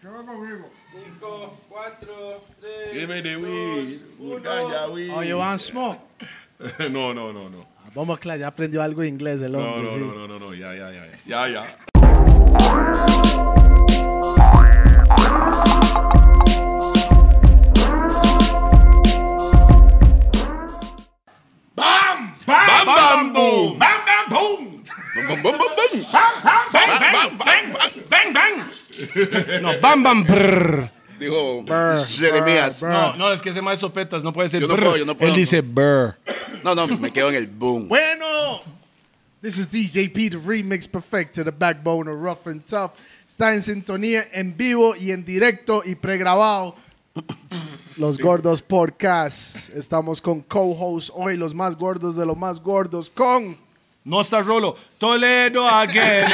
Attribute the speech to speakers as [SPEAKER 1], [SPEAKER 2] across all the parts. [SPEAKER 1] ¿Qué va conmigo?
[SPEAKER 2] 5, 4, 3.
[SPEAKER 3] Give me the weed. Ganja weed.
[SPEAKER 4] Oh, you want smoke?
[SPEAKER 3] No, no, no, no.
[SPEAKER 4] Ah, Vamos, claro, ya aprendió algo de inglés el
[SPEAKER 3] No,
[SPEAKER 4] hombre,
[SPEAKER 3] no,
[SPEAKER 4] sí.
[SPEAKER 3] no, no, no, no. Ya, ya, ya. Ya, ya.
[SPEAKER 1] ¡Bam! ¡Bam!
[SPEAKER 3] Bam, bam, boom.
[SPEAKER 1] ¡Bam, bam, boom!
[SPEAKER 3] Bum, bum, bum, bum.
[SPEAKER 1] ¡Bam, bam, bang,
[SPEAKER 3] Bam,
[SPEAKER 1] bang!
[SPEAKER 3] bam, bam.
[SPEAKER 1] ¡Bang, bang!
[SPEAKER 2] No, bam, bam, brr.
[SPEAKER 5] Dijo
[SPEAKER 4] Brr,
[SPEAKER 5] Jeremías.
[SPEAKER 4] brr, brr.
[SPEAKER 2] No, no, es que ese más sopetas, no puede ser
[SPEAKER 5] Yo no
[SPEAKER 2] brr.
[SPEAKER 5] puedo, yo no puedo.
[SPEAKER 2] Este Él dice brr.
[SPEAKER 5] No, no, me quedo en el boom.
[SPEAKER 4] Bueno. This is DJP, the remix perfect to the backbone of Rough and Tough. Está en sintonía en vivo y en directo y pregrabado. Los Gordos Podcast. Estamos con co-hosts hoy, los más gordos de los más gordos, con
[SPEAKER 2] No está Rolo. Toledo again.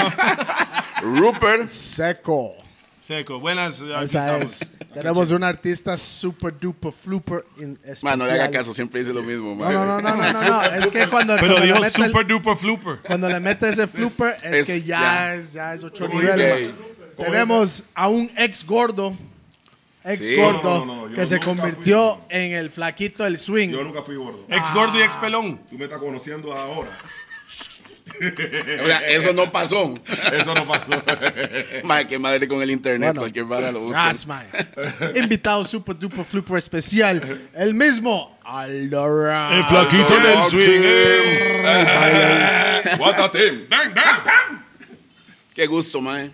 [SPEAKER 5] Rupert.
[SPEAKER 4] Seco.
[SPEAKER 2] Seco, buenas. Aquí
[SPEAKER 4] Esa
[SPEAKER 2] estamos.
[SPEAKER 4] es. Tenemos un artista super duper fluper en
[SPEAKER 5] Man,
[SPEAKER 4] especial.
[SPEAKER 5] no le haga caso, siempre dice lo mismo,
[SPEAKER 4] No,
[SPEAKER 5] man.
[SPEAKER 4] no, no, no, no, no, no. Es que cuando,
[SPEAKER 2] Pero
[SPEAKER 4] cuando le
[SPEAKER 2] dijo
[SPEAKER 4] mete el-
[SPEAKER 2] super duper flooper.
[SPEAKER 4] Cuando le mete ese flooper, es,
[SPEAKER 5] Es-
[SPEAKER 4] que ya,
[SPEAKER 5] ya.
[SPEAKER 4] Es, ya es otro
[SPEAKER 5] Como
[SPEAKER 4] nivel.
[SPEAKER 5] DJ.
[SPEAKER 4] man. Tenemos a un ex gordo, ex
[SPEAKER 5] Sí.
[SPEAKER 4] gordo,
[SPEAKER 3] No, no, no, yo
[SPEAKER 4] que se
[SPEAKER 3] nunca fui
[SPEAKER 4] convirtió
[SPEAKER 3] gordo.
[SPEAKER 4] en el flaquito del swing.
[SPEAKER 3] Yo nunca fui gordo.
[SPEAKER 2] Ex gordo y ex pelón.
[SPEAKER 3] Tú me estás conociendo ahora.
[SPEAKER 5] O sea, eso no pasó.
[SPEAKER 3] Eso no pasó.
[SPEAKER 5] Man, qué madre con el internet,
[SPEAKER 4] Bueno.
[SPEAKER 5] cualquier vara lo busca.
[SPEAKER 4] Ras, man. Invitado super duper flooper especial, el mismo Aldo Ra.
[SPEAKER 2] flaquito
[SPEAKER 3] del What a team.
[SPEAKER 5] Qué gusto, man.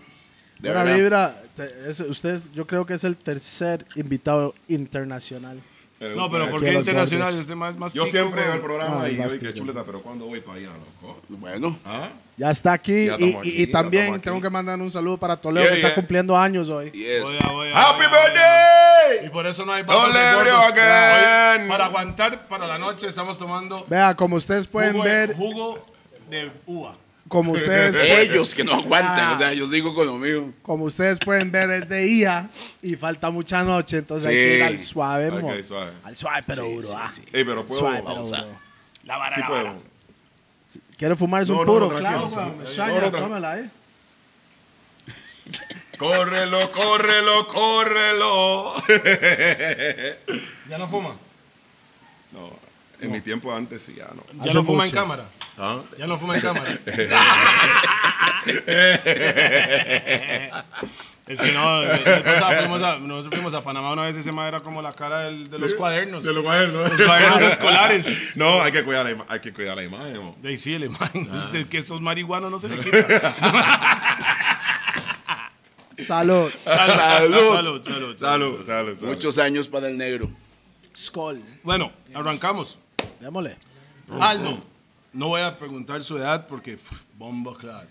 [SPEAKER 5] De
[SPEAKER 4] Buena
[SPEAKER 5] verdad.
[SPEAKER 4] vibra. Te- es- ustedes, yo creo que es el tercer invitado internacional.
[SPEAKER 2] No, pero ¿por
[SPEAKER 4] Aquí a
[SPEAKER 2] qué
[SPEAKER 4] los
[SPEAKER 2] internacional?
[SPEAKER 4] gordos.
[SPEAKER 2] Este más, más
[SPEAKER 3] Yo
[SPEAKER 2] tico,
[SPEAKER 3] siempre veo
[SPEAKER 2] bro.
[SPEAKER 3] el programa
[SPEAKER 4] Ah,
[SPEAKER 3] y
[SPEAKER 4] es
[SPEAKER 3] yo
[SPEAKER 4] bastillo.
[SPEAKER 3] qué chuleta, pero ¿cuándo voy para allá, loco?
[SPEAKER 5] Bueno,
[SPEAKER 3] ¿Ah?
[SPEAKER 4] Ya está aquí.
[SPEAKER 3] Ya
[SPEAKER 4] y,
[SPEAKER 3] estamos aquí,
[SPEAKER 4] y- y
[SPEAKER 3] ya
[SPEAKER 4] también
[SPEAKER 3] estamos aquí.
[SPEAKER 4] tengo que mandar un saludo para Toledo,
[SPEAKER 3] Yeah,
[SPEAKER 4] que está
[SPEAKER 3] yeah.
[SPEAKER 4] cumpliendo años hoy.
[SPEAKER 5] yes.
[SPEAKER 2] Voy a- voy a-
[SPEAKER 3] ¡Happy
[SPEAKER 2] voy a- Y
[SPEAKER 3] birthday!
[SPEAKER 2] por eso no hay papas de
[SPEAKER 3] ¡Doble
[SPEAKER 2] gordo.
[SPEAKER 3] again!
[SPEAKER 2] Para aguantar para la noche estamos tomando
[SPEAKER 4] Vea, como ustedes pueden
[SPEAKER 2] jugo, de-
[SPEAKER 4] ver,
[SPEAKER 2] jugo de uva.
[SPEAKER 4] como ustedes,
[SPEAKER 5] Ellos que no
[SPEAKER 4] Ah.
[SPEAKER 5] aguantan, o sea, yo sigo con lo mío.
[SPEAKER 4] como ustedes pueden ver, es de día y falta mucha noche, entonces hay que ir
[SPEAKER 5] Sí.
[SPEAKER 4] al suave,
[SPEAKER 3] Ok,
[SPEAKER 4] mo.
[SPEAKER 3] suave.
[SPEAKER 4] Al suave, pero duro. ah.
[SPEAKER 3] Ey, pero puedo.
[SPEAKER 4] Suave, pero
[SPEAKER 5] pausa.
[SPEAKER 4] duro.
[SPEAKER 2] La vara,
[SPEAKER 3] Sí
[SPEAKER 2] la vara.
[SPEAKER 3] puedo.
[SPEAKER 4] ¿Quiere fumarse
[SPEAKER 3] No,
[SPEAKER 4] un
[SPEAKER 3] no,
[SPEAKER 4] puro?
[SPEAKER 3] no,
[SPEAKER 4] claro,
[SPEAKER 3] tranquilo,
[SPEAKER 4] weón.
[SPEAKER 3] sí.
[SPEAKER 4] Shania,
[SPEAKER 3] No, no, tranquilo.
[SPEAKER 4] tómela, eh.
[SPEAKER 3] Córrelo, córrelo, córrelo.
[SPEAKER 2] Ya no fuma.
[SPEAKER 3] No, en mi tiempo antes sí, ya no.
[SPEAKER 2] Ya
[SPEAKER 4] Hace
[SPEAKER 2] no fuma en
[SPEAKER 4] mucho.
[SPEAKER 2] cámara. Ya no fuma en cámara. es que no, nosotros fuimos a, nosotros fuimos a Panamá una vez y ese madre era como la cara del- de los cuadernos.
[SPEAKER 3] De los cuadernos.
[SPEAKER 2] Los cuadernos escolares.
[SPEAKER 3] No, hay que cuidar la, ima- hay que cuidar la imagen. mo.
[SPEAKER 2] De ahí sí, el imán. Usted, que esos marihuanos no se le quita.
[SPEAKER 4] eh. Salud.
[SPEAKER 2] salud,
[SPEAKER 5] Salud.
[SPEAKER 2] salud, salud.
[SPEAKER 3] Salud, salud, salud.
[SPEAKER 5] Muchos años para el negro.
[SPEAKER 4] Skull.
[SPEAKER 2] Bueno, arrancamos.
[SPEAKER 4] Démosle.
[SPEAKER 2] Aldo, no voy a preguntar su edad porque pff, bomba claro.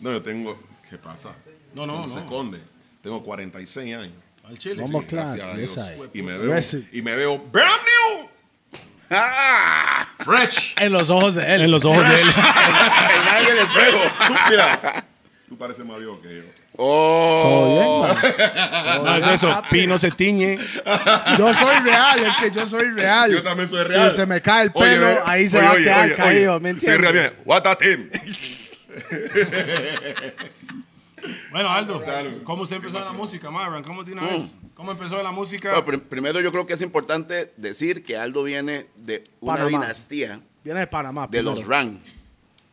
[SPEAKER 3] No, yo tengo. ¿Qué pasa?
[SPEAKER 2] No, no,
[SPEAKER 3] Eso
[SPEAKER 2] no.
[SPEAKER 3] Se esconde. Tengo 46 años.
[SPEAKER 2] Al chile.
[SPEAKER 4] Bomba
[SPEAKER 3] Sí,
[SPEAKER 4] claro,
[SPEAKER 3] gracias a
[SPEAKER 4] yes,
[SPEAKER 3] Dios.
[SPEAKER 4] I.
[SPEAKER 3] Y me veo.
[SPEAKER 4] Resi.
[SPEAKER 3] Y me veo brand new.
[SPEAKER 5] ¡Ah!
[SPEAKER 3] Fresh.
[SPEAKER 4] En los ojos de él. En los ojos de él.
[SPEAKER 5] El nadie del fuego.
[SPEAKER 3] Mira. Tú pareces más viejo que yo.
[SPEAKER 5] Oh,
[SPEAKER 2] No es eso. Pino se tiñe.
[SPEAKER 4] Yo soy real, es que yo soy real.
[SPEAKER 3] Yo también soy real.
[SPEAKER 4] Si se me cae el
[SPEAKER 3] Oye,
[SPEAKER 4] pelo,
[SPEAKER 3] ve,
[SPEAKER 4] ahí se
[SPEAKER 3] oye,
[SPEAKER 4] va a
[SPEAKER 3] oye,
[SPEAKER 4] quedar
[SPEAKER 3] oye,
[SPEAKER 4] caído,
[SPEAKER 3] oye,
[SPEAKER 4] ¿me
[SPEAKER 3] soy real,
[SPEAKER 4] entiendes?
[SPEAKER 3] mira, What a team.
[SPEAKER 2] Ah, Bueno, Aldo,
[SPEAKER 3] Salud.
[SPEAKER 2] ¿cómo usted empezó la música, ma? Arrancamos de una vez. ¿Cómo empezó la música?
[SPEAKER 5] Bueno, prim- primero yo creo que es importante decir que Aldo viene de una
[SPEAKER 4] Panamá.
[SPEAKER 5] dinastía
[SPEAKER 4] Viene de Panamá.
[SPEAKER 5] de
[SPEAKER 4] primero.
[SPEAKER 5] los Ran.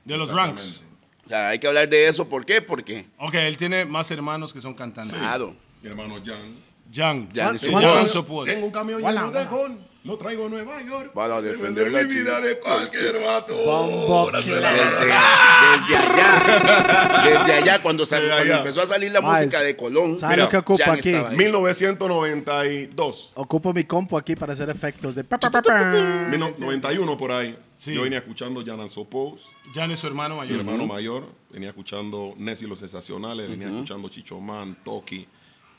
[SPEAKER 2] De los ranks.
[SPEAKER 5] O sea, hay que hablar de eso. ¿Por qué? Porque,
[SPEAKER 2] Ok, él tiene más hermanos que son cantantes.
[SPEAKER 5] claro,
[SPEAKER 3] Mi hermano Jan.
[SPEAKER 2] Jan.
[SPEAKER 5] ya ni
[SPEAKER 2] El
[SPEAKER 5] su
[SPEAKER 4] ¿Cuántos-
[SPEAKER 2] Jan
[SPEAKER 5] voz.
[SPEAKER 2] Sopot.
[SPEAKER 3] Tengo un camión
[SPEAKER 4] Hola,
[SPEAKER 3] lleno de
[SPEAKER 4] hola.
[SPEAKER 3] con. Lo traigo a Nueva York.
[SPEAKER 5] Para
[SPEAKER 3] Defender
[SPEAKER 5] defender la
[SPEAKER 3] mi vida
[SPEAKER 5] ciudad.
[SPEAKER 3] de cualquier vato.
[SPEAKER 4] Bombo
[SPEAKER 3] Ahora soy
[SPEAKER 4] killer.
[SPEAKER 3] la
[SPEAKER 5] Desde,
[SPEAKER 3] verdad.
[SPEAKER 5] desde allá, desde allá, cuando, sal-
[SPEAKER 3] Desde
[SPEAKER 5] cuando
[SPEAKER 3] allá.
[SPEAKER 5] empezó a salir la
[SPEAKER 4] Ma,
[SPEAKER 5] música
[SPEAKER 4] es-
[SPEAKER 5] de Colón,
[SPEAKER 4] ¿Sabe
[SPEAKER 3] Mira,
[SPEAKER 4] lo que ocupo
[SPEAKER 5] Jan
[SPEAKER 4] aquí?
[SPEAKER 5] estaba ahí.
[SPEAKER 3] 1992.
[SPEAKER 4] Ocupo mi compu aquí para hacer efectos de... pa, pa, pa, pa.
[SPEAKER 3] 91 por ahí.
[SPEAKER 2] Sí.
[SPEAKER 3] Yo venía escuchando Jan Sopos,
[SPEAKER 2] Jan es su hermano
[SPEAKER 3] mi
[SPEAKER 2] mayor.
[SPEAKER 3] hermano mayor. Venía escuchando Nessie y los Sensacionales. Venía escuchando Chichomán, Toki.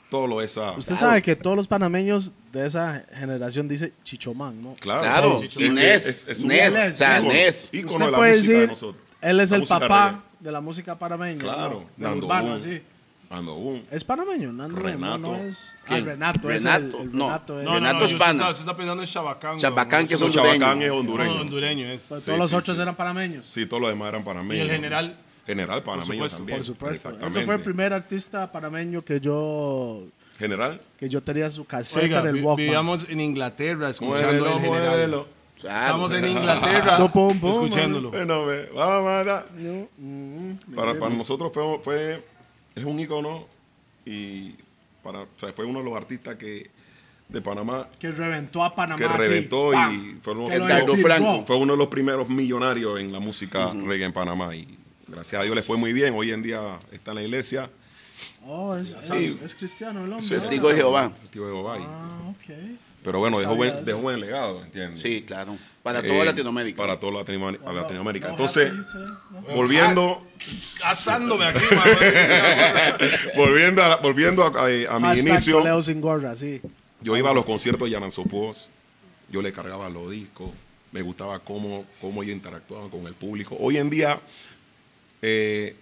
[SPEAKER 3] Todo lo esa.
[SPEAKER 4] Usted sabe que todos los panameños de esa generación dicen chichomán, ¿no?
[SPEAKER 3] Claro.
[SPEAKER 5] Claro,
[SPEAKER 3] Sí, sí, sí.
[SPEAKER 5] Inés,
[SPEAKER 3] Es- es un
[SPEAKER 5] Inés,
[SPEAKER 4] Inés,
[SPEAKER 5] o sea,
[SPEAKER 4] ícono.
[SPEAKER 5] Inés.
[SPEAKER 3] ícono
[SPEAKER 4] Usted
[SPEAKER 3] de la
[SPEAKER 4] puede
[SPEAKER 3] música de
[SPEAKER 4] decir,
[SPEAKER 3] nosotros.
[SPEAKER 4] él es
[SPEAKER 3] La
[SPEAKER 4] el
[SPEAKER 3] música
[SPEAKER 4] papá
[SPEAKER 3] reggae.
[SPEAKER 4] de la música panameña.
[SPEAKER 3] Claro.
[SPEAKER 4] ¿no? Del
[SPEAKER 3] Nando
[SPEAKER 4] urbano,
[SPEAKER 3] Boom.
[SPEAKER 4] sí.
[SPEAKER 3] Nando Boom.
[SPEAKER 4] Es panameño, Nando Boom, no, no
[SPEAKER 3] Renato.
[SPEAKER 4] es... Ah,
[SPEAKER 5] ¿Quién?
[SPEAKER 4] Renato, es el-
[SPEAKER 5] Renato,
[SPEAKER 4] el
[SPEAKER 5] no.
[SPEAKER 4] Renato es-
[SPEAKER 2] No, no, no,
[SPEAKER 5] Renato
[SPEAKER 2] yo-
[SPEAKER 5] es pana.
[SPEAKER 2] Usted está, usted está pensando en Chabacán. güey.
[SPEAKER 5] Chabacán, que es
[SPEAKER 3] Los
[SPEAKER 5] hondureño.
[SPEAKER 3] Chabacán es hondureño.
[SPEAKER 2] No, hondureño es.
[SPEAKER 4] Todos
[SPEAKER 3] Sí,
[SPEAKER 4] los
[SPEAKER 3] sí,
[SPEAKER 4] ocho
[SPEAKER 3] sí.
[SPEAKER 4] eran panameños.
[SPEAKER 3] Sí, todos los demás eran panameños.
[SPEAKER 2] Y el general.
[SPEAKER 3] General panameño
[SPEAKER 2] supuesto,
[SPEAKER 3] también.
[SPEAKER 4] Por supuesto.
[SPEAKER 3] Exactamente.
[SPEAKER 4] Ese fue el primer artista panameño que yo
[SPEAKER 3] General.
[SPEAKER 4] que yo tenía su caseta
[SPEAKER 2] Oiga,
[SPEAKER 4] en el
[SPEAKER 2] vi-
[SPEAKER 4] Walkman.
[SPEAKER 2] vivíamos en Inglaterra escuchando el general.
[SPEAKER 5] Claro.
[SPEAKER 2] Estamos en Inglaterra
[SPEAKER 4] Yo, pum, pum,
[SPEAKER 2] escuchándolo.
[SPEAKER 3] Bueno, ve, vamos a matar. Para, para nosotros fue, fue- es un ícono y para, o sea, fue uno de los artistas que de Panamá
[SPEAKER 4] Que reventó a Panamá.
[SPEAKER 3] que
[SPEAKER 4] así,
[SPEAKER 3] reventó
[SPEAKER 4] ¡pam!
[SPEAKER 3] y fue uno,
[SPEAKER 4] Que lo
[SPEAKER 5] Edgardo
[SPEAKER 4] estiró.
[SPEAKER 5] Franco.
[SPEAKER 3] fue uno de los primeros millonarios en la música reggae en Panamá y gracias a Dios le fue muy bien. Hoy en día está en la iglesia.
[SPEAKER 4] Oh, es, es-
[SPEAKER 3] Sí.
[SPEAKER 4] es cristiano el hombre.
[SPEAKER 3] Sí,
[SPEAKER 5] Testigo de Jehová.
[SPEAKER 3] Testigo de Jehová, y-
[SPEAKER 4] Ah, ok.
[SPEAKER 3] Pero bueno, dejó
[SPEAKER 4] Sabía
[SPEAKER 3] buen,
[SPEAKER 4] eso.
[SPEAKER 3] dejó buen legado, ¿entiendes?
[SPEAKER 5] Sí, claro. Para
[SPEAKER 3] Eh,
[SPEAKER 5] toda Latinoamérica.
[SPEAKER 3] Para toda Latinoam- a Latinoamérica.
[SPEAKER 4] No,
[SPEAKER 3] Entonces,
[SPEAKER 4] happy today, no.
[SPEAKER 3] volviendo,
[SPEAKER 2] Casándome aquí, mano.
[SPEAKER 3] volviendo a, volviendo a, a- a mi
[SPEAKER 4] Hashtag
[SPEAKER 3] inicio,
[SPEAKER 4] Toledo sin gorra, sí.
[SPEAKER 3] yo iba a los conciertos de Yanan Sopos, yo le cargaba los discos, me gustaba cómo, cómo ellos interactuaban con el público. Hoy en día, eh,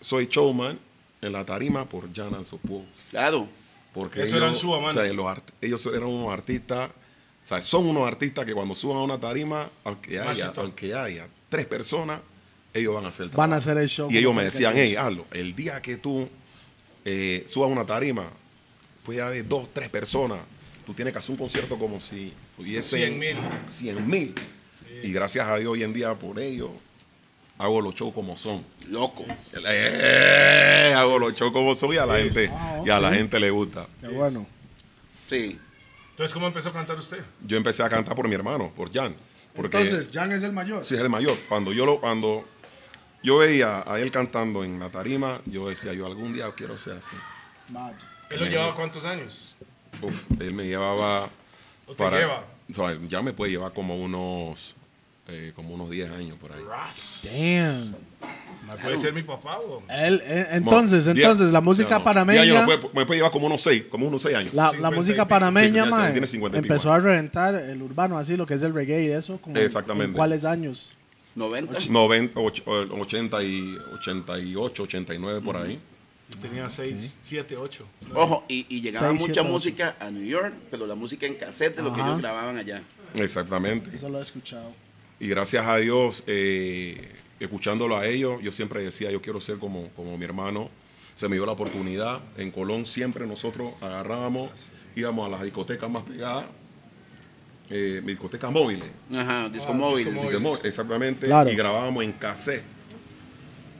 [SPEAKER 3] soy showman en la tarima por Yanan Sopos.
[SPEAKER 5] Claro.
[SPEAKER 3] Porque
[SPEAKER 2] Eso
[SPEAKER 3] ellos,
[SPEAKER 2] eran Suba,
[SPEAKER 3] o
[SPEAKER 2] mano.
[SPEAKER 3] sea, los art- ellos eran unos artistas, o sea, son unos artistas que cuando suban a una tarima, aunque haya,
[SPEAKER 2] Éxito.
[SPEAKER 3] aunque haya tres personas, ellos van a hacer el
[SPEAKER 4] Van
[SPEAKER 3] trabajo.
[SPEAKER 4] a hacer el show
[SPEAKER 3] Y
[SPEAKER 4] como
[SPEAKER 3] ellos me
[SPEAKER 4] tiene que
[SPEAKER 3] decían,
[SPEAKER 4] ser.
[SPEAKER 3] hey, hazlo, el día que tú eh, subas a una tarima, puede haber dos, tres personas, tú tienes que hacer un concierto como si hubiese
[SPEAKER 2] Cien mil.
[SPEAKER 3] mil. Y gracias a Dios hoy en día por ello hago los shows como son.
[SPEAKER 5] Loco.
[SPEAKER 3] Eh, hago los shows como son y a la gente, y a la gente le gusta.
[SPEAKER 4] Qué bueno.
[SPEAKER 5] Sí.
[SPEAKER 2] Entonces, ¿cómo empezó a cantar usted?
[SPEAKER 3] yo empecé a cantar por mi hermano, por Jan. Porque
[SPEAKER 4] Entonces, Jan es el mayor.
[SPEAKER 3] sí, es el mayor. Cuando yo lo, cuando yo veía a él cantando en la tarima, yo decía, yo algún día quiero ser así.
[SPEAKER 4] Mad.
[SPEAKER 2] ¿Él lo llevaba cuántos años?
[SPEAKER 3] Uf, él me llevaba
[SPEAKER 2] ¿O te lleva?
[SPEAKER 3] o sea, ya me puede llevar como unos eh, como unos 10 años por ahí.
[SPEAKER 2] Ras.
[SPEAKER 4] Damn.
[SPEAKER 2] ¿Puede ser mi papá o...?
[SPEAKER 4] Él, eh, entonces, entonces, la música
[SPEAKER 3] Ya,
[SPEAKER 4] panameña,
[SPEAKER 3] me, puede, me puede llevar como unos 6, como unos 6 años.
[SPEAKER 4] la, la
[SPEAKER 2] 50 y
[SPEAKER 4] música
[SPEAKER 2] pico.
[SPEAKER 4] panameña,
[SPEAKER 3] Sí, ya- ya
[SPEAKER 4] mae,
[SPEAKER 3] tiene 50 y pico
[SPEAKER 4] empezó a reventar el urbano, así lo que es el reggae y eso. Como en-
[SPEAKER 3] Exactamente.
[SPEAKER 4] ¿En cuáles años?
[SPEAKER 5] 90.
[SPEAKER 3] 90, och- 80 y 88, 89 por ahí.
[SPEAKER 2] Tenía seis, siete, ocho.
[SPEAKER 5] Ojo, y, y llegaba
[SPEAKER 4] Seis,
[SPEAKER 5] mucha
[SPEAKER 4] siete, ocho.
[SPEAKER 5] música a New York, pero la música en cassette, lo que
[SPEAKER 4] Ajá.
[SPEAKER 5] ellos grababan allá.
[SPEAKER 3] Exactamente.
[SPEAKER 4] Eso lo he escuchado.
[SPEAKER 3] Y gracias a Dios, eh, escuchándolo a ellos, yo siempre decía, yo quiero ser como, como mi hermano. Se me dio la oportunidad. En Colón siempre nosotros agarrábamos, íbamos a las discotecas más pegadas, eh, discotecas móviles.
[SPEAKER 5] Ajá, disco
[SPEAKER 2] Ah,
[SPEAKER 5] móvil.
[SPEAKER 2] disco
[SPEAKER 3] Disque
[SPEAKER 2] Móviles.
[SPEAKER 3] móvil, Exactamente.
[SPEAKER 4] Claro.
[SPEAKER 3] Y grabábamos en cassette.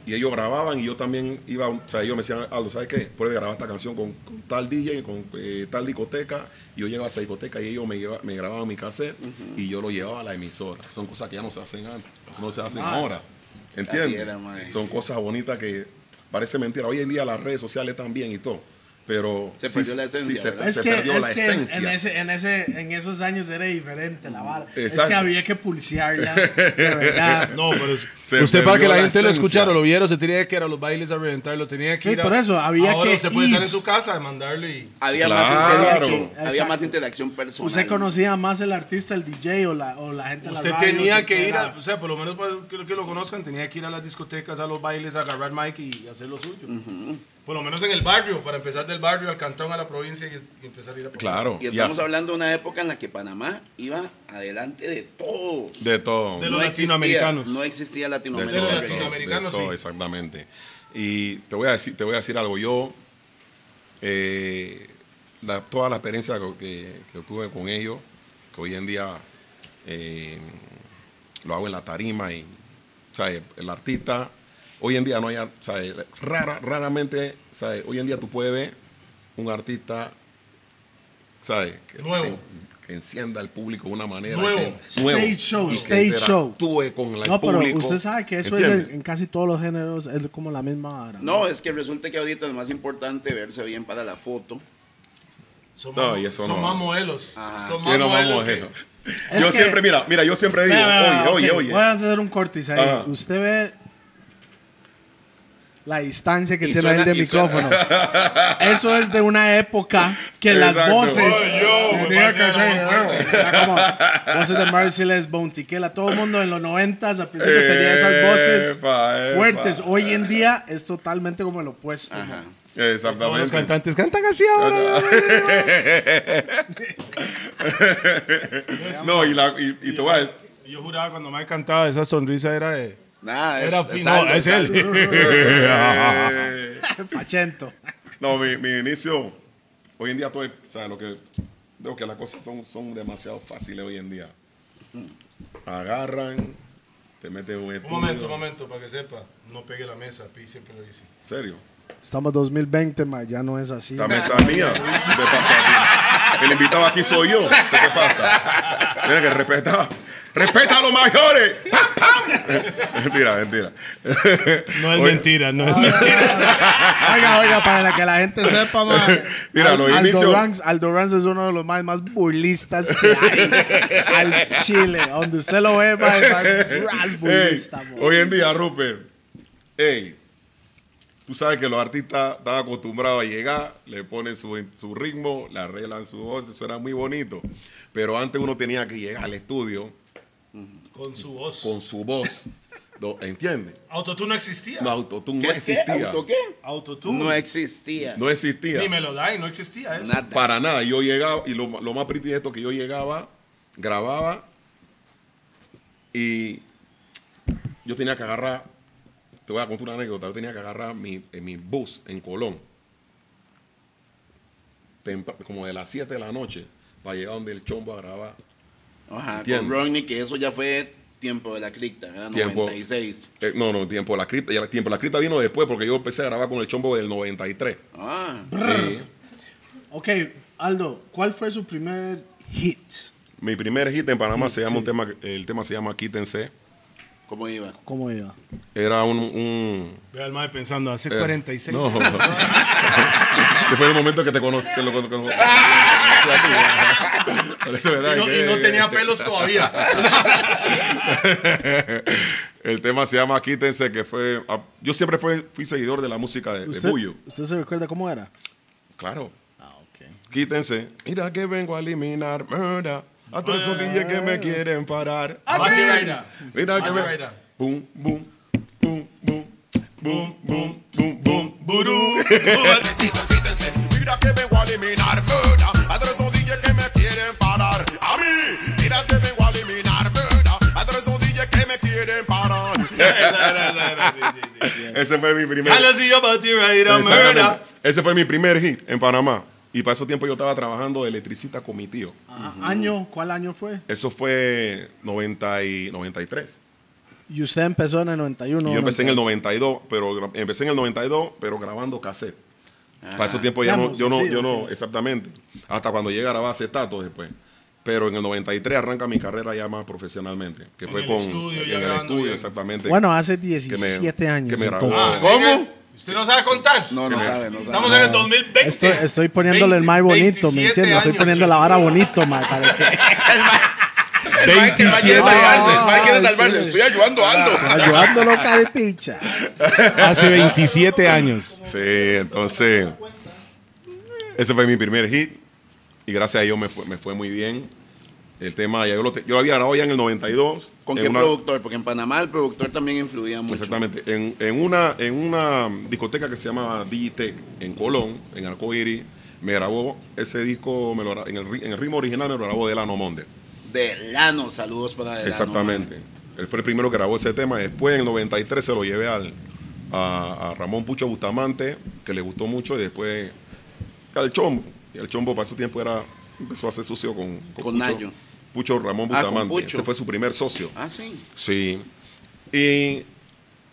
[SPEAKER 3] Y ellos grababan y yo también iba, o sea, ellos me decían, Aldo, ¿sabes qué? Puedes grabar esta canción con, con tal DJ, con eh, tal discoteca. Y yo llegaba a esa discoteca y ellos me, lleva- me grababan mi cassette y yo lo llevaba a la emisora. Son cosas que ya no se hacen antes, no se hacen ahora. ¿Entiendes?
[SPEAKER 5] Así era, man.
[SPEAKER 3] Son cosas bonitas que parece mentira. Hoy en día las redes sociales también y todo. Pero
[SPEAKER 5] Se perdió la esencia,
[SPEAKER 3] se,
[SPEAKER 5] ¿verdad?
[SPEAKER 3] se perdió la esencia.
[SPEAKER 4] en, ese, en, ese, en esos años era diferente la vara. Es que
[SPEAKER 3] Exacto.
[SPEAKER 4] había que pulsearla. de verdad.
[SPEAKER 2] No, pero es-
[SPEAKER 3] Se
[SPEAKER 2] usted para que
[SPEAKER 3] perdió
[SPEAKER 2] la,
[SPEAKER 3] la
[SPEAKER 2] gente lo
[SPEAKER 3] esencia.
[SPEAKER 2] escuchara, lo viera, se tenía que ir a los bailes a reventar, lo tenía que
[SPEAKER 4] Sí,
[SPEAKER 2] ir a-
[SPEAKER 4] por eso, había
[SPEAKER 2] Ahora
[SPEAKER 4] que
[SPEAKER 2] usted puede estar
[SPEAKER 4] ir.
[SPEAKER 2] en su casa, demandarlo y...
[SPEAKER 5] Había, más
[SPEAKER 3] Claro.
[SPEAKER 5] interacción, había
[SPEAKER 4] Exacto.
[SPEAKER 5] más interacción personal.
[SPEAKER 4] Usted conocía más el artista, el DJ o la, o la gente de la
[SPEAKER 2] Usted
[SPEAKER 4] radio,
[SPEAKER 2] tenía
[SPEAKER 4] usted
[SPEAKER 2] que ir,
[SPEAKER 4] era-
[SPEAKER 2] a, o sea, por lo menos para que, que lo conozcan, tenía que ir a las discotecas, a los bailes, a agarrar mic y hacer lo suyo. Por lo menos en el barrio, para empezar del barrio al cantón, a la provincia y, y empezar a ir a...
[SPEAKER 3] Claro.
[SPEAKER 5] Y estamos
[SPEAKER 3] Ya-
[SPEAKER 5] hablando de una época en la que Panamá iba adelante de todo.
[SPEAKER 3] De todo.
[SPEAKER 2] De los latinoamericanos.
[SPEAKER 5] Existía, no existía
[SPEAKER 3] de
[SPEAKER 5] Latinoamérica.
[SPEAKER 2] todo,
[SPEAKER 3] todo,
[SPEAKER 2] latinoamericano,
[SPEAKER 3] de todo,
[SPEAKER 2] sí.
[SPEAKER 3] exactamente. Y te voy a decir, te voy a decir algo. Yo, eh, la- toda la experiencia que, que- que tuve con ellos, que hoy en día eh, lo hago en la tarima y, ¿sabes? El artista, hoy en día no hay, ar- ¿sabes? Rara, raramente, ¿sabes? Hoy en día tú puedes ver un artista, ¿sabes? Que,
[SPEAKER 2] Nuevo.
[SPEAKER 3] Que, que encienda al público de una manera.
[SPEAKER 2] Nuevo.
[SPEAKER 3] que-
[SPEAKER 4] Stage show,
[SPEAKER 3] y que
[SPEAKER 4] stage show.
[SPEAKER 3] interactúe con
[SPEAKER 2] pues,
[SPEAKER 3] la- el
[SPEAKER 4] No, pero
[SPEAKER 3] público,
[SPEAKER 4] usted sabe que eso es
[SPEAKER 3] ¿entiendes?
[SPEAKER 4] en, en casi todos los géneros, es como la misma vara.
[SPEAKER 5] No, es que resulta que ahorita es más importante verse bien para la foto.
[SPEAKER 2] Son,
[SPEAKER 3] No,
[SPEAKER 2] más,
[SPEAKER 3] y eso
[SPEAKER 2] son
[SPEAKER 3] no.
[SPEAKER 2] más modelos.
[SPEAKER 5] Ajá.
[SPEAKER 2] Son
[SPEAKER 3] Yo
[SPEAKER 2] más
[SPEAKER 3] no me
[SPEAKER 2] modelos.
[SPEAKER 3] mojé.
[SPEAKER 2] que-
[SPEAKER 4] Es
[SPEAKER 3] Yo
[SPEAKER 4] que-
[SPEAKER 3] siempre, mira, mira, yo siempre digo,
[SPEAKER 4] Vea, vea,
[SPEAKER 3] oye,
[SPEAKER 4] ok,
[SPEAKER 3] oye,
[SPEAKER 4] Voy a
[SPEAKER 3] oye.
[SPEAKER 4] hacer un cortis ahí.
[SPEAKER 3] Ajá.
[SPEAKER 4] Usted ve la distancia que
[SPEAKER 5] Y
[SPEAKER 4] tiene
[SPEAKER 5] suena-
[SPEAKER 4] el de
[SPEAKER 5] y suena.
[SPEAKER 4] micrófono. Eso es de una época que las
[SPEAKER 3] Exacto.
[SPEAKER 4] voces.
[SPEAKER 2] Oye, yo,
[SPEAKER 4] tenía
[SPEAKER 2] me
[SPEAKER 4] que ser,
[SPEAKER 2] mandaron
[SPEAKER 4] ¿no? Era como voces de Merciless, Bontiquela. Todo el mundo en los 90 al principio tenía esas voces
[SPEAKER 3] Epa, epa.
[SPEAKER 4] fuertes. Hoy en día es totalmente como el opuesto.
[SPEAKER 5] Ajá.
[SPEAKER 4] man.
[SPEAKER 2] Todos los
[SPEAKER 3] Exactamente.
[SPEAKER 2] cantantes cantan así ahora.
[SPEAKER 3] No, y, la, y, y te voy a decir,
[SPEAKER 2] Yo juraba cuando Mike cantaba, esa sonrisa era de...
[SPEAKER 5] Nada, es,
[SPEAKER 2] Era
[SPEAKER 5] es
[SPEAKER 2] fino,
[SPEAKER 5] algo,
[SPEAKER 2] es él.
[SPEAKER 5] algo.
[SPEAKER 3] eh,
[SPEAKER 4] Fachento.
[SPEAKER 3] no, mi, mi inicio, hoy en día todo es, o sea, lo que veo que las cosas son, son demasiado fáciles hoy en día.
[SPEAKER 4] Mm.
[SPEAKER 3] Agarran, te meten un
[SPEAKER 2] Un
[SPEAKER 3] estudio.
[SPEAKER 2] momento, un momento, para que sepa. No pegue la mesa, Pi siempre lo dice.
[SPEAKER 3] Serio.
[SPEAKER 4] Estamos 2020, ma, ya no es así.
[SPEAKER 3] La mesa es mía. ¿Qué te pasa a ti? El invitado aquí soy yo. ¿Qué te pasa? Tienes que respetar. Respeta a los mayores. ¡Pam, pam! mentira, mentira.
[SPEAKER 6] No es
[SPEAKER 3] Oye,
[SPEAKER 6] mentira, no es mentira.
[SPEAKER 4] Oiga, oiga, para que la gente sepa, ma.
[SPEAKER 3] Mira,
[SPEAKER 4] Al-
[SPEAKER 3] los
[SPEAKER 4] Aldo,
[SPEAKER 3] inicios-
[SPEAKER 4] Ranks, Aldo Ranks es uno de los más, más burlistas que hay al Chile. Donde usted lo ve, ma, es más
[SPEAKER 3] Ey,
[SPEAKER 4] burlista, ma.
[SPEAKER 3] hoy en día, Rupert, ey, tú sabes que los artistas están acostumbrados a llegar, le ponen su, su ritmo, le arreglan su voz, suena muy bonito. Pero antes uno tenía que llegar al estudio
[SPEAKER 2] Con su voz.
[SPEAKER 3] con su voz. ¿no? ¿Entiendes?
[SPEAKER 2] Autotune no existía.
[SPEAKER 3] No, autotune
[SPEAKER 5] ¿Qué
[SPEAKER 3] no
[SPEAKER 5] es qué?
[SPEAKER 3] existía.
[SPEAKER 5] ¿Auto qué?
[SPEAKER 2] Autotune.
[SPEAKER 5] No existía.
[SPEAKER 3] No existía.
[SPEAKER 2] Ni Melody, no existía eso.
[SPEAKER 5] Nada.
[SPEAKER 3] Para nada. Yo llegaba, y lo, lo más pretty de esto que yo llegaba, grababa y yo tenía que agarrar, te voy a contar una anécdota, yo tenía que agarrar mi, en mi bus en Colón, tempra- como de las 7 de la noche, para llegar donde el chombo a grabar.
[SPEAKER 5] Ajá,
[SPEAKER 3] Entiendo.
[SPEAKER 5] con Rodney, que eso ya fue tiempo de la cripta, ¿verdad?
[SPEAKER 3] Tiempo.
[SPEAKER 5] 96.
[SPEAKER 3] Eh, no, no, tiempo de la cripta, ya la- tiempo de la cripta vino después porque yo empecé a grabar con el chombo del 93.
[SPEAKER 5] Ah,
[SPEAKER 3] Eh,
[SPEAKER 4] Ok, Aldo, ¿cuál fue su primer hit?
[SPEAKER 3] mi primer hit en Panamá se llama un
[SPEAKER 4] sí.
[SPEAKER 3] tema, que- el tema se llama Quítense.
[SPEAKER 5] ¿cómo iba?
[SPEAKER 4] ¿Cómo iba?
[SPEAKER 3] Era un- un
[SPEAKER 6] Ve al mae pensando, hace
[SPEAKER 3] Eh,
[SPEAKER 6] 46.
[SPEAKER 3] No. Que fue el momento que te conocí. Que lo, que lo- que lo- Pero eso es verdad
[SPEAKER 2] Y no,
[SPEAKER 3] que-
[SPEAKER 2] y no tenía pelos todavía.
[SPEAKER 3] El tema se llama Quítense, que fue. ah, Yo siempre fui, fui seguidor de la música de, de
[SPEAKER 4] ¿Usted,
[SPEAKER 3] Bullo.
[SPEAKER 4] ¿Usted se recuerda cómo era?
[SPEAKER 3] Claro.
[SPEAKER 4] Ah, ok.
[SPEAKER 3] Quítense. Mira que vengo a eliminar. Mira. Ah, A todos esos DJs que me quieren parar.
[SPEAKER 2] Mati Gaira.
[SPEAKER 3] Mira que
[SPEAKER 2] Mati
[SPEAKER 3] me.
[SPEAKER 2] Gaira.
[SPEAKER 3] Boom, boom, boom, boom. Boom, boom, boom, boom.
[SPEAKER 2] Burú.
[SPEAKER 7] Fíjense, mira que vengo a eliminar mira, A tres son DJ que me quieren parar. A mí, mira que vengo a eliminar mira, A tres son DJ que me quieren parar.
[SPEAKER 3] Ese fue mi primer.
[SPEAKER 2] Jalo si yo Mati Gaira,
[SPEAKER 3] Exactamente.
[SPEAKER 2] murda.
[SPEAKER 3] Ese fue mi primer hit en Panamá. Y para ese tiempo yo estaba trabajando de electricista con mi tío.
[SPEAKER 4] Ah, ¿Año? ¿Cuál año fue?
[SPEAKER 3] Eso fue 90 y 93.
[SPEAKER 4] Y usted empezó en el 91.
[SPEAKER 3] y yo empecé en el
[SPEAKER 4] 92.
[SPEAKER 3] 92, pero gra- empecé en el 92, pero grabando cassette.
[SPEAKER 2] Ah.
[SPEAKER 3] Para ese tiempo ya
[SPEAKER 4] Ya
[SPEAKER 3] no,
[SPEAKER 4] no,
[SPEAKER 3] yo no,
[SPEAKER 4] sí,
[SPEAKER 3] yo no,
[SPEAKER 4] ok.
[SPEAKER 3] exactamente. Hasta cuando llegué a grabar acetatos después. Pero en el 93 arranca mi carrera ya más profesionalmente. Que fue
[SPEAKER 2] el
[SPEAKER 3] con
[SPEAKER 2] estudio,
[SPEAKER 3] en
[SPEAKER 2] ya
[SPEAKER 3] el
[SPEAKER 2] grabando
[SPEAKER 3] estudio,
[SPEAKER 2] bien.
[SPEAKER 3] exactamente.
[SPEAKER 4] Bueno, hace
[SPEAKER 3] que me-
[SPEAKER 4] 17 años.
[SPEAKER 3] que me grabó.
[SPEAKER 4] entonces.
[SPEAKER 2] Ah, ¿Cómo? ¿Usted no sabe contar?
[SPEAKER 5] No, no sabe, no sabe.
[SPEAKER 2] Estamos en el 2020.
[SPEAKER 4] Estoy, estoy poniéndole el más
[SPEAKER 2] 20,
[SPEAKER 4] bonito, ¿me
[SPEAKER 2] 27
[SPEAKER 4] entiendes? Estoy
[SPEAKER 2] años,
[SPEAKER 4] poniendo la vara bonito, ma, para que
[SPEAKER 5] El man que- el man quiere
[SPEAKER 4] 27.
[SPEAKER 5] salvarse, el man
[SPEAKER 4] Ay,
[SPEAKER 3] Ah,
[SPEAKER 5] quiere salvarse.
[SPEAKER 4] chile.
[SPEAKER 5] Estoy ayudando a Aldo.
[SPEAKER 4] ayudándolo cada picha.
[SPEAKER 6] Hace 27 años.
[SPEAKER 3] Sí, entonces. Ese fue mi primer hit. Y gracias a Dios me fue, me fue muy bien. El tema, ya yo, lo, te- yo lo había grabado ya en el 92.
[SPEAKER 5] ¿Con
[SPEAKER 3] en
[SPEAKER 5] qué
[SPEAKER 3] Eh, una-
[SPEAKER 5] productor? Porque en Panamá el productor también influía mucho.
[SPEAKER 3] Exactamente. En, en una, en una discoteca que se llamaba Digitech en Colón, en Arcoíris, me grabó ese disco me lo gra- en, el, ri- en el ritmo original, me lo grabó Delano Monde.
[SPEAKER 5] Delano, saludos para Delano.
[SPEAKER 3] Exactamente. Él fue el primero que grabó ese tema. Después, en el 93, se lo llevé al, a, a Ramón Pucho Bustamante, que le gustó mucho, y después al Chombo. Y el Chombo, para su tiempo, era empezó a hacer sucio con,
[SPEAKER 5] Con
[SPEAKER 3] Pucho,
[SPEAKER 5] Nayo.
[SPEAKER 3] Pucho Ramón
[SPEAKER 5] Ah, con
[SPEAKER 3] Bustamante.
[SPEAKER 5] Pucho.
[SPEAKER 3] Ese fue su primer socio.
[SPEAKER 5] man. Ah, sí.
[SPEAKER 3] Sí. Y.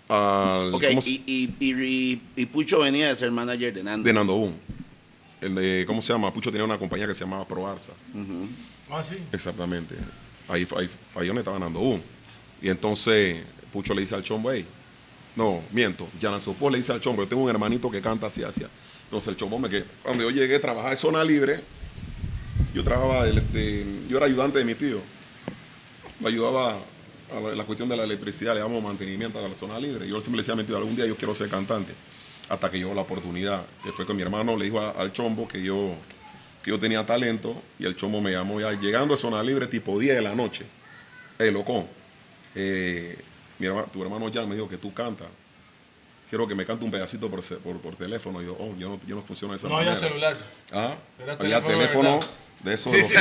[SPEAKER 3] al-
[SPEAKER 5] Ok,
[SPEAKER 3] ¿cómo se-
[SPEAKER 5] y, y, y, y- y Pucho venía de ser manager de Nando.
[SPEAKER 3] de Nando Boom. El de, ¿cómo se llama? Pucho tenía una compañía que se llamaba ProArsa.
[SPEAKER 2] Ah, sí.
[SPEAKER 3] Exactamente. Ahí, ahí, ahí donde estaba Nando Boom. Y entonces Pucho le dice al chombo, "Ey, no, miento, Yanan Sopó le dice al chombo, yo tengo un hermanito que canta así, así. Entonces el chombo me que cuando yo llegué a trabajar en zona libre, yo trabajaba, de- de- yo era ayudante de mi tío. Lo ayudaba a la, la cuestión de la electricidad, le damos mantenimiento a la zona libre. Yo siempre le decía a mi tío, algún día yo quiero ser cantante. Hasta que llegó la oportunidad, que fue que mi hermano le dijo a- al chombo que yo que yo tenía talento y el chomo me llamó ya llegando a zona libre tipo 10 de la noche. El loco, eh, mi herma- tu hermano Jan me dijo que tú cantas. Quiero que me cante un pedacito por, ce- por, por teléfono. Y yo, oh, yo no, yo no funciona de esa
[SPEAKER 2] No
[SPEAKER 3] manera.
[SPEAKER 2] había celular.
[SPEAKER 3] Ah,
[SPEAKER 2] Era
[SPEAKER 3] había
[SPEAKER 2] teléfono
[SPEAKER 3] teléfono
[SPEAKER 2] de verdad.
[SPEAKER 3] de eso.
[SPEAKER 2] Sí, sí,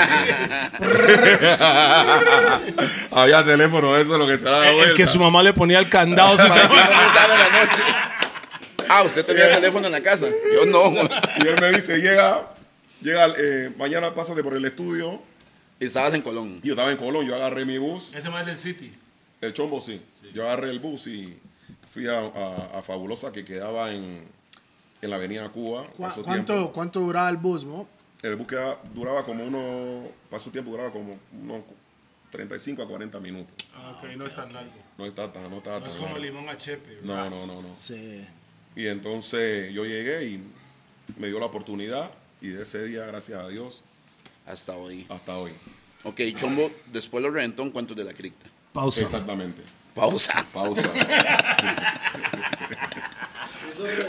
[SPEAKER 2] sí.
[SPEAKER 3] había teléfono de eso, lo que se da la
[SPEAKER 6] El que
[SPEAKER 3] vuelta.
[SPEAKER 6] su mamá le ponía el candado. si usted-
[SPEAKER 5] No sabe la noche. Ah, usted tenía el teléfono en la casa. Yo no.
[SPEAKER 3] Y él me dice, llega, Llega, eh, mañana pásate por el estudio.
[SPEAKER 5] Y estabas en Colón.
[SPEAKER 3] Y yo estaba en Colón, yo agarré mi bus,
[SPEAKER 8] Ese más del City.
[SPEAKER 3] el chombo sí. Yo agarré el bus y fui a, a- a Fabulosa que quedaba en, en la avenida Cuba.
[SPEAKER 4] ¿Cu-
[SPEAKER 3] Pasó
[SPEAKER 4] ¿Cuánto,
[SPEAKER 3] tiempo.
[SPEAKER 4] ¿Cuánto duraba el bus, mo?
[SPEAKER 3] El bus quedaba- duraba como uno, pasó tiempo, duraba como unos 35 a 40 minutos.
[SPEAKER 8] Ah, ok, no es tan largo.
[SPEAKER 3] No está tan, no está
[SPEAKER 8] No es
[SPEAKER 3] tan
[SPEAKER 8] como
[SPEAKER 3] largo.
[SPEAKER 8] limón a chepe.
[SPEAKER 3] No,
[SPEAKER 8] ras.
[SPEAKER 3] no, no, no.
[SPEAKER 4] Sí.
[SPEAKER 3] Y entonces yo llegué y me dio la oportunidad y de ese día, gracias a Dios,
[SPEAKER 5] Hasta hoy.
[SPEAKER 3] hasta hoy.
[SPEAKER 5] Ok, Chombo, después lo reventó en Cuentos de la Cripta.
[SPEAKER 2] Pausa.
[SPEAKER 3] Exactamente.
[SPEAKER 5] Pausa.
[SPEAKER 3] Pausa.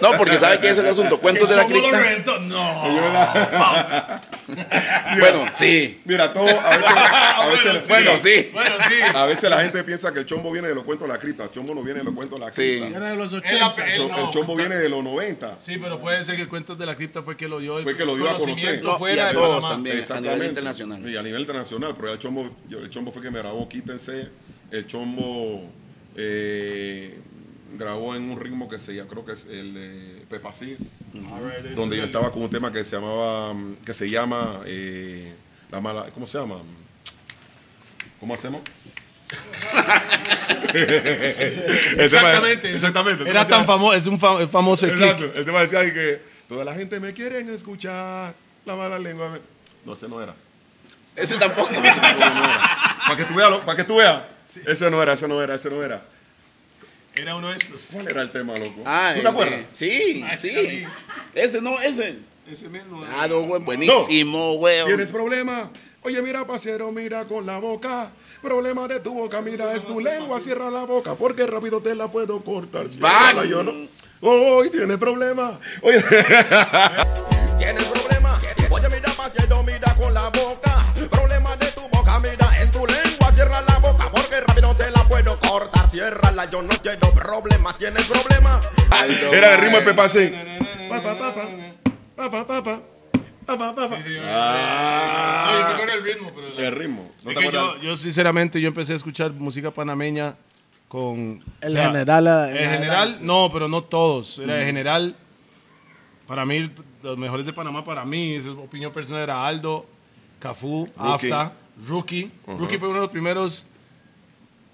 [SPEAKER 5] No, porque sabe que es el asunto. Cuentos de la
[SPEAKER 8] ¿Cómo lo
[SPEAKER 5] Cripta.
[SPEAKER 8] reventó? No.
[SPEAKER 5] Bueno, sí.
[SPEAKER 3] Mira, todo a veces, a veces-
[SPEAKER 5] Bueno, sí.
[SPEAKER 8] Bueno, sí.
[SPEAKER 3] a veces la gente piensa que el chombo viene de los cuentos de la cripta. El chombo no viene de los cuentos de la
[SPEAKER 5] Sí.
[SPEAKER 3] cripta.
[SPEAKER 4] Era de los
[SPEAKER 8] Él la
[SPEAKER 4] 80.
[SPEAKER 8] pe-
[SPEAKER 3] So-
[SPEAKER 8] él no.
[SPEAKER 3] El chombo viene de los 90.
[SPEAKER 8] Sí, pero puede ser que Cuentos de la Cripta fue que lo dio el
[SPEAKER 3] Fue que lo dio a conocer.
[SPEAKER 8] conocimiento
[SPEAKER 5] No, y
[SPEAKER 8] fuera
[SPEAKER 5] a
[SPEAKER 8] de
[SPEAKER 5] todos
[SPEAKER 8] Panamá.
[SPEAKER 5] también, a nivel
[SPEAKER 3] Exactamente.
[SPEAKER 5] internacional.
[SPEAKER 3] Y a nivel internacional, pero ya el chombo, yo- el chombo fue que me grabó Quítense. El chombo eh, grabó en un ritmo que se llama, creo que es el eh, Pepa Sid,
[SPEAKER 8] Alright, ese
[SPEAKER 3] donde
[SPEAKER 8] es
[SPEAKER 3] yo
[SPEAKER 8] el-
[SPEAKER 3] estaba con un tema que se llamaba, mm, que se llama, eh, la mala, ¿cómo se llama? ¿Cómo hacemos? El tema-
[SPEAKER 8] Exactamente.
[SPEAKER 3] exactamente. el tema
[SPEAKER 2] Era tan
[SPEAKER 3] decía-
[SPEAKER 2] famoso, es un fam- famoso clip.
[SPEAKER 3] Exacto. El tema decía de que toda la gente me quieren escuchar, la mala lengua. me-". No, ese no era.
[SPEAKER 5] Ese tampoco.
[SPEAKER 3] Para que tú veas, para que tú veas. Ese no era, ese no era, ese no era.
[SPEAKER 8] Era uno de estos.
[SPEAKER 3] ¿Cuál era el tema, loco?
[SPEAKER 5] Ah,
[SPEAKER 3] ¿Tú
[SPEAKER 5] el
[SPEAKER 3] te
[SPEAKER 5] de-
[SPEAKER 3] acuerdas?
[SPEAKER 5] Sí,
[SPEAKER 8] Ah,
[SPEAKER 5] sí.
[SPEAKER 8] sí.
[SPEAKER 5] Ese no, ese.
[SPEAKER 8] Ese mismo.
[SPEAKER 5] Ah, no, güey, buenísimo, güey.
[SPEAKER 3] ¿Tienes problema? Oye, mira, pasero, mira con la boca. Problema de tu boca, mira, es tu lengua. Cierra la boca, porque rápido te la puedo cortar. Ciérrala, yo no. Hoy tienes problema. Oye,
[SPEAKER 9] Tienes problema, oye mira paseo, mira con la boca. Problema de tu boca, mira, es tu lengua. Cierra la boca porque rápido te la puedo cortar. Ciérrala, yo no quiero problemas. Tienes problema,
[SPEAKER 3] era el ritmo de Pepa Sing. Pa, pa, pa, pa. Pa, pa, pa, pa. Pa, pa, pa, pa.
[SPEAKER 8] Sí, sí, yo- No, yo me
[SPEAKER 3] Ah,
[SPEAKER 8] acuerdo el ritmo, pero.
[SPEAKER 3] el ritmo. Ah. ¿No
[SPEAKER 2] Es
[SPEAKER 3] te
[SPEAKER 2] que
[SPEAKER 3] acuerdas?
[SPEAKER 2] yo, yo sinceramente yo empecé a escuchar música panameña con
[SPEAKER 4] El
[SPEAKER 2] o sea,
[SPEAKER 4] general.
[SPEAKER 2] en general no pero no todos era en general para mí los mejores de Panamá para mí es opinión personal era Aldo Cafú Afta Rookie Rookie fue uno de los primeros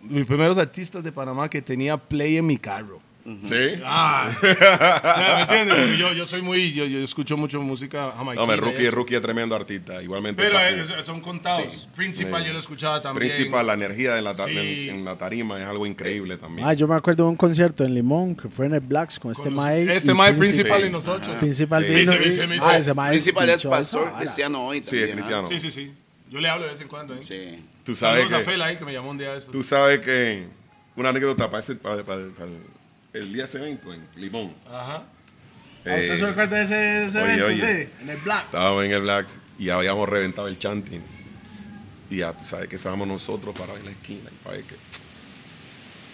[SPEAKER 2] mis primeros artistas de Panamá que tenía play en mi carro
[SPEAKER 3] Sí.
[SPEAKER 2] ah ¿me entiendes? Porque yo, yo soy muy yo, yo escucho mucho música
[SPEAKER 3] No,
[SPEAKER 2] jamaicana
[SPEAKER 3] me
[SPEAKER 2] y
[SPEAKER 3] Rookie,
[SPEAKER 2] eso.
[SPEAKER 3] Rookie es tremendo artista. Igualmente.
[SPEAKER 8] Pero
[SPEAKER 3] Pafu.
[SPEAKER 8] eh, son- son contados. Principal, yo lo escuchaba también.
[SPEAKER 3] Principal, la energía de la ta-
[SPEAKER 8] Sí.
[SPEAKER 3] en la tarima es algo increíble también.
[SPEAKER 4] Ah, yo me acuerdo de un concierto en Limón que fue en el Blacks con, este
[SPEAKER 8] los-
[SPEAKER 4] Mae.
[SPEAKER 2] este
[SPEAKER 4] y
[SPEAKER 2] Mae
[SPEAKER 4] Príncipe.
[SPEAKER 2] principal
[SPEAKER 3] Sí.
[SPEAKER 2] y nosotros
[SPEAKER 4] Principal
[SPEAKER 3] Sí.
[SPEAKER 4] vino
[SPEAKER 8] Ese-
[SPEAKER 4] y-
[SPEAKER 8] ese me hizo-
[SPEAKER 4] Ah, ese Mae
[SPEAKER 5] Principal es
[SPEAKER 4] pinchó esa
[SPEAKER 5] pastor
[SPEAKER 4] vara.
[SPEAKER 5] cristiano hoy
[SPEAKER 3] sí,
[SPEAKER 5] también.
[SPEAKER 3] es cristiano.
[SPEAKER 8] Sí, sí, sí. Yo le hablo de vez en cuando. ¿eh?
[SPEAKER 5] ¿ah? Sí.
[SPEAKER 3] Tú, sabes
[SPEAKER 8] Saludos a
[SPEAKER 3] que,
[SPEAKER 8] Fela, ¿eh? que me llamó un día de estos.
[SPEAKER 3] tú sabes que una anécdota para, ese, para, para- para el día de ese evento en Limón.
[SPEAKER 8] Ajá.
[SPEAKER 4] Ah, ¿Usted
[SPEAKER 3] Eh,
[SPEAKER 4] se recuerda de ese, ese
[SPEAKER 3] oye,
[SPEAKER 4] evento?
[SPEAKER 3] oye.
[SPEAKER 4] Sí, en el Blacks.
[SPEAKER 3] Estábamos en el Blacks y habíamos reventado el chanting. Y ya tú sabes que estábamos nosotros parados en la esquina. Y para ver que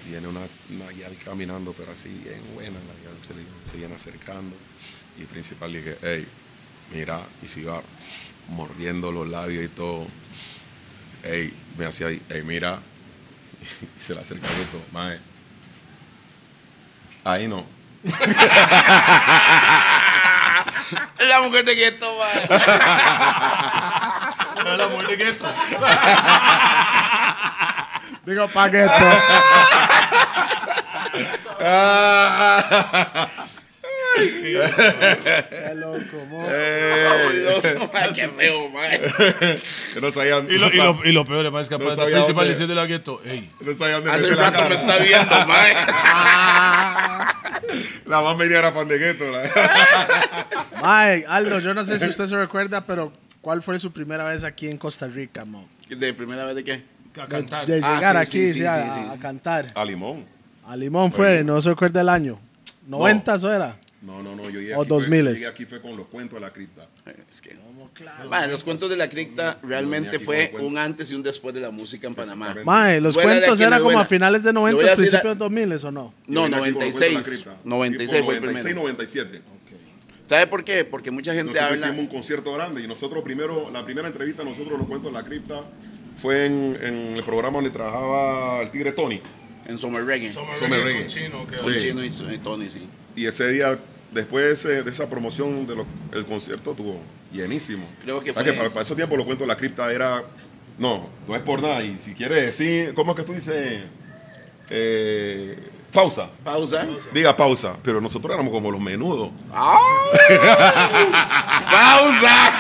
[SPEAKER 3] viene una, una guial caminando, pero así bien buena. La guial se, le- se viene acercando. Y el principal le dije, hey, mira, y se iba mordiendo los labios y todo. Ey, me hacía ahí, ey, mira. Y se le acerca el otro, mae. Ahí no.
[SPEAKER 5] La mujer de Gueto, mae.
[SPEAKER 8] Era la mujer de Gueto.
[SPEAKER 4] Digo, Paqueto. Qué loco, mo.
[SPEAKER 3] Ey,
[SPEAKER 5] Dios, mae, qué feo, mae.
[SPEAKER 3] yo no sabía.
[SPEAKER 2] y
[SPEAKER 3] no
[SPEAKER 2] lo, y
[SPEAKER 3] sab-
[SPEAKER 2] lo- y lo peor además capaz
[SPEAKER 3] sabía
[SPEAKER 2] principal
[SPEAKER 3] dónde-
[SPEAKER 2] diciendo la gueto "Ey,
[SPEAKER 3] No sabía dónde
[SPEAKER 5] Hace
[SPEAKER 3] meter la
[SPEAKER 5] rato
[SPEAKER 3] cara.
[SPEAKER 5] me está viendo, mae.
[SPEAKER 3] La más media era pan de gueto. la-
[SPEAKER 4] Mae, Aldo, yo no sé si usted se recuerda, pero ¿cuál fue su primera vez aquí en Costa Rica, mo?
[SPEAKER 5] ¿De primera vez de qué?
[SPEAKER 8] A
[SPEAKER 4] De,
[SPEAKER 8] cantar.
[SPEAKER 4] de
[SPEAKER 5] Ah,
[SPEAKER 4] llegar
[SPEAKER 5] sí,
[SPEAKER 4] aquí
[SPEAKER 5] sí, sí,
[SPEAKER 4] sí, a,
[SPEAKER 5] sí, sí,
[SPEAKER 4] a
[SPEAKER 5] sí.
[SPEAKER 4] cantar.
[SPEAKER 3] A Ah, limón.
[SPEAKER 4] A Limón fue, no se recuerda el año. ¿90 eso era?
[SPEAKER 3] No, no, no. Yo llegué,
[SPEAKER 4] O
[SPEAKER 3] aquí,
[SPEAKER 4] 2000.
[SPEAKER 3] Fue, llegué aquí fue con los cuentos de la cripta.
[SPEAKER 5] Es que. Mae, los cuentos de la cripta realmente
[SPEAKER 3] aquí
[SPEAKER 5] fue
[SPEAKER 3] con cuentos.
[SPEAKER 5] un antes y un después de la música en Panamá.
[SPEAKER 3] Exactamente.
[SPEAKER 4] Mae, los
[SPEAKER 5] Duela Eh, de
[SPEAKER 4] cuentos
[SPEAKER 5] quien le
[SPEAKER 4] eran como a
[SPEAKER 5] duela.
[SPEAKER 4] finales de
[SPEAKER 5] Le voy a
[SPEAKER 4] 90,
[SPEAKER 5] decir a-
[SPEAKER 4] principios de 2000, ¿eso no?
[SPEAKER 3] Yo vine
[SPEAKER 5] No,
[SPEAKER 3] aquí con los cuentos de la
[SPEAKER 5] 96.
[SPEAKER 3] cripta.
[SPEAKER 5] 96 fue el
[SPEAKER 3] Y
[SPEAKER 5] primero.
[SPEAKER 3] 96, 97.
[SPEAKER 5] ¿Sabe por qué? Porque mucha gente
[SPEAKER 3] Nosotros
[SPEAKER 5] habla.
[SPEAKER 3] hicimos un concierto grande y nosotros primero, la primera entrevista a nosotros los cuentos de la cripta fue en, en el programa donde trabajaba el tigre Tony.
[SPEAKER 5] En Summer Reggae.
[SPEAKER 8] Summer
[SPEAKER 3] Summer
[SPEAKER 8] Reggae
[SPEAKER 3] Reggae.
[SPEAKER 8] con Chino. que-
[SPEAKER 3] Sí.
[SPEAKER 5] Chino y y Tony, sí.
[SPEAKER 3] Y ese día, después de, ese- de esa promoción del concierto, tuvo Llenísimo.
[SPEAKER 5] Creo que
[SPEAKER 3] O sea,
[SPEAKER 5] fue-
[SPEAKER 3] para, para esos tiempos lo cuento, la cripta era. No, no es por nada. Y si quieres decir, ¿cómo es que tú dices? Eh, pausa.
[SPEAKER 5] Pausa.
[SPEAKER 3] Diga pausa. Pero nosotros éramos como los menudos.
[SPEAKER 5] Ah. ¡Pausa!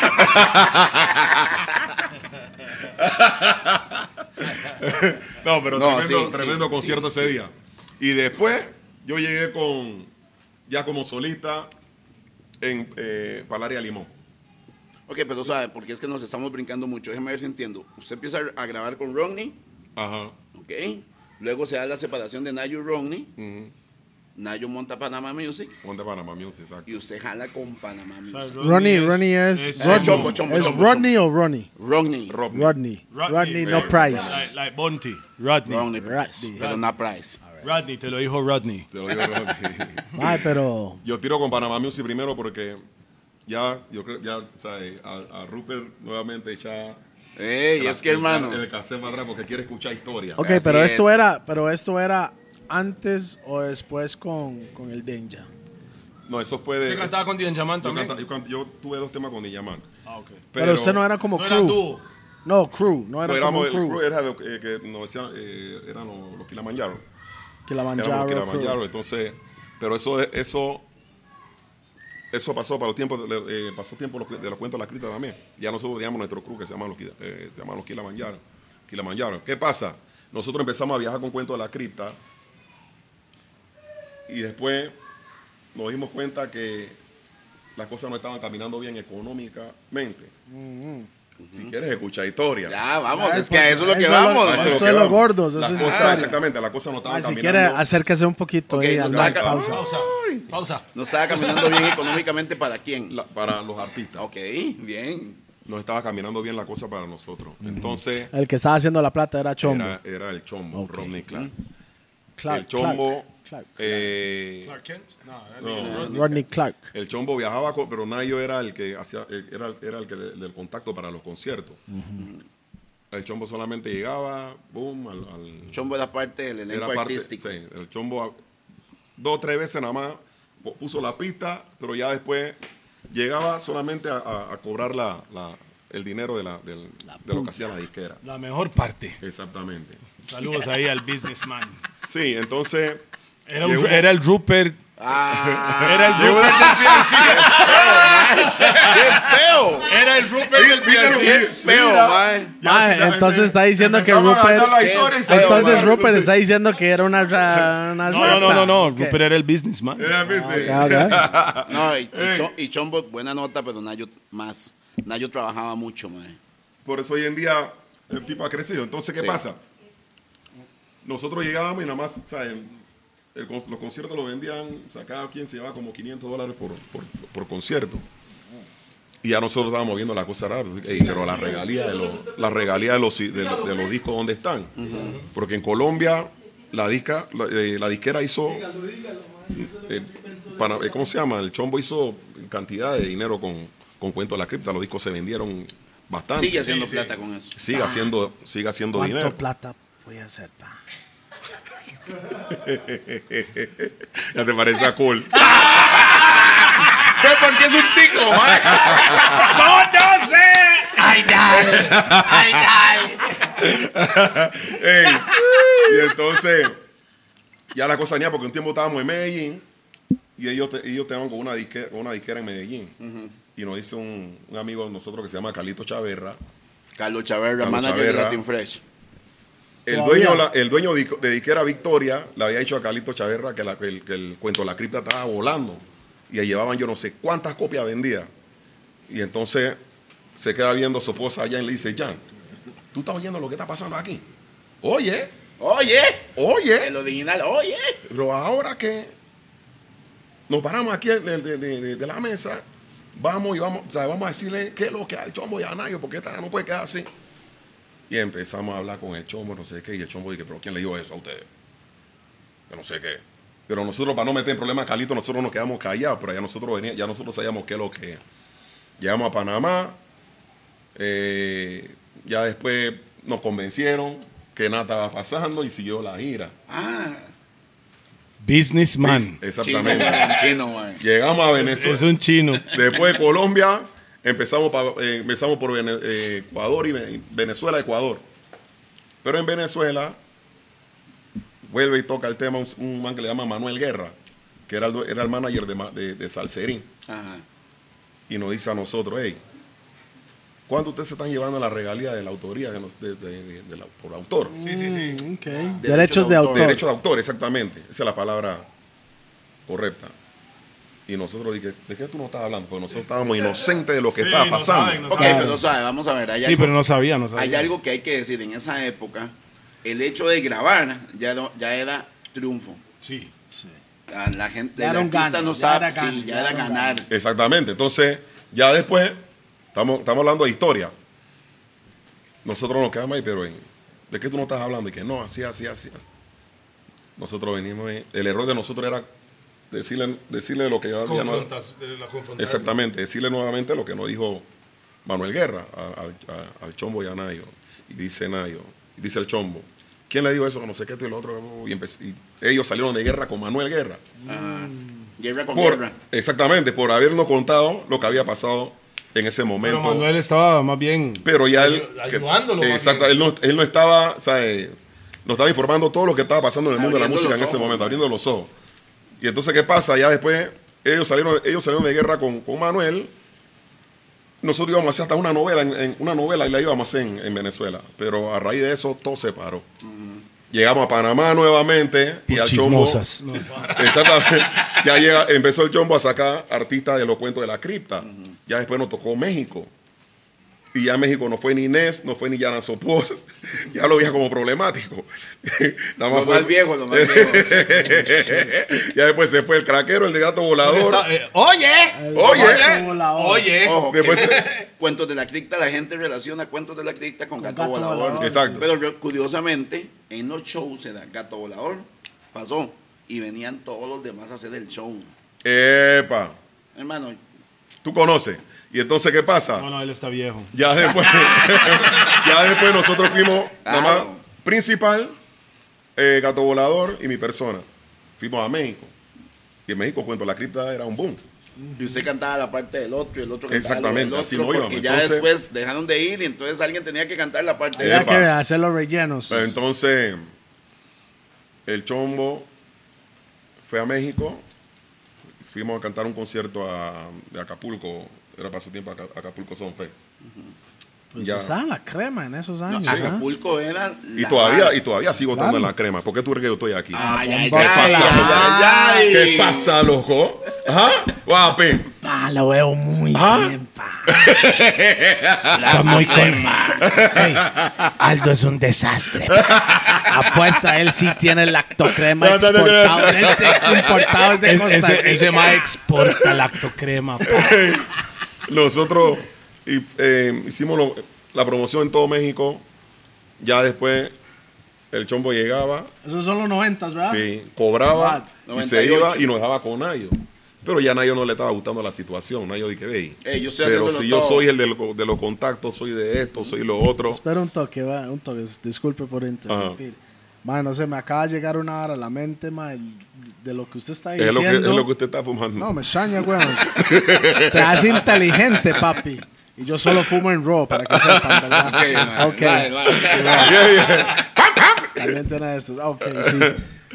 [SPEAKER 3] No, pero
[SPEAKER 5] No,
[SPEAKER 3] tremendo,
[SPEAKER 5] sí,
[SPEAKER 3] tremendo
[SPEAKER 5] sí,
[SPEAKER 3] concierto ese día. Y después yo llegué con. Ya como solista en eh, Palaria Limón.
[SPEAKER 5] Ok, pero sabe, porque es que nos estamos brincando mucho. Déjeme ver si entiendo. Usted empieza a grabar con Romney,
[SPEAKER 3] Ajá.
[SPEAKER 5] ok. Luego se da la separación de Nayo y Romney. Nayo monta Panama Music
[SPEAKER 3] Juan de Panamá Music, exacto.
[SPEAKER 5] y usted jala con Panama Music.
[SPEAKER 4] Ronnie, Ronnie es.
[SPEAKER 2] es-
[SPEAKER 4] Rodney.
[SPEAKER 5] chombo, chombo,
[SPEAKER 4] ¿Es
[SPEAKER 5] chombo,
[SPEAKER 4] Rodney o Ronnie?
[SPEAKER 5] Romney.
[SPEAKER 3] Rodney.
[SPEAKER 4] Rodney.
[SPEAKER 2] Rodney,
[SPEAKER 4] Rodney, no
[SPEAKER 3] eh,
[SPEAKER 4] Price.
[SPEAKER 2] Like, like Bonte. Rodney.
[SPEAKER 5] Romney Price.
[SPEAKER 4] Rodney.
[SPEAKER 5] Pero no Price.
[SPEAKER 2] Rodney, te lo dijo Rodney.
[SPEAKER 3] Te lo digo, Rodney.
[SPEAKER 4] Ay, pero.
[SPEAKER 3] Yo tiro con Panamá Music primero porque ya, yo creo, ya, ¿sabes? A, a Rupert nuevamente ya.
[SPEAKER 5] Ey, es que hermano.
[SPEAKER 3] El cassette para atrás porque quiere escuchar historia.
[SPEAKER 4] Ok,
[SPEAKER 5] Así
[SPEAKER 4] pero esto,
[SPEAKER 5] es.
[SPEAKER 4] era, pero esto era antes o después con, con el Denja.
[SPEAKER 3] No, eso fue de.
[SPEAKER 2] Se cantaba con Dian Chamán
[SPEAKER 3] yo,
[SPEAKER 2] también.
[SPEAKER 3] canta- yo canta- yo tuve dos temas con Diamant.
[SPEAKER 2] Ah, ok.
[SPEAKER 4] Pero, usted no era como
[SPEAKER 2] No era
[SPEAKER 4] crew.
[SPEAKER 2] tú.
[SPEAKER 4] no, crew. No era
[SPEAKER 3] No,
[SPEAKER 4] como
[SPEAKER 3] éramos el
[SPEAKER 4] crew.
[SPEAKER 3] crew, era lo que, que nos decían, eh, eran los, los Kilimanjaro.
[SPEAKER 4] que la
[SPEAKER 3] Éramos los
[SPEAKER 4] mancharon.
[SPEAKER 3] Kilimanjaro, entonces, pero eso, eso, eso pasó para los tiempos, de- eh, pasó tiempo de los- de los cuentos de la crita también. Ya nosotros teníamos nuestro crew que se llama los, Ki- eh, se llama los Kilimanjaro, Kilimanjaro. ¿Qué pasa? Nosotros empezamos a viajar con cuentos de la cripta y después nos dimos cuenta que las cosas no estaban caminando bien económicamente.
[SPEAKER 4] Mm-hmm.
[SPEAKER 3] Si quieres escuchar historia.
[SPEAKER 5] Ya, vamos,
[SPEAKER 4] Ya,
[SPEAKER 5] es
[SPEAKER 4] pues,
[SPEAKER 5] que a eso es lo que
[SPEAKER 4] eso
[SPEAKER 5] vamos.
[SPEAKER 4] lo-
[SPEAKER 3] Eso
[SPEAKER 4] eso
[SPEAKER 3] que
[SPEAKER 4] es lo
[SPEAKER 3] vamos.
[SPEAKER 4] gordo, eso
[SPEAKER 3] Las
[SPEAKER 4] es
[SPEAKER 3] cosas,
[SPEAKER 4] historia.
[SPEAKER 3] exactamente, las cosas no estaban
[SPEAKER 4] Ay, Ah, si quiere,
[SPEAKER 3] caminando.
[SPEAKER 4] acérquese un poquito
[SPEAKER 5] Ok,
[SPEAKER 4] ahí
[SPEAKER 5] nos
[SPEAKER 4] al mic,
[SPEAKER 5] saca-
[SPEAKER 4] pausa.
[SPEAKER 2] Pausa. Pausa.
[SPEAKER 5] No estaba caminando bien económicamente para quién.
[SPEAKER 3] la- para los artistas.
[SPEAKER 5] Ok, bien.
[SPEAKER 3] No estaba caminando bien la cosa para nosotros. Entonces,
[SPEAKER 4] El que estaba haciendo la plata era Chombo. Mm,
[SPEAKER 3] era, era el chombo, Rodney Clark.
[SPEAKER 4] Clark,
[SPEAKER 3] el chombo,
[SPEAKER 4] Clark, Clark,
[SPEAKER 3] eh,
[SPEAKER 2] Clark Kent. No, era
[SPEAKER 3] no,
[SPEAKER 4] Rodney Clark.
[SPEAKER 3] el chombo viajaba, con, pero Nayo era el que hacía, el- era, era el que de- del contacto para los conciertos. El chombo solamente llegaba, boom, al, al-
[SPEAKER 5] Chombo era parte del
[SPEAKER 3] era
[SPEAKER 5] elenco
[SPEAKER 3] parte-
[SPEAKER 5] artístico.
[SPEAKER 3] sí, el chombo dos o tres veces nada más pu- puso la pista, pero ya después llegaba solamente a, a- a cobrar la, la- el dinero de, la, del- de lo que hacía la disquera.
[SPEAKER 2] la mejor parte.
[SPEAKER 3] Exactamente.
[SPEAKER 2] Saludos ahí al businessman.
[SPEAKER 3] Sí, entonces.
[SPEAKER 2] Era, un-
[SPEAKER 3] Llegó-
[SPEAKER 2] era el Rupert.
[SPEAKER 5] Ah,
[SPEAKER 2] Era el
[SPEAKER 3] Llegó
[SPEAKER 2] Rupert del PNC.
[SPEAKER 5] ¡Feo!
[SPEAKER 2] Era el Rupert del PNC.
[SPEAKER 5] ¡Feo, man!
[SPEAKER 4] Mae, Ah, entonces está diciendo que
[SPEAKER 3] Empezamos a
[SPEAKER 4] Rupert-
[SPEAKER 3] ganar la historia y se-
[SPEAKER 4] Ah, Entonces
[SPEAKER 3] Bueno,
[SPEAKER 4] Rupert está diciendo que era una, ra- una
[SPEAKER 2] No, no, no,
[SPEAKER 4] rata.
[SPEAKER 2] no, no.
[SPEAKER 4] Ok.
[SPEAKER 2] Rupert era el businessman.
[SPEAKER 3] Era, viste,
[SPEAKER 4] Ah, ok.
[SPEAKER 5] No, y, y Cho- y Chombo, buena nota, pero Nayo más. Nayo trabajaba mucho, man.
[SPEAKER 3] Por eso hoy en día el tipo ha crecido. Entonces, ¿qué
[SPEAKER 5] Sí.
[SPEAKER 3] pasa? Nosotros llegábamos y nada más, o sea, el- el con- los conciertos los vendían, o sea, cada quien se llevaba como 500 dólares por, por- por concierto. Y ya nosotros estábamos viendo la cosa rara, pues, "Ey, pero la regalía de los, la regalía de los, de los- de los discos donde están. Porque en Colombia la, disca, la, eh, la disquera hizo... eh, para, eh, ¿Cómo se llama? El Chombo hizo cantidad de dinero con, con Cuento de la Cripta. Los discos se vendieron bastante
[SPEAKER 5] Sigue haciendo plata con eso.
[SPEAKER 3] siga haciendo, siga haciendo
[SPEAKER 4] Ah. ¿Cuánto
[SPEAKER 3] dinero.
[SPEAKER 4] plata voy a hacer, pa?
[SPEAKER 3] Ya te parece a cool.
[SPEAKER 4] Ah.
[SPEAKER 5] Pero porque es un tico, man.
[SPEAKER 3] Ey, y entonces, ya la cosa venía porque un tiempo estábamos en Medellín y ellos, te- ellos tenían con una disquera, con una disquera en Medellín. Y nos dice un, un amigo de nosotros que se llama Calito Chaverra.
[SPEAKER 5] Carlos Chaverra,
[SPEAKER 3] Carlos
[SPEAKER 5] manager de
[SPEAKER 3] Chaverra.
[SPEAKER 5] Latin Fresh.
[SPEAKER 3] El
[SPEAKER 4] Todavía.
[SPEAKER 3] dueño, la- el dueño di- de Disquera Victoria le había dicho a Calito Chaverra que, la- que el, que el cuento de la cripta estaba volando y ahí llevaban yo no sé cuántas copias vendidas. Y entonces se queda viendo a su esposa Jan y le dice, Jan, ¿tú estás oyendo lo que está pasando aquí? Oye,
[SPEAKER 5] Oye, el
[SPEAKER 3] oye,
[SPEAKER 5] original, oye.
[SPEAKER 3] pero ahora que nos paramos aquí de, de- de- de- de la mesa, vamos y vamos, o sea, vamos a decirle qué es lo que hay, chombo y a Nayo, porque esta no puede quedar así. Y empezamos a hablar con el chombo, no sé qué, y el chombo dice, pero ¿quién le dijo eso a ustedes? Yo no sé qué. Pero nosotros, para no meter en problemas a Calito, nosotros nos quedamos callados, pero ya nosotros veníamos, ya nosotros sabíamos qué es lo que es. Llegamos a Panamá, eh, ya después nos convencieron que nada estaba pasando y siguió la gira.
[SPEAKER 2] Businessman.
[SPEAKER 3] Exactamente.
[SPEAKER 5] Ah, Chino, man. Chino, man.
[SPEAKER 3] Llegamos a Venezuela.
[SPEAKER 2] Es un chino.
[SPEAKER 3] Después de Colombia, Empezamos, pa- eh, empezamos por Vene- eh, Ecuador y Ve- Venezuela, Ecuador. Pero en Venezuela vuelve y toca el tema un, un man que le llama Manuel Guerra, que era el, due- era el manager de, Ma- de, de Salserín.
[SPEAKER 5] Ajá.
[SPEAKER 3] Y nos dice a nosotros, hey, ¿cuánto ustedes se están llevando la regalía de la autoría de los- de- de- de- de la- por autor?
[SPEAKER 10] Sí, sí, sí.
[SPEAKER 4] Okay.
[SPEAKER 5] Derecho
[SPEAKER 4] Mm, Derechos
[SPEAKER 5] de
[SPEAKER 4] de
[SPEAKER 5] autor.
[SPEAKER 4] autor.
[SPEAKER 3] Derecho de autor, exactamente. Esa es la palabra correcta. Y nosotros dije, ¿de qué tú no estás hablando? Porque nosotros estábamos inocentes de lo que
[SPEAKER 10] Sí,
[SPEAKER 3] estaba
[SPEAKER 10] no
[SPEAKER 3] pasando.
[SPEAKER 10] saben, no
[SPEAKER 5] Ok,
[SPEAKER 10] saben.
[SPEAKER 5] pero sabe, vamos a ver. Hay,
[SPEAKER 2] Sí,
[SPEAKER 5] algo,
[SPEAKER 2] pero no sabía, no
[SPEAKER 5] hay
[SPEAKER 2] sabía.
[SPEAKER 5] algo que hay que decir. En esa época, el hecho de grabar ya, no- ya era triunfo.
[SPEAKER 10] Sí.
[SPEAKER 5] La, la gente,
[SPEAKER 4] Ya
[SPEAKER 5] el
[SPEAKER 4] era un
[SPEAKER 5] artista
[SPEAKER 4] gane,
[SPEAKER 5] no
[SPEAKER 4] ya
[SPEAKER 5] sabe,
[SPEAKER 4] era
[SPEAKER 5] sí,
[SPEAKER 4] gane,
[SPEAKER 5] ya
[SPEAKER 4] ya era
[SPEAKER 5] era
[SPEAKER 4] un
[SPEAKER 5] ganar.
[SPEAKER 3] Exactamente. Entonces, ya después, estamos, estamos hablando de historia. Nosotros nos quedamos ahí, pero ¿eh? ¿de qué tú no estás hablando? Y que no, así, así, así. así. Nosotros venimos, eh, el error de nosotros era decirle, decirle lo que ya, ya no,
[SPEAKER 10] Confrontas, eh, la confrontación.
[SPEAKER 3] Exactamente, decirle nuevamente lo que nos dijo Manuel Guerra a- a- a- al Chombo y a Nayo. Y dice Nayo, y dice el Chombo, ¿quién le dijo eso? Que No sé qué, esto y lo otro. Y, empe- y ellos salieron de guerra con Manuel Guerra.
[SPEAKER 5] Ajá. Guerra con
[SPEAKER 3] Por-
[SPEAKER 5] guerra.
[SPEAKER 3] exactamente, por habernos contado lo que había pasado en ese
[SPEAKER 2] Pero
[SPEAKER 3] momento. Pero,
[SPEAKER 2] Manuel estaba más bien.
[SPEAKER 3] ya él.
[SPEAKER 10] Ayu- ayudándolo, más
[SPEAKER 3] exacto,
[SPEAKER 10] bien.
[SPEAKER 3] él no, él no estaba, o sea, eh, nos estaba informando todo lo que estaba pasando en el mundo de la
[SPEAKER 5] Abriendo
[SPEAKER 3] música
[SPEAKER 5] los
[SPEAKER 3] en ese
[SPEAKER 5] ojos.
[SPEAKER 3] momento, abriendo los ojos. Y entonces, ¿qué pasa? Ya después, ellos salieron, ellos salieron de guerra con, con Manuel. Nosotros íbamos a hacer hasta una novela, en, en- una novela y la íbamos a hacer en, en Venezuela. Pero a raíz de eso, todo se paró. Llegamos a Panamá nuevamente y al Chombo.
[SPEAKER 2] Chismosas. No.
[SPEAKER 3] Exactamente. Ya llega, empezó el chombo a sacar artistas de los cuentos de la cripta. Ya después nos tocó México. Y ya México no fue ni Inés, no fue ni Yana Sopos. ya lo veía como problemático. Nada
[SPEAKER 5] Lo
[SPEAKER 3] fue-
[SPEAKER 5] más eh. viejo, lo más viejo.
[SPEAKER 3] ya después se fue el craquero, el de gato volador.
[SPEAKER 10] Está- eh, oye,
[SPEAKER 3] Oye,
[SPEAKER 4] Como la otra.
[SPEAKER 10] oye.
[SPEAKER 5] Ojo, que
[SPEAKER 3] Después-
[SPEAKER 5] cuentos de la cripta, la gente relaciona cuentos de la cripta con, gato,
[SPEAKER 4] gato
[SPEAKER 5] volador.
[SPEAKER 4] volador.
[SPEAKER 3] Exacto.
[SPEAKER 5] Pero re- curiosamente, en los shows se da gato volador, pasó, y venían todos los demás a hacer el show.
[SPEAKER 3] Epa,
[SPEAKER 5] Hermano,
[SPEAKER 3] tú conoces. Y entonces, ¿qué pasa?
[SPEAKER 2] No, no, él está viejo.
[SPEAKER 3] Ya después, ya después nosotros fuimos nada más
[SPEAKER 5] Claro.
[SPEAKER 3] principal, eh, gato volador y mi persona. Fuimos a México. Y en México, cuento, la cripta era un boom.
[SPEAKER 5] y usted cantaba la parte del otro, y el otro cantaba la del
[SPEAKER 3] Exactamente,
[SPEAKER 5] otro,
[SPEAKER 3] así no
[SPEAKER 5] porque
[SPEAKER 3] íbamos.
[SPEAKER 5] ya
[SPEAKER 3] Entonces-
[SPEAKER 5] después dejaron de ir, y entonces alguien tenía que cantar la parte
[SPEAKER 3] Eh,
[SPEAKER 5] de
[SPEAKER 4] Había
[SPEAKER 3] Epa.
[SPEAKER 4] que hacer los rellenos.
[SPEAKER 3] Pero entonces, el chombo fue a México. Fuimos a cantar un concierto a, de Acapulco. Era para su tiempo Aca- Acapulco Son Fest.
[SPEAKER 4] Pues
[SPEAKER 3] ya.
[SPEAKER 4] estaba la crema en esos
[SPEAKER 5] No,
[SPEAKER 4] años. ¿ah?
[SPEAKER 5] Acapulco era
[SPEAKER 3] Y
[SPEAKER 5] la
[SPEAKER 3] todavía,
[SPEAKER 5] vara.
[SPEAKER 3] y todavía sigo estando
[SPEAKER 4] Claro.
[SPEAKER 3] en la crema. ¿Por qué tú crees que yo estoy aquí?
[SPEAKER 5] Ay, ay, ay,
[SPEAKER 4] ¿Qué pasa?
[SPEAKER 5] ay, ay, ay.
[SPEAKER 3] ¿Qué pasa, loco? Ajá. Guapi.
[SPEAKER 4] Pa, lo veo muy
[SPEAKER 3] ¿Ah?
[SPEAKER 4] bien, pa. Está muy con... Ey, Aldo es un desastre. pa. Apuesta, él sí tiene lactocrema
[SPEAKER 3] No, no, no, no.
[SPEAKER 4] exportado. desde- importado desde
[SPEAKER 2] Es-
[SPEAKER 4] Costa
[SPEAKER 2] ese, ese
[SPEAKER 4] Rica.
[SPEAKER 2] ma exporta lactocrema. pa.
[SPEAKER 3] Nosotros y, eh, hicimos lo- la promoción en todo México. Ya después el chombo llegaba,
[SPEAKER 4] Esos son los noventas, ¿verdad?
[SPEAKER 5] Ah,
[SPEAKER 3] sí, cobraba
[SPEAKER 5] Wow.
[SPEAKER 3] y se iba
[SPEAKER 5] 98.
[SPEAKER 3] y nos dejaba con Nayo. Pero ya a Nayo no le estaba gustando la situación. Nayo dije, ve,
[SPEAKER 5] Eh, yo estoy
[SPEAKER 3] pero
[SPEAKER 5] haciéndolo
[SPEAKER 3] si yo
[SPEAKER 5] todo".
[SPEAKER 3] soy el de, lo- de los contactos, soy de esto, soy lo otro.
[SPEAKER 4] Espera un toque, va, un toque. Disculpe por interrumpir. Ma, no sé, me acaba de llegar una hora a la mente, ma, el- de lo que usted está
[SPEAKER 3] Es
[SPEAKER 4] diciendo.
[SPEAKER 3] lo, que, es lo que usted está fumando.
[SPEAKER 4] No, me extraña, weón. Te hace inteligente, papi. Y yo solo fumo en raw, para que sepan, ¿verdad?
[SPEAKER 5] Ok, vale, vale, vale.
[SPEAKER 3] Yeah, yeah.
[SPEAKER 4] También tiene esto. Ah, Ok, sí.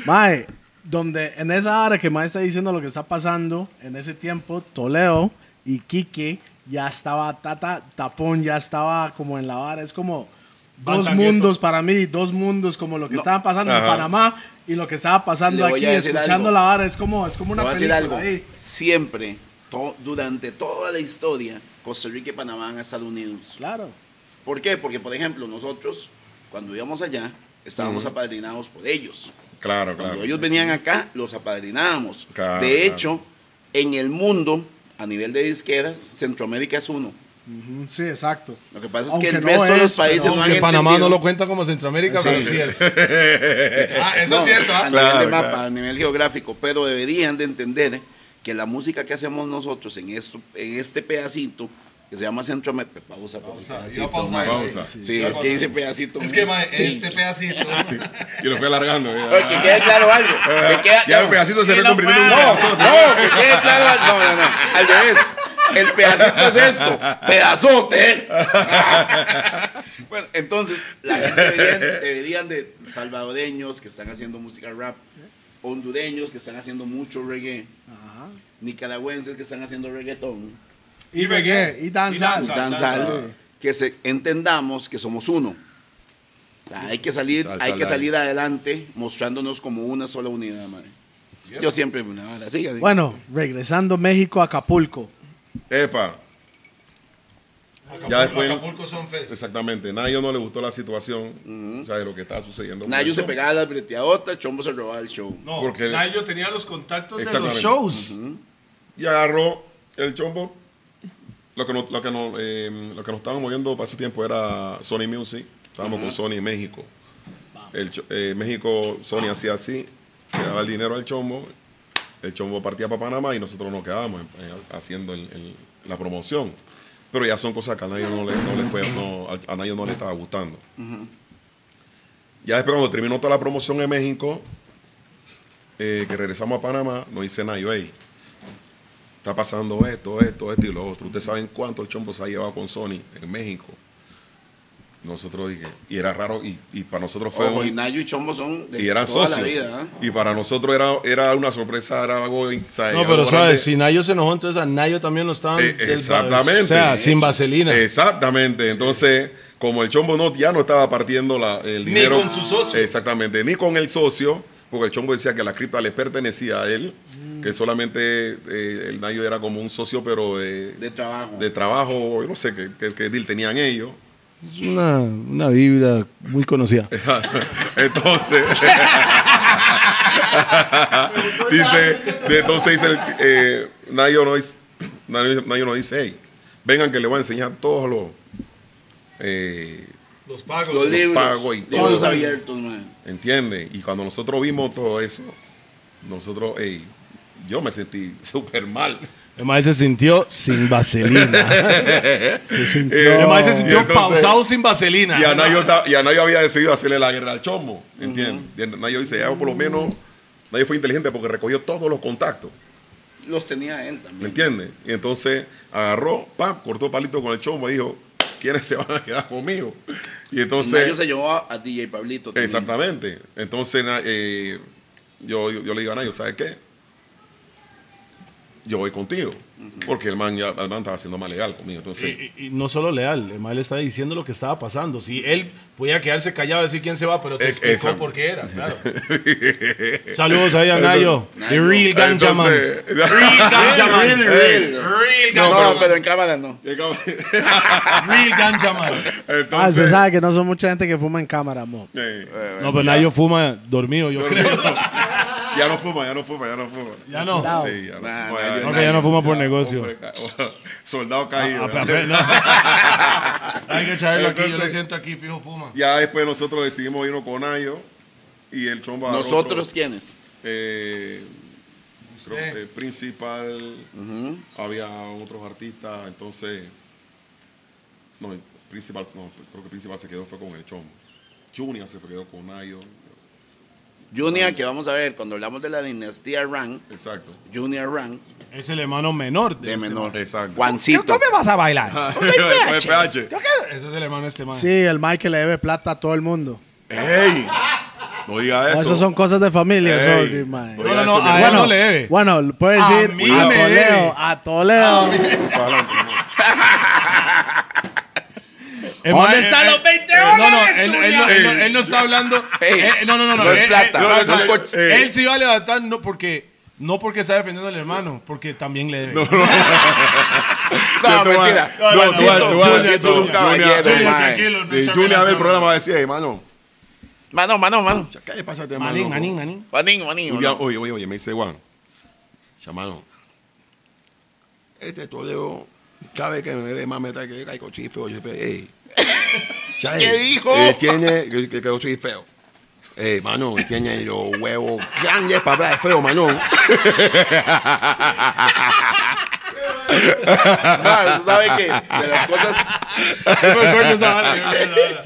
[SPEAKER 4] Mae, donde en esa área que Mae está diciendo lo que está pasando, en ese tiempo, Toleo y Quique ya estaba, Tata Tapón ya estaba como en la vara. Es como dos
[SPEAKER 10] Bandagueto.
[SPEAKER 4] mundos para mí, dos mundos como lo que
[SPEAKER 5] No.
[SPEAKER 4] estaba pasando en
[SPEAKER 3] Ajá.
[SPEAKER 4] Panamá y lo que estaba pasando
[SPEAKER 5] Le voy
[SPEAKER 4] aquí,
[SPEAKER 5] a decir
[SPEAKER 4] escuchando
[SPEAKER 5] algo.
[SPEAKER 4] la vara. Es como, es como
[SPEAKER 5] Te
[SPEAKER 4] una
[SPEAKER 5] voy a decir
[SPEAKER 4] película
[SPEAKER 5] algo.
[SPEAKER 4] ahí.
[SPEAKER 5] Siempre, to- durante toda la historia, Costa Rica y Panamá han estado unidos.
[SPEAKER 4] Claro.
[SPEAKER 5] ¿Por qué? Porque, por ejemplo, nosotros, cuando íbamos allá, estábamos apadrinados por ellos.
[SPEAKER 3] Claro,
[SPEAKER 5] Cuando
[SPEAKER 3] claro.
[SPEAKER 5] ellos venían acá, los apadrinábamos.
[SPEAKER 3] Claro,
[SPEAKER 5] de
[SPEAKER 3] claro.
[SPEAKER 5] hecho, en el mundo, a nivel de disqueras, Centroamérica es uno.
[SPEAKER 4] Mm, Sí, exacto.
[SPEAKER 5] Lo que pasa es
[SPEAKER 4] Aunque
[SPEAKER 5] que el
[SPEAKER 4] no
[SPEAKER 5] resto de los
[SPEAKER 4] es,
[SPEAKER 5] países
[SPEAKER 4] pero-
[SPEAKER 5] no han
[SPEAKER 2] Que Panamá no
[SPEAKER 5] entendido.
[SPEAKER 2] lo cuenta como Centroamérica,
[SPEAKER 5] Sí.
[SPEAKER 2] pero sí es. Ah, eso
[SPEAKER 5] No,
[SPEAKER 2] es cierto.
[SPEAKER 5] A
[SPEAKER 2] ¿ah?
[SPEAKER 5] nivel de
[SPEAKER 3] Claro,
[SPEAKER 5] mapa,
[SPEAKER 3] claro.
[SPEAKER 5] a nivel geográfico, pero deberían de entender que la música que hacemos nosotros en, esto, en este pedacito, que se llama Centroamérica, pausa, pausa,
[SPEAKER 10] Iba a
[SPEAKER 5] pedacito,
[SPEAKER 10] pausar,
[SPEAKER 5] mae.
[SPEAKER 3] pausa.
[SPEAKER 5] Sí, es que dice pedacito.
[SPEAKER 10] Es que,
[SPEAKER 5] mae.
[SPEAKER 10] mae,
[SPEAKER 5] Sí.
[SPEAKER 10] este pedacito.
[SPEAKER 3] Y lo fue alargando. ya. Eh,
[SPEAKER 5] Oye, que quede claro algo. Que quede-
[SPEAKER 3] ya
[SPEAKER 5] no,
[SPEAKER 3] el pedacito se
[SPEAKER 2] Y
[SPEAKER 3] fue
[SPEAKER 2] la
[SPEAKER 3] convirtiendo en un
[SPEAKER 2] fuera.
[SPEAKER 3] pedazo.
[SPEAKER 5] no, que quede claro algo. No, no, no. Al revés. El pedacito es esto. Pedazote. bueno, entonces, la gente deberían, deberían de salvadoreños que están haciendo música rap, hondureños que están haciendo mucho reggae, nicaragüenses que están haciendo reggaetón,
[SPEAKER 4] Y reggae, y danzal.
[SPEAKER 11] danzal.
[SPEAKER 5] danzal,
[SPEAKER 4] danzal.
[SPEAKER 5] que se entendamos que somos uno. O sea, hay que salir,
[SPEAKER 3] Salsa
[SPEAKER 5] hay que
[SPEAKER 3] live.
[SPEAKER 5] salir adelante mostrándonos como una sola unidad, madre. Yo siempre pues, una vara así, así.
[SPEAKER 4] Bueno, regresando México a Acapulco.
[SPEAKER 3] Epa,
[SPEAKER 11] Acapulco,
[SPEAKER 3] Ya después-
[SPEAKER 11] Acapulco son fest.
[SPEAKER 3] exactamente. Nayo no le gustó la situación, o sea, de lo que estaba sucediendo. con
[SPEAKER 5] Nayo
[SPEAKER 3] el
[SPEAKER 5] se
[SPEAKER 3] show.
[SPEAKER 5] pegaba las breteadotas, Chombo se robaba el show.
[SPEAKER 11] No,
[SPEAKER 3] Porque-
[SPEAKER 11] Nayo tenía los contactos de los
[SPEAKER 3] Exactamente.
[SPEAKER 11] shows.
[SPEAKER 3] Y agarró el chombo. Lo que, nos, lo, que nos, eh, lo que nos estaban moviendo para ese tiempo era Sony Music. Estábamos con Sony en México. El, cho- eh, México, Sony hacía así, le daba el dinero al chombo. El chombo partía para Panamá y nosotros nos quedábamos eh, haciendo el- el- la promoción. Pero ya son cosas que a nadie no le, no le fue, no, a, a nadie no le estaba gustando. Ya después cuando terminó toda la promoción en México, eh, que regresamos a Panamá, nos dice Nayo, hey, está pasando esto, esto, esto y lo otro. Ustedes saben cuánto el chombo se ha llevado con Sony en México. Nosotros dije, y era raro, y, y para nosotros fue
[SPEAKER 5] Ojo,
[SPEAKER 3] un-
[SPEAKER 5] y Nayo y Chombo son de
[SPEAKER 3] y eran
[SPEAKER 5] toda
[SPEAKER 3] socios.
[SPEAKER 5] la vida. ¿eh?
[SPEAKER 3] Y para nosotros era, era una sorpresa, era algo. o sea,
[SPEAKER 2] No,
[SPEAKER 3] algo
[SPEAKER 2] pero
[SPEAKER 3] grande.
[SPEAKER 2] sabes, si Nayo se enojó, entonces a Nayo también lo estaban.
[SPEAKER 3] Eh,
[SPEAKER 2] desva-
[SPEAKER 3] exactamente.
[SPEAKER 2] O sea, sin vaselina.
[SPEAKER 3] Exactamente. Entonces, como el chombo no, ya no estaba partiendo la- el
[SPEAKER 11] Ni
[SPEAKER 3] dinero.
[SPEAKER 11] con su socio.
[SPEAKER 3] Exactamente, ni con el socio, porque el chombo decía que la cripta le pertenecía a él,
[SPEAKER 5] Mm.
[SPEAKER 3] que solamente eh, el Nayo era como un socio, pero de,
[SPEAKER 5] De trabajo.
[SPEAKER 3] de trabajo, yo no sé qué, qué- qué deal tenían ellos.
[SPEAKER 2] Es una, una vibra muy conocida.
[SPEAKER 3] Entonces. dice, de- entonces dice el, eh, Nayo no dice, Nayo, Nayo no dice, hey, vengan que le voy a enseñar todos los eh,
[SPEAKER 11] Los pagos.
[SPEAKER 5] Los libros.
[SPEAKER 3] pago y todo.
[SPEAKER 5] libros abiertos, man.
[SPEAKER 3] ¿Entiendes? Y cuando nosotros vimos todo eso, nosotros, hey, yo me sentí súper mal.
[SPEAKER 2] El maestro se sintió sin vaselina.
[SPEAKER 4] Se sintió.
[SPEAKER 3] Eh,
[SPEAKER 2] El maestro se
[SPEAKER 3] y
[SPEAKER 2] sintió
[SPEAKER 3] entonces-
[SPEAKER 2] pausado sin vaselina.
[SPEAKER 3] Y a, Nayo, ta- y a Nayo había decidido hacerle la guerra al chombo, ¿entiendes? Y Nayo dice, ya por lo menos, Nayo fue inteligente porque recogió todos los contactos.
[SPEAKER 5] Los tenía él
[SPEAKER 3] ¿Me
[SPEAKER 5] también.
[SPEAKER 3] entiendes? Y entonces agarró, pam, cortó palito con el chombo y dijo, ¿quiénes se van a quedar conmigo? Y
[SPEAKER 5] Nayo se
[SPEAKER 3] entonces,
[SPEAKER 5] llevó a, a DJ Pablito. también.
[SPEAKER 3] exactamente. Entonces na- eh, yo, yo, yo le digo a Nayo, ¿sabes qué? Yo voy contigo. Porque el man, ya, el man estaba haciendo más legal conmigo. Entonces,
[SPEAKER 2] Y, y no solo leal, el maestro estaba diciendo lo que estaba pasando. Si él podía quedarse callado y decir quién se va, pero te
[SPEAKER 3] Eh,
[SPEAKER 2] explicó
[SPEAKER 3] exacto.
[SPEAKER 2] por qué era, claro. Saludos ahí a Nayo. The real ganja man.
[SPEAKER 3] entonces-
[SPEAKER 2] Real ganja man.
[SPEAKER 5] Real, real.
[SPEAKER 2] Real
[SPEAKER 5] No,
[SPEAKER 2] ganja
[SPEAKER 5] pero en cámara no.
[SPEAKER 2] man. Real ganja man.
[SPEAKER 4] Ah, se
[SPEAKER 3] entonces,
[SPEAKER 4] sabe que no son mucha gente que fuma en cámara, mo.
[SPEAKER 3] eh,
[SPEAKER 2] No, pero Nayo fuma dormido, yo creo.
[SPEAKER 3] ya no fuma, ya no fuma, ya no fuma.
[SPEAKER 2] Ya no.
[SPEAKER 4] Tirado.
[SPEAKER 3] Sí, ya no
[SPEAKER 5] Nah,
[SPEAKER 3] fuma,
[SPEAKER 5] nah,
[SPEAKER 3] ya-
[SPEAKER 5] yo
[SPEAKER 2] Ok, ya no fuma por negocio.
[SPEAKER 3] Hombre, ca- Soldado caído.
[SPEAKER 2] Ah, pero- no. Hay que traerlo aquí, yo lo
[SPEAKER 3] Entonces-
[SPEAKER 2] siento aquí, fijo fuma.
[SPEAKER 3] Ya después nosotros decidimos irnos con Ayo y el chombo agarró
[SPEAKER 5] Nosotros,
[SPEAKER 3] otro,
[SPEAKER 5] ¿quiénes?
[SPEAKER 3] eh, creo
[SPEAKER 11] Usted.
[SPEAKER 3] que principal, había otros artistas, entonces, no, el principal, no, creo que principal se quedó fue con el chombo. Junior se quedó con Ayo,
[SPEAKER 5] Junior, que vamos a ver, cuando hablamos de la dinastía Rang,
[SPEAKER 3] exacto.
[SPEAKER 5] Junior Rang,
[SPEAKER 2] Es el hermano menor de,
[SPEAKER 5] de
[SPEAKER 2] este
[SPEAKER 5] menor.
[SPEAKER 3] Exacto.
[SPEAKER 5] Juancito.
[SPEAKER 2] vas a bailar?
[SPEAKER 3] Con el PH.
[SPEAKER 2] Ese es el hermano de este man.
[SPEAKER 4] Sí, el Mike le debe plata a todo el mundo. Ah,
[SPEAKER 3] ¡Ey! No diga eso.
[SPEAKER 4] Esas son cosas de familia,
[SPEAKER 3] Ey,
[SPEAKER 4] sorry, man.
[SPEAKER 3] no
[SPEAKER 2] No, no,
[SPEAKER 3] Eso,
[SPEAKER 2] no,
[SPEAKER 3] mi
[SPEAKER 2] a él
[SPEAKER 3] hermano.
[SPEAKER 2] no le debe.
[SPEAKER 4] Bueno, le puedes
[SPEAKER 2] A
[SPEAKER 4] decir
[SPEAKER 2] mí
[SPEAKER 4] a,
[SPEAKER 2] me
[SPEAKER 4] Toledo,
[SPEAKER 2] debe.
[SPEAKER 4] a Toledo.
[SPEAKER 2] El
[SPEAKER 4] ¿Dónde
[SPEAKER 2] ma-
[SPEAKER 4] están
[SPEAKER 2] eh,
[SPEAKER 4] los 20
[SPEAKER 2] eh, No, no,
[SPEAKER 4] dólares,
[SPEAKER 2] él, él no, él no- él no está hablando.
[SPEAKER 5] Ey,
[SPEAKER 2] eh, no, no, no, no.
[SPEAKER 5] no es
[SPEAKER 2] él-
[SPEAKER 5] plata,
[SPEAKER 2] él-
[SPEAKER 5] son
[SPEAKER 2] él-
[SPEAKER 5] coches.
[SPEAKER 2] Él sí va a levantar, no porque. No porque está defendiendo al hermano, porque también le debe.
[SPEAKER 5] No,
[SPEAKER 3] Yo te voy a-
[SPEAKER 5] mentira.
[SPEAKER 3] No, no,
[SPEAKER 5] Juancito,
[SPEAKER 3] no, no, no,
[SPEAKER 5] Juancito es
[SPEAKER 3] no,
[SPEAKER 5] un
[SPEAKER 3] no,
[SPEAKER 5] caballero,
[SPEAKER 3] no, no,
[SPEAKER 5] man.
[SPEAKER 3] Y Junior abre el programa va a decir, hermano,
[SPEAKER 5] Mano, mano, mano.
[SPEAKER 3] ¿qué le pasa a este hermano?
[SPEAKER 2] Manín, manín, manín.
[SPEAKER 5] Manín, manín.
[SPEAKER 3] Un día,
[SPEAKER 5] ¿no?
[SPEAKER 3] oye, oye, oye, me dice Juan, chamano, este Toledo, cada vez que me ve más meta que caigo chifeo, yo siempre, ey. ¿sabes?
[SPEAKER 5] ¿Qué dijo?
[SPEAKER 3] Él tiene, que que- que yo soy feo. Eh, mano, él tiene los huevos grandes para hablar de feo, mano.
[SPEAKER 5] Ah, usted sabe que de las cosas,
[SPEAKER 4] Sí,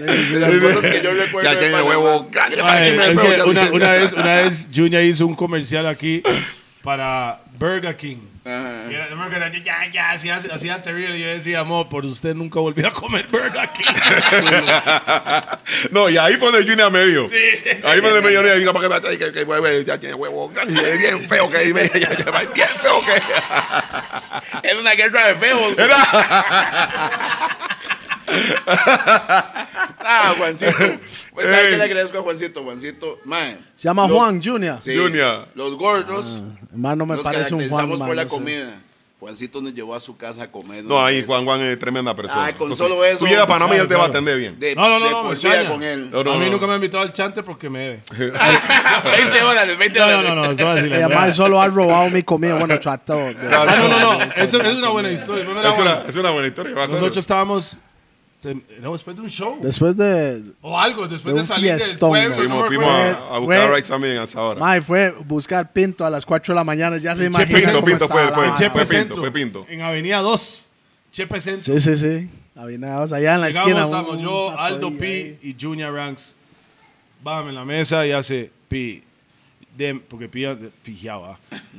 [SPEAKER 4] sí,
[SPEAKER 5] de
[SPEAKER 4] la-
[SPEAKER 5] las cosas que yo recuerdo.
[SPEAKER 3] Ya
[SPEAKER 5] de
[SPEAKER 3] tiene los
[SPEAKER 5] Panamá,
[SPEAKER 3] huevos grandes para
[SPEAKER 2] Mae,
[SPEAKER 3] decirme
[SPEAKER 2] es
[SPEAKER 3] feo.
[SPEAKER 2] que
[SPEAKER 3] ya
[SPEAKER 2] una,
[SPEAKER 3] tú-
[SPEAKER 2] una vez, una vez Junior hizo un comercial aquí para Burger King.
[SPEAKER 5] Ajá.
[SPEAKER 2] Y era- yo me acuerdo, yo ya, ya, hacía, hacía terrible. Y yo decía, amor, por usted nunca volví a comer Burger King.
[SPEAKER 3] No, y ahí fue donde Junior me dijo. Ahí fue donde me dijo, "Venga, para que- que- que- que- ya tiene huevo, bien feo que bien feo que
[SPEAKER 5] Era una guerra de feos. güey. ah, Juancito. Pues, ¿Sabes
[SPEAKER 3] Ey.
[SPEAKER 5] qué le agradezco a Juancito? Juancito, man.
[SPEAKER 4] Se llama
[SPEAKER 5] Los-
[SPEAKER 4] Juan Junior.
[SPEAKER 5] sí,
[SPEAKER 3] Junior.
[SPEAKER 5] Los gordos.
[SPEAKER 4] Hermano, no me
[SPEAKER 5] nos
[SPEAKER 4] parece un Juan.
[SPEAKER 5] caracterizamos
[SPEAKER 4] man,
[SPEAKER 5] por la
[SPEAKER 4] no sé.
[SPEAKER 5] comida. Juancito nos llevó a su casa a comer.
[SPEAKER 3] No,
[SPEAKER 5] una
[SPEAKER 3] ahí
[SPEAKER 5] vez.
[SPEAKER 3] Juan Juan es tremenda persona.
[SPEAKER 5] Ay, con
[SPEAKER 3] Entonces,
[SPEAKER 5] solo eso.
[SPEAKER 3] Tú llegas a Panamá y él te va a
[SPEAKER 2] Claro,
[SPEAKER 3] atender bien.
[SPEAKER 5] De,
[SPEAKER 2] No, no, no,
[SPEAKER 5] de
[SPEAKER 2] no,
[SPEAKER 5] por
[SPEAKER 2] me
[SPEAKER 5] vida
[SPEAKER 2] extraña.
[SPEAKER 5] con él.
[SPEAKER 3] No, no,
[SPEAKER 2] a mí
[SPEAKER 3] no.
[SPEAKER 2] nunca me ha invitado al chante porque me debe.
[SPEAKER 5] 20 dólares, 20
[SPEAKER 2] No, no,
[SPEAKER 5] dólares.
[SPEAKER 2] no, no, eso va a decir
[SPEAKER 4] Y
[SPEAKER 2] la
[SPEAKER 4] además
[SPEAKER 2] verdad.
[SPEAKER 4] Eh, solo ha robado mi comida. Bueno, trató. de-
[SPEAKER 2] Ah, no, no, no, eso es una buena historia. no me la
[SPEAKER 3] Es una,
[SPEAKER 2] hago.
[SPEAKER 3] es una buena historia. me acuerdo.
[SPEAKER 2] Nosotros estábamos, se- no, después de un show
[SPEAKER 4] Después de...
[SPEAKER 2] o algo, después
[SPEAKER 4] De
[SPEAKER 2] de,
[SPEAKER 4] un
[SPEAKER 2] salir del
[SPEAKER 4] fiestón,
[SPEAKER 2] pueblo.
[SPEAKER 4] güey.
[SPEAKER 2] no me
[SPEAKER 3] Fuimos, fuimos
[SPEAKER 2] acuerdo.
[SPEAKER 3] a, a buscar
[SPEAKER 4] Fue-
[SPEAKER 3] rights también a esa hora.
[SPEAKER 4] Mae, fue buscar Pinto a las 4 de la mañana. Ya se
[SPEAKER 2] Che,
[SPEAKER 4] imagina
[SPEAKER 3] Pinto,
[SPEAKER 4] cómo
[SPEAKER 3] Pinto,
[SPEAKER 4] estaba
[SPEAKER 3] fue- fue-
[SPEAKER 4] la
[SPEAKER 3] che,
[SPEAKER 4] vara.
[SPEAKER 2] Chepe
[SPEAKER 3] Pinto,
[SPEAKER 2] Centro,
[SPEAKER 3] fue Pinto.
[SPEAKER 2] En Avenida 2, Chepe Centro.
[SPEAKER 4] Sí, sí, sí. Había nada más allá en la
[SPEAKER 2] Llegamos,
[SPEAKER 4] esquina.
[SPEAKER 2] estamos
[SPEAKER 4] un-
[SPEAKER 2] yo,
[SPEAKER 4] una
[SPEAKER 2] Aldo
[SPEAKER 4] soilla
[SPEAKER 2] P
[SPEAKER 4] ahí.
[SPEAKER 2] y Junior Ranks. Bájame en la mesa y hace P. Dem- porque pilla, pijaba.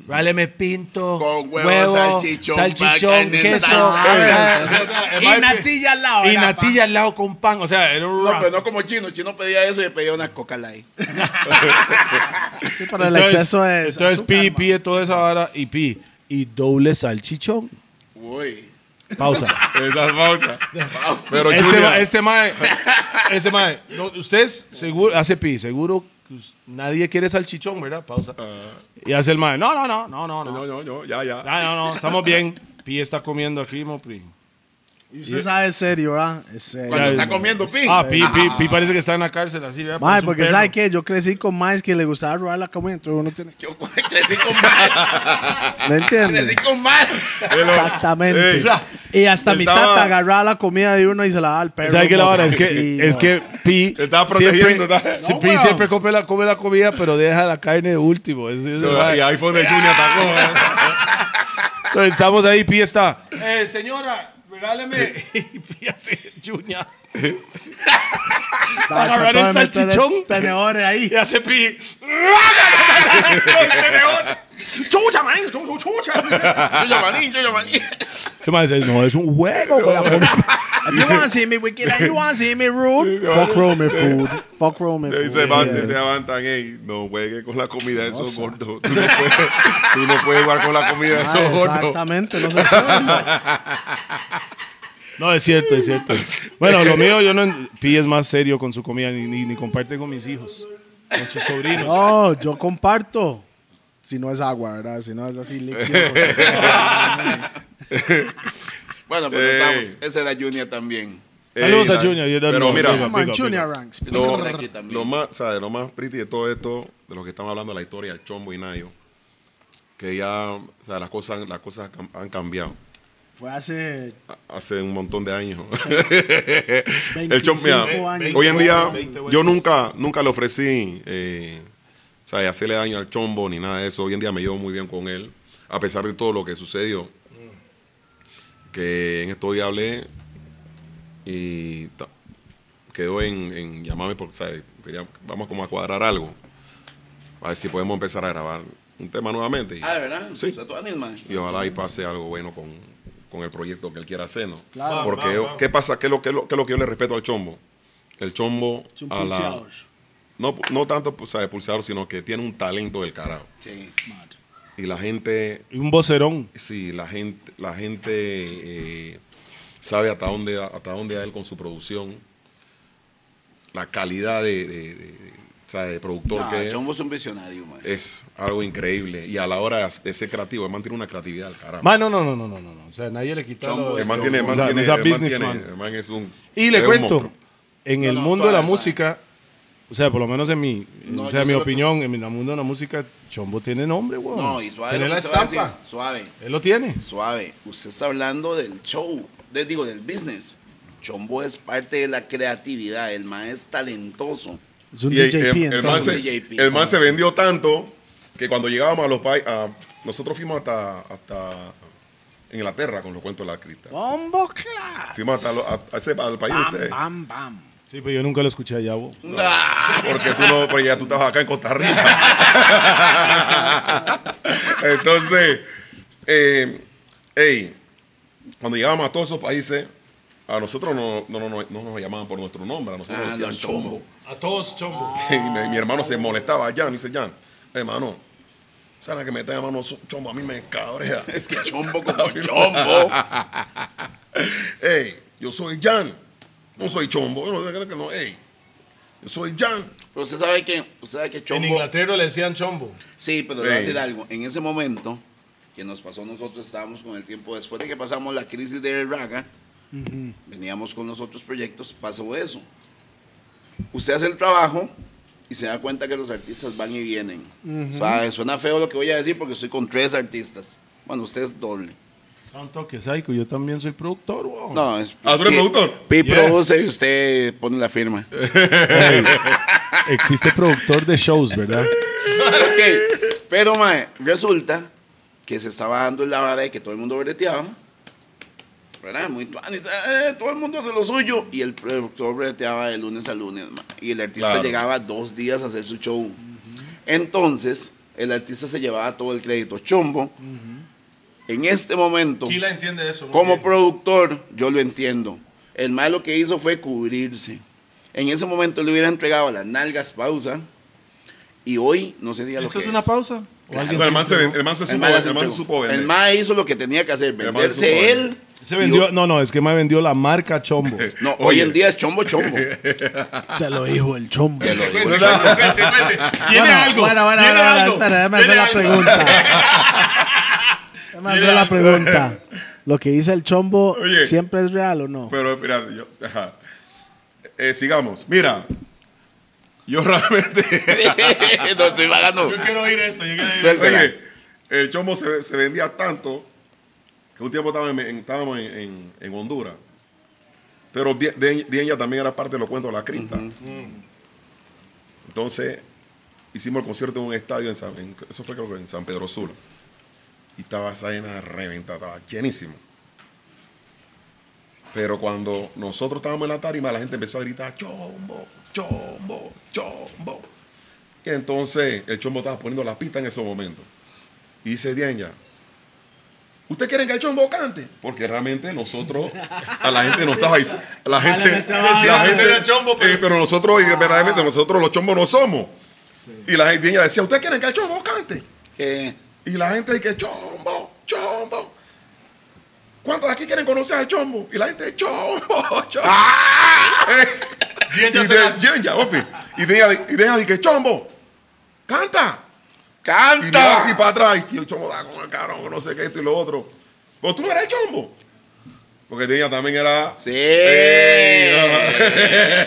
[SPEAKER 2] Ráleme pinto.
[SPEAKER 5] Con huevo, salchichón, bacon,
[SPEAKER 2] queso.
[SPEAKER 5] salsa.
[SPEAKER 2] Ah, o sea, el
[SPEAKER 4] Y
[SPEAKER 2] vibe-
[SPEAKER 4] natilla al lado.
[SPEAKER 2] Y
[SPEAKER 4] era, pa.
[SPEAKER 2] natilla al lado con pan. O sea, era un
[SPEAKER 5] No,
[SPEAKER 2] rap.
[SPEAKER 5] pero no como chino. Chino pedía eso y pedía una coca light.
[SPEAKER 4] Sí, pero el exceso es.
[SPEAKER 2] Entonces
[SPEAKER 4] azúcar,
[SPEAKER 2] Pi
[SPEAKER 4] man.
[SPEAKER 2] pide toda esa vara y Pi. Y doble salchichón.
[SPEAKER 5] Uy.
[SPEAKER 2] Pausa.
[SPEAKER 3] Esa pausa. Pero
[SPEAKER 2] Este,
[SPEAKER 3] Junior,
[SPEAKER 2] ma- este mae, este mae, no, ustedes seguro, hace pi, seguro que us- nadie quiere salchichón, ¿verdad? Pausa. Y hace el mae, no, no, no, no, no,
[SPEAKER 3] No,
[SPEAKER 2] no,
[SPEAKER 3] no, no, ya, ya.
[SPEAKER 2] Ah, no, no, estamos bien. Pi está comiendo aquí, mo, pri.
[SPEAKER 4] Y
[SPEAKER 2] eh,
[SPEAKER 4] usted sabe, es serio, ¿verdad? Es serio.
[SPEAKER 5] Cuando
[SPEAKER 2] Ya,
[SPEAKER 5] está
[SPEAKER 2] ya.
[SPEAKER 5] comiendo pin.
[SPEAKER 2] Ah, pi, pi, pi parece que está en la cárcel, así, ¿verdad?
[SPEAKER 4] Mae,
[SPEAKER 2] Parece un
[SPEAKER 4] porque
[SPEAKER 2] perro.
[SPEAKER 4] ¿sabe qué? Yo crecí con maes que le gustaba robar la comida, entonces uno tiene.
[SPEAKER 5] Yo crecí con más.
[SPEAKER 4] ¿Me entiendes?
[SPEAKER 5] crecí con más.
[SPEAKER 2] Eh,
[SPEAKER 4] Exactamente.
[SPEAKER 3] Ey.
[SPEAKER 4] Y hasta mi
[SPEAKER 3] Estaba-
[SPEAKER 4] tata agarraba la comida de uno y se la daba al perro.
[SPEAKER 2] ¿Sabe qué la vara? Es que,
[SPEAKER 4] Sí,
[SPEAKER 2] es
[SPEAKER 4] no.
[SPEAKER 2] que Pi.
[SPEAKER 3] Te estaba
[SPEAKER 2] siempre-
[SPEAKER 3] protegiendo, ¿verdad?
[SPEAKER 2] si
[SPEAKER 4] No,
[SPEAKER 2] Pi
[SPEAKER 4] weón.
[SPEAKER 2] siempre come la, come la comida, pero deja la carne de último. Es- es-
[SPEAKER 3] So, Y ahí fue donde Junior atacó. ¿eh?
[SPEAKER 2] Entonces estamos ahí, Pi está. Eh, señora, regáleme. Y Pi hace Junior.
[SPEAKER 4] Estaba
[SPEAKER 2] agarrar
[SPEAKER 4] tratando
[SPEAKER 2] el
[SPEAKER 4] de meter
[SPEAKER 2] salchichón.
[SPEAKER 4] Tenedores ahí.
[SPEAKER 2] Y hace Pi.
[SPEAKER 12] Chucha, manín, chucha, chucha.
[SPEAKER 5] Yo llamaní, yo llamaní.
[SPEAKER 2] ¿Qué más Este dice? No, es un juego. con la comida.
[SPEAKER 4] If you want to see me wicked and you want to see me rude, fuck Roman food. Fuck Roman
[SPEAKER 3] Y
[SPEAKER 4] food.
[SPEAKER 3] se van,
[SPEAKER 4] yeah.
[SPEAKER 3] se levantan, ey, no juegues con la comida de esos gordos. Tú no, puedes, tú no puedes jugar con la comida de
[SPEAKER 4] Ah,
[SPEAKER 3] esos gordos.
[SPEAKER 4] exactamente, no se puede.
[SPEAKER 2] No, es cierto, es cierto. Bueno, lo mío, yo no. en- Pi es más serio con su comida, ni, ni, ni comparte con mis hijos, con sus sobrinos.
[SPEAKER 4] No, yo comparto. Si no es agua, ¿verdad? Si no es así líquido.
[SPEAKER 5] Bueno, pues
[SPEAKER 3] Ey.
[SPEAKER 5] estamos. Ese era Junior también.
[SPEAKER 2] Saludos
[SPEAKER 3] Ey,
[SPEAKER 2] a Junior, yo no-
[SPEAKER 3] Pero
[SPEAKER 2] no,
[SPEAKER 3] mira,
[SPEAKER 2] digo.
[SPEAKER 4] Come on,
[SPEAKER 2] pico, pico.
[SPEAKER 4] Junior Ranks.
[SPEAKER 3] lo,
[SPEAKER 5] Dicen aquí también.
[SPEAKER 3] lo más, ¿sabes? Lo más pretty de todo esto, de lo que estamos hablando, la historia del Chombo y Nayo, que ya, o sea, las cosas, las cosas cam- han cambiado.
[SPEAKER 4] Fue hace
[SPEAKER 3] Hace un montón de años.
[SPEAKER 4] 25
[SPEAKER 3] El Chombo, mira,
[SPEAKER 4] años.
[SPEAKER 3] hoy en día,
[SPEAKER 2] 20,
[SPEAKER 3] yo nunca, nunca le ofrecí, eh, o sea, hacerle daño al Chombo ni nada de eso. Hoy en día me llevo muy bien con él, a pesar de todo lo que sucedió. Que en estos días hablé y ta- quedó en, en llamarme porque, ¿sabes? Quería- vamos como a cuadrar algo. A ver si podemos empezar a grabar un tema nuevamente. Y,
[SPEAKER 5] Ah, ¿de ¿verdad?
[SPEAKER 3] Sí.
[SPEAKER 5] O sea, tú anís, man.
[SPEAKER 3] y ojalá y pase algo bueno con, con el proyecto que él quiera hacer, ¿no?
[SPEAKER 4] Claro.
[SPEAKER 3] Porque,
[SPEAKER 2] Vamos, vamos.
[SPEAKER 3] ¿qué pasa? ¿Qué es, lo, qué es lo- qué es lo que yo le respeto al chombo? El chombo
[SPEAKER 4] Es un
[SPEAKER 3] a la-
[SPEAKER 4] pulseador.
[SPEAKER 3] No, no tanto pues, sabe, pulseador, sino que tiene un talento del carajo.
[SPEAKER 5] Sí.
[SPEAKER 3] Y la gente,
[SPEAKER 2] Y Un vocerón.
[SPEAKER 3] sí, la gente, la gente eh, sabe hasta dónde, hasta dónde va él con su producción, la calidad de, de- de- de- sabe, de productor
[SPEAKER 5] No,
[SPEAKER 3] que es.
[SPEAKER 5] Chombo es un visionario,
[SPEAKER 2] Eh.
[SPEAKER 5] man.
[SPEAKER 3] Es algo increíble. Y a la hora de ser creativo, él mantiene una creatividad del carajo.
[SPEAKER 2] Ma, no, no, no, no, no, no. O sea, nadie le quita.
[SPEAKER 5] Chombo
[SPEAKER 2] lo-
[SPEAKER 3] El man tiene, el man
[SPEAKER 2] O sea,
[SPEAKER 3] tiene-
[SPEAKER 2] es a
[SPEAKER 3] el man
[SPEAKER 2] businessman.
[SPEAKER 3] tiene- el man es un.
[SPEAKER 2] Y le
[SPEAKER 3] es un
[SPEAKER 2] cuento,
[SPEAKER 3] monstruo.
[SPEAKER 2] en
[SPEAKER 5] No,
[SPEAKER 2] el
[SPEAKER 5] no,
[SPEAKER 2] mundo de la
[SPEAKER 5] suave,
[SPEAKER 2] música, o sea, por lo menos en mi,
[SPEAKER 5] No,
[SPEAKER 2] o
[SPEAKER 5] yo
[SPEAKER 2] sea, mi
[SPEAKER 5] solo-
[SPEAKER 2] opinión, en el mundo de la música, Chombo tiene nombre, weón.
[SPEAKER 5] No, y suave.
[SPEAKER 2] Tiene
[SPEAKER 5] lo
[SPEAKER 2] la
[SPEAKER 5] que se va a
[SPEAKER 2] estampa.
[SPEAKER 5] decir. Suave.
[SPEAKER 2] Él lo tiene.
[SPEAKER 5] Suave, usted está hablando del show, les digo, del business. Chombo es parte de la creatividad, el man es talentoso.
[SPEAKER 4] Es un
[SPEAKER 3] Y el,
[SPEAKER 4] DJP,
[SPEAKER 3] el- el man
[SPEAKER 4] entonces.
[SPEAKER 3] se,
[SPEAKER 5] DJP,
[SPEAKER 3] el man se
[SPEAKER 5] ah, sí.
[SPEAKER 3] vendió tanto que cuando llegábamos a los países. Nosotros fuimos hasta, hasta Inglaterra con los cuentos de la crista.
[SPEAKER 4] Bombo clap.
[SPEAKER 3] Fuimos hasta lo- a- a ese- al país de
[SPEAKER 5] Ah,
[SPEAKER 3] ustedes.
[SPEAKER 4] Bam, bam.
[SPEAKER 2] Sí, pero yo nunca lo escuché allá, weón.
[SPEAKER 5] ah.
[SPEAKER 3] Porque tú no, porque ya tú estabas acá en Costa Rica. Entonces, Eh, ey, cuando llegábamos a todos esos países, a nosotros no, no, no, no- no nos llamaban por nuestro nombre, a nosotros
[SPEAKER 5] Ah,
[SPEAKER 3] nos decían
[SPEAKER 5] los
[SPEAKER 3] chombo.
[SPEAKER 2] A todos, chombo.
[SPEAKER 3] Y mi, mi hermano se molestaba, Jan, dice Jan, hermano, ¿sabes la que me está llamando so- chombo? A mí me cabrea.
[SPEAKER 5] Es que chombo como chombo.
[SPEAKER 3] Ey, yo soy Jan, no soy chombo. Yo no, no, no, ey, yo soy Jan.
[SPEAKER 5] Pero usted sabe que, usted sabe que
[SPEAKER 2] En
[SPEAKER 5] chombo.
[SPEAKER 2] Inglaterra le decían chombo.
[SPEAKER 5] Sí, pero le voy a
[SPEAKER 3] Sí.
[SPEAKER 5] decir algo. En ese momento que nos pasó a nosotros, estábamos con el tiempo después de que pasamos la crisis de Raga, veníamos con los otros proyectos, pasó eso. Usted hace el trabajo y se da cuenta que los artistas van y vienen. Suave, suena feo lo que voy a decir porque estoy con tres artistas. Bueno, usted es doble.
[SPEAKER 2] Son toques, Saico. Yo también soy productor, wow.
[SPEAKER 5] No, es.
[SPEAKER 3] Ah, ¿tú eres
[SPEAKER 5] Pi-
[SPEAKER 3] productor?
[SPEAKER 5] Pi
[SPEAKER 2] Oh. Yeah.
[SPEAKER 5] produce y usted pone la firma.
[SPEAKER 2] Existe productor de shows, ¿verdad?
[SPEAKER 5] Ok, pero mae, resulta que se estaba dando la vara de que todo el mundo breteaba. ¿Verdad? Muy tuanis, eh, todo el mundo hace lo suyo. Y el productor breteaba de lunes a lunes, mae, Y el artista
[SPEAKER 3] Claro.
[SPEAKER 5] llegaba dos días a hacer su show. Entonces, el artista se llevaba todo el crédito. Chombo, en este momento,
[SPEAKER 13] ¿Quién la entiende eso? muy
[SPEAKER 5] como
[SPEAKER 13] bien.
[SPEAKER 5] productor, yo lo entiendo. El mae lo que hizo fue cubrirse. En ese momento le hubiera entregado las nalgas pausa. Y hoy no sería lo
[SPEAKER 2] ¿Eso
[SPEAKER 5] que
[SPEAKER 2] es una pausa? ¿O alguien
[SPEAKER 3] Pero el man
[SPEAKER 2] se
[SPEAKER 3] se,
[SPEAKER 2] enteró?
[SPEAKER 3] ven- el man se
[SPEAKER 5] el
[SPEAKER 3] supo,
[SPEAKER 5] mae las
[SPEAKER 3] el man se
[SPEAKER 5] entregó.
[SPEAKER 3] supo vender.
[SPEAKER 5] El mae hizo lo que tenía que hacer,
[SPEAKER 3] El mae
[SPEAKER 5] venderse
[SPEAKER 3] supo
[SPEAKER 5] él.
[SPEAKER 2] Se vendió,
[SPEAKER 5] Y-
[SPEAKER 2] no, no, es que me vendió la marca Chombo.
[SPEAKER 5] no, hoy en día es chombo chombo.
[SPEAKER 4] Te lo dijo el chombo.
[SPEAKER 5] Te lo digo.
[SPEAKER 13] Cuente, cuente. Viene
[SPEAKER 4] Bueno,
[SPEAKER 13] algo.
[SPEAKER 4] Bueno, bueno,
[SPEAKER 13] viene
[SPEAKER 4] bueno, bueno,
[SPEAKER 13] algo,
[SPEAKER 4] espera, déjame
[SPEAKER 13] viene
[SPEAKER 4] hacer la
[SPEAKER 13] algo.
[SPEAKER 4] pregunta. déjame hacer la pregunta. ¿Lo que dice el chombo
[SPEAKER 3] Oye.
[SPEAKER 4] siempre es real o no?
[SPEAKER 3] Pero mira, yo, ajá. Eh, sigamos. Mira, yo realmente,
[SPEAKER 5] no estoy vagando.
[SPEAKER 13] Yo quiero oír esto. Yo quiero oír esto.
[SPEAKER 5] Suéltela.
[SPEAKER 3] oye, el chombo se, se vendía tanto que un tiempo estábamos en, en- estábamos en, en- en Honduras. Pero Die- Die- Dienya también era parte de los cuentos de la cripta. Entonces, hicimos el concierto en un estadio, en San, en- eso fue creo que en San Pedro Sur. Y estaba esa vaina reventada, estaba llenísimo. Pero cuando nosotros estábamos en la tarima, la gente empezó a gritar, chombo, chombo, chombo. Y entonces el chombo estaba poniendo la pista en ese momento. Y dice Dianya, ¿ustedes quieren que el chombo cante? Porque realmente nosotros, a la gente no estaba ahí. La gente,
[SPEAKER 4] le chaval.
[SPEAKER 3] la
[SPEAKER 13] Decían que era
[SPEAKER 3] gente
[SPEAKER 13] chombo, pero-
[SPEAKER 3] eh, pero nosotros, y verdaderamente, nosotros los chombos no somos. Y la gente Dienya decía, ¿ustedes quieren que el chombo cante?
[SPEAKER 5] Que
[SPEAKER 3] Y la gente dice, chombo, chombo. ¿Cuántos de aquí quieren conocer al chombo? Y la gente, chombo, chombo.
[SPEAKER 5] Ah.
[SPEAKER 3] Eh,
[SPEAKER 13] Bien,
[SPEAKER 3] Y
[SPEAKER 13] ya se
[SPEAKER 3] de-
[SPEAKER 13] la-
[SPEAKER 3] Jen ya, ofi. Y deja, y deja de que chombo, canta. Y mira así
[SPEAKER 5] canta.
[SPEAKER 3] para atrás. Y el chombo da con el carón, no sé qué, esto y lo otro. Pero tú no eres el chombo. Porque ella también era.
[SPEAKER 5] Sí.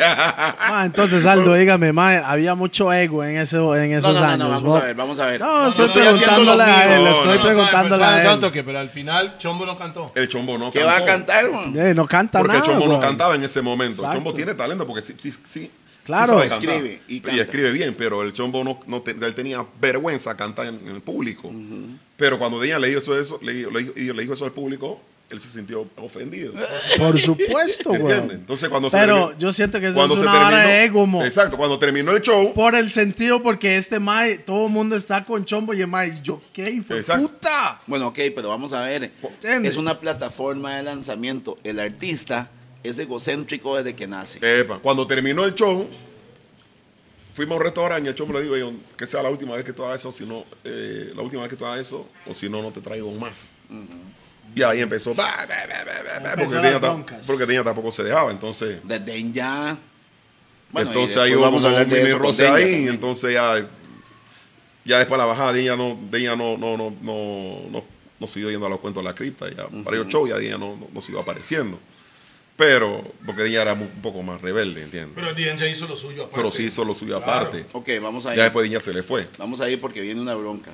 [SPEAKER 4] Ah, entonces, Aldo, dígame, mae, había mucho ego en, ese, en
[SPEAKER 5] No,
[SPEAKER 4] esos
[SPEAKER 5] no, no,
[SPEAKER 4] años.
[SPEAKER 5] no, vamos a ver, vamos a ver.
[SPEAKER 4] No, estoy
[SPEAKER 5] estoy haciendo
[SPEAKER 4] preguntándole
[SPEAKER 5] lo
[SPEAKER 4] a él,
[SPEAKER 3] No,
[SPEAKER 5] mío.
[SPEAKER 4] eh, estoy
[SPEAKER 3] no,
[SPEAKER 4] preguntándole
[SPEAKER 2] Sabe,
[SPEAKER 4] a
[SPEAKER 2] sabe,
[SPEAKER 4] él.
[SPEAKER 2] sabe, pero al final Chombo no cantó.
[SPEAKER 3] El chombo no
[SPEAKER 5] ¿Qué va
[SPEAKER 3] cantó.
[SPEAKER 5] a cantar, man?
[SPEAKER 4] Eh, no canta
[SPEAKER 3] Porque
[SPEAKER 4] nada.
[SPEAKER 3] el chombo no
[SPEAKER 4] weón.
[SPEAKER 3] cantaba en ese momento.
[SPEAKER 4] Exacto.
[SPEAKER 3] El chombo tiene talento porque sí, sí, sí.
[SPEAKER 4] Claro.
[SPEAKER 3] sí sabe cantar.
[SPEAKER 5] Escribe y canta.
[SPEAKER 3] escribe bien, pero el chombo no, no te- él tenía vergüenza cantar en, en el público. Pero cuando ella le dijo eso, eso le, le dijo- y le dijo eso al público, él se sintió ofendido.
[SPEAKER 4] Por supuesto,
[SPEAKER 3] ¿Entiendes?
[SPEAKER 4] güey.
[SPEAKER 3] Entonces cuando se
[SPEAKER 4] Pero
[SPEAKER 3] terminó-
[SPEAKER 4] yo siento que eso es
[SPEAKER 3] cuando se
[SPEAKER 4] una hora
[SPEAKER 3] terminó-
[SPEAKER 4] de ego, mo.
[SPEAKER 3] Exacto, cuando terminó el show,
[SPEAKER 4] Por el sentido, porque este mae, todo el mundo está con chombo y el mae, y yo, ¿qué? hijo de
[SPEAKER 3] Exacto.
[SPEAKER 4] puta?
[SPEAKER 5] Bueno, ok, pero vamos a ver.
[SPEAKER 4] ¿Entiendes?
[SPEAKER 5] Es una plataforma de lanzamiento. El artista es egocéntrico desde que nace.
[SPEAKER 3] Epa, cuando terminó el show, fuimos a un restaurante y el chombo le digo, "Yo, que sea la última vez que tú hagas eso, si no, eh, la última vez que tú hagas eso, o si no, no te traigo más. Y ahí empezó, "Bah, bah, bah, bah, bah, bah", porque
[SPEAKER 4] Empezó
[SPEAKER 3] tenía
[SPEAKER 4] las
[SPEAKER 3] ta-
[SPEAKER 4] broncas.
[SPEAKER 3] porque tenía tampoco se dejaba, entonces...
[SPEAKER 5] Desde ya. Bueno, y
[SPEAKER 3] entonces
[SPEAKER 5] después
[SPEAKER 3] ahí hubo
[SPEAKER 5] vamos a
[SPEAKER 3] como
[SPEAKER 5] hablar
[SPEAKER 3] un
[SPEAKER 5] de
[SPEAKER 3] mini
[SPEAKER 5] eso con
[SPEAKER 3] roce
[SPEAKER 5] Deña
[SPEAKER 3] ahí,
[SPEAKER 5] también.
[SPEAKER 3] entonces ya, ya después de la bajada, de ella no, de ella no, no, no, no, no, no siguió yendo a los cuentos de la cripta, ya para el show ya de ella no, no, no siguió apareciendo. Pero, porque ella era mu- un poco más rebelde, ¿entiendes? Pero,
[SPEAKER 13] Pero DJ hizo lo suyo aparte.
[SPEAKER 3] sí hizo lo suyo aparte.
[SPEAKER 5] Ok, vamos a
[SPEAKER 3] Ya
[SPEAKER 5] ir.
[SPEAKER 3] después de ella se le fue.
[SPEAKER 5] Vamos a ir porque viene una bronca.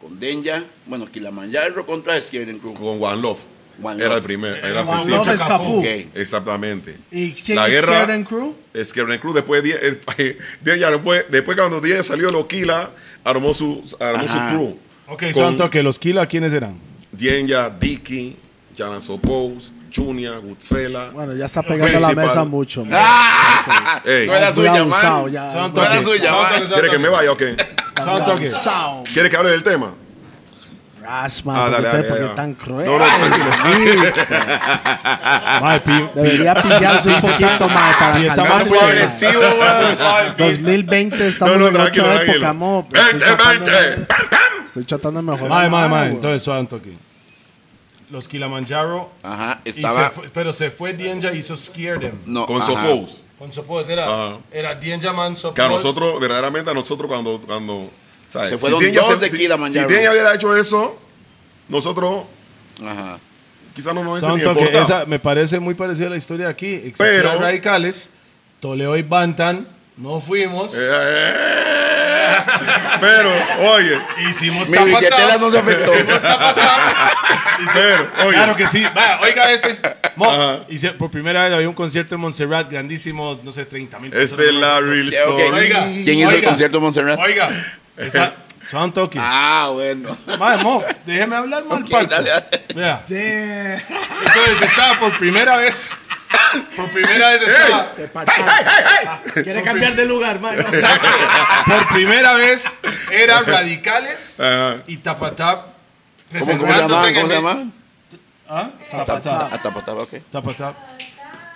[SPEAKER 5] Con Denja, bueno, Kilimanjaro contra Skierden Crew.
[SPEAKER 3] Con One Love.
[SPEAKER 5] One
[SPEAKER 3] era
[SPEAKER 5] Love.
[SPEAKER 3] el primer, era el
[SPEAKER 13] One
[SPEAKER 4] Juan
[SPEAKER 13] Sí,
[SPEAKER 3] principio.
[SPEAKER 4] López Cafú.
[SPEAKER 5] Ok.
[SPEAKER 3] Exactamente.
[SPEAKER 4] ¿Y quién
[SPEAKER 3] La
[SPEAKER 4] es
[SPEAKER 3] guerra-
[SPEAKER 4] Kieran Crew?
[SPEAKER 3] Es que Cruz después de die- eh, de ella, después, después cuando 10 salió Loquila, armó su, armó su
[SPEAKER 5] Ajá.
[SPEAKER 3] crew.
[SPEAKER 2] Ok,
[SPEAKER 3] Con-
[SPEAKER 2] son toques. ¿Los Kila quiénes eran?
[SPEAKER 3] Dienya, Dicky, Jana Sopous, Junia, Goodfella.
[SPEAKER 4] Bueno, ya está pegando
[SPEAKER 3] Principal.
[SPEAKER 4] la mesa mucho. mae.
[SPEAKER 5] ¡Ah!
[SPEAKER 3] Ey.
[SPEAKER 5] No era
[SPEAKER 4] Muy
[SPEAKER 5] suya,
[SPEAKER 4] abusado
[SPEAKER 5] man.
[SPEAKER 4] ya.
[SPEAKER 2] Son
[SPEAKER 5] No era
[SPEAKER 2] toques.
[SPEAKER 5] suya, man.
[SPEAKER 3] ¿Quiere que me vaya o qué?
[SPEAKER 2] Son toques.
[SPEAKER 4] Abusado.
[SPEAKER 3] ¿Quiere que hable del tema?
[SPEAKER 4] atrás, man.
[SPEAKER 13] Ah,
[SPEAKER 4] porque
[SPEAKER 13] dale,
[SPEAKER 4] ustedes,
[SPEAKER 13] dale,
[SPEAKER 4] porque
[SPEAKER 13] dale.
[SPEAKER 4] tan cruel.
[SPEAKER 13] No, no, tranquilo.
[SPEAKER 2] Mae, pi-
[SPEAKER 4] Debería pillarse un poquito, más Ah, para
[SPEAKER 2] y está más
[SPEAKER 4] calmarse,
[SPEAKER 2] suave,
[SPEAKER 4] mae.
[SPEAKER 5] Agresivo, weón.
[SPEAKER 4] 2020 estamos
[SPEAKER 13] No, no,
[SPEAKER 4] en ocho
[SPEAKER 13] tranquilo, tranquilo.
[SPEAKER 4] épocas, mo.
[SPEAKER 13] Vente,
[SPEAKER 4] Estoy tratando de-
[SPEAKER 13] vente.
[SPEAKER 4] Estoy tratando de mejorar.
[SPEAKER 2] Mae,
[SPEAKER 4] la
[SPEAKER 2] mae,
[SPEAKER 4] vara,
[SPEAKER 2] mae.
[SPEAKER 4] weón.
[SPEAKER 2] Entonces, suave un toque. Los Kilimanjaro.
[SPEAKER 5] Ajá,
[SPEAKER 2] y
[SPEAKER 5] estaba.
[SPEAKER 2] se fue- pero se fue Dienja y hizo Scare Them.
[SPEAKER 5] No,
[SPEAKER 13] Con
[SPEAKER 5] ajá.
[SPEAKER 13] Sopos.
[SPEAKER 2] Con Sopos era,
[SPEAKER 13] Ajá.
[SPEAKER 2] era Dienja Man Sopos.
[SPEAKER 13] Que a nosotros, verdaderamente a nosotros cuando... cuando ¿sabes?
[SPEAKER 5] Se fueron
[SPEAKER 13] Tien ya
[SPEAKER 5] dos de
[SPEAKER 13] si-
[SPEAKER 5] Kilimanjaro.
[SPEAKER 13] Si Tien ya hubiera hecho eso, nosotros
[SPEAKER 5] Ajá.
[SPEAKER 13] quizás no nos hubiese ni
[SPEAKER 2] Santo, que
[SPEAKER 13] importado.
[SPEAKER 2] esa me parece muy parecida a la historia de aquí. Existían
[SPEAKER 13] Pero-
[SPEAKER 2] radicales, Toleo y Bantan, no fuimos.
[SPEAKER 13] Eh, eh, Pero, oye,
[SPEAKER 2] Hicimos
[SPEAKER 5] Mi
[SPEAKER 2] tapa
[SPEAKER 5] billetera
[SPEAKER 2] tap,
[SPEAKER 5] no se afectó.
[SPEAKER 2] hicimos tapa tap.
[SPEAKER 13] pero, oye.
[SPEAKER 2] Claro que sí. Vaya, oiga, este es. Mo,
[SPEAKER 13] Ajá.
[SPEAKER 2] hice- por primera vez había un concierto en Montserrat grandísimo, no sé, 30 mil
[SPEAKER 13] Este es la real
[SPEAKER 5] Ya, ok.
[SPEAKER 13] story.
[SPEAKER 2] Oiga,
[SPEAKER 5] ¿Quién hizo el
[SPEAKER 2] oiga,
[SPEAKER 5] concierto de Montserrat?
[SPEAKER 2] Oiga, está. Son toque.
[SPEAKER 5] Ah, bueno.
[SPEAKER 2] Madre, mo, déjeme hablar, mo, al
[SPEAKER 5] Ok,
[SPEAKER 2] parco.
[SPEAKER 5] dale, dale.
[SPEAKER 2] Vea,
[SPEAKER 4] Damn.
[SPEAKER 2] entonces estaba por primera vez. Por primera vez estaba.
[SPEAKER 4] Te parchaste. Quiere cambiar de lugar, man.
[SPEAKER 2] Por primera vez era Radicales
[SPEAKER 13] Ajá.
[SPEAKER 2] y Tapatap.
[SPEAKER 5] ¿Cómo, cómo se llama? ¿Cómo se llama?
[SPEAKER 2] ¿Ah? Tapatap.
[SPEAKER 5] Ah, tapataba, ok.
[SPEAKER 2] Tapatap.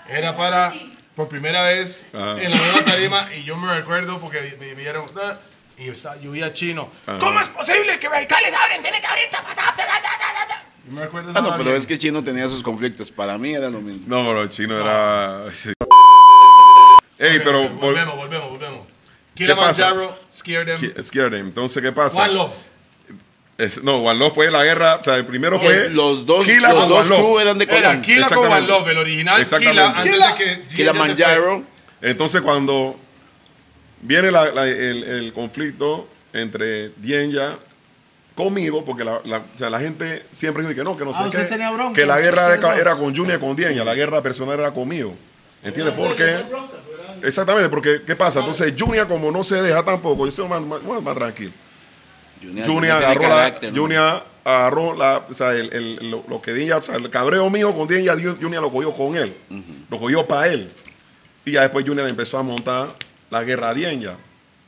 [SPEAKER 2] Era para por primera vez
[SPEAKER 13] Ajá.
[SPEAKER 2] en la nueva tarima y yo me recuerdo porque me vieron "Ah", y estaba lluvia chino. ¿Cómo es posible que Radicales abren? Tiene que abrir Tapatap. ta, ta, ta, ta, ta". Yo me recuerdo esa
[SPEAKER 5] Ah, no,
[SPEAKER 2] vara
[SPEAKER 5] pero
[SPEAKER 2] bien.
[SPEAKER 5] es que Chino tenía sus conflictos. Para mí era lo mismo.
[SPEAKER 13] No, pero el chino era. sí. Ey, pero. vol-
[SPEAKER 2] volvemos, volvemos, volvemos. Kilimanjaro, Scare Them,
[SPEAKER 13] Ki- Scared him. Entonces, ¿qué pasa?
[SPEAKER 2] One Love.
[SPEAKER 13] Es- no, One Love fue la guerra. O sea, el primero fue.
[SPEAKER 5] Los dos,
[SPEAKER 13] Kila
[SPEAKER 5] los
[SPEAKER 13] con
[SPEAKER 5] dos
[SPEAKER 13] One Love.
[SPEAKER 5] crew eran de
[SPEAKER 2] Era
[SPEAKER 5] Colón.
[SPEAKER 2] Kila con
[SPEAKER 13] Exactamente.
[SPEAKER 2] One Love, el original Kila,
[SPEAKER 13] Exactamente.
[SPEAKER 2] antes de que Gigi se fue.
[SPEAKER 5] Kilimanjaro.
[SPEAKER 13] Entonces, cuando viene la- la- el, el conflicto entre Dienya conmigo, porque la, la- o sea, la gente siempre dice que no, que no sé
[SPEAKER 4] Ah, usted
[SPEAKER 13] qué,
[SPEAKER 4] tenía bronca,
[SPEAKER 13] que la guerra
[SPEAKER 4] ustedes
[SPEAKER 13] era,
[SPEAKER 4] dos.
[SPEAKER 13] era con Junior, con Dienya, la guerra personal era conmigo. ¿Entiendes? ¿Por qué? Exactamente, porque ¿qué
[SPEAKER 4] Ah.
[SPEAKER 13] pasa? Entonces, Junior, como no se deja tampoco, yo soy más, más- más- más tranquilo. Junior
[SPEAKER 5] tiene
[SPEAKER 13] agarró la.
[SPEAKER 5] carácter, ¿no?
[SPEAKER 13] Junior agarró la. O sea, el, el- lo, lo que Dinya, o sea, el cabreo mío con Dinya, Junior lo cogió con él. Lo cogió para él. Y ya después Junior empezó a montar la guerra a Dienya.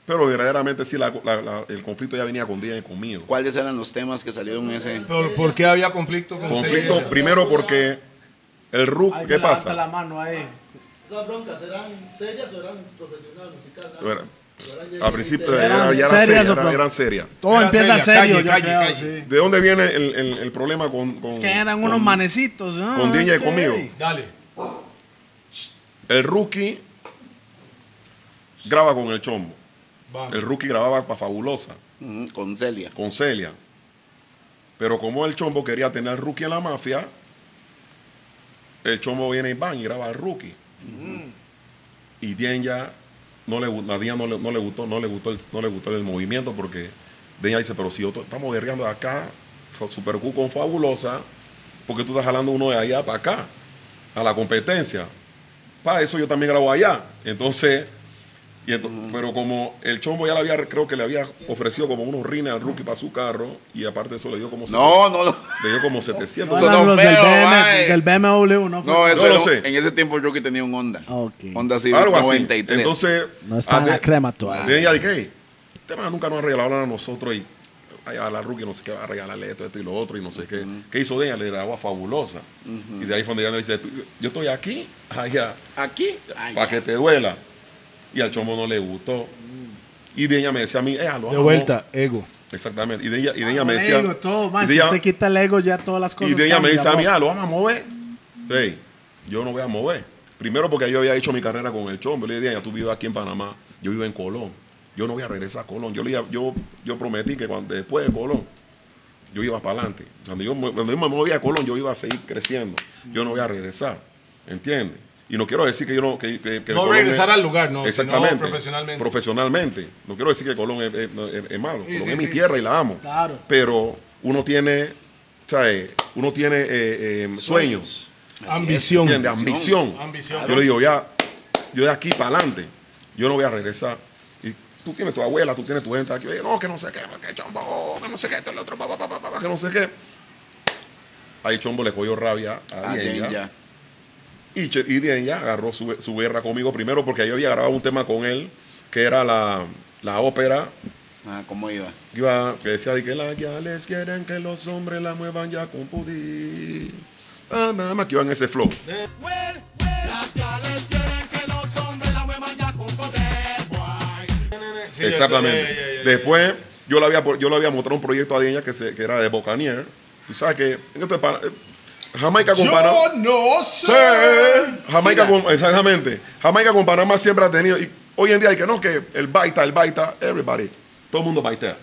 [SPEAKER 13] Pero verdaderamente sí, la- la- la- el conflicto ya venía con Dienya y conmigo.
[SPEAKER 5] ¿Cuáles eran los temas que salieron en ese?
[SPEAKER 2] Pero, ¿Por qué había conflicto con
[SPEAKER 13] Conflicto
[SPEAKER 2] ustedes?
[SPEAKER 13] primero porque el RUC, ¿qué pasa?
[SPEAKER 4] la mano ahí.
[SPEAKER 14] Esas broncas eran serias o eran profesional musical. nada
[SPEAKER 13] Bueno,
[SPEAKER 14] más? ¿O eran
[SPEAKER 13] Al principio
[SPEAKER 14] de-
[SPEAKER 13] ya- ya
[SPEAKER 4] ¿Eran
[SPEAKER 13] eran
[SPEAKER 4] serias
[SPEAKER 13] serias,
[SPEAKER 4] o
[SPEAKER 13] eran-
[SPEAKER 4] pro-
[SPEAKER 13] eran serias.
[SPEAKER 4] Todo
[SPEAKER 2] Era
[SPEAKER 4] empieza
[SPEAKER 2] seria,
[SPEAKER 4] serio,
[SPEAKER 2] calle,
[SPEAKER 4] yo
[SPEAKER 2] calle,
[SPEAKER 4] creo,
[SPEAKER 2] calle.
[SPEAKER 4] sí.
[SPEAKER 13] ¿De dónde viene el, el- el problema con, con-
[SPEAKER 4] Es que eran unos
[SPEAKER 13] con-
[SPEAKER 4] manecitos, ¿no?
[SPEAKER 13] con Dinya
[SPEAKER 4] Es
[SPEAKER 13] y
[SPEAKER 4] que-
[SPEAKER 13] conmigo?
[SPEAKER 2] Dale.
[SPEAKER 13] El rookie graba con el chombo.
[SPEAKER 2] Va.
[SPEAKER 13] El rookie grababa para Fabulosa,
[SPEAKER 5] Ujú, Con Celia.
[SPEAKER 13] con Celia. Pero como el chombo quería tener al rookie en la mafia, el chombo viene y van y graba al rookie. Y Denya no le, gu- a Denya no le, no le gustó, no le gustó el, no le gustó el movimiento porque Denya dice, pero si yo to- estamos guerreando acá, fa- Super Q con Fabulosa, porque tú estás jalando uno de allá para acá, a la competencia. Para eso yo también grabo allá. Entonces, y ento- pero como el chombo ya le había, creo que le había ofrecido como unos rines al rookie para su carro, y aparte eso le dio como,
[SPEAKER 5] No, no, lo-
[SPEAKER 13] 700, le dio como 700.
[SPEAKER 4] No
[SPEAKER 5] Eso
[SPEAKER 4] eran
[SPEAKER 5] no
[SPEAKER 4] los del,
[SPEAKER 5] feo,
[SPEAKER 4] BM,
[SPEAKER 5] mae.
[SPEAKER 4] del BMW, ¿no? fue?
[SPEAKER 5] no, eso
[SPEAKER 13] No lo
[SPEAKER 5] era-
[SPEAKER 13] sé.
[SPEAKER 5] En ese tiempo yo que tenía un Honda.
[SPEAKER 4] Ok.
[SPEAKER 5] Honda Civic
[SPEAKER 13] Algo así.
[SPEAKER 5] 93.
[SPEAKER 13] Entonces,
[SPEAKER 4] No está en
[SPEAKER 13] ade-
[SPEAKER 4] la crema todavía.
[SPEAKER 13] de ella de que este man nunca nos ha regalado nada a nosotros y ay, a la rookie no sé qué va a regalarle esto, esto y lo otro y no sé qué. ¿Qué hizo de ella? Le grabó a Fabulosa. Y de ahí fue donde ella dice, "Tú- yo estoy aquí, allá,
[SPEAKER 5] Aquí. Ay,
[SPEAKER 13] para que te duela. Y al chombo no le gustó. Y de ella me decía a mí, eh, lo
[SPEAKER 2] De
[SPEAKER 13] amo".
[SPEAKER 2] vuelta, ego.
[SPEAKER 13] Exactamente. Y de ella, y de ella me
[SPEAKER 4] El
[SPEAKER 13] decía...
[SPEAKER 4] ego, todo, man,
[SPEAKER 13] y de
[SPEAKER 4] si
[SPEAKER 13] ella-
[SPEAKER 4] usted quita el ego, ya todas las cosas.
[SPEAKER 13] y de ella me
[SPEAKER 4] cambian,
[SPEAKER 13] dice a mí,
[SPEAKER 4] ¿no?
[SPEAKER 13] ah, lo vamos a mover. Ey, yo no voy a mover. Primero porque yo había hecho mi carrera con el chombo. Le dije, ya tú vives aquí en Panamá, yo vivo en Colón. Yo no voy a regresar a Colón. Yo, le, dije- yo, yo prometí que cuando, después de Colón, yo iba para adelante. Cuando yo, me- cuando yo me movía a Colón, yo iba a seguir creciendo. Yo no voy a regresar. ¿Entiendes? Y no quiero decir que yo no... Que, que- que
[SPEAKER 2] No
[SPEAKER 13] Colón
[SPEAKER 2] regresar al lugar, no, sino
[SPEAKER 13] Exactamente.
[SPEAKER 2] profesionalmente.
[SPEAKER 13] Profesionalmente. No quiero decir que Colón es, es- no, es- es malo.
[SPEAKER 2] Sí,
[SPEAKER 13] Colón
[SPEAKER 2] sí,
[SPEAKER 13] es mi
[SPEAKER 2] sí.
[SPEAKER 13] tierra y la amo.
[SPEAKER 4] Claro.
[SPEAKER 13] Pero uno tiene, ¿sabes? Uno tiene eh, eh, sueños,
[SPEAKER 2] Ambición.
[SPEAKER 13] ¿entiendes? Ambición.
[SPEAKER 2] Ambición.
[SPEAKER 13] Yo le digo, ya, yo de aquí para adelante, yo no voy a regresar. Y tú tienes tu abuela, tú tienes tu gente aquí, oye, no, que no sé qué, que chombo, que no sé qué, esto, el otro, pa, pa, pa, pa, pa, que no sé qué. Ahí Chombo le cogió rabia a
[SPEAKER 5] ah,
[SPEAKER 13] Dienya.
[SPEAKER 5] ya, ya.
[SPEAKER 13] Y, Che- y Dienya agarró su, su guerra conmigo primero porque yo había grabado un tema con él, que era la, la ópera
[SPEAKER 5] Ah, ¿cómo iba?
[SPEAKER 13] Iba, que decía de que las guiales quieren que los hombres la muevan ya con pudí. Ah, nada más que iban ese flow.
[SPEAKER 3] Sí,
[SPEAKER 13] Exactamente.
[SPEAKER 3] eso, ya, ya, ya, ya.
[SPEAKER 13] Después, yo le había, yo le había mostrado un proyecto a ella que, se, que era de Bocanier. Tú sabes que en este pa- eh, Jamaica con Panamá.
[SPEAKER 1] no sé.
[SPEAKER 13] Jamaica con, exactamente. Jamaica con Panamá siempre ha tenido. Y hoy en día hay que no, que el baita, el baita, everybody. Todo el mundo baitea.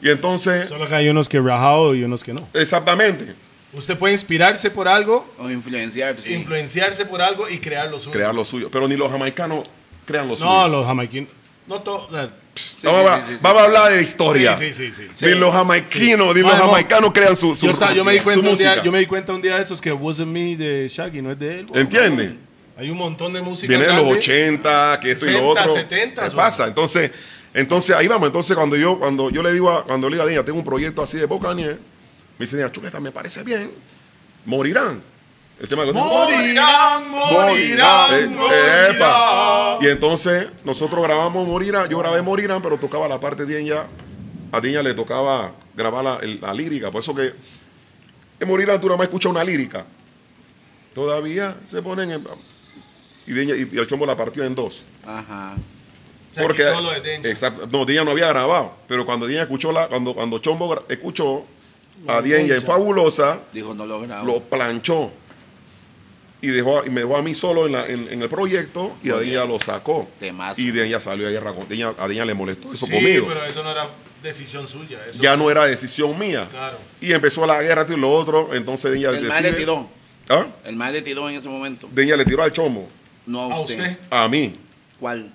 [SPEAKER 13] Y entonces,
[SPEAKER 3] Solo que hay unos que rajado y unos que no.
[SPEAKER 13] exactamente,
[SPEAKER 3] Usted puede inspirarse por algo,
[SPEAKER 5] O Oh, influenciar, sí.
[SPEAKER 3] influenciarse por algo y crear lo suyo.
[SPEAKER 13] crear lo suyo. Pero ni los jamaicanos crean lo suyo.
[SPEAKER 3] no, los jamaiquinos. No todo.
[SPEAKER 5] Sí,
[SPEAKER 13] vamos,
[SPEAKER 5] sí,
[SPEAKER 13] a,
[SPEAKER 5] sí, sí, sí.
[SPEAKER 13] vamos a hablar de historia.
[SPEAKER 3] Sí, sí, sí, sí.
[SPEAKER 13] Ni los jamaiquinos, ni
[SPEAKER 3] No,
[SPEAKER 13] los
[SPEAKER 3] no.
[SPEAKER 13] jamaicanos crean su, su,
[SPEAKER 3] Yo, estaba- yo me di
[SPEAKER 13] su
[SPEAKER 3] cuenta un día,
[SPEAKER 13] música.
[SPEAKER 3] yo me di cuenta un día de esos que Wasn't Me de Shaggy no es de él. bro.
[SPEAKER 13] ¿Entiendes?
[SPEAKER 3] Hay un montón de música.
[SPEAKER 13] Viene de los
[SPEAKER 3] grande.
[SPEAKER 13] 80, que esto y lo
[SPEAKER 3] 60,
[SPEAKER 13] otro.
[SPEAKER 3] 70,
[SPEAKER 13] ¿Qué
[SPEAKER 3] son?
[SPEAKER 13] pasa? Entonces, entonces ahí vamos. Entonces, cuando yo, cuando yo le digo a, cuando le digo a Dina, tengo un proyecto así de Boca me dice, Dina, chuleta, me parece bien. Morirán. El tema que tengo.
[SPEAKER 3] Morirán,
[SPEAKER 13] Eh,
[SPEAKER 3] morirán,
[SPEAKER 13] eh,
[SPEAKER 3] morirán.
[SPEAKER 13] epa. Y entonces, nosotros grabamos Morirán, yo grabé Morirán, pero tocaba la parte de ella. A Diña le tocaba grabar la, el- la lírica. Por eso que en Morirán tú nada más escuchas una lírica. Todavía se ponen en- Y, Diña- y- y el chombo la partió en dos.
[SPEAKER 5] Ajá.
[SPEAKER 3] O sea,
[SPEAKER 13] Porque,
[SPEAKER 3] quitó lo de Denja.
[SPEAKER 13] exacto, no, Dina no había grabado, pero cuando Dina escuchó la, cuando, cuando Chombo gra- escuchó a Dina en Fabulosa,
[SPEAKER 5] Dijo, no lo grabo.
[SPEAKER 13] lo planchó y dejó a- y me dejó a mí solo en, la- en- en el proyecto y a
[SPEAKER 5] Muy
[SPEAKER 13] Dina lo sacó.
[SPEAKER 5] Temazo.
[SPEAKER 13] Y Dina salió a guerra con Dina, a Dina le molestó eso
[SPEAKER 3] Sí,
[SPEAKER 13] conmigo.
[SPEAKER 3] pero eso no era decisión suya. Eso,
[SPEAKER 13] ya no era decisión mía.
[SPEAKER 3] Claro.
[SPEAKER 13] Y empezó la guerra esto y lo otro, entonces Dina
[SPEAKER 5] El mal le
[SPEAKER 13] decide,
[SPEAKER 5] tiró.
[SPEAKER 13] ¿Ah?
[SPEAKER 5] El mal le tiró en ese momento.
[SPEAKER 13] Dina le tiró al Chombo,
[SPEAKER 5] No a
[SPEAKER 3] A
[SPEAKER 5] usted.
[SPEAKER 3] usted.
[SPEAKER 13] a mí.
[SPEAKER 5] ¿Cuál?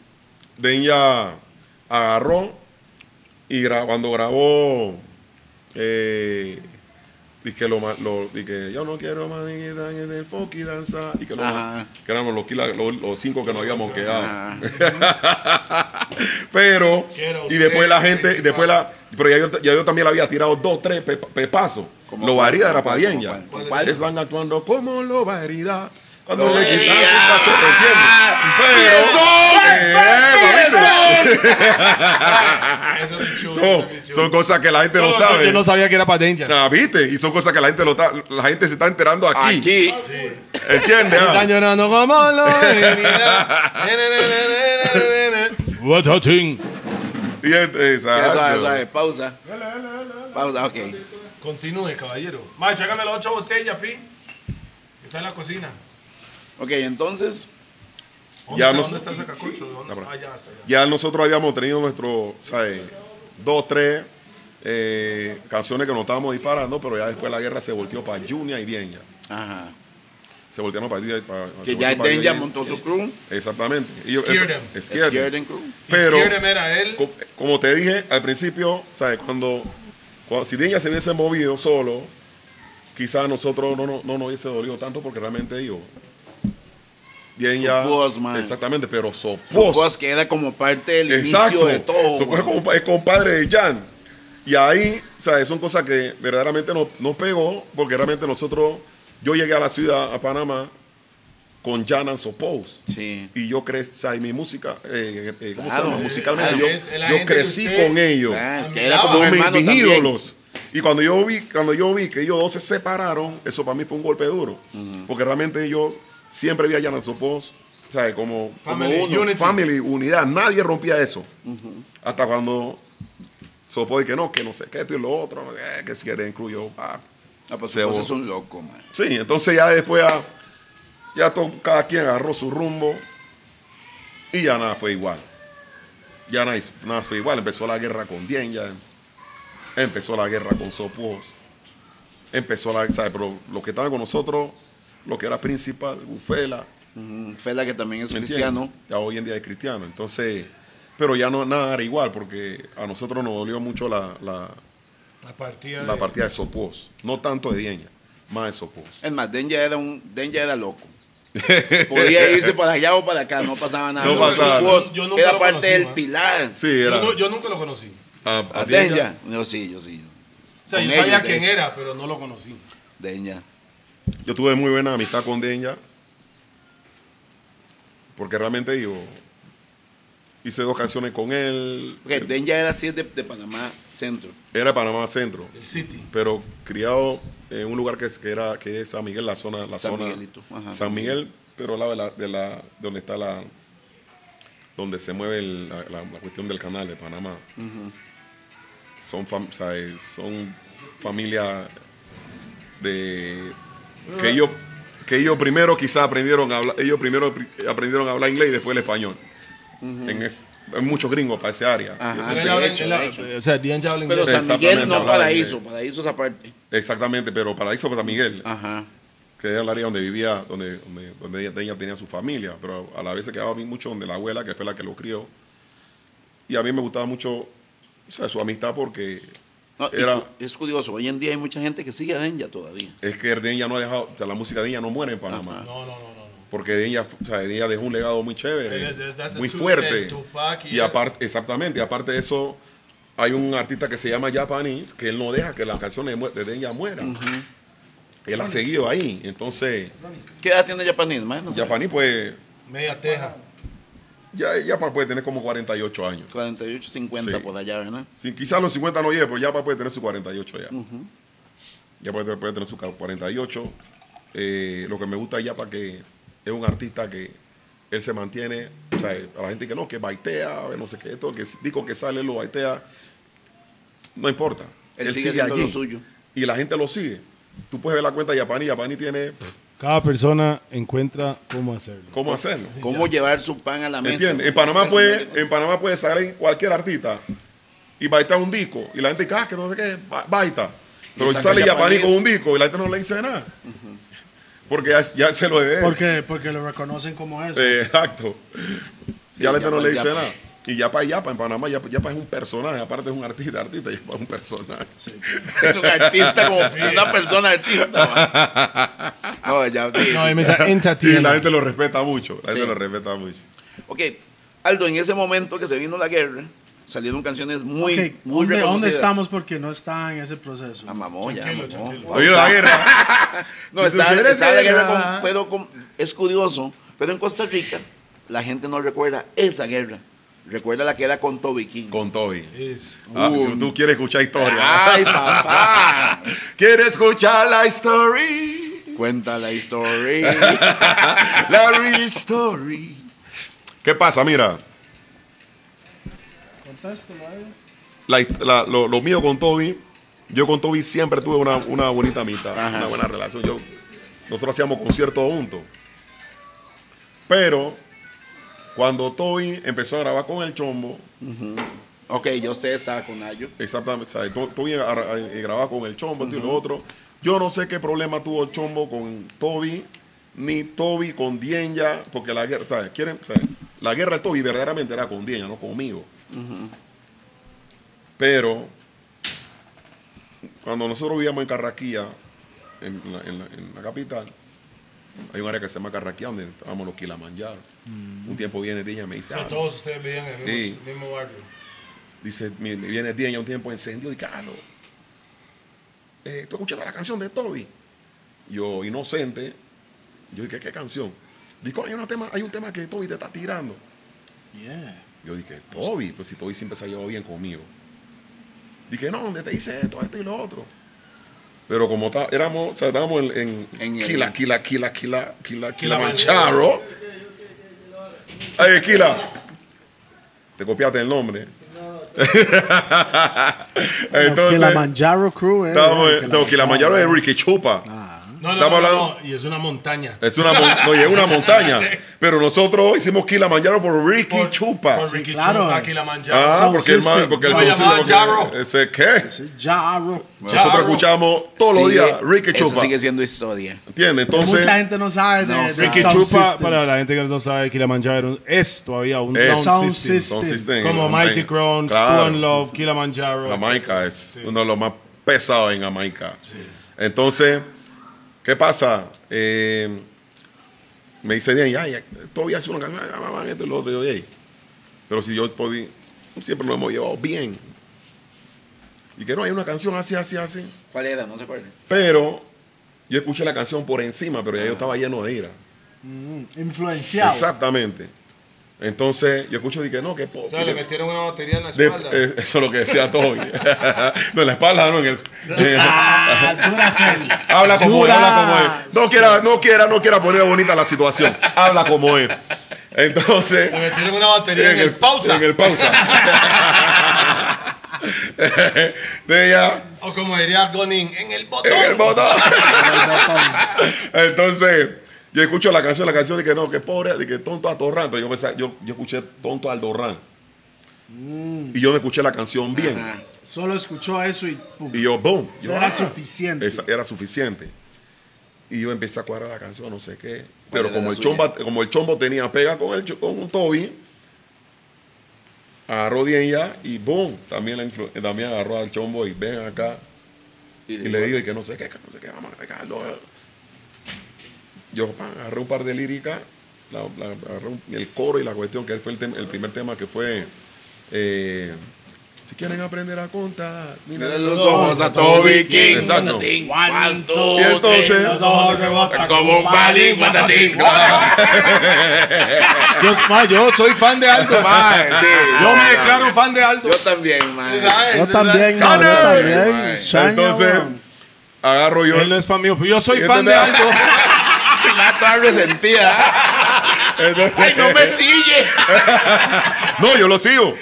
[SPEAKER 13] Denya agarró y gra- cuando grabó eh, y que lo, ma- lo y que yo no quiero más ni que dan- de funky danza y que, lo,
[SPEAKER 5] Ajá.
[SPEAKER 13] que éramos los, quila- los- los cinco que nos habíamos quedado
[SPEAKER 5] Ah,
[SPEAKER 13] pero
[SPEAKER 3] Quiero
[SPEAKER 13] y después
[SPEAKER 3] ser
[SPEAKER 13] la gente y
[SPEAKER 3] principal.
[SPEAKER 13] después la pero ya yo, ya yo también le había tirado dos tres pe- pepazos
[SPEAKER 5] ¿Cómo
[SPEAKER 13] lo
[SPEAKER 5] cuál?
[SPEAKER 13] varía de la
[SPEAKER 5] ¿Cómo
[SPEAKER 13] padienga
[SPEAKER 5] cuál? ¿Cómo cuál?
[SPEAKER 13] están actuando como lo varía cuando
[SPEAKER 5] Lo
[SPEAKER 13] le quitan
[SPEAKER 5] varía.
[SPEAKER 13] su cachete ¿entiendes? pero Eh, papito.
[SPEAKER 3] eso es
[SPEAKER 13] Ah. son,
[SPEAKER 3] chulo, eso es chulo.
[SPEAKER 13] son cosas que la gente
[SPEAKER 3] Solo
[SPEAKER 13] no
[SPEAKER 3] que
[SPEAKER 13] sabe.
[SPEAKER 3] Yo no sabía que era para Danger.
[SPEAKER 13] Ah, ¿viste? Y son cosas que la gente, lo está- la gente se está enterando aquí.
[SPEAKER 5] Ah. Aquí.
[SPEAKER 13] ¿Entiendes? ah?
[SPEAKER 3] Están llorando como lo What a thing.
[SPEAKER 13] Y es-
[SPEAKER 5] Ya suave,
[SPEAKER 13] exacto.
[SPEAKER 5] suave. Pausa. Pausa, ok.
[SPEAKER 3] Continúe, caballero. Macho, chácame las ocho botellas, pi. Está en la cocina.
[SPEAKER 5] Ok, entonces.
[SPEAKER 3] ¿Dónde
[SPEAKER 13] Ya
[SPEAKER 3] está,
[SPEAKER 13] no
[SPEAKER 3] ¿dónde
[SPEAKER 13] sé.
[SPEAKER 3] está el sacacorcho? ¿Dónde?
[SPEAKER 13] No, pero-
[SPEAKER 3] Ah, ya está, ya.
[SPEAKER 13] Ya nosotros habíamos tenido nuestro, ¿sabes? Dos, tres eh, canciones que nos estábamos disparando, pero ya después la guerra se volteó para Junior y Dienja.
[SPEAKER 5] Ajá.
[SPEAKER 13] Se voltearon para Dienja. y para- se
[SPEAKER 5] Que
[SPEAKER 13] volteó
[SPEAKER 5] ya
[SPEAKER 13] para
[SPEAKER 5] Denja
[SPEAKER 13] Dienja.
[SPEAKER 5] montó su crew.
[SPEAKER 13] Exactamente. Y yo-
[SPEAKER 3] Scared
[SPEAKER 13] eh,
[SPEAKER 3] them.
[SPEAKER 13] Scared them.
[SPEAKER 5] Scared and Crew.
[SPEAKER 13] Pero,
[SPEAKER 3] Izquierda era él.
[SPEAKER 13] co- como te dije al principio, ¿sabes? Cuando, cuando- si Dina se hubiese movido solo, quizás nosotros no, no, no nos hubiese dolido tanto porque realmente digo. Dina.
[SPEAKER 5] Sopuos, man.
[SPEAKER 13] Exactamente, pero
[SPEAKER 5] Su
[SPEAKER 13] sopos.
[SPEAKER 5] voz que era Pues como parte del
[SPEAKER 13] Exacto.
[SPEAKER 5] inicio de todo.
[SPEAKER 13] Sopuos es
[SPEAKER 5] mano.
[SPEAKER 13] compa- es compadre de Jan. Y ahí, ¿sabes? Son cosas que verdaderamente nos, nos pegó porque realmente nosotros. Yo llegué a la ciudad, a Panamá, con Jan and Sopos.
[SPEAKER 5] Sí.
[SPEAKER 13] Y yo crecí, o sea, y mi música, eh, eh, ¿cómo
[SPEAKER 5] Claro.
[SPEAKER 13] se llama? Musicalmente,
[SPEAKER 5] Claro.
[SPEAKER 13] yo,
[SPEAKER 3] Es la
[SPEAKER 13] yo
[SPEAKER 3] gente
[SPEAKER 13] crecí
[SPEAKER 3] que usted-
[SPEAKER 13] con ellos.
[SPEAKER 5] Ah,
[SPEAKER 3] Ah,
[SPEAKER 5] que era como
[SPEAKER 3] son
[SPEAKER 5] un
[SPEAKER 13] Son mis,
[SPEAKER 5] hermano
[SPEAKER 13] mis
[SPEAKER 5] también.
[SPEAKER 13] ídolos. Y cuando yo, vi, cuando yo vi que ellos dos se separaron, eso para mí fue un golpe duro. Porque realmente yo siempre vi a Yana Sopos, ¿sabes? Como,
[SPEAKER 3] Family,
[SPEAKER 13] como uno.
[SPEAKER 3] unity.
[SPEAKER 13] Family, unidad. Nadie rompía eso. Hasta cuando Sopos y que no, que no sé qué, esto y lo otro, eh, que si quieren incluyo. ah.
[SPEAKER 5] Ah, pues
[SPEAKER 13] Se
[SPEAKER 5] vos
[SPEAKER 13] bo-
[SPEAKER 5] es un loco, man.
[SPEAKER 13] Sí, entonces ya después ya, ya to- cada quien agarró su rumbo y ya nada fue igual. Ya nada, es- nada fue igual. Empezó la guerra con Dien, ya empezó la guerra con Sopos. Empezó la, ¿sabes? Pero los que estaban con nosotros, lo que era principal, Bufela,
[SPEAKER 5] Ujú. Fela, que también es
[SPEAKER 13] ¿me entiendes?
[SPEAKER 5] cristiano.
[SPEAKER 13] Ya hoy en día es cristiano. Entonces, pero ya no nada era igual porque a nosotros nos dolió mucho la, la,
[SPEAKER 3] La partida.
[SPEAKER 13] la
[SPEAKER 3] de-
[SPEAKER 13] partida de Sopos. No tanto de Dienja, más de Sopos.
[SPEAKER 5] Es más, Denja era, un, Denja era loco. Podía irse para allá o para acá, no pasaba nada.
[SPEAKER 13] No
[SPEAKER 5] Pero
[SPEAKER 13] pasaba
[SPEAKER 5] su
[SPEAKER 13] nada.
[SPEAKER 5] voz
[SPEAKER 3] Yo nunca
[SPEAKER 5] era
[SPEAKER 3] lo
[SPEAKER 5] parte
[SPEAKER 3] conocí,
[SPEAKER 5] del
[SPEAKER 3] man.
[SPEAKER 5] pilar.
[SPEAKER 13] Sí,
[SPEAKER 3] Yo,
[SPEAKER 13] era.
[SPEAKER 3] no- yo nunca lo conocí.
[SPEAKER 13] a- a
[SPEAKER 5] A
[SPEAKER 13] Dienja.
[SPEAKER 5] Denja. Yo sí, yo sí.
[SPEAKER 3] O sea,
[SPEAKER 5] Con
[SPEAKER 3] yo sabía
[SPEAKER 5] ellos, de-
[SPEAKER 3] quién era, pero no lo conocí.
[SPEAKER 5] Denja.
[SPEAKER 13] Yo tuve muy buena amistad con Denya. Porque realmente digo, Hice dos canciones con él.
[SPEAKER 5] Ok, Den ya era así de, de Panamá Centro.
[SPEAKER 13] Era Panamá Centro.
[SPEAKER 3] El City.
[SPEAKER 13] pero criado en un lugar que es, que era, que es San Miguel, la zona, la
[SPEAKER 5] San
[SPEAKER 13] zona
[SPEAKER 5] Miguelito, ajá.
[SPEAKER 13] San Miguel, pero al lado de la, de la- de donde está la, donde se mueve el- la, la- la cuestión del canal de Panamá. Son, fam- o sea, eh, son familia de
[SPEAKER 5] Ah.
[SPEAKER 13] que ellos, que ellos primero quizás aprendieron a hablar, ellos primero pri- aprendieron a hablar inglés y después el español. en es- hay muchos gringos para esa área.
[SPEAKER 5] Ajá.
[SPEAKER 3] Él
[SPEAKER 5] sí,
[SPEAKER 3] habla-
[SPEAKER 5] de Ah, hecho,
[SPEAKER 3] él
[SPEAKER 5] de
[SPEAKER 3] habla-
[SPEAKER 5] hecho.
[SPEAKER 3] O sea, Dian ya habla
[SPEAKER 5] Pero
[SPEAKER 3] inglés.
[SPEAKER 5] San Miguel no
[SPEAKER 13] Exactamente, hablaba
[SPEAKER 5] paraíso,
[SPEAKER 13] inglés.
[SPEAKER 5] paraíso es aparte.
[SPEAKER 13] Exactamente, pero paraíso para San Miguel.
[SPEAKER 5] Ajá.
[SPEAKER 13] que era el área donde vivía, donde, donde, donde ella, ella tenía su familia, pero a la vez se quedaba a mí mucho donde la abuela, que fue la que lo crió. Y a mí me gustaba mucho o sea, su amistad porque
[SPEAKER 5] No, y
[SPEAKER 13] Era-
[SPEAKER 5] cu- es curioso, hoy en día hay mucha gente que sigue a Denya todavía.
[SPEAKER 13] es que Erden ya no ha dejado, o sea, la música de ella no muere en Panamá.
[SPEAKER 3] No, no, no, no. no.
[SPEAKER 13] Porque de ella, o sea, de ella dejó un legado muy
[SPEAKER 3] Eh,
[SPEAKER 13] chévere,
[SPEAKER 3] that's- that's the
[SPEAKER 13] muy
[SPEAKER 3] two-
[SPEAKER 13] fuerte.
[SPEAKER 3] el Tupac y
[SPEAKER 13] Y aparte, exactamente, y aparte de eso, hay un artista que se llama Japanese que él no deja que las canciones de mu- de ella mueran. Él ha seguido ahí. Entonces,
[SPEAKER 5] ¿Qué edad tiene Japanese, man? No sé.
[SPEAKER 13] Japanese pues,
[SPEAKER 3] Media teja.
[SPEAKER 13] ya, ya puede tener como 48 años.
[SPEAKER 5] 48, 50
[SPEAKER 13] Sí.
[SPEAKER 5] por allá, ¿verdad?
[SPEAKER 13] Sí, quizás los 50 no llegue, pero ya puede tener su 48 ya. Ya puede, puede tener su 48. Eh, lo que me gusta ya para que es un artista que él se mantiene, o sea, eh, a la gente que no, que baitea, no sé qué, esto, que digo que sale, lo baitea, no importa.
[SPEAKER 5] Él sigue haciendo lo suyo.
[SPEAKER 13] Y la gente lo sigue. Tú puedes ver la cuenta de Yapani, Yapani tiene pff,
[SPEAKER 2] Cada persona encuentra cómo hacerlo.
[SPEAKER 13] cómo
[SPEAKER 5] Pues,
[SPEAKER 13] hacerlo.
[SPEAKER 5] ¿Cómo llevar su pan a la mesa?
[SPEAKER 13] ¿Entiendes? En Panamá, puede, en Panamá puede salir cualquier artista y baitar un disco. Y la gente dice, ah, que no sé qué, ba- baita. Pero
[SPEAKER 5] saca
[SPEAKER 13] sale
[SPEAKER 5] el
[SPEAKER 13] Yapaní con
[SPEAKER 5] japonés.
[SPEAKER 13] un disco y la gente no le dice nada. Porque ya, ya se lo debe.
[SPEAKER 4] Porque, porque lo reconocen como eso.
[SPEAKER 13] Eh, exacto. ya la gente no
[SPEAKER 5] Yapa,
[SPEAKER 13] le dice
[SPEAKER 5] Yapa.
[SPEAKER 13] nada. Y Yapa es Yapa en Panamá, Yapa, Yapa es un personaje, aparte es un artista, artista, Yapa es un personaje.
[SPEAKER 5] Es un artista como una persona artista. man. No, ya sí. sí,
[SPEAKER 2] No,
[SPEAKER 5] sí.
[SPEAKER 2] es
[SPEAKER 13] Y la
[SPEAKER 2] entertainment.
[SPEAKER 13] gente lo respeta mucho, la gente
[SPEAKER 5] Sí.
[SPEAKER 13] lo respeta mucho.
[SPEAKER 5] Ok, Aldo, en ese momento que se vino la guerra, salieron canciones muy,
[SPEAKER 4] Ok,
[SPEAKER 5] muy
[SPEAKER 4] ¿dónde, dónde
[SPEAKER 5] reconocidas.
[SPEAKER 4] estamos? Porque no está en ese proceso.
[SPEAKER 5] Ah, mamó, ya, mamó.
[SPEAKER 13] Ha habido la guerra.
[SPEAKER 5] No,
[SPEAKER 13] Si
[SPEAKER 5] estaba,
[SPEAKER 13] tú quieres
[SPEAKER 5] estaba la guerra
[SPEAKER 13] guerra.
[SPEAKER 5] con, pero con- es curioso, pero en Costa Rica la gente no recuerda esa guerra. Recuerda la que era con Toby King.
[SPEAKER 13] Con Toby.
[SPEAKER 3] Es.
[SPEAKER 13] Ah, si tú quieres escuchar historia.
[SPEAKER 5] Uh. ¡Ay, papá!
[SPEAKER 13] ¿Quieres escuchar la historia?
[SPEAKER 5] Cuenta la historia.
[SPEAKER 13] La real story. ¿Qué pasa? Mira,
[SPEAKER 4] Contéstalo ahí.
[SPEAKER 13] la hist- la- lo, lo mío con Toby, yo con Toby siempre tuve una, una bonita amistad, una buena relación. Yo, nosotros hacíamos conciertos juntos. Pero cuando Toby empezó a grabar con el chombo,
[SPEAKER 5] ok, yo sé esa con Ayo.
[SPEAKER 13] exactamente, o sea, To- Toby a- a- eh, grababa con el chombo, esto y lo otro. Yo no sé qué problema tuvo el chombo con Toby, ni Toby con Dienya, porque la guerra, o sea, quieren, o sea, la guerra de Toby verdaderamente era con Dienya, no conmigo. Pero cuando nosotros vivíamos en Carraquía, en la, en la- en la capital, hay un área que se llama Carraquía donde estábamos los Kilamanjaro. Un tiempo viene Dienya y me dice, "Ah,
[SPEAKER 3] Todos ustedes vivían en el mismo,
[SPEAKER 13] Sí.
[SPEAKER 3] mismo barrio.
[SPEAKER 13] Dice, mi- mi- viene Dienya un tiempo encendió y Carlos. ah, eh, ¿Tú escuchaste la canción de Toby? Yo, inocente, yo dije, ¿qué canción? Dijo, hay, una tema, hay un tema que Toby te está tirando.
[SPEAKER 4] Yeah.
[SPEAKER 13] Yo dije, Toby, pues si Toby siempre se ha llevado bien conmigo. Dije, no, donde te dice esto, esto y lo otro. Pero como ta- éramos, o sea, estábamos en, en,
[SPEAKER 5] En el-
[SPEAKER 13] Kila, Kila, Kila, Kila, Kila, Kilimanjaro. Ay, Kila. Te copiaste el nombre. Entonces,
[SPEAKER 4] la Manjaro Crew, ¿eh?
[SPEAKER 13] estábamos
[SPEAKER 4] eh,
[SPEAKER 13] en no, Kilimanjaro es Ricky Chupa.
[SPEAKER 2] Ah.
[SPEAKER 3] No, no,
[SPEAKER 13] Estamos
[SPEAKER 3] no, no,
[SPEAKER 13] hablando-
[SPEAKER 3] no, Y es una montaña.
[SPEAKER 13] Es una, mon- no, y es una montaña. Pero nosotros hicimos Kilimanjaro por Ricky
[SPEAKER 3] Por-
[SPEAKER 13] Chupa.
[SPEAKER 3] Por Ricky
[SPEAKER 4] claro.
[SPEAKER 3] Chupa, aquí la manchada.
[SPEAKER 13] Ah,
[SPEAKER 4] Sound
[SPEAKER 13] porque el man,
[SPEAKER 4] system.
[SPEAKER 13] porque el
[SPEAKER 3] Se
[SPEAKER 13] sound
[SPEAKER 3] llamaba
[SPEAKER 13] system,
[SPEAKER 3] Jarro.
[SPEAKER 13] porque- ese qué.
[SPEAKER 4] Jaro.
[SPEAKER 13] Nosotros
[SPEAKER 3] Jarro.
[SPEAKER 13] escuchamos todos los
[SPEAKER 5] Sigue-
[SPEAKER 13] días Ricky
[SPEAKER 5] eso
[SPEAKER 13] Chupa.
[SPEAKER 5] sigue siendo historia.
[SPEAKER 13] ¿Entiendes? Entonces,
[SPEAKER 4] Mucha gente no sabe de,
[SPEAKER 5] No,
[SPEAKER 4] de
[SPEAKER 5] Ricky
[SPEAKER 2] Que
[SPEAKER 4] sound
[SPEAKER 2] chupa,
[SPEAKER 4] systems.
[SPEAKER 2] para la gente que no sabe, Kilimanjaro es todavía un
[SPEAKER 13] Es-
[SPEAKER 2] sound,
[SPEAKER 4] Sound
[SPEAKER 2] system.
[SPEAKER 4] system.
[SPEAKER 13] Sound System,
[SPEAKER 2] Como
[SPEAKER 13] la
[SPEAKER 2] Mighty
[SPEAKER 13] montaña.
[SPEAKER 2] Crown,
[SPEAKER 13] Claro.
[SPEAKER 2] Stone Love, Kilimanjaro.
[SPEAKER 13] Jamaica es uno de los más pesados en Jamaica. Entonces, ¿qué pasa? Eh, me dice Dian, ya, ya, todavía hace una canción, ah, ah, ah, esto y lo otro. Yo, "Ey, pero si yo estoy, siempre nos hemos llevado bien. Y que no, hay una canción así, así, así.
[SPEAKER 5] ¿Cuál era? No se acuerda.
[SPEAKER 13] Pero yo escuché la canción por encima, pero ya yo estaba lleno de ira.
[SPEAKER 4] Influenciado.
[SPEAKER 13] Exactamente. Entonces, yo escucho y que no, que po-
[SPEAKER 3] O sea, le
[SPEAKER 13] que-
[SPEAKER 3] metieron una batería en la
[SPEAKER 13] de-
[SPEAKER 3] espalda.
[SPEAKER 13] eh, eso es lo que decía Toby. no, en la espalda, no, en el. en el-
[SPEAKER 4] Ah,
[SPEAKER 13] habla como él, habla como él. No quiera, no quiera, no quiera poner bonita la situación. Habla como él. Entonces.
[SPEAKER 3] le metieron una batería en, el pausa.
[SPEAKER 13] En el pausa. Entonces ya,
[SPEAKER 3] O como diría Gonin, en el botón.
[SPEAKER 13] en el botón. Entonces, yo escucho la canción, la canción de que no, que pobre, de que tonto atorrán. Pero yo, pensaba- yo, yo escuché tonto aldorrán.
[SPEAKER 3] Mm.
[SPEAKER 13] Y yo me escuché la canción bien.
[SPEAKER 4] Solo escuchó eso y pum.
[SPEAKER 13] Y yo, boom.
[SPEAKER 4] Eso
[SPEAKER 13] Yo,
[SPEAKER 4] era
[SPEAKER 13] ah,
[SPEAKER 4] suficiente.
[SPEAKER 13] esa- era suficiente. Y yo empecé a cuadrar la canción, no sé qué. Pero
[SPEAKER 5] era
[SPEAKER 13] como
[SPEAKER 5] la
[SPEAKER 13] el,
[SPEAKER 5] suya?
[SPEAKER 13] chomba, como el chombo tenía pega con, el, cho- con un Toby, agarró bien ya y boom, también, la influ- también agarró al chombo y ven acá.
[SPEAKER 5] Y
[SPEAKER 13] Y le digo, y que no sé qué, que no sé qué, vamos a pegarlo. Yo pan, agarré un par de líricas, la- la- agarré un- el coro y la cuestión, que fue el, tem- el primer tema que fue. eh, si quieren aprender a contar,
[SPEAKER 5] Mira
[SPEAKER 13] miren
[SPEAKER 5] los ojos a Toby King.
[SPEAKER 13] Exacto.
[SPEAKER 5] Ting, one, two,
[SPEAKER 13] Y entonces,
[SPEAKER 4] Los ojos rebotan
[SPEAKER 5] Como un balín, patatín.
[SPEAKER 2] Yo, ma, yo soy fan de Aldo.
[SPEAKER 5] Mae, sí.
[SPEAKER 2] Yo me declaro fan de Aldo.
[SPEAKER 5] Yo también, man.
[SPEAKER 4] Yo también, no, yo también. Shania,
[SPEAKER 13] entonces
[SPEAKER 4] weón.
[SPEAKER 13] agarro yo.
[SPEAKER 2] Él no es fan mío, pero yo soy
[SPEAKER 13] Yo
[SPEAKER 2] fan de
[SPEAKER 13] también.
[SPEAKER 2] Aldo.
[SPEAKER 5] La Ah, toda resentida.
[SPEAKER 13] entonces-
[SPEAKER 5] Ay, no me sigue.
[SPEAKER 13] No, yo lo sigo.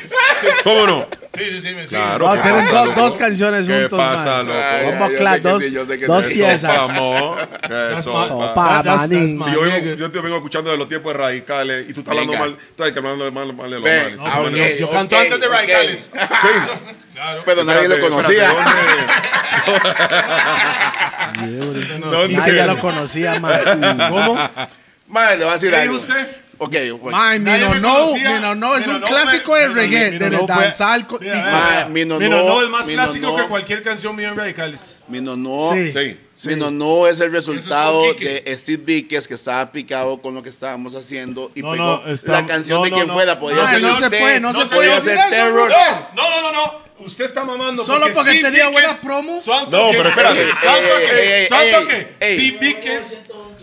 [SPEAKER 13] ¿Cómo no?
[SPEAKER 3] Sí, sí, sí, me sigue.
[SPEAKER 13] Claro.
[SPEAKER 4] No,
[SPEAKER 13] ¿qué
[SPEAKER 4] tienen
[SPEAKER 13] pasa,
[SPEAKER 4] dos-
[SPEAKER 13] loco?
[SPEAKER 4] dos canciones juntos,
[SPEAKER 13] ¿Qué pasa,
[SPEAKER 4] man?
[SPEAKER 13] loco?
[SPEAKER 5] Ay,
[SPEAKER 4] Vamos
[SPEAKER 5] ay, yo
[SPEAKER 4] claro,
[SPEAKER 5] sé que
[SPEAKER 4] dos-
[SPEAKER 5] sí, yo sé que
[SPEAKER 4] dos
[SPEAKER 5] sí.
[SPEAKER 13] Eso,
[SPEAKER 4] piezas.
[SPEAKER 13] pamo, eso,
[SPEAKER 2] my-
[SPEAKER 13] pa-
[SPEAKER 4] Sopa,
[SPEAKER 2] That's- that's
[SPEAKER 4] manín.
[SPEAKER 2] my-
[SPEAKER 13] Si yo, vengo,
[SPEAKER 2] Nigga.
[SPEAKER 13] yo te vengo escuchando de los tiempos radicales y tú estás hablando
[SPEAKER 5] Venga.
[SPEAKER 13] mal, tú estás hablando de mal, mal de los
[SPEAKER 5] Ven,
[SPEAKER 13] males.
[SPEAKER 5] ah,
[SPEAKER 13] Sí,
[SPEAKER 5] ok,
[SPEAKER 3] Yo canto
[SPEAKER 5] ok,
[SPEAKER 3] antes de
[SPEAKER 5] ok.
[SPEAKER 3] Radicales.
[SPEAKER 13] Sí,
[SPEAKER 3] Claro.
[SPEAKER 5] Pero nadie
[SPEAKER 13] Espérate,
[SPEAKER 5] lo conocía.
[SPEAKER 13] espérate, ¿Dónde?
[SPEAKER 4] Ay, ya lo
[SPEAKER 13] ¿Dónde?
[SPEAKER 4] conocía, man.
[SPEAKER 2] ¿Cómo?
[SPEAKER 5] Madre, le voy a decir
[SPEAKER 3] ¿Qué dijo
[SPEAKER 5] algo.
[SPEAKER 3] usted?
[SPEAKER 5] Ok, bueno.
[SPEAKER 4] Ay, mi
[SPEAKER 3] Nadie
[SPEAKER 4] no,
[SPEAKER 3] me
[SPEAKER 4] no,
[SPEAKER 3] conocía.
[SPEAKER 4] mi no, no, es
[SPEAKER 3] Mi no,
[SPEAKER 4] un
[SPEAKER 3] no
[SPEAKER 4] clásico
[SPEAKER 3] fue-
[SPEAKER 4] de
[SPEAKER 3] mi no, mi
[SPEAKER 4] reggae,
[SPEAKER 3] no,
[SPEAKER 4] de
[SPEAKER 3] no fue-
[SPEAKER 4] danzar con-
[SPEAKER 3] Mira,
[SPEAKER 2] eh.
[SPEAKER 4] tipo-
[SPEAKER 5] Mae, mi
[SPEAKER 3] No,
[SPEAKER 5] no,
[SPEAKER 3] no, no, es más
[SPEAKER 5] mi
[SPEAKER 3] clásico
[SPEAKER 5] no,
[SPEAKER 3] que cualquier canción mío en Radicales.
[SPEAKER 5] Mi no, no.
[SPEAKER 4] Sí.
[SPEAKER 13] Sí.
[SPEAKER 5] Mi no, no es el resultado
[SPEAKER 3] Eso es con Quique.
[SPEAKER 5] de Steve Víquez que estaba picado con lo que estábamos haciendo y
[SPEAKER 2] No,
[SPEAKER 5] pegó
[SPEAKER 2] no, está-
[SPEAKER 5] la canción
[SPEAKER 2] no,
[SPEAKER 5] de
[SPEAKER 2] no,
[SPEAKER 5] quien
[SPEAKER 2] no.
[SPEAKER 5] fuera. Podía
[SPEAKER 4] Mae,
[SPEAKER 5] ser
[SPEAKER 4] no se
[SPEAKER 5] usted,
[SPEAKER 4] puede, no se
[SPEAKER 3] puede
[SPEAKER 5] podía
[SPEAKER 4] decir
[SPEAKER 5] ser
[SPEAKER 4] eso,
[SPEAKER 5] Terror.
[SPEAKER 4] Rudolph.
[SPEAKER 3] No, no, no, no. Usted está mamando.
[SPEAKER 4] Solo porque
[SPEAKER 3] Steve
[SPEAKER 4] tenía buena
[SPEAKER 3] Vickers-
[SPEAKER 4] promo.
[SPEAKER 3] Santo
[SPEAKER 13] No,
[SPEAKER 3] que-
[SPEAKER 13] pero espérate.
[SPEAKER 3] Santo
[SPEAKER 5] Ey,
[SPEAKER 3] que-
[SPEAKER 5] ey, ey,
[SPEAKER 3] santo
[SPEAKER 5] ey,
[SPEAKER 3] que
[SPEAKER 5] ey.
[SPEAKER 3] Steve Vickers-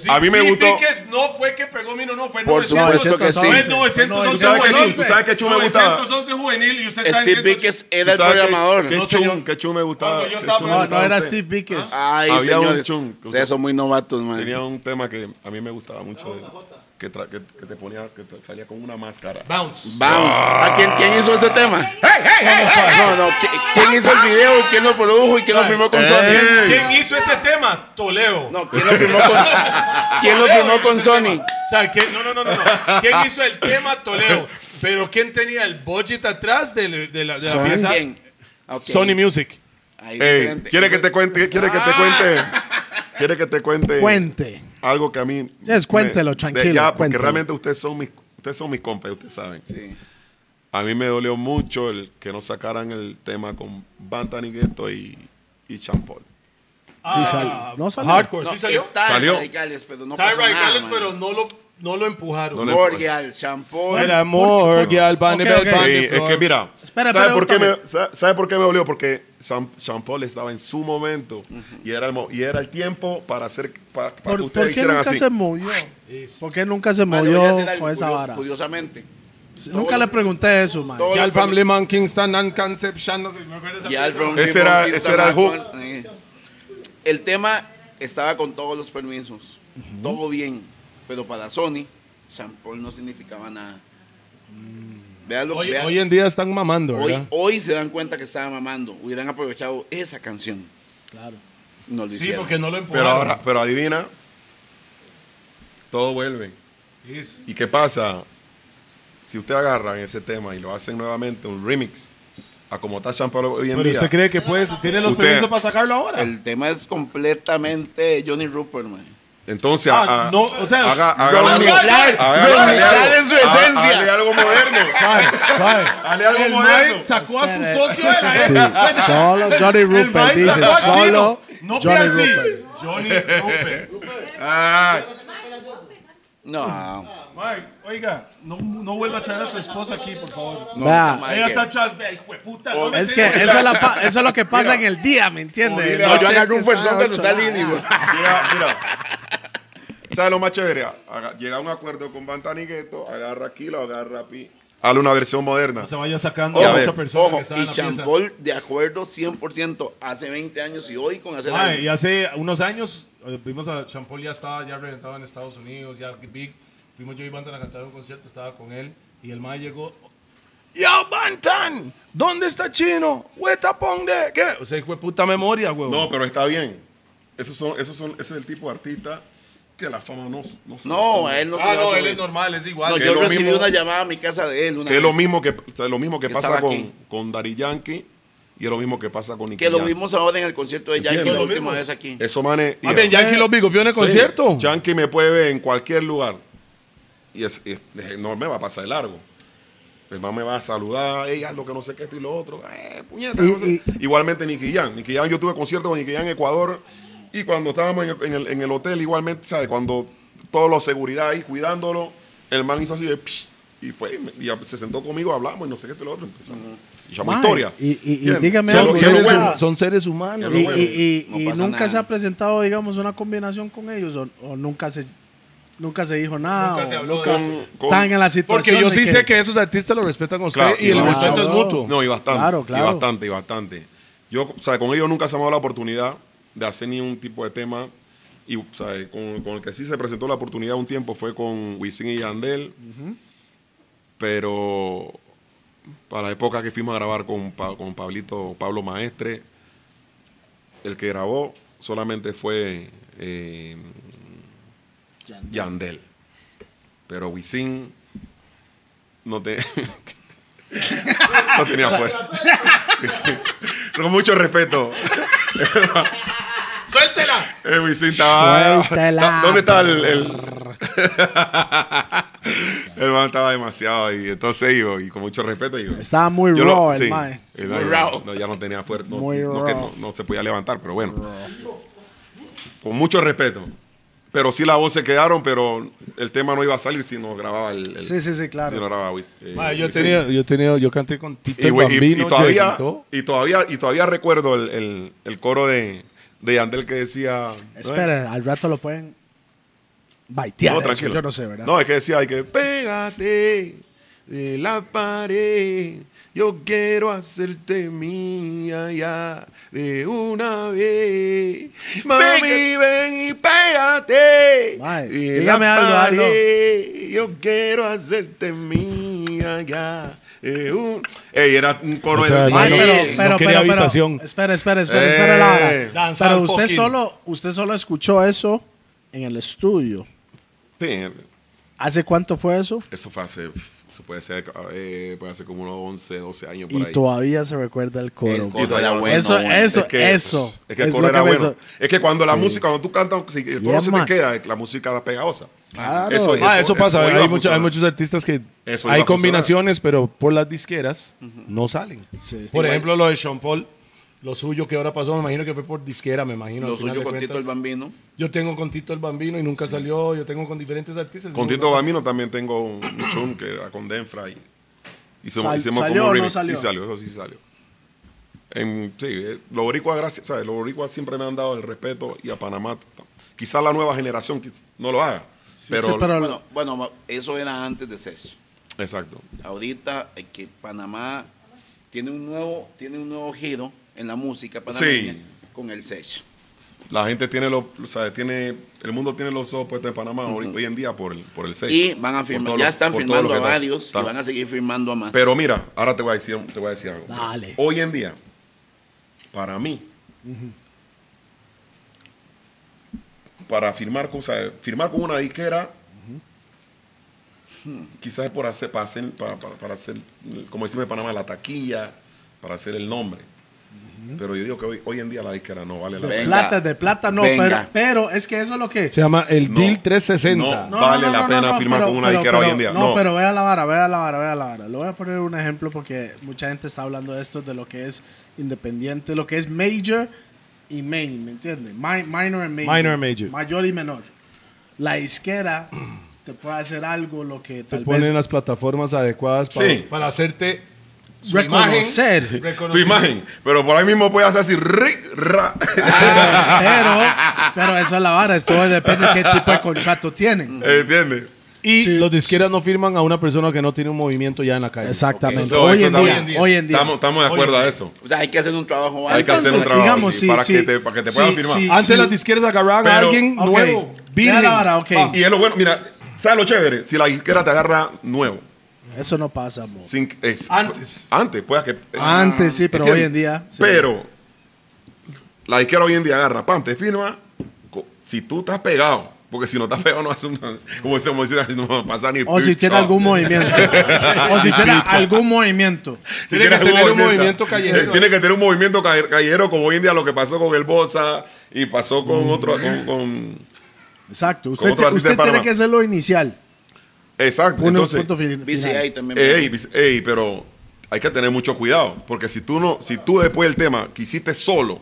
[SPEAKER 13] A mí me
[SPEAKER 3] Steve
[SPEAKER 13] gustó-
[SPEAKER 3] Vickers no fue que pegó mi no, no, fue
[SPEAKER 5] Por
[SPEAKER 3] 900,
[SPEAKER 5] supuesto que sí.
[SPEAKER 3] fue
[SPEAKER 5] ¿Tú
[SPEAKER 3] 911
[SPEAKER 13] ¿Tú sabes que
[SPEAKER 3] juvenil.
[SPEAKER 13] Chu- tú sabes que Chu me gustaba?
[SPEAKER 3] 911 juvenil y usted está
[SPEAKER 5] Steve
[SPEAKER 3] diciendo-
[SPEAKER 5] Víquez era
[SPEAKER 13] ¿Sabes
[SPEAKER 5] el
[SPEAKER 13] qué-
[SPEAKER 5] programador.
[SPEAKER 13] qué
[SPEAKER 3] No,
[SPEAKER 13] chun-
[SPEAKER 3] señor.
[SPEAKER 13] qué chun me gustaba?
[SPEAKER 3] Cuando yo
[SPEAKER 13] ¿Qué
[SPEAKER 3] estaba-
[SPEAKER 13] chun me
[SPEAKER 4] No, no
[SPEAKER 13] gustaba
[SPEAKER 4] era
[SPEAKER 13] usted?
[SPEAKER 4] Steve Vickers.
[SPEAKER 5] Ay,
[SPEAKER 13] Había un
[SPEAKER 5] señores.
[SPEAKER 13] chun-
[SPEAKER 5] Ustedes son muy novatos, man.
[SPEAKER 13] Tenía un tema que a mí me gustaba mucho, de- que, tra- que, que te ponía, que te salía con una máscara.
[SPEAKER 3] Bounce.
[SPEAKER 5] Vamos.
[SPEAKER 3] Ah.
[SPEAKER 5] ¿A quién, quién hizo ese tema? No, no. ¿qui- ¿Quién hizo el video y quién lo produjo y quién lo firmó
[SPEAKER 3] Eh.
[SPEAKER 5] con Sony?
[SPEAKER 3] ¿Quién hizo ese tema? Toleo.
[SPEAKER 5] No, ¿quién lo firmó con, ¿quién lo firmó con Sony?
[SPEAKER 3] O sea, ¿quién- no, no, no, no, no. ¿Quién hizo el tema Toleo? Pero ¿quién tenía el budget atrás del- de la, de la pieza?
[SPEAKER 5] ¿Quién? Ok.
[SPEAKER 3] Sony Music.
[SPEAKER 5] Ahí,
[SPEAKER 13] Ey,
[SPEAKER 5] diferente.
[SPEAKER 13] ¿Quiere que te cuente? ¿Quiere
[SPEAKER 5] Ah.
[SPEAKER 13] que te cuente? ¿Quiere que te cuente?
[SPEAKER 4] Cuente.
[SPEAKER 13] Algo que a mí.
[SPEAKER 4] Yes, cuéntelo,
[SPEAKER 13] de-
[SPEAKER 4] tranquilo,
[SPEAKER 13] ya, porque
[SPEAKER 4] cuéntelo.
[SPEAKER 13] realmente ustedes son mis, ustedes son mis compas, ustedes saben.
[SPEAKER 5] Sí.
[SPEAKER 13] A mí me dolió mucho el que no sacaran el tema con Bantani Ghetto y, y Champol.
[SPEAKER 3] Ah,
[SPEAKER 4] Sí, salió. No salió.
[SPEAKER 2] Ah, Hardcore,
[SPEAKER 5] No,
[SPEAKER 2] sí salió.
[SPEAKER 5] Está en
[SPEAKER 13] Salió.
[SPEAKER 5] radicales, pero no
[SPEAKER 3] Sabe
[SPEAKER 5] pasó
[SPEAKER 3] radicales,
[SPEAKER 5] nada,
[SPEAKER 3] pero
[SPEAKER 5] man.
[SPEAKER 3] no lo, no lo empujaron.
[SPEAKER 13] No le-
[SPEAKER 5] Borgial, champú.
[SPEAKER 2] El amor, que al van de
[SPEAKER 4] Ok,
[SPEAKER 2] Bel-
[SPEAKER 4] ok.
[SPEAKER 2] van
[SPEAKER 13] Sí,
[SPEAKER 2] de
[SPEAKER 13] es
[SPEAKER 2] Flor.
[SPEAKER 13] que mira,
[SPEAKER 4] Espera,
[SPEAKER 13] ¿sabe,
[SPEAKER 4] espera,
[SPEAKER 13] por qué
[SPEAKER 4] espérame.
[SPEAKER 13] me, sa- ¿sabe por qué me dolió? Porque Sam- Champol estaba en su momento y, era el, mo- y era el tiempo para hacer para, para que
[SPEAKER 4] ¿Por,
[SPEAKER 13] ustedes
[SPEAKER 4] por qué
[SPEAKER 13] hicieran
[SPEAKER 4] nunca
[SPEAKER 13] así.
[SPEAKER 4] se movió? ¿Por qué nunca se
[SPEAKER 5] Vale, voy
[SPEAKER 4] movió
[SPEAKER 5] a hacer algo
[SPEAKER 4] con esa
[SPEAKER 5] curioso-
[SPEAKER 4] vara?
[SPEAKER 5] Curiosamente.
[SPEAKER 4] Nunca le pregunté eso, man.
[SPEAKER 5] Todo
[SPEAKER 2] Que al
[SPEAKER 5] lo-
[SPEAKER 2] Family Man Kingston and Conception, no sé, me acuerdo esa
[SPEAKER 5] Y al
[SPEAKER 2] pieza.
[SPEAKER 5] From
[SPEAKER 13] Ese
[SPEAKER 5] From
[SPEAKER 13] era-
[SPEAKER 5] Kids
[SPEAKER 13] ese era el
[SPEAKER 5] Tabaco.
[SPEAKER 13] hook.
[SPEAKER 5] Eh. El tema estaba con todos los permisos. Todo bien. Pero para Sony, San Paul no significaba nada.
[SPEAKER 13] Mm.
[SPEAKER 5] Veanlo,
[SPEAKER 2] Hoy,
[SPEAKER 5] vea-
[SPEAKER 2] hoy en día están mamando,
[SPEAKER 5] hoy,
[SPEAKER 2] ¿verdad?
[SPEAKER 5] hoy se dan cuenta que estaba mamando. Hubieran aprovechado esa canción. Claro. No lo
[SPEAKER 3] Sí,
[SPEAKER 5] hicieron.
[SPEAKER 3] porque no lo empujaron.
[SPEAKER 13] Pero ahora, pero adivina, todo vuelve.
[SPEAKER 3] Yes.
[SPEAKER 13] ¿Y qué pasa? Si usted agarran ese tema y lo hacen nuevamente un remix, a como está Champol hoy en
[SPEAKER 2] Pero
[SPEAKER 13] día.
[SPEAKER 2] usted cree que puede, tiene los
[SPEAKER 13] Usted-
[SPEAKER 2] permisos para sacarlo ahora.
[SPEAKER 5] El tema es completamente Johnny Rupert, man.
[SPEAKER 13] Entonces,
[SPEAKER 2] Ah,
[SPEAKER 13] a-
[SPEAKER 2] no, o sea,
[SPEAKER 13] haga, haga
[SPEAKER 5] Ronnie
[SPEAKER 13] algo-
[SPEAKER 5] Clark,
[SPEAKER 13] haga- haga
[SPEAKER 5] Ronnie Clark
[SPEAKER 13] algo-
[SPEAKER 5] en su
[SPEAKER 13] ha-
[SPEAKER 5] esencia.
[SPEAKER 13] haga algo moderno.
[SPEAKER 2] suave, suave.
[SPEAKER 13] Hale algo
[SPEAKER 2] el
[SPEAKER 13] moderno.
[SPEAKER 2] Mike sacó a su socio de la
[SPEAKER 4] Sí,
[SPEAKER 2] época.
[SPEAKER 4] solo Johnny
[SPEAKER 2] El
[SPEAKER 4] Rupert,
[SPEAKER 2] Mike
[SPEAKER 4] dice,
[SPEAKER 2] sacó a Chino.
[SPEAKER 4] solo
[SPEAKER 2] No
[SPEAKER 4] Johnny
[SPEAKER 2] Johnny
[SPEAKER 4] Rupert.
[SPEAKER 2] Johnny Rupert.
[SPEAKER 13] Ah,
[SPEAKER 5] No.
[SPEAKER 2] Mike, oiga, no, no vuelva a traer a su esposa aquí, por favor.
[SPEAKER 4] Vea,
[SPEAKER 5] Mike,
[SPEAKER 2] Ella
[SPEAKER 5] eh.
[SPEAKER 2] está atrás, ve, hijo de puta, no me
[SPEAKER 4] es que
[SPEAKER 2] tiene-
[SPEAKER 4] eso es, la pa- eso es lo que pasa en el día, ¿me entiendes?
[SPEAKER 5] No, yo
[SPEAKER 4] Noches
[SPEAKER 5] agarré
[SPEAKER 4] que Ah.
[SPEAKER 5] un fuerzón
[SPEAKER 4] están
[SPEAKER 5] cuando
[SPEAKER 4] ocho,
[SPEAKER 5] salí y
[SPEAKER 4] nada.
[SPEAKER 5] digo,
[SPEAKER 13] mira, mira. ¿Sabes lo más chévere? Haga- Llega a un acuerdo con Bantanigueto, agarra aquí, lo agarra Pi. Hazle una versión moderna.
[SPEAKER 2] Se vaya sacando
[SPEAKER 13] Y
[SPEAKER 5] Ojo,
[SPEAKER 13] a
[SPEAKER 2] a
[SPEAKER 13] ver,
[SPEAKER 2] otra persona
[SPEAKER 5] ojo,
[SPEAKER 2] que estaba en
[SPEAKER 5] y
[SPEAKER 2] la pieza.
[SPEAKER 5] Champol de acuerdo 100% hace 20 años y hoy con hacer
[SPEAKER 2] Mae,
[SPEAKER 5] algo.
[SPEAKER 2] y hace unos años eh, vimos a Champol ya estaba ya reventado en Estados Unidos, ya Big. Fuimos yo y Bantan a cantar un concierto, estaba con él y el mae llegó.
[SPEAKER 3] ¡Ya, Bantan! ¿Dónde está Chino? ¿Hueta ponde? ¿Qué?
[SPEAKER 2] O sea, fue puta memoria, huevo.
[SPEAKER 13] No, pero está bien. Esos son, esos son, ese es el tipo de artista que la fama no, no se
[SPEAKER 5] No,
[SPEAKER 13] la
[SPEAKER 5] a
[SPEAKER 13] sube.
[SPEAKER 5] él no se
[SPEAKER 2] ah,
[SPEAKER 5] le va a
[SPEAKER 2] no,
[SPEAKER 5] subir.
[SPEAKER 2] él es normal, es igual.
[SPEAKER 5] No,
[SPEAKER 13] que
[SPEAKER 5] yo
[SPEAKER 13] es lo
[SPEAKER 5] recibí
[SPEAKER 13] mismo-
[SPEAKER 5] una llamada a mi casa de él. Una
[SPEAKER 13] Que es lo
[SPEAKER 5] vez.
[SPEAKER 13] mismo que, o sea, lo mismo que
[SPEAKER 5] Que
[SPEAKER 13] pasa
[SPEAKER 5] estaba
[SPEAKER 13] con,
[SPEAKER 5] aquí.
[SPEAKER 13] con Daddy Yankee y es lo mismo que pasa con Nicky
[SPEAKER 5] Que lo
[SPEAKER 13] Jam.
[SPEAKER 5] vimos ahora en el concierto de Yankee
[SPEAKER 13] Entiendo.
[SPEAKER 5] la última vez aquí.
[SPEAKER 13] Eso, manes. y
[SPEAKER 2] Ah, bien,
[SPEAKER 13] eso.
[SPEAKER 2] Yankee los Big, vio en el concierto.
[SPEAKER 13] Yankee me puede ver en cualquier lugar. Y es, es- es- no me va a pasar de largo. El man me va a saludar, ella lo que no sé qué, esto y lo otro. Eh, puñeta,
[SPEAKER 4] Y-
[SPEAKER 13] no sé.
[SPEAKER 4] y-
[SPEAKER 13] Igualmente Nicky Jam. Nicky Jam, yo tuve concierto con Nicky Jam en Ecuador. Y cuando estábamos en el, en el- en el hotel, igualmente, ¿sabes? Cuando todos los seguridad ahí cuidándolo, el man hizo así de... "Psh", y fue, y me- y a- se sentó conmigo, hablamos y no sé qué, esto y lo otro. Empezamos. Y llamó
[SPEAKER 4] Mae,
[SPEAKER 13] historia.
[SPEAKER 4] y- y- y
[SPEAKER 13] ¿Entiendes?
[SPEAKER 4] dígame
[SPEAKER 13] Se lo-
[SPEAKER 4] algo,
[SPEAKER 13] se lo
[SPEAKER 4] ¿ustedes
[SPEAKER 13] huevo.
[SPEAKER 4] son-
[SPEAKER 2] seres humanos.
[SPEAKER 13] Pero
[SPEAKER 4] Y,
[SPEAKER 13] bueno,
[SPEAKER 4] y- y-
[SPEAKER 5] no
[SPEAKER 4] y
[SPEAKER 5] pasa
[SPEAKER 4] nunca
[SPEAKER 5] nada.
[SPEAKER 4] se ha presentado, digamos, una combinación con ellos o, o nunca se nunca se dijo nada.
[SPEAKER 2] Nunca
[SPEAKER 4] o
[SPEAKER 2] se habló
[SPEAKER 4] nunca
[SPEAKER 2] de
[SPEAKER 4] se-
[SPEAKER 13] eso.
[SPEAKER 4] Están en la situación.
[SPEAKER 2] Porque yo
[SPEAKER 4] de
[SPEAKER 2] sí sé que esos artistas lo respetan a usted
[SPEAKER 13] Claro,
[SPEAKER 2] y el
[SPEAKER 13] y
[SPEAKER 4] lo
[SPEAKER 2] respeto es
[SPEAKER 4] respetan.
[SPEAKER 2] mutuo.
[SPEAKER 13] No, y bastante.
[SPEAKER 4] Claro, claro.
[SPEAKER 13] Y bastante, y bastante. Yo, o sea, con ellos nunca se me ha dado la oportunidad de hacer ni un tipo de tema. Y, o sea, con, con el que sí se presentó la oportunidad un tiempo fue con Wisin y Yandel. Pero para la época que fuimos a grabar con, Pa- con Pablito, Pablo Maestre, el que grabó solamente fue eh, Yandel. Pero Wisin no, te, no tenía fuerza. Wisin, Con mucho respeto.
[SPEAKER 3] ¡Suéltela!
[SPEAKER 13] eh, Wisin estaba.
[SPEAKER 4] Suéltela.
[SPEAKER 13] ¿Dónde está el.? el el man estaba demasiado y entonces yo, y con mucho respeto digo.
[SPEAKER 4] Estaba muy
[SPEAKER 13] yo
[SPEAKER 4] raw el mae.
[SPEAKER 13] el
[SPEAKER 5] Muy
[SPEAKER 13] man
[SPEAKER 5] raw.
[SPEAKER 13] no, ya no tenía fuerza, no,
[SPEAKER 4] Muy
[SPEAKER 13] no que
[SPEAKER 4] raw.
[SPEAKER 13] no- no se podía levantar, pero bueno. Con mucho respeto. Pero sí las voz se quedaron, pero el tema no iba a salir si no grababa el. el-
[SPEAKER 4] Sí, sí, sí, claro.
[SPEAKER 13] si no grababa Wiz- eh,
[SPEAKER 2] Ma, yo,
[SPEAKER 13] Wisin.
[SPEAKER 2] tenía, yo, tenía, yo canté con Tito
[SPEAKER 13] Y,
[SPEAKER 2] el
[SPEAKER 13] güey, y- y
[SPEAKER 2] Bambino,
[SPEAKER 13] todavía,
[SPEAKER 2] Jacinto.
[SPEAKER 13] y, todavía, y todavía recuerdo el, el- el coro de, de Yandel que decía. ¿no es?
[SPEAKER 4] Espera, al rato lo pueden baitear.
[SPEAKER 13] No,
[SPEAKER 4] eso
[SPEAKER 13] tranquilo.
[SPEAKER 4] Yo no sé, ¿verdad?
[SPEAKER 13] No, es que decía, hay que pégate de la pared. Yo quiero hacerte mía ya de una vez. Mami, ven y pégate.
[SPEAKER 4] Mae,
[SPEAKER 13] de
[SPEAKER 4] dígame
[SPEAKER 13] la
[SPEAKER 4] algo, algo.
[SPEAKER 13] pared. Yo quiero hacerte mía ya de un... Ey, era un coro
[SPEAKER 2] O sea,
[SPEAKER 13] de...
[SPEAKER 2] no,
[SPEAKER 4] Mae,
[SPEAKER 5] no,
[SPEAKER 4] pero,
[SPEAKER 5] no
[SPEAKER 4] pero,
[SPEAKER 2] quería
[SPEAKER 4] pero, pero,
[SPEAKER 2] habitación.
[SPEAKER 4] espera, espera, espera, espera la hora.
[SPEAKER 13] Eh.
[SPEAKER 2] Danzar
[SPEAKER 4] Pero usted
[SPEAKER 2] fucking.
[SPEAKER 4] solo, usted solo escuchó eso en el estudio.
[SPEAKER 13] Sí,
[SPEAKER 4] ¿Hace cuánto fue eso?
[SPEAKER 13] Eso fue hace... Eso puede ser, eh, puede ser como unos 11, 12 años por
[SPEAKER 4] Y
[SPEAKER 13] ahí.
[SPEAKER 4] todavía se recuerda el coro.
[SPEAKER 5] El
[SPEAKER 4] güey.
[SPEAKER 5] coro era bueno.
[SPEAKER 4] eso,
[SPEAKER 5] bueno.
[SPEAKER 4] eso,
[SPEAKER 13] Es que,
[SPEAKER 4] eso.
[SPEAKER 13] Es que
[SPEAKER 4] es
[SPEAKER 13] el
[SPEAKER 4] lo
[SPEAKER 13] coro era
[SPEAKER 4] que me
[SPEAKER 13] bueno.
[SPEAKER 4] hizo-
[SPEAKER 13] Es que cuando la música, cuando tú cantas, si el coro
[SPEAKER 4] Yeah,
[SPEAKER 13] se te
[SPEAKER 4] man.
[SPEAKER 13] queda, la música da pegajosa.
[SPEAKER 4] Claro.
[SPEAKER 2] Ah, eso, pasa.
[SPEAKER 13] iba a
[SPEAKER 2] hay, mucho- hay
[SPEAKER 13] funcionar.
[SPEAKER 2] muchos artistas que
[SPEAKER 13] Eso iba
[SPEAKER 2] hay
[SPEAKER 13] a
[SPEAKER 2] combinaciones, pero por las disqueras no salen.
[SPEAKER 4] Sí.
[SPEAKER 2] Por ejemplo, lo de Sean Paul, lo suyo que ahora pasó, me imagino que fue por disquera, me imagino.
[SPEAKER 5] Lo
[SPEAKER 2] al final
[SPEAKER 5] suyo
[SPEAKER 2] de
[SPEAKER 5] con Tito
[SPEAKER 2] cuentas.
[SPEAKER 5] el Bambino.
[SPEAKER 2] Yo tengo con Tito el Bambino y nunca salió. Yo tengo con diferentes artistas. y
[SPEAKER 13] Con
[SPEAKER 2] nunca
[SPEAKER 13] Tito
[SPEAKER 2] salió.
[SPEAKER 13] Bambino también tengo un un chun que era con Denfra. Y hicimos,
[SPEAKER 4] Sal-
[SPEAKER 13] hicimos
[SPEAKER 4] ¿salió
[SPEAKER 13] como
[SPEAKER 4] o no
[SPEAKER 13] remix.
[SPEAKER 4] salió?
[SPEAKER 13] Sí salió, eso sí salió. En- sí, eh, los boricuas, gracias, ¿sabes? Los boricuas siempre me han dado el respeto y a Panamá. t- Quizás la nueva generación quiz- no lo haga. pero,
[SPEAKER 4] sí, pero-
[SPEAKER 5] Bueno, bueno, ma- eso era antes de CES.
[SPEAKER 13] Exacto.
[SPEAKER 5] Ahorita eh, que Panamá tiene un nuevo, tiene un nuevo giro en la música panameña
[SPEAKER 13] Sí.
[SPEAKER 5] con el CES.
[SPEAKER 13] La gente tiene los, o sea, tiene, el mundo tiene los ojos puestos en Panamá hoy, hoy en día por el, por el sello.
[SPEAKER 5] Y van a
[SPEAKER 13] Por
[SPEAKER 5] firmar,
[SPEAKER 13] todo
[SPEAKER 5] ya
[SPEAKER 13] lo-
[SPEAKER 5] están
[SPEAKER 13] por todo lo
[SPEAKER 5] firmando
[SPEAKER 13] que
[SPEAKER 5] a
[SPEAKER 13] está-
[SPEAKER 5] varios
[SPEAKER 13] está.
[SPEAKER 5] y van a seguir firmando a más.
[SPEAKER 13] Pero mira, ahora te voy a decir, te voy a decir algo.
[SPEAKER 4] Dale.
[SPEAKER 13] Hoy en día, para mí, para firmar con, o sea, firmar con una disquera,
[SPEAKER 4] Hmm.
[SPEAKER 13] quizás es por hacer, para hacer, para, para- para hacer, como decimos en Panamá, la taquilla, para hacer el nombre. Pero yo digo que hoy, hoy en día la disquera no vale la
[SPEAKER 4] De
[SPEAKER 5] Venga.
[SPEAKER 4] plata, de plata no,
[SPEAKER 5] Venga.
[SPEAKER 4] pero, pero es que eso es lo que.
[SPEAKER 2] Se llama El
[SPEAKER 13] No,
[SPEAKER 2] Deal 360.
[SPEAKER 13] no. Vale la pena firmar con una disquera hoy en día.
[SPEAKER 4] No,
[SPEAKER 13] No.
[SPEAKER 4] pero vea la vara, vea la vara, vea la vara. Le voy a poner un ejemplo porque mucha gente está hablando de esto, de lo que es independiente, lo que es major y main, ¿me entiendes? Mi- minor and major.
[SPEAKER 2] Minor and major.
[SPEAKER 4] Mayor y menor. La disquera te puede hacer algo lo que
[SPEAKER 2] Te
[SPEAKER 4] tal
[SPEAKER 2] ponen
[SPEAKER 4] vez...
[SPEAKER 2] las plataformas adecuadas para,
[SPEAKER 13] Sí.
[SPEAKER 2] para hacerte
[SPEAKER 3] su imagen.
[SPEAKER 2] Reconocer.
[SPEAKER 13] Tu
[SPEAKER 3] reconocer-
[SPEAKER 13] imagen. Pero por ahí mismo puedes hacer así. ri, ra.
[SPEAKER 4] Ah. Pero, pero eso es la vara. Esto depende de qué tipo de contrato tienen.
[SPEAKER 13] ¿Entiendes?
[SPEAKER 3] Y
[SPEAKER 4] Sí.
[SPEAKER 3] los de izquierda no firman a una persona que no tiene un movimiento ya en la calle.
[SPEAKER 4] Exactamente.
[SPEAKER 13] Eso-
[SPEAKER 4] hoy,
[SPEAKER 13] eso
[SPEAKER 4] en
[SPEAKER 13] también.
[SPEAKER 4] día, hoy en día.
[SPEAKER 13] Estamos, estamos de acuerdo
[SPEAKER 3] Oye,
[SPEAKER 13] a eso.
[SPEAKER 5] O sea, hay que hacer un trabajo.
[SPEAKER 13] Hay que hacer un
[SPEAKER 4] Entonces,
[SPEAKER 13] trabajo
[SPEAKER 4] digamos,
[SPEAKER 13] sí,
[SPEAKER 4] sí,
[SPEAKER 13] para,
[SPEAKER 4] sí.
[SPEAKER 13] que te, para que te puedan
[SPEAKER 4] Sí,
[SPEAKER 13] firmar.
[SPEAKER 4] sí.
[SPEAKER 3] Antes las de izquierdas agarraban a
[SPEAKER 13] Pero-
[SPEAKER 3] alguien
[SPEAKER 4] Ok.
[SPEAKER 3] nuevo.
[SPEAKER 4] Vea
[SPEAKER 3] virgen.
[SPEAKER 4] la vara, ok.
[SPEAKER 3] Pam.
[SPEAKER 13] Y es lo bueno, mira, ¿sabes lo chévere? Si la izquierda te agarra nuevo.
[SPEAKER 4] Eso no pasa, mo.
[SPEAKER 13] Sin, ex-
[SPEAKER 3] Antes.
[SPEAKER 13] Antes, pues que.
[SPEAKER 4] Antes sí, pero hoy en día. sí.
[SPEAKER 13] Pero la izquierda hoy en día agarra, pam, te firma. co- Si tú estás pegado, porque si no estás pegado, no hace una. Como decimos, no pasa ni.
[SPEAKER 4] O si
[SPEAKER 13] picha.
[SPEAKER 4] tiene algún movimiento. O si tiene algún movimiento.
[SPEAKER 13] Si
[SPEAKER 3] Tiene que
[SPEAKER 13] algún
[SPEAKER 3] tener un movimiento callejero.
[SPEAKER 13] Eh, Tiene que tener un movimiento calle- callejero, como hoy en día lo que pasó con el Bosa y pasó con
[SPEAKER 4] Mm.
[SPEAKER 13] otro. Con, con-
[SPEAKER 4] Exacto.
[SPEAKER 13] Con
[SPEAKER 4] Usted,
[SPEAKER 13] otro
[SPEAKER 4] te-
[SPEAKER 13] artista de
[SPEAKER 4] usted tiene
[SPEAKER 13] Panamá.
[SPEAKER 4] que hacer lo inicial.
[SPEAKER 13] Exacto.
[SPEAKER 4] Uno,
[SPEAKER 13] Entonces,
[SPEAKER 4] punto fin-
[SPEAKER 5] Dice
[SPEAKER 4] final.
[SPEAKER 5] ahí también.
[SPEAKER 13] Ey, bis- ey, pero hay que tener mucho cuidado, porque si tú no, si tú después del tema que hiciste solo,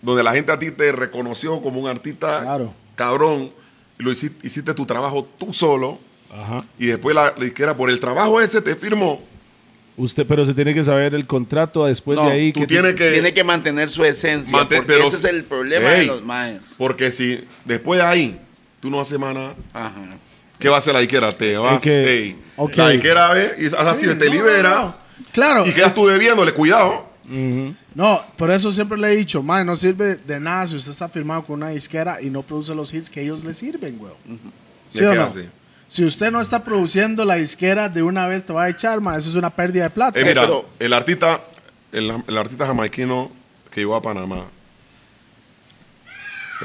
[SPEAKER 13] donde la gente a ti te reconoció como un artista
[SPEAKER 4] Claro.
[SPEAKER 13] cabrón, y lo hiciste, hiciste tu trabajo tú solo, y después la, la izquierda por el trabajo ese te firmó,
[SPEAKER 2] Usted, pero se tiene que saber el contrato después
[SPEAKER 5] No,
[SPEAKER 2] de ahí.
[SPEAKER 13] tú
[SPEAKER 2] que-
[SPEAKER 13] tienes que,
[SPEAKER 5] Tiene que mantener su esencia.
[SPEAKER 13] Mate-
[SPEAKER 5] porque
[SPEAKER 13] pero-
[SPEAKER 5] ese es el problema de
[SPEAKER 13] Ey.
[SPEAKER 5] los maes.
[SPEAKER 13] porque si después de ahí tú no haces más nada,
[SPEAKER 5] Ajá.
[SPEAKER 13] ¿qué va a hacer la izquierda? Te vas,
[SPEAKER 2] que-
[SPEAKER 13] ey.
[SPEAKER 4] Ok.
[SPEAKER 13] la izquierda ve y así
[SPEAKER 4] Sí,
[SPEAKER 13] te
[SPEAKER 4] no,
[SPEAKER 13] libera
[SPEAKER 4] no, no. Claro.
[SPEAKER 13] y quedas tú debiéndole cuidado.
[SPEAKER 4] No, por eso siempre le he dicho, man, no sirve de nada si usted está firmado con una disquera y no produce los hits que ellos le sirven, güey. ¿Sí
[SPEAKER 13] Me
[SPEAKER 4] o
[SPEAKER 13] queda
[SPEAKER 4] no?
[SPEAKER 13] así.
[SPEAKER 4] Si usted no está produciendo la disquera de una vez te va a echar, man, eso es una pérdida de plata.
[SPEAKER 13] Eh, mira,
[SPEAKER 5] pero-
[SPEAKER 13] el artista, el, el artista jamaiquino que llegó a Panamá,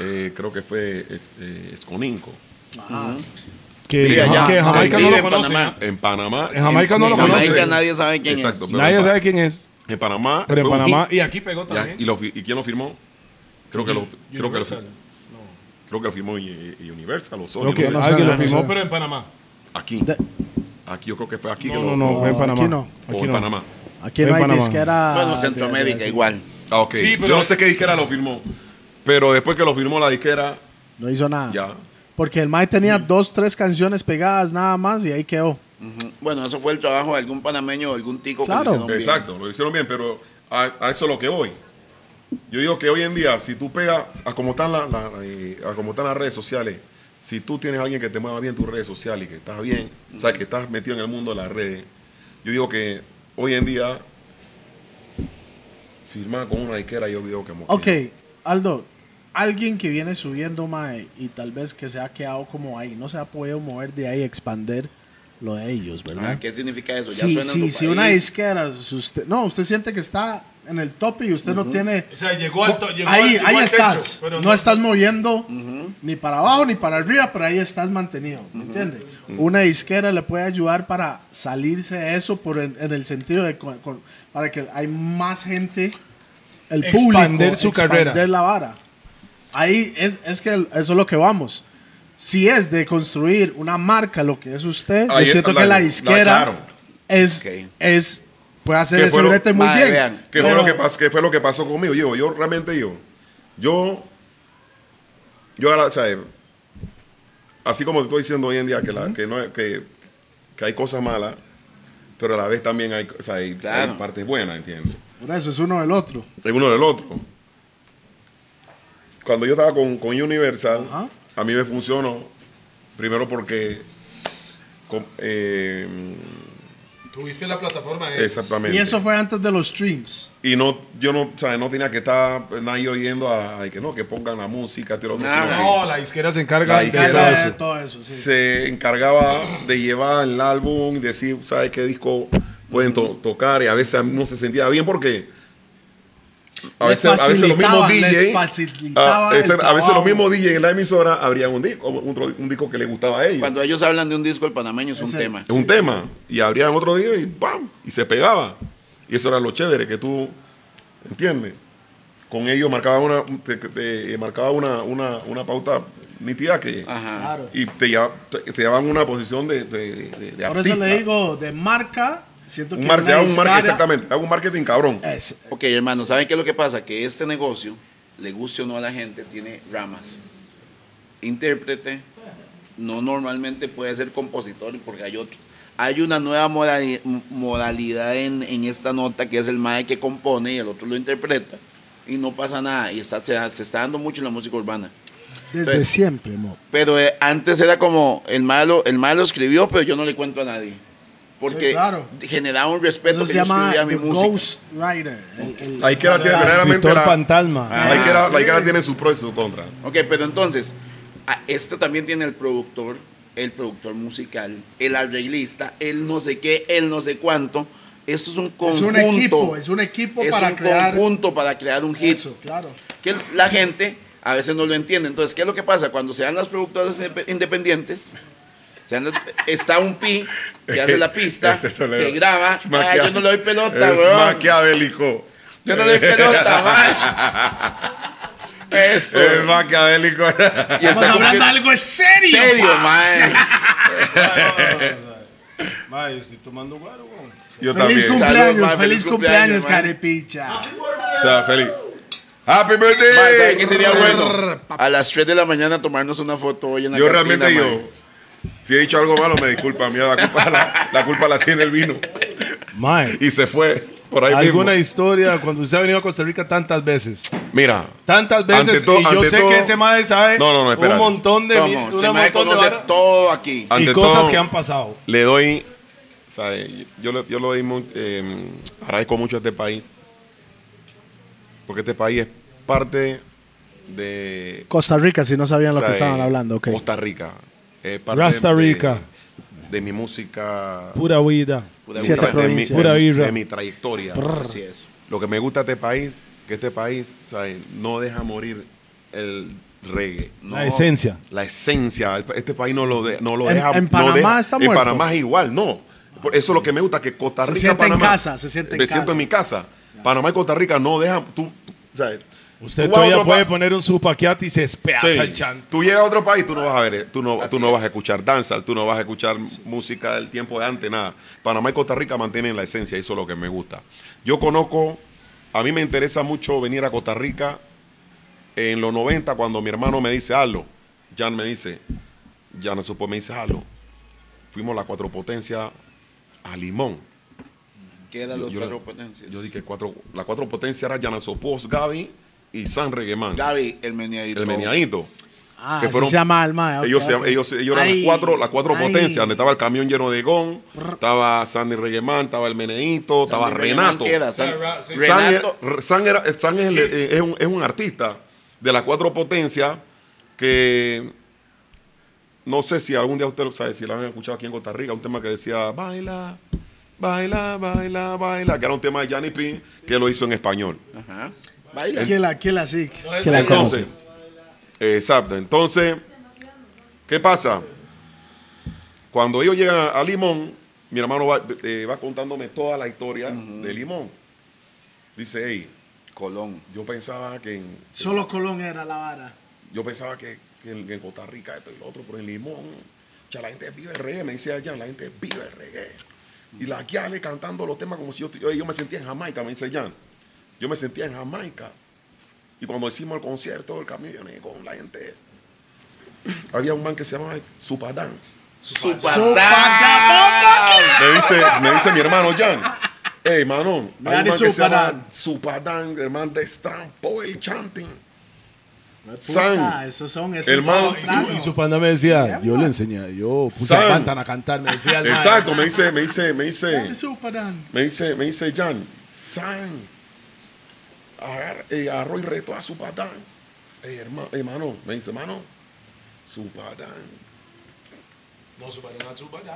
[SPEAKER 13] eh, creo que fue es- eh, Esconinco.
[SPEAKER 2] que,
[SPEAKER 5] Vive allá.
[SPEAKER 2] que Jamaica no
[SPEAKER 5] Vive
[SPEAKER 2] lo
[SPEAKER 5] en
[SPEAKER 2] conoce.
[SPEAKER 5] Panamá.
[SPEAKER 13] En Panamá.
[SPEAKER 2] En Jamaica no lo
[SPEAKER 5] En Jamaica
[SPEAKER 2] conoce.
[SPEAKER 5] nadie sabe quién
[SPEAKER 13] Exacto,
[SPEAKER 5] es.
[SPEAKER 13] pero
[SPEAKER 2] Nadie
[SPEAKER 13] en Pa-
[SPEAKER 2] sabe quién es.
[SPEAKER 13] En Panamá.
[SPEAKER 2] Pero en
[SPEAKER 13] fue un
[SPEAKER 2] Panamá.
[SPEAKER 13] hit.
[SPEAKER 2] Y aquí pegó
[SPEAKER 13] Ya,
[SPEAKER 2] también.
[SPEAKER 13] y, lo fi- ¿y quién lo firmó? Creo que lo, creo que lo,
[SPEAKER 3] Universal.
[SPEAKER 13] creo que lo firmó y- y Universal o Sony.
[SPEAKER 2] Creo que
[SPEAKER 13] no sé.
[SPEAKER 4] no sé,
[SPEAKER 2] alguien
[SPEAKER 4] no
[SPEAKER 2] lo
[SPEAKER 4] sé.
[SPEAKER 2] firmó, pero en Panamá.
[SPEAKER 13] Aquí.
[SPEAKER 4] De-
[SPEAKER 13] Aquí yo creo que fue aquí que
[SPEAKER 2] No,
[SPEAKER 13] lo
[SPEAKER 2] no, no, fue en
[SPEAKER 4] no, aquí
[SPEAKER 2] Panamá.
[SPEAKER 4] no.
[SPEAKER 13] o
[SPEAKER 2] Aquí
[SPEAKER 13] en
[SPEAKER 2] no.
[SPEAKER 13] Panamá.
[SPEAKER 4] Aquí
[SPEAKER 2] en
[SPEAKER 4] no hay
[SPEAKER 2] Panamá.
[SPEAKER 4] disquera.
[SPEAKER 2] Ah,
[SPEAKER 5] Bueno,
[SPEAKER 4] de- de-
[SPEAKER 5] Centroamérica
[SPEAKER 4] de-
[SPEAKER 5] igual.
[SPEAKER 13] Ah, ok.
[SPEAKER 3] Sí, pero-
[SPEAKER 13] Yo no sé qué disquera lo firmó. Pero después que lo firmó la disquera,
[SPEAKER 4] No hizo nada.
[SPEAKER 13] ya.
[SPEAKER 4] Porque el Mike tenía dos, tres canciones pegadas nada más y ahí quedó.
[SPEAKER 5] Ujú. Bueno, eso fue el trabajo de algún panameño o algún tico que lo
[SPEAKER 4] Claro.
[SPEAKER 5] hicieron bien.
[SPEAKER 13] Exacto, lo hicieron bien, pero a, a eso es lo que voy. Yo digo que hoy en día, si tú pegas, a como, están la- la- eh, a como están las redes sociales, si tú tienes a alguien que te mueva bien tus redes sociales y que estás bien, o sea, que estás metido en el mundo de las redes, yo digo que hoy en día, firmar con una disquera, yo digo que... como que-
[SPEAKER 4] Ok, Aldo, alguien que viene subiendo, mae, y tal vez que se ha quedado como ahí, no se ha podido mover de ahí, expander lo de ellos, ¿verdad?
[SPEAKER 5] Ah, ¿Qué significa eso? Ya
[SPEAKER 4] Sí,
[SPEAKER 5] suena en
[SPEAKER 4] sí,
[SPEAKER 5] su
[SPEAKER 4] sí,
[SPEAKER 5] país.
[SPEAKER 4] una disquera, si usted, no, usted siente que está en el tope y usted no tiene...
[SPEAKER 3] O sea, llegó al to- llegó al-
[SPEAKER 4] Oh, ahí
[SPEAKER 3] llegó
[SPEAKER 4] ahí
[SPEAKER 3] al
[SPEAKER 4] estás,
[SPEAKER 3] techo, pero
[SPEAKER 4] no,
[SPEAKER 3] no-
[SPEAKER 4] estás moviendo ni para abajo ni para arriba, pero ahí estás mantenido, ¿me entiende? Una disquera le puede ayudar para salirse de eso por en, en el sentido de con- con- para que hay más gente, el
[SPEAKER 3] Expander
[SPEAKER 4] público,
[SPEAKER 3] su carrera.
[SPEAKER 4] la vara. Ahí es, es que eso es lo que vamos. Si es de construir una marca, lo que es usted,
[SPEAKER 13] Ahí
[SPEAKER 4] yo
[SPEAKER 13] es
[SPEAKER 4] siento
[SPEAKER 13] la-
[SPEAKER 4] que la
[SPEAKER 13] la-
[SPEAKER 4] disquera
[SPEAKER 13] claro.
[SPEAKER 4] es,
[SPEAKER 5] Ok.
[SPEAKER 4] es puede hacer
[SPEAKER 13] Que
[SPEAKER 4] ese
[SPEAKER 13] fueron-
[SPEAKER 4] brete muy
[SPEAKER 5] Madre,
[SPEAKER 4] bien.
[SPEAKER 5] vean,
[SPEAKER 13] ¿Qué fue,
[SPEAKER 4] Pero-
[SPEAKER 13] lo que pasó, qué fue lo que pasó conmigo? Yo, yo realmente yo, yo, yo ahora, ¿sabes? Así como te estoy diciendo hoy en día que, la, que, no, es- que, que hay cosas malas, pero a la vez también hay, o sea, hay-
[SPEAKER 5] Claro.
[SPEAKER 13] hay partes buenas, ¿entiendes?
[SPEAKER 4] Por eso es uno del otro.
[SPEAKER 13] El uno del otro. Cuando yo estaba con, con Universal,
[SPEAKER 4] Ajá.
[SPEAKER 13] a mí me funcionó, primero porque... con- eh,
[SPEAKER 3] Tuviste la plataforma. de-
[SPEAKER 13] exactamente.
[SPEAKER 4] Eh, Y eso fue antes de los streams.
[SPEAKER 13] Y no, yo no, ¿sabes? No tenía que estar pues, nadie oyendo a, a que no, que pongan la música, tío, lo otro,
[SPEAKER 5] Nada,
[SPEAKER 13] sino que
[SPEAKER 3] No, la izquierda se encarga
[SPEAKER 13] La
[SPEAKER 3] de
[SPEAKER 13] izquierda
[SPEAKER 3] todo
[SPEAKER 4] Eh,
[SPEAKER 3] eso.
[SPEAKER 4] todo eso, sí.
[SPEAKER 13] se encargaba de llevar el álbum y decir, ¿sabes qué disco pueden to- tocar? Y a veces no se sentía bien porque a
[SPEAKER 4] Les
[SPEAKER 13] veces, a veces los mismos
[SPEAKER 4] facilitaba, les
[SPEAKER 13] DJ
[SPEAKER 4] facilitaba
[SPEAKER 13] ah,
[SPEAKER 4] el
[SPEAKER 13] exacto, a veces los
[SPEAKER 4] trabajo.
[SPEAKER 13] mismos DJ en la emisora abrían un disco, un, otro- un disco que les gustaba a ellos.
[SPEAKER 5] Cuando ellos hablan de un disco, el panameño es un
[SPEAKER 4] Ese-
[SPEAKER 5] tema.
[SPEAKER 13] es un tema. Y abrían otro día y ¡pam! Y se pegaba. Y eso era lo chévere que tú, ¿entiendes? Con ellos marcaba una, te- te- eh, marcaba una, una, una pauta nitida que...
[SPEAKER 5] Ajá.
[SPEAKER 4] Claro.
[SPEAKER 13] Y te, lleva- te, te llevaban una posición de, de, de- de
[SPEAKER 4] Por
[SPEAKER 13] artista.
[SPEAKER 4] eso le digo, de marca, siento que
[SPEAKER 13] Un, mar- te
[SPEAKER 4] una
[SPEAKER 13] hago un marketing,
[SPEAKER 4] discara-
[SPEAKER 13] exactamente. Pues, Hago un marketing cabrón.
[SPEAKER 5] Eh,
[SPEAKER 4] Es-
[SPEAKER 5] Ok, hermano, ¿saben qué es lo que pasa? Que este negocio, le guste o no a la gente, tiene ramas. Intérprete, no normalmente puede ser compositor porque hay otro. Hay una nueva modali- modalidad en, en esta nota que es el mae que compone y el otro lo interpreta y no pasa nada y está, se, se está dando mucho en la música urbana.
[SPEAKER 4] Desde
[SPEAKER 5] Pues-
[SPEAKER 4] siempre, mo.
[SPEAKER 5] Pero eh, antes era como el malo, el malo escribió, pero yo no le cuento a nadie. Porque
[SPEAKER 4] Sí, claro.
[SPEAKER 5] generaba un respeto
[SPEAKER 4] Eso
[SPEAKER 5] que
[SPEAKER 4] se
[SPEAKER 5] yo
[SPEAKER 4] llama
[SPEAKER 5] escribía mi
[SPEAKER 4] The
[SPEAKER 5] música.
[SPEAKER 4] Ghost Rider. el- el-
[SPEAKER 13] La izquierda tiene verdaderamente
[SPEAKER 2] Escritor
[SPEAKER 13] la,
[SPEAKER 2] fantasma.
[SPEAKER 13] la izquierda, la
[SPEAKER 5] eh.
[SPEAKER 13] izquierda tiene su pro y su contra.
[SPEAKER 5] Ok, pero entonces, a- este también tiene el productor, el productor musical, el arreglista, el no sé qué, el no sé cuánto. Esto es un
[SPEAKER 4] es
[SPEAKER 5] conjunto.
[SPEAKER 4] un equipo, es un equipo
[SPEAKER 5] es
[SPEAKER 4] para
[SPEAKER 5] un
[SPEAKER 4] crear
[SPEAKER 5] conjunto para crear un hit.
[SPEAKER 4] eso, claro.
[SPEAKER 5] Que la gente a veces no lo entiende. Entonces, ¿qué es lo que pasa? Cuando se dan las productoras indepe- independientes, se dan las- está un pi que hace la pista,
[SPEAKER 13] Este sonido
[SPEAKER 5] que graba.
[SPEAKER 13] es
[SPEAKER 5] "Ay,
[SPEAKER 13] maquia-
[SPEAKER 5] Ah, yo no le doy pelota,
[SPEAKER 13] Es
[SPEAKER 5] weón.
[SPEAKER 13] maquiavélico.
[SPEAKER 5] Yo no le doy pelota, man. Esto.
[SPEAKER 13] Es maquiavélico.
[SPEAKER 5] Y está cumpliendo-
[SPEAKER 2] algo en serio.
[SPEAKER 5] serio, mae.
[SPEAKER 3] Mae, yo estoy tomando guaro, weón.
[SPEAKER 13] Yo también.
[SPEAKER 4] Feliz
[SPEAKER 5] cum-
[SPEAKER 4] cumpleaños,
[SPEAKER 5] ma,
[SPEAKER 4] feliz,
[SPEAKER 5] feliz
[SPEAKER 4] cumpleaños,
[SPEAKER 5] cumpleaños, ma.
[SPEAKER 4] carepicha.
[SPEAKER 13] O sea, feliz. Happy
[SPEAKER 5] Mae, ¿sabe qué
[SPEAKER 13] birthday.
[SPEAKER 5] sería bueno? A las 3 de la mañana tomarnos una foto hoy en la
[SPEAKER 13] Yo
[SPEAKER 5] cantina,
[SPEAKER 13] realmente
[SPEAKER 5] mae.
[SPEAKER 13] yo si he dicho algo malo me disculpa, mira, la culpa la, la culpa la tiene el vino
[SPEAKER 2] Mae,
[SPEAKER 13] y se fue por ahí mismo.
[SPEAKER 2] alguna historia cuando usted ha venido a Costa Rica tantas veces.
[SPEAKER 13] Mira,
[SPEAKER 2] Tantas veces.
[SPEAKER 13] Ante to-
[SPEAKER 2] y yo
[SPEAKER 13] ante
[SPEAKER 2] sé
[SPEAKER 13] todo-
[SPEAKER 2] que ese mae sabe
[SPEAKER 13] No, no, no,
[SPEAKER 2] un
[SPEAKER 13] espérate.
[SPEAKER 2] montón de,
[SPEAKER 5] Tomo,
[SPEAKER 2] mi-
[SPEAKER 5] se
[SPEAKER 2] una
[SPEAKER 5] me
[SPEAKER 2] montón de
[SPEAKER 5] conoce
[SPEAKER 2] vara-
[SPEAKER 5] todo aquí.
[SPEAKER 2] y
[SPEAKER 13] ante
[SPEAKER 2] cosas
[SPEAKER 13] todo,
[SPEAKER 2] que han pasado.
[SPEAKER 13] le doy o sea, yo le- yo lo doy mu- eh, agradezco mucho a este país porque este país es parte de
[SPEAKER 4] Costa Rica, si no sabían
[SPEAKER 13] O
[SPEAKER 4] lo
[SPEAKER 13] sea,
[SPEAKER 4] que estaban
[SPEAKER 13] eh,
[SPEAKER 4] hablando, ok.
[SPEAKER 13] Costa Rica. eh, parte
[SPEAKER 2] Rasta
[SPEAKER 13] de-
[SPEAKER 2] Rica.
[SPEAKER 13] De, mi música.
[SPEAKER 2] Pura vida.
[SPEAKER 5] Pude
[SPEAKER 4] Siete
[SPEAKER 5] buscar.
[SPEAKER 13] de, mi,
[SPEAKER 4] provincias.
[SPEAKER 2] Pura
[SPEAKER 13] de,
[SPEAKER 2] birra.
[SPEAKER 13] mi trayectoria.
[SPEAKER 5] Así es.
[SPEAKER 13] Lo que me gusta de este país, que este país ¿sabe? no deja morir el reggae.
[SPEAKER 2] La esencia.
[SPEAKER 13] La esencia. el- Este país no lo, de- no lo
[SPEAKER 4] En-
[SPEAKER 13] deja.
[SPEAKER 4] en
[SPEAKER 13] no
[SPEAKER 4] Panamá
[SPEAKER 13] deja-
[SPEAKER 4] está
[SPEAKER 13] En
[SPEAKER 4] muerto.
[SPEAKER 13] Panamá es igual, no. Por eso es lo que me gusta, que Costa
[SPEAKER 4] Se
[SPEAKER 13] Rica.
[SPEAKER 4] siente en
[SPEAKER 13] Panamá,
[SPEAKER 4] casa, se siente en
[SPEAKER 13] Me siento
[SPEAKER 4] casa.
[SPEAKER 13] en mi casa. Panamá y Costa Rica no dejan. Tú, ¿sabe?
[SPEAKER 2] Usted
[SPEAKER 13] Tú vas a
[SPEAKER 2] todavía
[SPEAKER 13] otro
[SPEAKER 2] puede
[SPEAKER 13] pa-
[SPEAKER 2] poner un supaquiat y se espeaza
[SPEAKER 13] Sí.
[SPEAKER 2] el chant.
[SPEAKER 13] Tú llegas a otro país, tú no vas a ver, tú no, tú no vas a escuchar danza, tú no vas a escuchar música del tiempo de antes, nada. Panamá y Costa Rica mantienen la esencia, eso es lo que me gusta. Yo conozco, a mí me interesa mucho venir a Costa Rica en los 90 cuando mi hermano me dice, hazlo. Jan me dice, Jan supo, me dice, hazlo. Fuimos la cuatro potencia a Limón.
[SPEAKER 5] ¿Qué eran
[SPEAKER 13] Yo,
[SPEAKER 5] los
[SPEAKER 13] yo-
[SPEAKER 5] cuatro potencias?
[SPEAKER 13] yo dije, cuatro, la cuatro potencia era Jan Sopos, Gaby y San Reguemán,
[SPEAKER 5] Gaby, el meneadito.
[SPEAKER 13] el meniadito.
[SPEAKER 4] Ah,
[SPEAKER 13] que
[SPEAKER 4] así
[SPEAKER 13] fueron-
[SPEAKER 4] se llama el mae, ok,
[SPEAKER 13] Ellos, se-
[SPEAKER 4] ok.
[SPEAKER 13] ellos, ellos eran
[SPEAKER 4] Ay,
[SPEAKER 13] las cuatro, las cuatro
[SPEAKER 4] ay.
[SPEAKER 13] potencias, donde estaba el camión lleno de gón, estaba Sandy Reguemán, estaba el Meneito, estaba
[SPEAKER 5] Sandy
[SPEAKER 13] Renato.
[SPEAKER 5] Reguemán, ¿qué era? San-
[SPEAKER 3] Ra- sí.
[SPEAKER 13] San,
[SPEAKER 5] Renato.
[SPEAKER 13] er- San era- San es, el- eh, es un, es un artista de las cuatro potencias que no sé si algún día usted lo sabe, si lo han escuchado aquí en Costa Rica, un tema que decía baila, baila, baila, baila, que era un tema de Johnny P que lo hizo en español.
[SPEAKER 5] Ajá. Baila.
[SPEAKER 4] ¿Quién la, quién la sí? ¿Quién la
[SPEAKER 13] Entonces,
[SPEAKER 4] conoce?
[SPEAKER 13] exacto. Entonces, ¿qué pasa? Cuando ellos llegan a- a Limón, mi hermano va, eh, va contándome toda la historia de Limón. Dice, hey,
[SPEAKER 5] Colón.
[SPEAKER 13] yo pensaba que en,
[SPEAKER 4] Solo Colón era la vara.
[SPEAKER 13] yo pensaba que, que en, que en Costa Rica esto y lo otro, pero en Limón, ya la gente vive el reggae, me decía Jan, la gente vive el reggae. Y la guiale cantando los temas como si yo, estu- yo, yo me sentía en Jamaica, me dice Jan. Yo me sentía en Jamaica. Y cuando hicimos el concierto, el camión con la gente, había un man que se llamaba Super Dance. Me dice, me dice mi hermano Jan. Hey, mano, hay
[SPEAKER 4] Daddy
[SPEAKER 13] un man que se llama
[SPEAKER 4] Supadán.
[SPEAKER 13] Supadán, el man de Strampo, el chanting.
[SPEAKER 4] Puta,
[SPEAKER 13] San,
[SPEAKER 4] esos son esos
[SPEAKER 13] el man,
[SPEAKER 4] son-
[SPEAKER 13] su-
[SPEAKER 4] Claro.
[SPEAKER 2] Y su panda me decía, yo le enseñé, yo puse
[SPEAKER 13] Sam.
[SPEAKER 2] a Pantan a cantar, me decía el mae.
[SPEAKER 13] Exacto, me dice, me dice, me dice,
[SPEAKER 4] Dale, Supadán.
[SPEAKER 13] me dice, me dice Jan, San, agar- eh, agarró y retó a su patán. Eh, hermano, hermano, me dice, hermano, su patán.
[SPEAKER 3] No, su padre, no, su padre.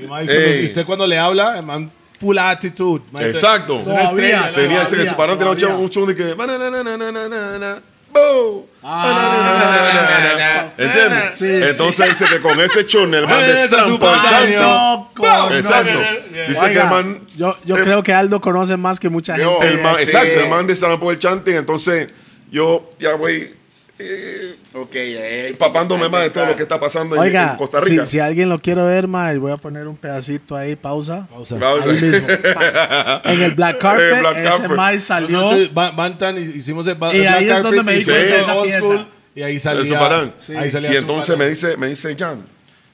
[SPEAKER 2] Y mae, cuando-
[SPEAKER 13] Ey.
[SPEAKER 2] y usted cuando le habla, el man, full attitude. mae.
[SPEAKER 13] Exacto.
[SPEAKER 2] Es una estrella,
[SPEAKER 4] Todavía.
[SPEAKER 13] Tenía ese que su patán tenía un chon-
[SPEAKER 4] todavía.
[SPEAKER 13] un chon de que. "Na, na, na, na, na, na, na, na, Ah, bow".
[SPEAKER 4] Ah.
[SPEAKER 13] ¿Entiendes?
[SPEAKER 4] Sí,
[SPEAKER 13] Entonces dice que con ese chon el man de
[SPEAKER 2] Ese
[SPEAKER 13] trampa
[SPEAKER 2] Supadán,
[SPEAKER 13] tanto.
[SPEAKER 4] Loco,
[SPEAKER 13] Exacto.
[SPEAKER 3] Yeah.
[SPEAKER 13] Dice que el
[SPEAKER 4] Oiga,
[SPEAKER 13] man.
[SPEAKER 4] yo, eh, yo
[SPEAKER 13] el-
[SPEAKER 4] creo que Aldo conoce más que mucha
[SPEAKER 5] Yo,
[SPEAKER 4] gente.
[SPEAKER 13] El man,
[SPEAKER 5] Sí.
[SPEAKER 13] Exacto, el man de San por el chanting. Entonces, yo ya voy eh,
[SPEAKER 5] Ok, eh.
[SPEAKER 13] papándome
[SPEAKER 5] ahí
[SPEAKER 13] más de
[SPEAKER 5] está.
[SPEAKER 13] todo lo que está pasando en- en,
[SPEAKER 4] Oiga,
[SPEAKER 13] Costa
[SPEAKER 4] si,
[SPEAKER 13] Rica.
[SPEAKER 4] si alguien lo quiere ver, mae, voy a poner un pedacito ahí, pausa.
[SPEAKER 2] Pausa.
[SPEAKER 13] Pausa.
[SPEAKER 4] Ahí mismo. pa. En el Black Carpet,
[SPEAKER 13] En el Black
[SPEAKER 4] ese
[SPEAKER 13] Carpet.
[SPEAKER 4] mae salió.
[SPEAKER 2] Nosotros, Ba- Bantan, hicimos el ba-
[SPEAKER 4] Y
[SPEAKER 2] el
[SPEAKER 4] ahí
[SPEAKER 2] Black
[SPEAKER 4] es donde
[SPEAKER 2] Carpet,
[SPEAKER 4] me di
[SPEAKER 2] hizo
[SPEAKER 4] cuenta de
[SPEAKER 2] el
[SPEAKER 4] esa
[SPEAKER 2] old
[SPEAKER 4] pieza.
[SPEAKER 2] school, Y ahí
[SPEAKER 13] de
[SPEAKER 2] salía.
[SPEAKER 13] Superman.
[SPEAKER 2] Ahí salía
[SPEAKER 13] Y entonces me
[SPEAKER 2] Superman.
[SPEAKER 13] dice, me dice Jan,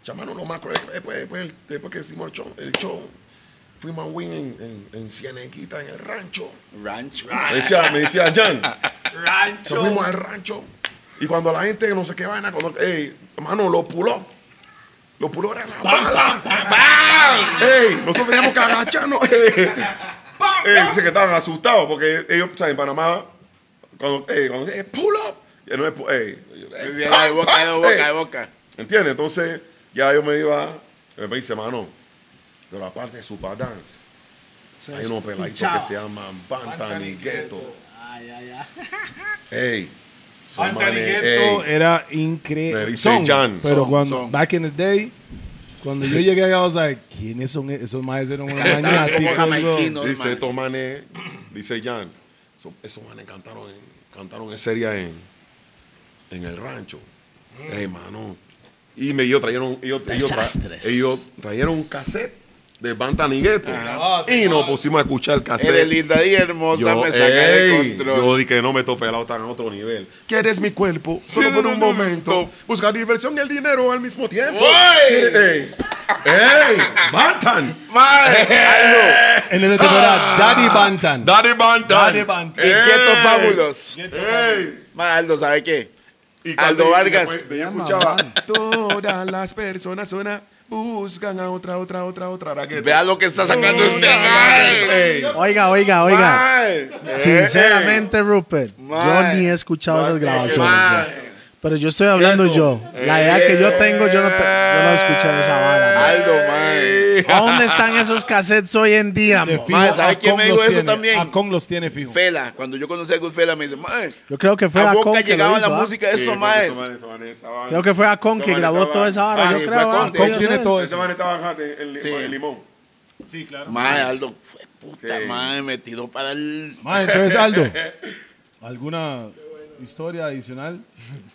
[SPEAKER 13] llamaron los macros eh, después, después, el- después que hicimos el show, el show, fuimos a Win en, en, en Cieneguita, en el rancho.
[SPEAKER 5] Ranch.
[SPEAKER 13] Me decía, me decía Jan, nos
[SPEAKER 3] Rancho.
[SPEAKER 13] fuimos al rancho. Y cuando la gente no sé qué vaina, cuando, ey, hermano, lo puló. Lo puló era la bala. ¡Pam! Ey, nosotros teníamos que agacharnos. Ey, dice que estaban asustados porque ellos, ¿sabes? En Panamá, cuando, ey, cuando ey, pull up. y no es pu- ey,
[SPEAKER 5] Decía, "Ah, de boca, de boca,
[SPEAKER 13] ey.
[SPEAKER 5] de boca.
[SPEAKER 13] ¿Entiendes? Entonces, ya yo me iba, eh, me dice, mano, de la parte de Super Dance, hay unos peladitos que se llaman Bantan y Ghetto. Ey, son
[SPEAKER 3] Anthony
[SPEAKER 13] manes, ey.
[SPEAKER 3] Ghetto
[SPEAKER 2] Era
[SPEAKER 13] Me
[SPEAKER 2] increíble.
[SPEAKER 13] dice Jan,
[SPEAKER 2] Pero
[SPEAKER 13] son,
[SPEAKER 2] cuando,
[SPEAKER 5] son.
[SPEAKER 2] back in the day, cuando yo llegué acá, I was like, ¿quiénes son e- esos maes? Eran unos
[SPEAKER 5] Cantaban
[SPEAKER 2] maniáticos,
[SPEAKER 5] como
[SPEAKER 2] bro.
[SPEAKER 5] jamaiquinos,
[SPEAKER 13] Dice
[SPEAKER 5] man.
[SPEAKER 13] estos manes, dice Jan, so- esos manes cantaron en, cantaron en serie en, en el rancho. Ey, mano. Y me, ellos trajeron, ellos, ellos, tra-
[SPEAKER 4] Desastres.
[SPEAKER 13] ellos trajeron un cassette de Bantan y Ghetto.
[SPEAKER 3] grabado,
[SPEAKER 13] y nos pusimos a escuchar el cassette.
[SPEAKER 5] Eres linda y hermosa, me saca de
[SPEAKER 13] ey, yo
[SPEAKER 5] control.
[SPEAKER 13] dije, no me tope pelado tan a otro nivel. ¿Quieres mi cuerpo? Solo
[SPEAKER 5] Sí,
[SPEAKER 13] por
[SPEAKER 5] no,
[SPEAKER 13] un
[SPEAKER 5] no, no,
[SPEAKER 13] momento. Buscar diversión y el dinero al mismo tiempo.
[SPEAKER 5] ¡Uy!
[SPEAKER 13] ¡Ey! ¡Ey! ¡Bantan!
[SPEAKER 5] Mae,
[SPEAKER 2] En ese tiempo era Daddy Bantan.
[SPEAKER 13] Ah. ¡Daddy Bantan!
[SPEAKER 2] Daddy Bantan.
[SPEAKER 5] Inquietos
[SPEAKER 13] ¡Ey!
[SPEAKER 5] fábulos.
[SPEAKER 13] ¡Ey!
[SPEAKER 5] Mae, Aldo, ¿sabe qué?
[SPEAKER 13] Y
[SPEAKER 5] Aldo
[SPEAKER 13] cuando-
[SPEAKER 5] Vargas.
[SPEAKER 13] y yo escuchaba, todas las personas suena, buscan a otra, otra, otra, otra raqueta.
[SPEAKER 5] Vea lo que está sacando este mae.
[SPEAKER 13] ¡Ey!
[SPEAKER 4] Oiga, oiga, oiga.
[SPEAKER 5] Mae.
[SPEAKER 13] Eh,
[SPEAKER 4] Sinceramente, Rupert,
[SPEAKER 5] Mae.
[SPEAKER 4] yo ni he escuchado esas grabaciones.
[SPEAKER 5] Mae.
[SPEAKER 4] yo. Pero yo estoy hablando yo. La edad que yo tengo, yo no, te- yo no he escuchado esa vara. mae.
[SPEAKER 5] Aldo, mae.
[SPEAKER 4] ¿A ¿Dónde están esos cassettes hoy en día? mo?
[SPEAKER 2] Fijo,
[SPEAKER 5] Mae, ¿sabe
[SPEAKER 2] a
[SPEAKER 5] quién
[SPEAKER 2] Kong
[SPEAKER 5] me dijo
[SPEAKER 2] los
[SPEAKER 5] eso
[SPEAKER 2] tiene.
[SPEAKER 5] también?
[SPEAKER 2] A Kong los tiene fijo.
[SPEAKER 5] Fela, cuando yo conocí a Good Fela me dice, mae,
[SPEAKER 4] Yo creo que fue
[SPEAKER 5] a
[SPEAKER 4] a Con
[SPEAKER 5] Boca
[SPEAKER 4] que
[SPEAKER 5] llegaba
[SPEAKER 4] lo hizo,
[SPEAKER 5] la
[SPEAKER 4] ¿ah?
[SPEAKER 5] música de
[SPEAKER 13] Sí,
[SPEAKER 5] estos
[SPEAKER 13] porque
[SPEAKER 5] maes.
[SPEAKER 13] esos manes estaban- estaban-
[SPEAKER 4] Creo que fue a Con
[SPEAKER 13] esos
[SPEAKER 4] que
[SPEAKER 13] manes
[SPEAKER 4] grabó
[SPEAKER 13] estaban-
[SPEAKER 4] toda esa vara.
[SPEAKER 5] Ah,
[SPEAKER 4] yo
[SPEAKER 5] sí,
[SPEAKER 4] creo.
[SPEAKER 5] fue Akon,
[SPEAKER 4] Akon,
[SPEAKER 5] de hecho.
[SPEAKER 4] yo
[SPEAKER 2] tiene
[SPEAKER 4] sé.
[SPEAKER 2] todo
[SPEAKER 13] Esos
[SPEAKER 2] eso.
[SPEAKER 13] manes estaban en el,
[SPEAKER 5] Sí.
[SPEAKER 13] en el limón.
[SPEAKER 3] Sí, claro.
[SPEAKER 5] Mae, Aldo, fue puta,
[SPEAKER 13] Sí.
[SPEAKER 5] mae, me tiró para el.
[SPEAKER 2] Mae, entonces, Aldo, ¿alguna historia adicional?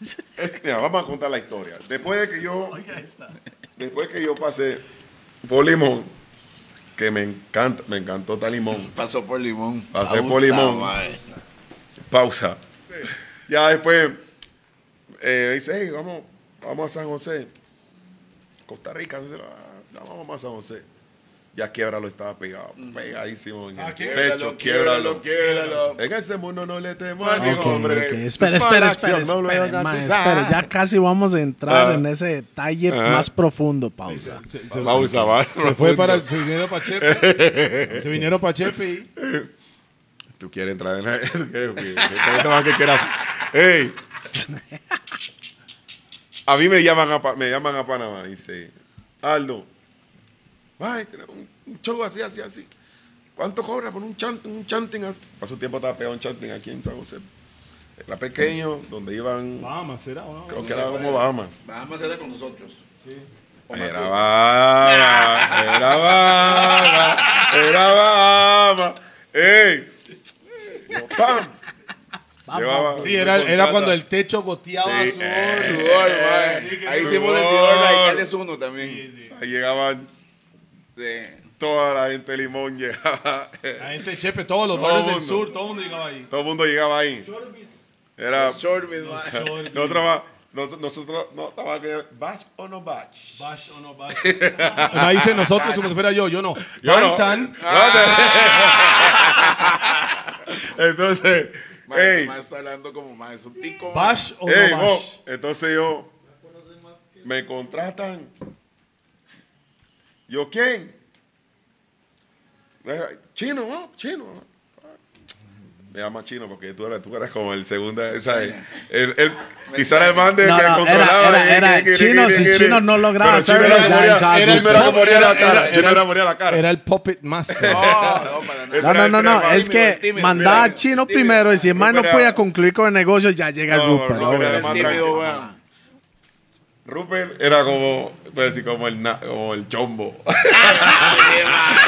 [SPEAKER 13] Es- mira, vamos a contar la historia. Después de que yo, después que yo pasé por limón, que me encanta, me encantó tal limón.
[SPEAKER 5] Pasó por limón.
[SPEAKER 13] Pasé por
[SPEAKER 5] Pausa,
[SPEAKER 13] Limón.
[SPEAKER 5] mae.
[SPEAKER 13] pausa. Ya después eh, dice, hey, vamos, vamos a San José, Costa Rica, dice, "Ah, ya vamos a San José. Ya quiebralo estaba pegado, pegadísimo
[SPEAKER 4] Ah,
[SPEAKER 13] en el pecho, quiebralo.
[SPEAKER 5] quiebralo.
[SPEAKER 13] En este mundo no le temo a
[SPEAKER 5] Ok,
[SPEAKER 13] ningún
[SPEAKER 4] Ok,
[SPEAKER 13] hombre.
[SPEAKER 4] ok. Espera,
[SPEAKER 13] Sus
[SPEAKER 4] espera,
[SPEAKER 13] malas
[SPEAKER 4] espera,
[SPEAKER 13] acciones no lo
[SPEAKER 4] espera,
[SPEAKER 13] hagan
[SPEAKER 4] mae,
[SPEAKER 13] asustar.
[SPEAKER 4] espera. Ya casi vamos a entrar
[SPEAKER 13] Ah.
[SPEAKER 4] en ese detalle
[SPEAKER 13] Ajá.
[SPEAKER 4] más profundo, pausa.
[SPEAKER 2] Se, se-
[SPEAKER 13] Pausa, va.
[SPEAKER 2] se fue para el, se vinieron para Chepe. se vinieron para Chepe y
[SPEAKER 13] Tú quieres entrar en la. Tú quieres. que- que te van que quieras. ¡Ey! A mí me llaman a, Pa- me llaman a Panamá. Dice, Aldo, ay, tenemos un, un show así, así, así. ¿Cuánto cobra por un, chan- un chanting? así? Pasó tiempo estaba pegado un chanting aquí en San José. Era pequeño, donde iban.
[SPEAKER 2] Bahamas, ¿será o no?
[SPEAKER 13] Creo que era como Bahamas.
[SPEAKER 5] Vamos a hacer con nosotros.
[SPEAKER 13] Era Baba, era Baba, era Baba. ¡Ey! Yo, ¡Pam! Llevaba-
[SPEAKER 2] Sí, era, era cuando el techo goteaba
[SPEAKER 13] Sí,
[SPEAKER 2] sudor.
[SPEAKER 13] eh.
[SPEAKER 5] Sudor, mae. Ahí hicimos el
[SPEAKER 13] sudor.
[SPEAKER 5] Tidor Radicales 1 también.
[SPEAKER 13] Ahí llegaban
[SPEAKER 5] Sí.
[SPEAKER 13] toda la gente de Limón, llegaba.
[SPEAKER 2] La gente de Chepe, todos los
[SPEAKER 13] Todo
[SPEAKER 2] barrios del
[SPEAKER 13] mundo.
[SPEAKER 2] sur, todo el mundo llegaba ahí.
[SPEAKER 13] Todo el mundo llegaba ahí. Era.
[SPEAKER 5] Short, mi mae.
[SPEAKER 13] Nosotros, va- nosotros, nosotros no estaba que batch o no batch.
[SPEAKER 2] Bash o no bash. Me dice nosotros como si fuera yo, yo no.
[SPEAKER 13] Yo no. Ah.
[SPEAKER 2] Bantan,
[SPEAKER 13] Entonces,
[SPEAKER 5] Mae, ese
[SPEAKER 13] ey,
[SPEAKER 5] mae está hablando como mae, es un tico. mae.
[SPEAKER 2] Bash o
[SPEAKER 13] Ey,
[SPEAKER 2] no
[SPEAKER 13] vos,
[SPEAKER 2] bash.
[SPEAKER 13] entonces yo me contratan. ¿Yo quién? Eh, Chino, ¿no? Chino. ¿no? Me llama Chino porque tú eras, tú eras como el segundo, ¿sabes? El, el, quizá era el man de
[SPEAKER 4] No,
[SPEAKER 13] que
[SPEAKER 4] no, era-
[SPEAKER 13] controlaba.
[SPEAKER 4] era- era Chino, si Chino no lograba
[SPEAKER 13] hacer
[SPEAKER 4] hacerlo, ya- ya-
[SPEAKER 13] Era el
[SPEAKER 4] ya-
[SPEAKER 13] primero que moría la
[SPEAKER 2] era-
[SPEAKER 13] cara.
[SPEAKER 2] era-
[SPEAKER 13] Chino era moría la cara.
[SPEAKER 2] Era el puppet master.
[SPEAKER 13] Ah.
[SPEAKER 5] No, no, para nada.
[SPEAKER 4] No, no, no, no. Es que
[SPEAKER 5] tímido,
[SPEAKER 4] mandaba
[SPEAKER 5] tímido,
[SPEAKER 4] a Chino
[SPEAKER 5] tímido.
[SPEAKER 4] primero y si el man no
[SPEAKER 13] Rupert
[SPEAKER 4] podía
[SPEAKER 13] era-
[SPEAKER 4] concluir con el negocio, ya llega
[SPEAKER 13] No,
[SPEAKER 4] Rupert.
[SPEAKER 13] Rupert
[SPEAKER 4] obvio.
[SPEAKER 13] era
[SPEAKER 5] Es
[SPEAKER 13] más
[SPEAKER 5] tímido,
[SPEAKER 13] tranquilo.
[SPEAKER 5] weón.
[SPEAKER 13] Rupert era como, pues, así como el, na- como el chombo.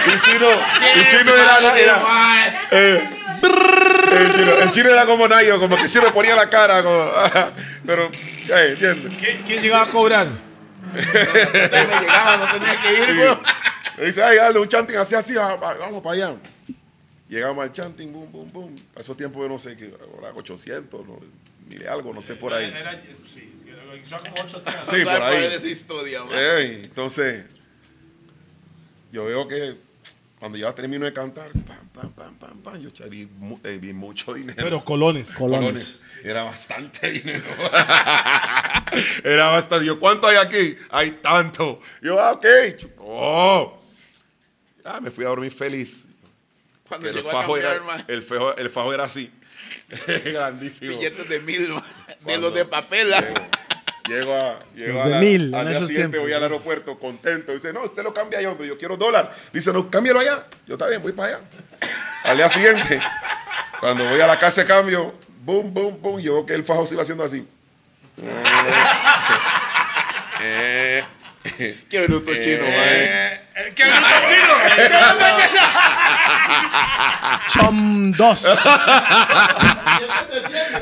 [SPEAKER 13] y Chino, y Chino era, la- era- eh, el, chino, el chino era como Nayo, como que siempre ponía la cara, como, pero, eh, ¿entiendes?
[SPEAKER 2] ¿Quién, quién llegaba a cobrar?
[SPEAKER 5] Usted este me llegaba, no tenía que ir, weón.
[SPEAKER 13] Le dice, ay, dale un chanting así, así, ah, va- vamos para allá. Llegamos al chanting, boom, boom, boom. Pasó tiempo de no sé qué, ahora 800, no, Dile algo, no sé por ahí.
[SPEAKER 3] Era- era- sí, sí, era- yo como ocho atrás.
[SPEAKER 13] Sí, por ahí. Eh,
[SPEAKER 5] esa historia, man.
[SPEAKER 13] Ey, entonces, yo veo que cuando ya termino de cantar, pam, pam, pam, pam, pam, yo eché vi mu- eh, vi mucho dinero.
[SPEAKER 2] Pero colones.
[SPEAKER 4] Colones.
[SPEAKER 13] Colones. Era bastante dinero. Era bastante. Yo, ¿cuánto hay aquí? Hay tanto. Yo, ah, ok. Chu- Oh. Ah, me fui a dormir feliz.
[SPEAKER 5] Cuando
[SPEAKER 13] Que el,
[SPEAKER 5] llegó a
[SPEAKER 13] fajo
[SPEAKER 5] cambiar,
[SPEAKER 13] era,
[SPEAKER 5] man,
[SPEAKER 13] el, fajo, el fajo era así. Grandísimo.
[SPEAKER 5] billetes de mil, man, de
[SPEAKER 13] Cuando
[SPEAKER 5] los de papel. ah.
[SPEAKER 13] Llego, llego a. Llego
[SPEAKER 4] Los
[SPEAKER 13] a
[SPEAKER 4] de
[SPEAKER 13] la-
[SPEAKER 4] mil,
[SPEAKER 13] Al
[SPEAKER 4] en
[SPEAKER 13] día
[SPEAKER 4] esos
[SPEAKER 13] siguiente voy
[SPEAKER 4] tiempos.
[SPEAKER 13] al aeropuerto contento. Dice, no, usted lo cambia yo, pero yo quiero dólar. Dice, no, cámbialo allá. Yo está bien, voy para allá. Al día siguiente, cuando voy a la casa de cambio, boom, boom, boom, yo veo que el fajo se iba haciendo así.
[SPEAKER 5] Qué bruto chino,
[SPEAKER 13] Eh.
[SPEAKER 5] man.
[SPEAKER 3] ¡Qué bruto chino!
[SPEAKER 4] Chom 2.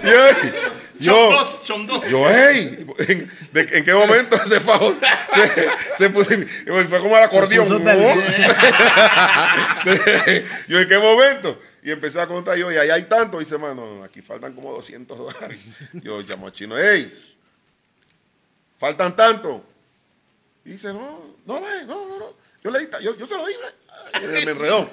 [SPEAKER 13] Y, ey,
[SPEAKER 3] Chom
[SPEAKER 13] yo,
[SPEAKER 3] dos, chom dos.
[SPEAKER 13] yo, hey, ¿en, de- en qué momento ese fajo se, se puso? Fue como el acordeón.
[SPEAKER 4] puso tal-
[SPEAKER 13] yo, ¿en qué momento? Y empecé a contar yo, y ahí hay tanto. Dice, mano, aquí faltan como 200 dólares. Yo llamo a Chino, hey, faltan tanto. Y dice, no, no, ve, no, no, no. Yo le di, ta- yo, yo se lo di, ve. Y me enredó.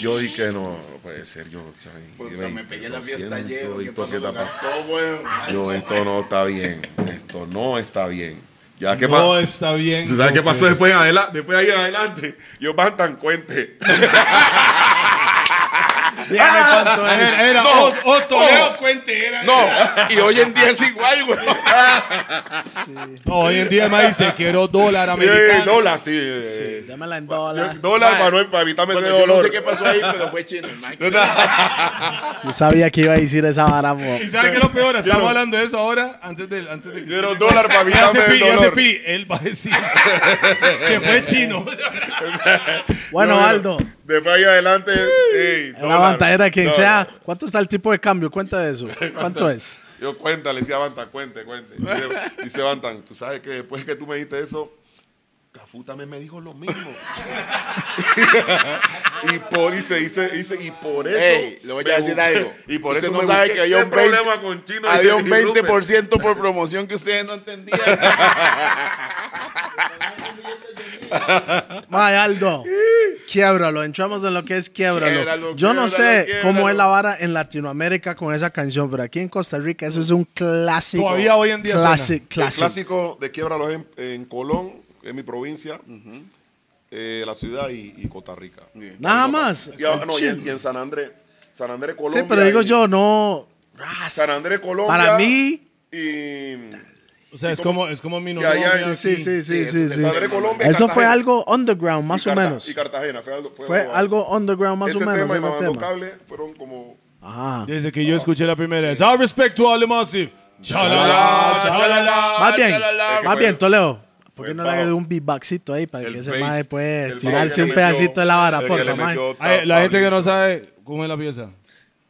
[SPEAKER 13] Yo dije, no, no puede ser, yo, chai,
[SPEAKER 5] Puta,
[SPEAKER 13] yo le-
[SPEAKER 5] Pues me pegué la
[SPEAKER 13] lo siento,
[SPEAKER 5] fiesta ayer.
[SPEAKER 13] y
[SPEAKER 5] ¿Qué
[SPEAKER 13] todo
[SPEAKER 5] pasó?
[SPEAKER 13] está
[SPEAKER 5] Lo
[SPEAKER 13] pas-
[SPEAKER 5] gastó, güey.
[SPEAKER 13] Yo, esto no está bien, esto no está bien. Ya que
[SPEAKER 2] No eh,
[SPEAKER 13] pa-
[SPEAKER 2] está bien.
[SPEAKER 13] ¿Tú sabes qué
[SPEAKER 2] porque-
[SPEAKER 13] pasó después, en adela- después de ahí en adelante? Yo van tan cuente.
[SPEAKER 4] Dígame cuánto es.
[SPEAKER 2] Ah, Era
[SPEAKER 5] No.
[SPEAKER 2] Ot- Otto Leo Cuente. Era.
[SPEAKER 5] No, y hoy en día es igual, güey.
[SPEAKER 2] No, hoy en día me dice, quiero dólar
[SPEAKER 13] Eh,
[SPEAKER 2] americano.
[SPEAKER 13] dólar, sí. eh,
[SPEAKER 4] Dámela en
[SPEAKER 13] yo-
[SPEAKER 4] dólares.
[SPEAKER 13] dólar
[SPEAKER 5] Ah.
[SPEAKER 13] para, no- para evitarme
[SPEAKER 5] Bueno,
[SPEAKER 13] ese
[SPEAKER 5] yo no
[SPEAKER 13] dolor.
[SPEAKER 5] sé qué pasó ahí, pero fue chino, man.
[SPEAKER 4] Yo sabía que iba a decir esa vara, mo.
[SPEAKER 2] ¿Y sabes qué es lo peor? Estamos
[SPEAKER 13] Quiero-
[SPEAKER 2] hablando de eso ahora, antes de... Antes de que...
[SPEAKER 13] Quiero dólar para
[SPEAKER 2] Ya se
[SPEAKER 13] evitarme
[SPEAKER 2] pi,
[SPEAKER 13] el
[SPEAKER 2] ya se
[SPEAKER 13] dolor.
[SPEAKER 2] pi. Él va a decir que fue chino.
[SPEAKER 4] Bueno,
[SPEAKER 13] No, no.
[SPEAKER 4] Aldo.
[SPEAKER 13] Después ahí adelante. ey,
[SPEAKER 4] En la
[SPEAKER 13] dólar,
[SPEAKER 4] bandera que
[SPEAKER 13] dólar.
[SPEAKER 4] sea, ¿cuánto está el tipo de cambio? Cuenta de eso. ¿Cuánto es?
[SPEAKER 13] Yo cuenta, le decía a Bantan, cuente, cuente. Dice- Dice Bantan, tú sabes que después que tú me dijiste eso, Cafú también me dijo lo mismo. y por y se dice, dice, y por eso.
[SPEAKER 5] Ey, le voy a
[SPEAKER 13] me
[SPEAKER 5] decir
[SPEAKER 13] busqué-
[SPEAKER 5] algo.
[SPEAKER 13] Y por
[SPEAKER 5] Usted
[SPEAKER 13] eso
[SPEAKER 5] no
[SPEAKER 13] me
[SPEAKER 5] sabe
[SPEAKER 13] busqué
[SPEAKER 5] que había
[SPEAKER 13] este
[SPEAKER 5] un 20,
[SPEAKER 13] problema con Chino y
[SPEAKER 5] Había
[SPEAKER 13] con
[SPEAKER 5] un
[SPEAKER 13] Rupert.
[SPEAKER 5] 20% por promoción que ustedes no entendían.
[SPEAKER 4] Mae, Aldo. Quiebralo. Entramos en lo que es quiebralo.
[SPEAKER 5] Quiébralo,
[SPEAKER 4] Yo no sé
[SPEAKER 5] quiébralo,
[SPEAKER 4] cómo es
[SPEAKER 5] quiébralo.
[SPEAKER 4] la vara en Latinoamérica con esa canción, pero aquí en Costa Rica eso es un clásico.
[SPEAKER 2] Todavía hoy en día suena.
[SPEAKER 4] Classic,
[SPEAKER 13] El
[SPEAKER 4] classic.
[SPEAKER 13] clásico de quiebra los en, en Colón, en mi provincia, eh, la ciudad y, y Costa Rica.
[SPEAKER 4] Nada más.
[SPEAKER 13] Y, ahora- no, y en, y en San Andrés. San Andrés, Colombia.
[SPEAKER 4] Sí, pero digo
[SPEAKER 13] y-
[SPEAKER 4] yo, no. Ras.
[SPEAKER 13] San Andrés, Colombia.
[SPEAKER 4] Para mí.
[SPEAKER 13] Y.
[SPEAKER 2] O sea, es como, es como mi
[SPEAKER 13] Ya, ya,
[SPEAKER 2] novia
[SPEAKER 13] ya.
[SPEAKER 2] aquí.
[SPEAKER 4] Sí, sí, sí,
[SPEAKER 5] eso
[SPEAKER 4] sí.
[SPEAKER 5] es
[SPEAKER 4] sí.
[SPEAKER 5] el
[SPEAKER 13] Padre Colombia,
[SPEAKER 4] Eso
[SPEAKER 13] Cartagena.
[SPEAKER 4] fue algo underground, más
[SPEAKER 13] Y
[SPEAKER 4] o
[SPEAKER 13] Carta-
[SPEAKER 4] menos.
[SPEAKER 13] Y Cartagena, fue algo, fue
[SPEAKER 4] Fue
[SPEAKER 13] algo-
[SPEAKER 4] algo underground, más
[SPEAKER 13] ese
[SPEAKER 4] o menos,
[SPEAKER 13] Tema, y
[SPEAKER 4] ese
[SPEAKER 13] Mamando
[SPEAKER 4] tema.
[SPEAKER 13] Cable fueron como.
[SPEAKER 4] Ajá.
[SPEAKER 2] Desde que
[SPEAKER 13] Ah.
[SPEAKER 2] yo escuché la primera vez. All respect to all the massive. Chalala, chalala.
[SPEAKER 4] Más bien,
[SPEAKER 5] chalala.
[SPEAKER 4] más bien, Toledo. ¿Por
[SPEAKER 13] fue
[SPEAKER 4] qué
[SPEAKER 13] el
[SPEAKER 4] no le
[SPEAKER 13] bajo.
[SPEAKER 4] hagas un beatboxito ahí para que
[SPEAKER 13] el
[SPEAKER 4] ese
[SPEAKER 13] bass,
[SPEAKER 4] mae pueda
[SPEAKER 13] el
[SPEAKER 4] tirarse
[SPEAKER 13] bass
[SPEAKER 4] un
[SPEAKER 13] que le metió-
[SPEAKER 4] pedacito de la vara,
[SPEAKER 13] el que
[SPEAKER 4] porfa,
[SPEAKER 13] le
[SPEAKER 4] mae?
[SPEAKER 13] metió
[SPEAKER 2] Ay, La gente que no
[SPEAKER 13] Pablito.
[SPEAKER 2] sabe cómo es la pieza.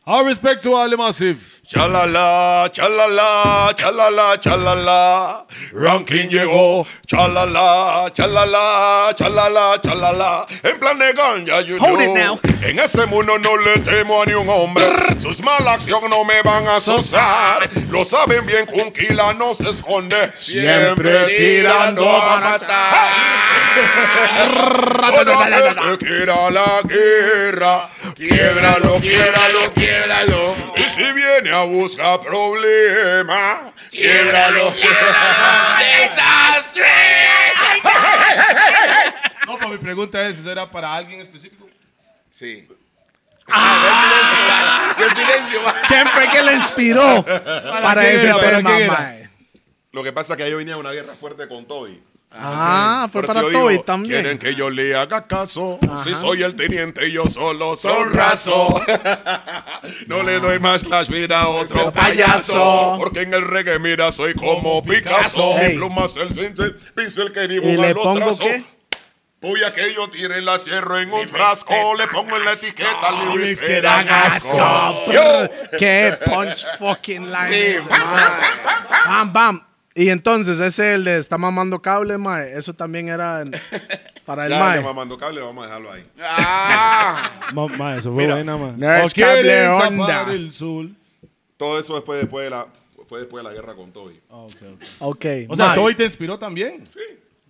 [SPEAKER 2] All respect to all the massive.
[SPEAKER 13] Chalala, chalala, chalala, chalala. Ranking llegó. Chalala, chalala, chalala, chalala. En plan de ganja, you
[SPEAKER 4] Hold
[SPEAKER 13] know.
[SPEAKER 4] it now.
[SPEAKER 13] En ese mundo no le temo a ni un hombre. Sus malas acciones no me van a asustar. Lo saben bien, Kunquila no se esconde. Siempre tirando a matar. Todo aquel que quiera la guerra, quiebralo, quiebralo, quiebralo. Y si viene a buscar problema, quiebralo, ¡Desastre!
[SPEAKER 2] No, pero mi pregunta es, ¿eso era para alguien específico?
[SPEAKER 5] Sí. Ah, el silencio, man.
[SPEAKER 4] ¿Quién fue que le inspiró para
[SPEAKER 2] quién
[SPEAKER 4] ese
[SPEAKER 2] era? ¿Para
[SPEAKER 4] tema,
[SPEAKER 2] quién era?
[SPEAKER 4] mae?
[SPEAKER 13] Lo que pasa es que yo venía a una guerra fuerte con Toby.
[SPEAKER 4] Ah, fue
[SPEAKER 13] Por
[SPEAKER 4] para
[SPEAKER 13] eso yo
[SPEAKER 4] Toby
[SPEAKER 13] digo,
[SPEAKER 4] también.
[SPEAKER 13] Quieren que yo le haga caso. Si soy el teniente, yo solo son raso. no le doy más clash, mira a otro payaso. Porque en el reggae, mira, soy como Picasso.
[SPEAKER 4] Ey.
[SPEAKER 13] Plumas el cincel, pincel que dibuja
[SPEAKER 4] le
[SPEAKER 13] los
[SPEAKER 4] pongo
[SPEAKER 13] trazos.
[SPEAKER 4] qué?
[SPEAKER 13] Voy a que yo tire la cierro en un frasco, le pongo en la etiqueta lyrics que dan asco. Yo.
[SPEAKER 4] Que punch fucking line.
[SPEAKER 5] Sí,
[SPEAKER 4] ese, mae?
[SPEAKER 5] man.
[SPEAKER 4] Bam, bam. Y entonces ese el de está mamando cable, mae. Eso también era en- para el
[SPEAKER 13] Ya,
[SPEAKER 4] mae.
[SPEAKER 13] ya, mamando cable, vamos a dejarlo ahí.
[SPEAKER 5] Ah,
[SPEAKER 2] Ma, ma, eso fue buena, ma.
[SPEAKER 4] Nerds
[SPEAKER 2] O quieren
[SPEAKER 4] Cable
[SPEAKER 2] tapar
[SPEAKER 4] Onda.
[SPEAKER 2] el sol
[SPEAKER 13] Todo eso fue después de la, fue después de la guerra con Toby.
[SPEAKER 4] Ok.
[SPEAKER 2] Ah, O sea,
[SPEAKER 4] Mike,
[SPEAKER 2] Toy te inspiró también.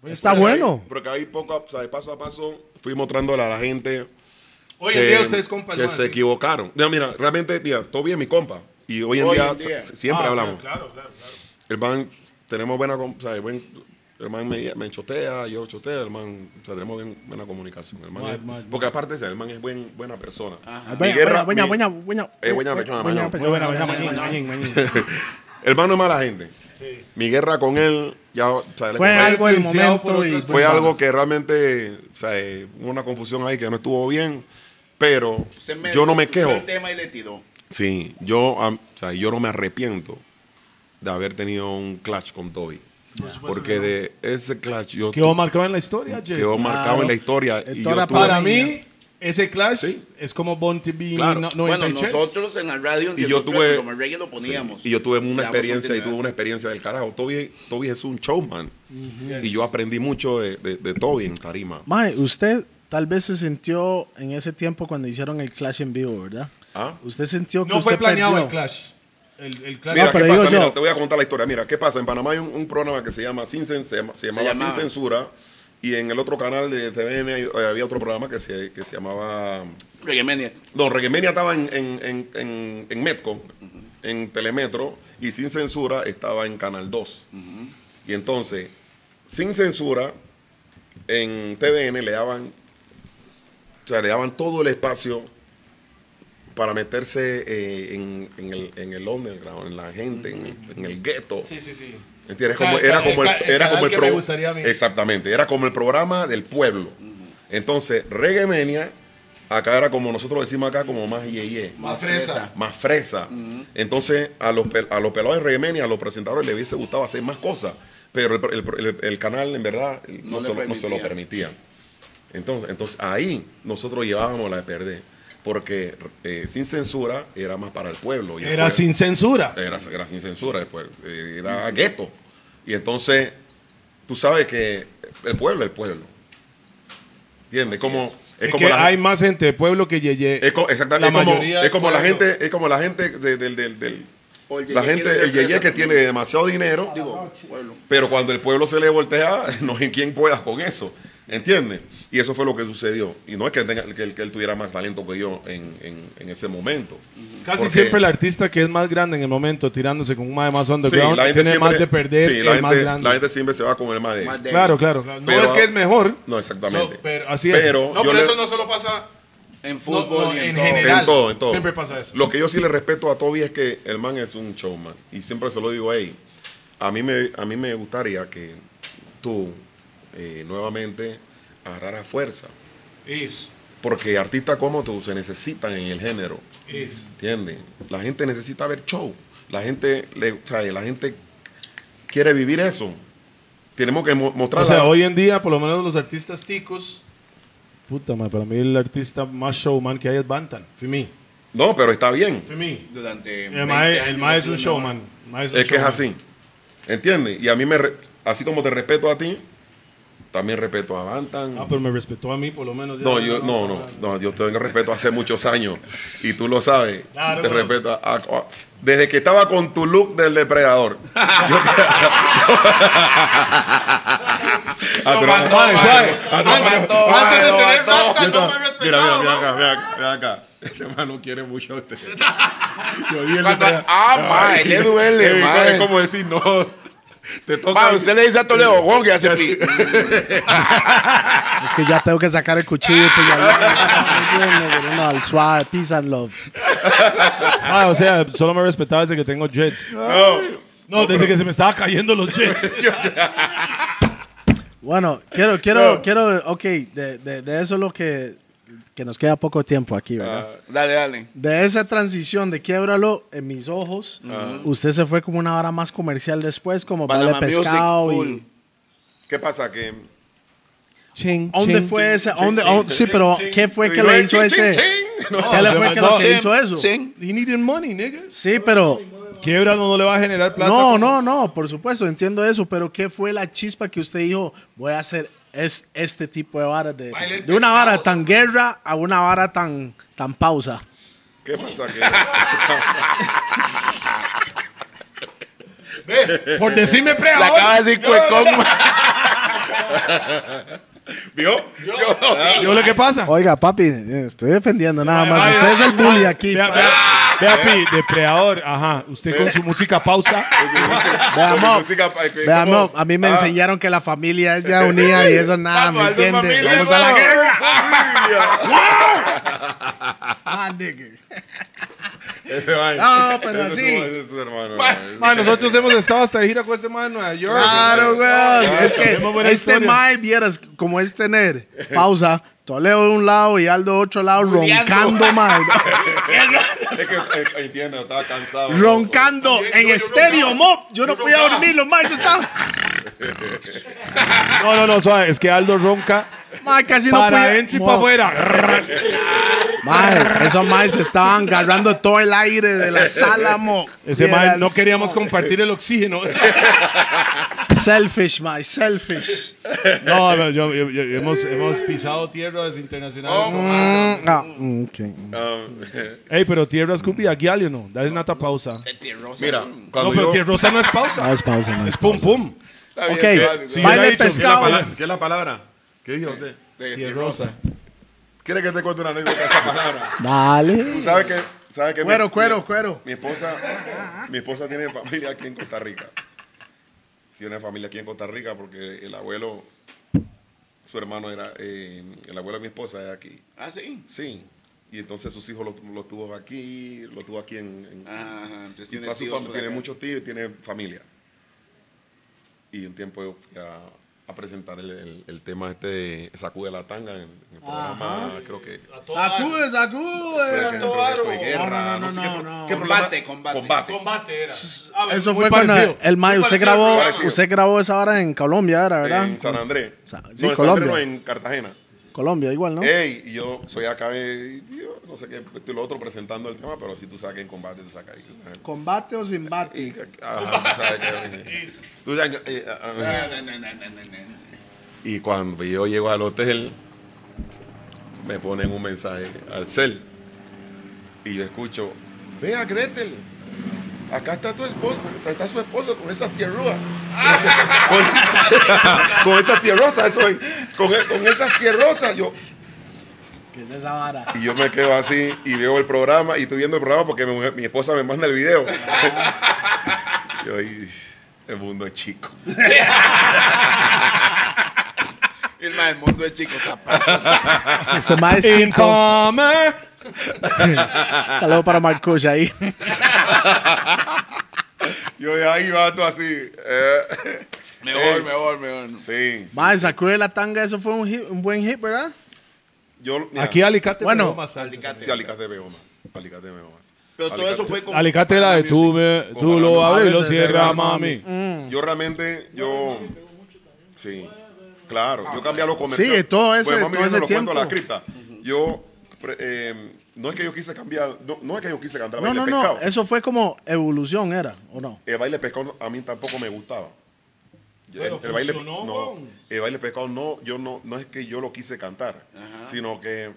[SPEAKER 4] está Ah, bueno.
[SPEAKER 13] Porque ahí poco, a- o sea, de paso a paso fui mostrándole a la gente
[SPEAKER 2] Hoy en
[SPEAKER 13] que,
[SPEAKER 2] día ustedes compas.
[SPEAKER 13] que
[SPEAKER 2] ¿no?
[SPEAKER 13] se
[SPEAKER 2] Así.
[SPEAKER 13] equivocaron. No, mira, realmente, mira, Toby es mi compa. Y hoy en
[SPEAKER 5] Hoy
[SPEAKER 13] día,
[SPEAKER 5] en día.
[SPEAKER 13] s- siempre
[SPEAKER 2] Ah,
[SPEAKER 13] hablamos.
[SPEAKER 2] Claro, claro, claro.
[SPEAKER 13] El man, tenemos buena, com- o sea, buen, el man me, me chotea, yo choteo, el man, o sea, tenemos bien- buena comunicación. El man es- porque aparte, o sea, el man es buen, buena persona. Mi guerra- mi-
[SPEAKER 4] buena, buena,
[SPEAKER 13] Eh, buena persona, mano.
[SPEAKER 4] persona.
[SPEAKER 2] Muy buena, buena, mañín, mañín, mañín.
[SPEAKER 13] El man no es mala gente. Mi guerra con él, ya, o sea, le-
[SPEAKER 4] Fue algo el
[SPEAKER 2] influenciado por
[SPEAKER 4] momento y
[SPEAKER 2] otras
[SPEAKER 13] fue algo que realmente, o sea, eh, hubo una confusión ahí que no estuvo bien, pero
[SPEAKER 5] Usted me-
[SPEAKER 13] yo no me
[SPEAKER 5] usted
[SPEAKER 13] quejo.
[SPEAKER 5] el tema y le tiró.
[SPEAKER 13] Sí, yo, am- o sea, yo no me arrepiento de haber tenido un clash con Toby. Porque de ese clash yo
[SPEAKER 2] Quedó marcado en la historia, Jay.
[SPEAKER 13] quedó marcado en la historia.
[SPEAKER 4] En
[SPEAKER 13] y
[SPEAKER 4] toda la
[SPEAKER 13] yo tuve-
[SPEAKER 2] Para mí,
[SPEAKER 4] Línea.
[SPEAKER 2] ese clash es como Bounty B
[SPEAKER 13] Claro.
[SPEAKER 2] no,
[SPEAKER 5] Bueno,
[SPEAKER 2] 93.
[SPEAKER 5] nosotros en la radio en
[SPEAKER 13] Y yo
[SPEAKER 5] 103,
[SPEAKER 13] tuve-
[SPEAKER 5] como el reggae lo poníamos.
[SPEAKER 13] Y yo tuve una
[SPEAKER 5] Le damos
[SPEAKER 13] experiencia y
[SPEAKER 5] continuidad.
[SPEAKER 13] tuve una experiencia del carajo. Toby, Toby es un showman. Y yo aprendí mucho de, de- de Toby en Tarima.
[SPEAKER 4] Mae, usted tal vez se sintió en ese tiempo cuando hicieron el clash en vivo, ¿verdad?
[SPEAKER 13] Ah.
[SPEAKER 4] Usted sintió que
[SPEAKER 2] No fue
[SPEAKER 4] usted
[SPEAKER 2] planeado
[SPEAKER 4] perdió.
[SPEAKER 2] el clash. El, el clash.
[SPEAKER 13] Mira,
[SPEAKER 4] No,
[SPEAKER 13] ¿qué
[SPEAKER 4] pero digo
[SPEAKER 13] pasa? Mira,
[SPEAKER 4] yo-
[SPEAKER 13] te voy a contar la historia. Mira, ¿qué pasa? En Panamá hay un, un programa que se llama Sin Cen- se, llama- se llamaba
[SPEAKER 5] llamaba.
[SPEAKER 13] Sin Censura. Y en el otro canal de TVN hay- eh, había otro programa que se, que se llamaba...
[SPEAKER 5] Reggae Maniac.
[SPEAKER 13] No, Reguemenia estaba en, en, en, en, en Metco, en Telemetro, y Sin Censura estaba en Canal 2. Y entonces, Sin Censura, en TVN le daban, o sea, le daban todo el espacio para meterse eh, en, en el, en el underground, en la gente, en el, en el gueto.
[SPEAKER 2] Sí, sí, sí.
[SPEAKER 13] ¿Entiendes?
[SPEAKER 2] O sea,
[SPEAKER 13] Como-
[SPEAKER 2] el
[SPEAKER 13] era
[SPEAKER 2] ca-
[SPEAKER 13] como
[SPEAKER 2] el
[SPEAKER 13] el,
[SPEAKER 2] ca- el
[SPEAKER 13] era
[SPEAKER 2] canal
[SPEAKER 13] como el
[SPEAKER 2] que
[SPEAKER 13] pro-
[SPEAKER 2] me gustaría a mí.
[SPEAKER 13] Exactamente, era como el programa del pueblo. Entonces, Reggae Mania, acá era como nosotros decimos acá, como más yeye,
[SPEAKER 2] Más fresa.
[SPEAKER 13] más fresa. Entonces, a los, pel- a los pelados de Reggae Mania, a los presentadores les hubiese gustado hacer más cosas, pero el, el- el- el canal en verdad no,
[SPEAKER 5] No le
[SPEAKER 13] se, lo- no se lo
[SPEAKER 5] permitía.
[SPEAKER 13] permitía. Entonces, entonces ahí nosotros llevábamos la de perder, porque eh, sin censura era más para el pueblo. y el
[SPEAKER 2] Era
[SPEAKER 13] pueblo-
[SPEAKER 2] sin censura.
[SPEAKER 13] eh, era, era sin censura, pues, eh, era gueto. Y entonces, tú sabes que el pueblo es el pueblo. ¿Entiendes? Como, es.
[SPEAKER 2] Es
[SPEAKER 13] como
[SPEAKER 2] que
[SPEAKER 13] la,
[SPEAKER 2] hay más gente de pueblo que Yeye.
[SPEAKER 13] es co- exactamente,
[SPEAKER 2] la
[SPEAKER 13] es como,
[SPEAKER 2] mayoría
[SPEAKER 13] es
[SPEAKER 2] del
[SPEAKER 13] como la
[SPEAKER 2] pueblo.
[SPEAKER 13] gente, es como la gente de- del, del- del-
[SPEAKER 5] O el yeye
[SPEAKER 13] la
[SPEAKER 5] quiere
[SPEAKER 13] gente,
[SPEAKER 5] ser
[SPEAKER 13] el yeye
[SPEAKER 5] fresa
[SPEAKER 13] que
[SPEAKER 5] también.
[SPEAKER 13] tiene demasiado dinero,
[SPEAKER 5] Digo, pueblo.
[SPEAKER 13] pero cuando el pueblo se le voltea, no hay quien pueda con eso. ¿Entiendes? Y eso fue lo que sucedió. Y no es que, tenga- que él, que él tuviera más talento que yo en, en- en ese momento.
[SPEAKER 2] Casi
[SPEAKER 13] Porque-
[SPEAKER 2] siempre el artista que es más grande en el momento, tirándose con un mae más underground,
[SPEAKER 13] la gente
[SPEAKER 2] tiene
[SPEAKER 13] siempre-
[SPEAKER 2] más de perder
[SPEAKER 13] sí,
[SPEAKER 2] el
[SPEAKER 13] la, gente,
[SPEAKER 2] más grande.
[SPEAKER 13] la gente siempre se va con el más de.
[SPEAKER 5] Más débil.
[SPEAKER 2] Claro, claro. claro. No
[SPEAKER 13] Pero-
[SPEAKER 2] es que es mejor.
[SPEAKER 13] No, exactamente.
[SPEAKER 2] So, pero así es.
[SPEAKER 13] Pero
[SPEAKER 2] no,
[SPEAKER 13] yo
[SPEAKER 2] pero
[SPEAKER 13] le-
[SPEAKER 2] eso no solo pasa.
[SPEAKER 5] En fútbol
[SPEAKER 2] no,
[SPEAKER 5] y en,
[SPEAKER 2] en
[SPEAKER 5] todo.
[SPEAKER 2] general.
[SPEAKER 13] En todo, en todo.
[SPEAKER 2] Siempre pasa eso.
[SPEAKER 13] Lo que yo sí le respeto a Toby es que el man es un showman. Y siempre se lo digo, hey, a mí me, a mí me gustaría que tú eh, nuevamente agarraras fuerza.
[SPEAKER 2] Is,
[SPEAKER 13] Porque artistas como tú se necesitan en el género.
[SPEAKER 2] is.
[SPEAKER 13] ¿Entiendes? La gente necesita ver show. La gente, le, o sea, la gente quiere vivir eso. Tenemos que mo- mostrar.
[SPEAKER 2] O sea,
[SPEAKER 13] la-
[SPEAKER 2] hoy en día, por lo menos los artistas ticos. Puta, mae, para mí el artista más showman que hay es Bantan. For me.
[SPEAKER 13] No, pero está bien.
[SPEAKER 2] For me.
[SPEAKER 5] Durante.
[SPEAKER 2] El
[SPEAKER 5] 20
[SPEAKER 2] mae,
[SPEAKER 5] años
[SPEAKER 2] el mae es
[SPEAKER 5] haciendo
[SPEAKER 2] un showman. El mae un
[SPEAKER 13] Es que es
[SPEAKER 2] showman.
[SPEAKER 13] así. ¿Entiendes? Y a mí me re- así como te respeto a ti, también respeto a Bantan.
[SPEAKER 2] Ah, pero me respetó a mí, por lo menos. ya.
[SPEAKER 13] no, yo no, no, no, yo te tengo respeto hace muchos años y tú lo sabes.
[SPEAKER 2] Claro,
[SPEAKER 13] te
[SPEAKER 2] bueno.
[SPEAKER 13] respeto a- a- a- desde que estaba con tu look del depredador. Yo te- Ah, tú no-
[SPEAKER 2] Mae, suave.
[SPEAKER 13] Ah, tú no-
[SPEAKER 2] Antes
[SPEAKER 13] yo
[SPEAKER 2] antes de
[SPEAKER 13] te-
[SPEAKER 2] tener Rasta, no me
[SPEAKER 13] Mira, mira,
[SPEAKER 2] respetaba.
[SPEAKER 13] mira
[SPEAKER 2] mae.
[SPEAKER 13] acá, mira acá, mira acá. Este hermano quiere mucho a usted. Yo vi el
[SPEAKER 5] Cuando-
[SPEAKER 13] depredador. eh,
[SPEAKER 5] ah, mae, le duele,
[SPEAKER 13] Es como-
[SPEAKER 5] mae.
[SPEAKER 13] Es como decir, no. Te toca.
[SPEAKER 5] Ma, usted le dice a Toledo, Juan, que hace pi.
[SPEAKER 4] Es que ya tengo que sacar el cuchillo. Pues ya no, no, entiendo, pero no, el suave, peace and love.
[SPEAKER 2] Ah, o sea, solo me respetaba desde que tengo jets. No, desde que se me estaba cayendo los jets.
[SPEAKER 4] Bueno, quiero, quiero, quiero, ok, de, de, de eso es lo que, que nos queda poco tiempo aquí, ¿verdad?
[SPEAKER 5] Dale, dale.
[SPEAKER 4] De esa transición de quiebralo en mis ojos, usted se fue como una hora más comercial después, como para
[SPEAKER 5] Panama
[SPEAKER 4] vale pescado
[SPEAKER 5] Music,
[SPEAKER 4] y...
[SPEAKER 5] full.
[SPEAKER 13] ¿Qué pasa? Que
[SPEAKER 2] Ching,
[SPEAKER 4] ¿A ¿Dónde fue ese? ¿A ¿Dónde? oh, sí, pero ¿qué fue que le hizo ese? ¿Qué le fue que lo que hizo eso?
[SPEAKER 5] Ching.
[SPEAKER 2] You needed money, niggas.
[SPEAKER 4] Sí, pero
[SPEAKER 2] Quiebra no, no le va a generar plata.
[SPEAKER 4] no, no, no, por supuesto, entiendo eso, pero ¿qué fue la chispa que usted dijo, voy a hacer es- este tipo de varas de, de una vara tan guerra a una vara tan, tan pausa?
[SPEAKER 13] ¿Qué pasa? ¿Qué?
[SPEAKER 2] Ve, por decirme pre
[SPEAKER 5] La
[SPEAKER 2] ahora,
[SPEAKER 5] acaba de decir
[SPEAKER 2] yo-
[SPEAKER 5] cuecón.
[SPEAKER 13] ¿Vio? Yo, no.
[SPEAKER 2] Yo lo que pasa.
[SPEAKER 4] Oiga, papi, eh, estoy defendiendo nada
[SPEAKER 2] ay,
[SPEAKER 4] más. Usted es el bully aquí.
[SPEAKER 2] Vea,
[SPEAKER 4] pa-
[SPEAKER 2] vea, vea, Pi, depredador. Ajá. Usted con su música pausa.
[SPEAKER 13] Pues
[SPEAKER 4] Vea,
[SPEAKER 13] Con
[SPEAKER 4] Mo,
[SPEAKER 13] música, eh, que-
[SPEAKER 4] vea,
[SPEAKER 13] como-
[SPEAKER 4] Mo, a mí me
[SPEAKER 13] Ah,
[SPEAKER 4] enseñaron que la familia es ya unida y eso nada,
[SPEAKER 13] vamos
[SPEAKER 4] ¿me
[SPEAKER 13] a hacer
[SPEAKER 4] entiende?
[SPEAKER 13] familia,
[SPEAKER 4] Vamos a la
[SPEAKER 13] vamos,
[SPEAKER 4] guerra.
[SPEAKER 13] familia.
[SPEAKER 4] Ah, nigga.
[SPEAKER 13] Ese man.
[SPEAKER 4] No,
[SPEAKER 13] Ese
[SPEAKER 4] pero
[SPEAKER 13] es
[SPEAKER 4] así.
[SPEAKER 13] su- ese es su hermano, man.
[SPEAKER 2] Ma, nosotros hemos estado hasta de gira con este man en Nueva York.
[SPEAKER 4] Claro, weón. Es
[SPEAKER 2] tenemos
[SPEAKER 4] que
[SPEAKER 2] buena
[SPEAKER 4] este
[SPEAKER 2] historia.
[SPEAKER 4] mal, vieras como es tener pausa, Toledo de un lado y Aldo de otro lado, roncando, mal.
[SPEAKER 13] Es que eh, entiendo, estaba cansado.
[SPEAKER 4] roncando en estéreo, mo. Yo no podía dormir, los más estaban.
[SPEAKER 2] No, no, no, suave. Es que Aldo ronca
[SPEAKER 4] Ma, casi no
[SPEAKER 2] para
[SPEAKER 4] podía.
[SPEAKER 2] adentro y
[SPEAKER 4] Mo,
[SPEAKER 2] para afuera.
[SPEAKER 4] ma, esos más se estaban agarrando todo el aire de la sala, mo.
[SPEAKER 2] Ese
[SPEAKER 4] Vieras,
[SPEAKER 2] man no queríamos compartir el oxígeno.
[SPEAKER 4] Selfish, ma, selfish.
[SPEAKER 2] No, no, yo- yo- yo- hemos, hemos pisado tierras internacionales.
[SPEAKER 4] Mm, ah, mm, ok.
[SPEAKER 2] Ey, pero tierra Scoopy, aquí algo no. Da es nata pausa.
[SPEAKER 13] Mira,
[SPEAKER 2] No,
[SPEAKER 13] cuando
[SPEAKER 2] pero
[SPEAKER 13] yo...
[SPEAKER 2] tierrosa no es pausa.
[SPEAKER 4] No es pausa, no es
[SPEAKER 2] Es pum pum.
[SPEAKER 13] Está bien,
[SPEAKER 4] Ok,
[SPEAKER 13] qué válido.
[SPEAKER 2] Sí, yo le he
[SPEAKER 4] baile
[SPEAKER 2] dicho,
[SPEAKER 13] ¿Qué es la
[SPEAKER 4] pescado.
[SPEAKER 13] pala- ¿Qué es la palabra? ¿Qué dijo usted?
[SPEAKER 2] Tierrosa.
[SPEAKER 13] ¿Quiere que te cuente una anécdota de esa palabra?
[SPEAKER 4] Dale.
[SPEAKER 13] ¿Sabes qué? ¿Sabes qué? Mi-
[SPEAKER 4] Cuero,
[SPEAKER 13] mi-
[SPEAKER 4] cuero, cuero.
[SPEAKER 13] Mi esposa, mi esposa tiene familia aquí en Costa Rica. Tiene familia aquí en Costa Rica porque el abuelo, su hermano era, eh, el abuelo de mi esposa es aquí.
[SPEAKER 5] Ah, sí.
[SPEAKER 13] Sí. Y entonces sus hijos lo, lo tuvo aquí, lo tuvo aquí en... en-
[SPEAKER 5] Ajá, ajá. Entonces
[SPEAKER 13] y
[SPEAKER 5] Ah, tiene
[SPEAKER 13] toda su
[SPEAKER 5] tíos pues,
[SPEAKER 13] fam-
[SPEAKER 5] por
[SPEAKER 13] tiene
[SPEAKER 5] acá.
[SPEAKER 13] muchos tíos y tiene familia. Y un tiempo yo fui a, a presentar el, el- el tema este de Sacude la Tanga en, en el programa, creo que...
[SPEAKER 4] Sacude, sacude.
[SPEAKER 13] creo que esto de guerra,
[SPEAKER 4] No, no, no,
[SPEAKER 13] sé qué
[SPEAKER 4] no,
[SPEAKER 13] pro-
[SPEAKER 4] no.
[SPEAKER 13] qué
[SPEAKER 5] Combate,
[SPEAKER 13] programa-
[SPEAKER 5] combate.
[SPEAKER 3] Combate era.
[SPEAKER 4] Eso
[SPEAKER 2] Ah, muy
[SPEAKER 4] fue cuando
[SPEAKER 2] parecido.
[SPEAKER 4] el mayo. Usted
[SPEAKER 3] parecido,
[SPEAKER 4] grabó,
[SPEAKER 13] parecido.
[SPEAKER 4] usted grabó esa hora en Colombia, era, ¿verdad?
[SPEAKER 13] En San Andrés.
[SPEAKER 4] Sa-
[SPEAKER 13] No,
[SPEAKER 4] sí,
[SPEAKER 13] en San Andrés,
[SPEAKER 4] Colombia.
[SPEAKER 13] no, en Cartagena.
[SPEAKER 4] Colombia, igual, ¿no?
[SPEAKER 13] Ey, y yo soy acá, eh, yo no sé qué, esto y lo otro presentando el tema, pero si tú sabes que en combate tú sacas ahí.
[SPEAKER 4] Combate o sin bate.
[SPEAKER 13] Y, ajá, tú sabes que- tú sabes que- eh, ah, ah.
[SPEAKER 5] Na, na, na, na, na, na.
[SPEAKER 13] Y cuando yo llego al hotel, me ponen un mensaje al cel. Y yo escucho, vea Gretel, acá está tu esposo, está, está su esposo con esas tierrúas. Con ese- Con, con esas tierrosas, eso es, con, con esas tierrosas. Yo,
[SPEAKER 4] ¿Qué es esa vara?
[SPEAKER 13] Y yo me quedo así y veo el programa y estoy viendo el programa porque mi, mujer- mi esposa me manda el video. yo ahí, el mundo es chico.
[SPEAKER 5] El más del mundo de chicos zapatos.
[SPEAKER 4] Este más es tinto.
[SPEAKER 2] Infame.
[SPEAKER 4] Saludo para Marcos ahí.
[SPEAKER 13] Yo de ahí va todo así. eh,
[SPEAKER 5] Mejor, mejor, mejor.
[SPEAKER 13] sí. sí.
[SPEAKER 4] Más, sacude la tanga, eso fue un, hit- un buen hit, ¿verdad?
[SPEAKER 13] Yo, mira,
[SPEAKER 2] Aquí Alicate.
[SPEAKER 4] Bueno,
[SPEAKER 2] pegó bastante.
[SPEAKER 5] Alicate.
[SPEAKER 13] Sí, Alicate veo más. Alicate veo más.
[SPEAKER 5] Pero todo
[SPEAKER 13] Alicate.
[SPEAKER 5] eso fue con.
[SPEAKER 2] Alicate la de tú, me- tú lo abres y lo cierras, mami.
[SPEAKER 13] Yo realmente, yo. Sí, claro. Yo cambié a lo comercial.
[SPEAKER 4] Sí, todo ese-
[SPEAKER 13] Pues, mami,
[SPEAKER 4] todo
[SPEAKER 13] yo
[SPEAKER 4] ese
[SPEAKER 13] se lo cuento
[SPEAKER 4] tiempo.
[SPEAKER 13] a la cripta. Yo. pre- eh, no es que yo quise cambiar. No, no es que yo quise cantar
[SPEAKER 4] No,
[SPEAKER 13] baile
[SPEAKER 4] no,
[SPEAKER 13] pescado.
[SPEAKER 4] no. Eso fue como evolución, ¿era? ¿O no?
[SPEAKER 13] el baile pescado a mí tampoco me gustaba. Yo-
[SPEAKER 2] Pero
[SPEAKER 13] baile,
[SPEAKER 2] funcionó,
[SPEAKER 13] no,
[SPEAKER 2] weón.
[SPEAKER 13] el baile pescado no, yo no, no es que yo lo quise cantar, sino que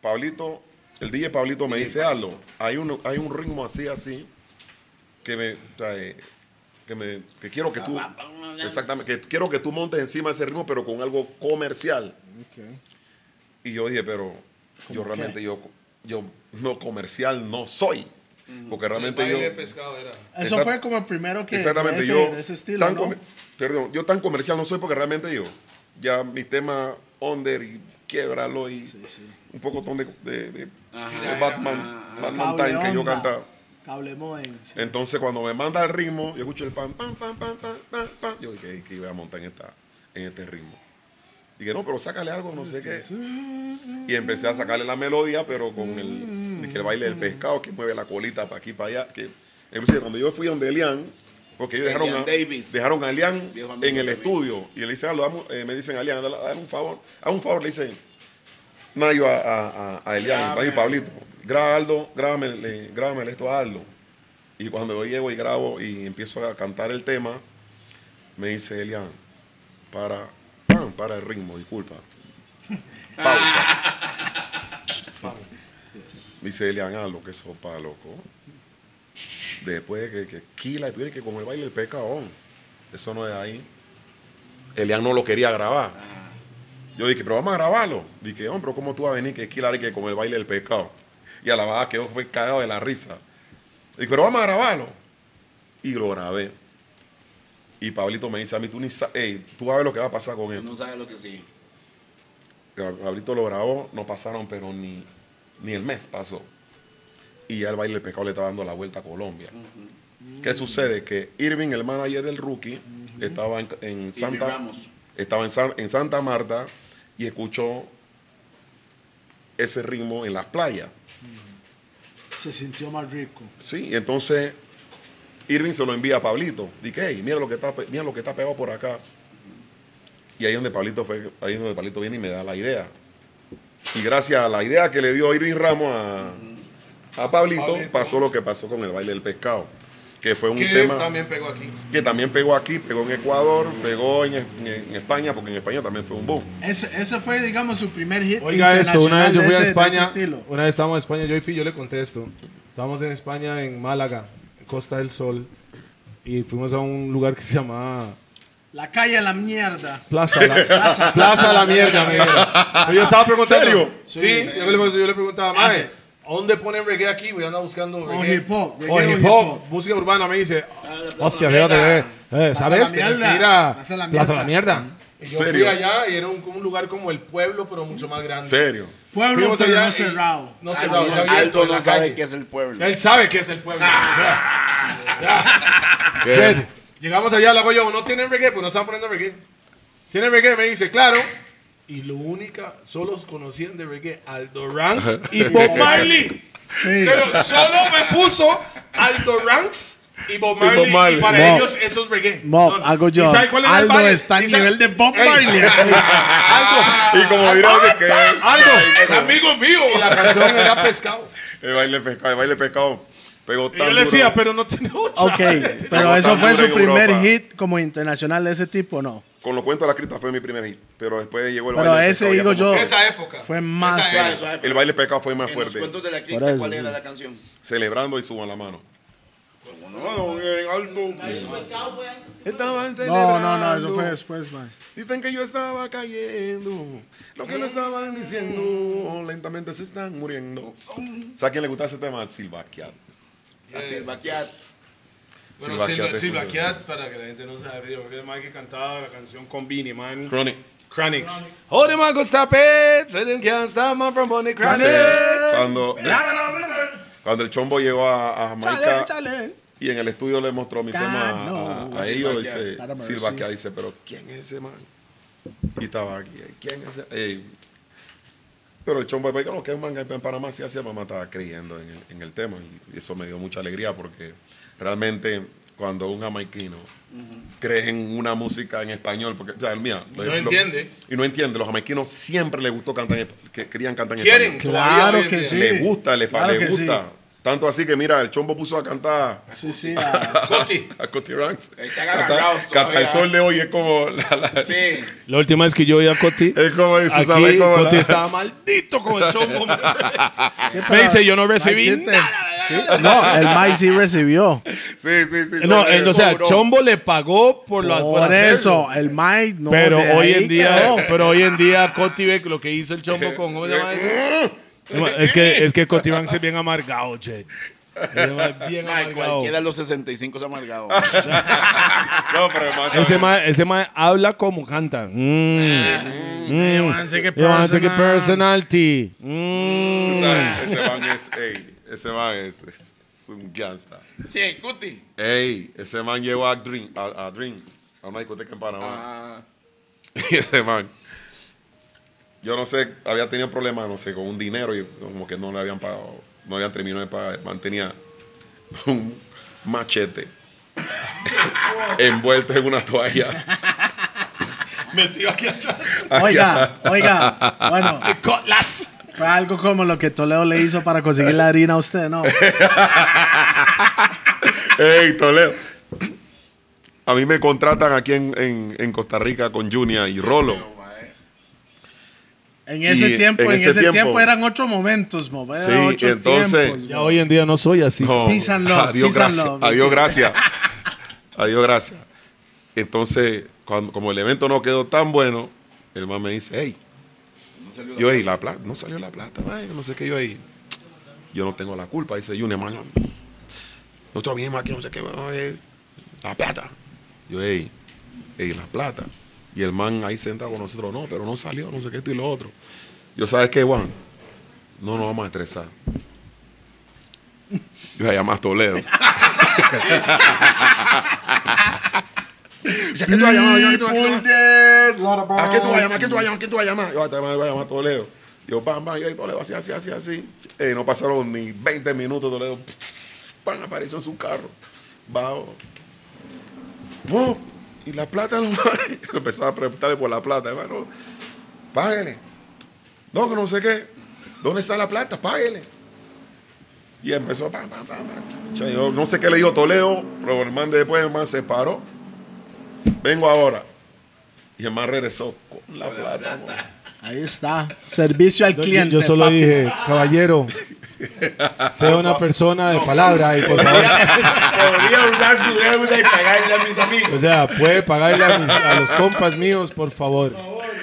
[SPEAKER 13] Pablito, el DJ Pablito me dice algo, hay un, hay un ritmo así, así, que me, o sea, eh, que me, que quiero que tú, exactamente, que quiero que tú montes encima de ese ritmo, pero con algo comercial. Y yo dije, pero yo realmente, yo, yo no comercial no soy, porque realmente yo...
[SPEAKER 3] pescado era.
[SPEAKER 4] Eso
[SPEAKER 13] Exact-
[SPEAKER 4] fue como el primero que.
[SPEAKER 13] Exactamente,
[SPEAKER 4] de ese,
[SPEAKER 13] yo.
[SPEAKER 4] de ese estilo.
[SPEAKER 13] tan
[SPEAKER 4] ¿no?
[SPEAKER 13] comer- Perdón, yo tan comercial no soy porque realmente yo. Ya mi tema under y quiebralo y un poco ton de, de, de- de Batman, Batman
[SPEAKER 4] Cable
[SPEAKER 13] Time que yo
[SPEAKER 4] onda,
[SPEAKER 13] cantaba.
[SPEAKER 4] Cable modem.
[SPEAKER 13] Entonces cuando me manda el ritmo, yo escucho el pan, pan, pan, pan, pan, pan, pan. Yo dije "Ey, que iba a montar en, esta, en este ritmo. Dije, no, pero sácale algo, no sé qué. Y empecé a sacarle la melodía, pero con el, dije, el baile
[SPEAKER 5] Mm.
[SPEAKER 13] del pescado, que mueve la colita para aquí, para allá. Que, inclusive cuando yo fui donde Elian, porque ellos dejaron
[SPEAKER 5] Elian
[SPEAKER 13] a,
[SPEAKER 5] Davis.
[SPEAKER 13] dejaron a Elian
[SPEAKER 5] Viejo amigo
[SPEAKER 13] en el
[SPEAKER 5] también.
[SPEAKER 13] estudio. Y le dicen, "Aldo, dame- eh, me dicen, Elian, dale- dale un favor, haz un favor, le dicen, Nayo a, a, a, a Elian, Nayo y Pablito. Graba Aldo, grábame, le- grábame esto a Aldo. Y cuando yo llego y grabo y empiezo a cantar el tema, me dice Elian, para, pan, para el ritmo, disculpa. Pausa. Dice Elian, ah, lo que sopa, loco. Después de que, que Kila tiene que con el baile el pecado. Eso no es ahí. Elian no lo quería grabar. Yo dije, pero vamos a grabarlo. Dije, hombre, pero ¿cómo tú vas a venir que Kila que con el baile del pecado? Y a la baja quedó fue cagado de la risa. Dije, pero vamos a grabarlo. Y lo grabé. Y Pablito me dice a mí, tú ni sabes, ey, tú sabes lo que va a pasar con esto.
[SPEAKER 5] No sabe lo que sí.
[SPEAKER 13] Gabrito lo grabó, no pasaron, pero ni, ni el mes pasó. Y ya el baile del pecado le estaba dando la vuelta a Colombia. ¿Qué sucede? Que Irving, el manager del rookie, estaba en, en Santa,
[SPEAKER 5] Ramos.
[SPEAKER 13] estaba en, San- en Santa Marta y escuchó ese ritmo en las playas.
[SPEAKER 4] Se sintió más rico.
[SPEAKER 13] Sí, y entonces Irving se lo envía a Pablito. Dice, hey, mira lo que está, pe- mira lo que está pegado por acá. Y ahí es donde Pablito fue, ahí es donde Pablito viene y me da la idea. Y gracias a la idea que le dio Irving Ramos a, a Pablito,
[SPEAKER 2] Pablito.
[SPEAKER 13] pasó lo que pasó con el baile del pescado. Que fue un
[SPEAKER 2] Que
[SPEAKER 13] tema
[SPEAKER 2] también pegó aquí.
[SPEAKER 13] que también pegó aquí, pegó en Ecuador, pegó en, en- en España, porque en España también fue un boom.
[SPEAKER 4] Ese, ese fue, digamos, su primer hit
[SPEAKER 2] Oiga esto, una vez yo fui a España,
[SPEAKER 4] estilo.
[SPEAKER 2] una vez estábamos en España, yo y Pi, yo le contesto. Estábamos en España, en Málaga, Costa del Sol, y fuimos a un lugar que se llamaba
[SPEAKER 4] La calle a la mierda.
[SPEAKER 2] Plaza la, Plaza, la Mierda, me dijeron. Pero Yo estaba preguntando.
[SPEAKER 13] ¿Serio?
[SPEAKER 2] Sí, yo, le, yo le preguntaba, mae, ¿a dónde ponen reggae aquí? Voy a andar buscando reggae.
[SPEAKER 4] hip hop, reggae
[SPEAKER 2] O
[SPEAKER 4] o
[SPEAKER 2] hip
[SPEAKER 4] hip
[SPEAKER 2] hop,
[SPEAKER 4] hop.
[SPEAKER 2] música urbana, me dice.
[SPEAKER 5] la Plaza
[SPEAKER 2] Hostia,
[SPEAKER 5] la
[SPEAKER 2] fíjate, eh,
[SPEAKER 5] Mierda.
[SPEAKER 2] eh, ¿sabes?
[SPEAKER 4] la Mierda,
[SPEAKER 2] Tienes que ir a
[SPEAKER 4] Plaza la
[SPEAKER 2] Plaza la
[SPEAKER 4] Mierda.
[SPEAKER 2] Mierda. Y yo fui
[SPEAKER 13] ¿Serio?
[SPEAKER 2] allá y era un, como un lugar como el pueblo, pero mucho más grande.
[SPEAKER 13] Serio.
[SPEAKER 4] Pueblo,
[SPEAKER 2] Fuimos
[SPEAKER 4] pero
[SPEAKER 2] allá
[SPEAKER 4] no
[SPEAKER 2] y-
[SPEAKER 4] cerrado.
[SPEAKER 2] No cerrado. es
[SPEAKER 5] Aldo,
[SPEAKER 2] abierto
[SPEAKER 5] Aldo
[SPEAKER 2] en la
[SPEAKER 5] Ah, no sabe
[SPEAKER 2] calle.
[SPEAKER 5] qué es el pueblo.
[SPEAKER 2] Él sabe que es el pueblo. o sea, ya. Ted, Llegamos allá, le hago yo, no tienen reggae, pues no están poniendo reggae. ¿Tienen reggae? Me dice, claro. Y lo única, solo conocían de reggae Aldo Ranks y Bob Marley.
[SPEAKER 4] Sí.
[SPEAKER 2] Pero solo me puso Aldo Ranks y Bob
[SPEAKER 13] Bob
[SPEAKER 2] Marley. Y,
[SPEAKER 13] Marley.
[SPEAKER 2] para
[SPEAKER 4] Mob.
[SPEAKER 2] ellos eso es reggae.
[SPEAKER 4] Mob,
[SPEAKER 2] No,
[SPEAKER 4] hago
[SPEAKER 2] ¿y
[SPEAKER 4] yo.
[SPEAKER 2] sabe cuál era el
[SPEAKER 4] Aldo
[SPEAKER 2] baile?
[SPEAKER 4] está a
[SPEAKER 2] ¿Y sabe-
[SPEAKER 4] nivel de Bob
[SPEAKER 2] Ey,
[SPEAKER 4] Marley.
[SPEAKER 2] Aldo,
[SPEAKER 13] Y como dirán de que es
[SPEAKER 2] Aldo.
[SPEAKER 5] Es amigo mío.
[SPEAKER 2] Ah. Y la canción era pescado.
[SPEAKER 13] el baile del pescado, el baile del pescado pegó
[SPEAKER 2] Y
[SPEAKER 13] tan
[SPEAKER 2] yo le decía,
[SPEAKER 13] duro.
[SPEAKER 2] pero no tiene otra.
[SPEAKER 4] Ok, pero
[SPEAKER 13] Algo
[SPEAKER 4] eso
[SPEAKER 13] tan
[SPEAKER 4] fue
[SPEAKER 13] duro
[SPEAKER 4] su
[SPEAKER 13] en
[SPEAKER 4] primer
[SPEAKER 13] Europa.
[SPEAKER 4] hit como internacional de ese tipo, ¿no.
[SPEAKER 13] Con los cuentos de la cripta fue mi primer hit, pero después llegó el
[SPEAKER 4] Pero
[SPEAKER 13] baile del
[SPEAKER 4] ese
[SPEAKER 13] pescado ya
[SPEAKER 4] digo
[SPEAKER 13] como
[SPEAKER 4] yo
[SPEAKER 13] sea.
[SPEAKER 2] Esa época.
[SPEAKER 4] fue más-
[SPEAKER 2] Esa época.
[SPEAKER 5] Suave, suave,
[SPEAKER 13] El baile pescado fue más
[SPEAKER 5] En los
[SPEAKER 13] fuerte.
[SPEAKER 5] cuentos de la
[SPEAKER 4] Por
[SPEAKER 5] cripta,
[SPEAKER 4] eso,
[SPEAKER 5] ¿cuál era
[SPEAKER 4] sí.
[SPEAKER 5] la canción?
[SPEAKER 13] Celebrando y suban la mano.
[SPEAKER 5] No, no, en Aldo.
[SPEAKER 15] Pescado fue antes.
[SPEAKER 13] Estaban
[SPEAKER 4] No, no, no, eso fue después, man.
[SPEAKER 13] Dicen que yo estaba cayendo. Lo que lo estaban diciendo. Lentamente se están muriendo. ¿Sabes a quién le gusta ese tema? Silvaquiat.
[SPEAKER 5] Así, vaquear.
[SPEAKER 2] Bueno,
[SPEAKER 13] Silva Kiat
[SPEAKER 2] Silva,
[SPEAKER 13] es
[SPEAKER 2] Silva
[SPEAKER 13] un-
[SPEAKER 2] Kiat, para que la gente no sabe, yo creo que el man que cantaba la canción con Beanie, man.
[SPEAKER 13] Chronic.
[SPEAKER 2] Chronics. Hold him on, go stop it. Say them can't stop man from Bonnie Chronics.
[SPEAKER 13] Cuando, cuando el chombo llegó a, a Jamaica y en el estudio le mostró mi tema a- a, a ellos, dice
[SPEAKER 4] Para
[SPEAKER 13] Silvaquiat, dice, pero ¿quién es ese man? Y estaba aquí, ¿quién es ese? Ey. Pero el chombo, pues, no, que es un manga en Panamá, sí, hacía, mamá estaba creyendo en el, en el tema. Y eso me dio mucha alegría porque realmente cuando un jamaiquino cree en una música en español, porque, o sea, mira,
[SPEAKER 2] No entiende.
[SPEAKER 13] Y no entiende. Los jamaiquinos siempre les gustó cantar, en esp- que querían cantar en
[SPEAKER 2] Quieren.
[SPEAKER 13] español.
[SPEAKER 2] Todavía hoy
[SPEAKER 4] Claro
[SPEAKER 2] en
[SPEAKER 4] que
[SPEAKER 2] día.
[SPEAKER 4] sí.
[SPEAKER 13] Les gusta, les,
[SPEAKER 4] Claro
[SPEAKER 13] les
[SPEAKER 4] que sí.
[SPEAKER 13] gusta. Tanto así que, mira, el chombo puso a cantar
[SPEAKER 4] Sí, sí. ah,
[SPEAKER 2] Coti.
[SPEAKER 13] a Coti Ranks.
[SPEAKER 5] Están
[SPEAKER 13] Hasta,
[SPEAKER 5] agarrados
[SPEAKER 13] hasta el
[SPEAKER 5] todavía.
[SPEAKER 13] sol de hoy es como... la- la-
[SPEAKER 5] Sí.
[SPEAKER 2] La última vez que yo vi a Coti,
[SPEAKER 13] Es como, se
[SPEAKER 2] aquí
[SPEAKER 13] sabe cómo la-
[SPEAKER 2] Coti estaba maldito con el chombo.
[SPEAKER 4] sí,
[SPEAKER 2] Me
[SPEAKER 4] pero-
[SPEAKER 2] dice, yo no recibí
[SPEAKER 4] Mike, ¿qué te-
[SPEAKER 2] nada.
[SPEAKER 4] Sí, no, el Mike sí recibió.
[SPEAKER 13] Sí, sí, sí.
[SPEAKER 2] No,
[SPEAKER 13] sí,
[SPEAKER 2] el- o sea, Chombo le pagó por, la, por
[SPEAKER 4] Por
[SPEAKER 2] hacerlo.
[SPEAKER 4] eso, el Mike no.
[SPEAKER 2] Pero
[SPEAKER 4] de
[SPEAKER 2] hoy
[SPEAKER 4] ahí
[SPEAKER 2] en día,
[SPEAKER 4] quedó.
[SPEAKER 2] pero hoy en día Coti ve lo que hizo el chombo con ¿cómo se llama eso? Es que es que Coti Banks es bien amargado, che. Ese man es bien
[SPEAKER 5] Ay,
[SPEAKER 2] amargado.
[SPEAKER 5] cualquiera de los 65 es amargado.
[SPEAKER 13] No, pero el man-
[SPEAKER 2] Ese man, ese man habla como canta. Mm. Mm. You wanna take it personality. Mm.
[SPEAKER 13] Tú sabes, ese man es, ey, ese man es, es un gangsta.
[SPEAKER 5] Sí, Cuti.
[SPEAKER 13] Ey, ese man llegó a, Dream- a, a Dreams, a una discoteca en Panamá.
[SPEAKER 5] Ah,
[SPEAKER 13] Y ese man, yo no sé, había tenido problemas, no sé, con un dinero y como que no le habían pagado, no habían terminado de pagar. El man tenía un machete envuelto en una toalla.
[SPEAKER 2] Metido aquí atrás.
[SPEAKER 4] Oiga, oiga. Bueno,
[SPEAKER 2] Cutlass.
[SPEAKER 4] fue algo como lo que Toledo le hizo para conseguir la harina a usted, ¿no?
[SPEAKER 13] Ey, Toledo. A mí me contratan aquí en, en- en Costa Rica con Junior y Rolo.
[SPEAKER 4] En ese
[SPEAKER 16] Y
[SPEAKER 4] tiempo,
[SPEAKER 16] en
[SPEAKER 4] en,
[SPEAKER 16] ese
[SPEAKER 4] ese tiempo,
[SPEAKER 16] tiempo.
[SPEAKER 4] eran otros momentos, mo. Eran
[SPEAKER 16] Sí,
[SPEAKER 4] otros
[SPEAKER 16] entonces-
[SPEAKER 4] tiempos.
[SPEAKER 2] Ya hoy en día no soy así.
[SPEAKER 13] No.
[SPEAKER 4] Peace and love,
[SPEAKER 13] Adiós,
[SPEAKER 4] peace and
[SPEAKER 13] gracias.
[SPEAKER 4] love.
[SPEAKER 13] Adiós, gracias. Adiós, gracias. Entonces, cuando, como el evento no quedó tan bueno, el man me dice, hey, yo ahí, la plata, no salió la plata, man, no sé qué, yo ahí, yo no tengo la culpa, dice Junior, man, nosotros vinimos aquí, no sé qué, man, eh, la plata. Yo, hey, hey, la plata. Y el man ahí sentado con nosotros, no, pero no salió, no sé qué, esto y lo otro. Yo, ¿sabes qué, Juan? No nos vamos a estresar. Yo voy a llamar a Toledo. Dice, ¿A qué tú vas a llamar? ¿A qué tú vas a llamar? ¿A qué tú vas a llamar? ¿A qué tú vas a llamar? ¿A qué tú vas a llamar? Yo "Ah, te voy a llamar- voy a llamar a Toledo. Yo, pam, pam, yo "Ey, Toledo, así, así, así, así. Ey, no pasaron ni 20 minutos, Toledo. Pan apareció en su carro. Bajo. Mo, y la plata, hermano. Empezó a preguntarle por la plata, hermano. Páguele. No, que no sé qué. ¿Dónde está la plata? Páguele. Y empezó pam, pam, pam, pam. Che, yo no sé qué le dijo Toledo, pero el man después el man se paró. Vengo ahora. Y el man regresó con la plata. mo.
[SPEAKER 4] Ahí está. Servicio al
[SPEAKER 2] Yo-
[SPEAKER 4] cliente.
[SPEAKER 2] yo solo
[SPEAKER 4] papi.
[SPEAKER 2] dije, caballero, sea una persona de palabra y por favor,
[SPEAKER 5] Podría honrar su deuda y pagarle a mis amigos.
[SPEAKER 2] o sea, puede pagarle a, mis- a los compas míos, por favor.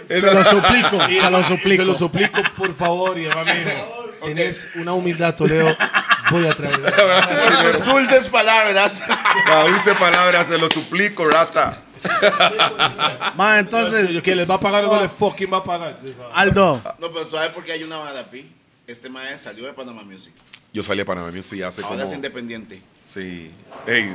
[SPEAKER 4] Se lo suplico, se lo suplico.
[SPEAKER 2] Ah, Se lo suplico, por favor, y el man me dijo, Tenés una humildad, Toledo, voy a traer.
[SPEAKER 5] Sus dulces palabras.
[SPEAKER 13] La
[SPEAKER 5] Ah,
[SPEAKER 13] dulce palabra, se lo suplico, rata.
[SPEAKER 4] Ma, entonces,
[SPEAKER 2] Yo que les va a pagar o no les fucking va a pagar. Yo estaba-
[SPEAKER 4] Aldo,
[SPEAKER 5] No, pero ¿sabes por qué hay una banda, Pi? Este maestro salió de Panama Music.
[SPEAKER 13] Yo salí a Panamá Music hace
[SPEAKER 5] Ahora es
[SPEAKER 13] como...
[SPEAKER 5] independiente.
[SPEAKER 13] Sí. Ey.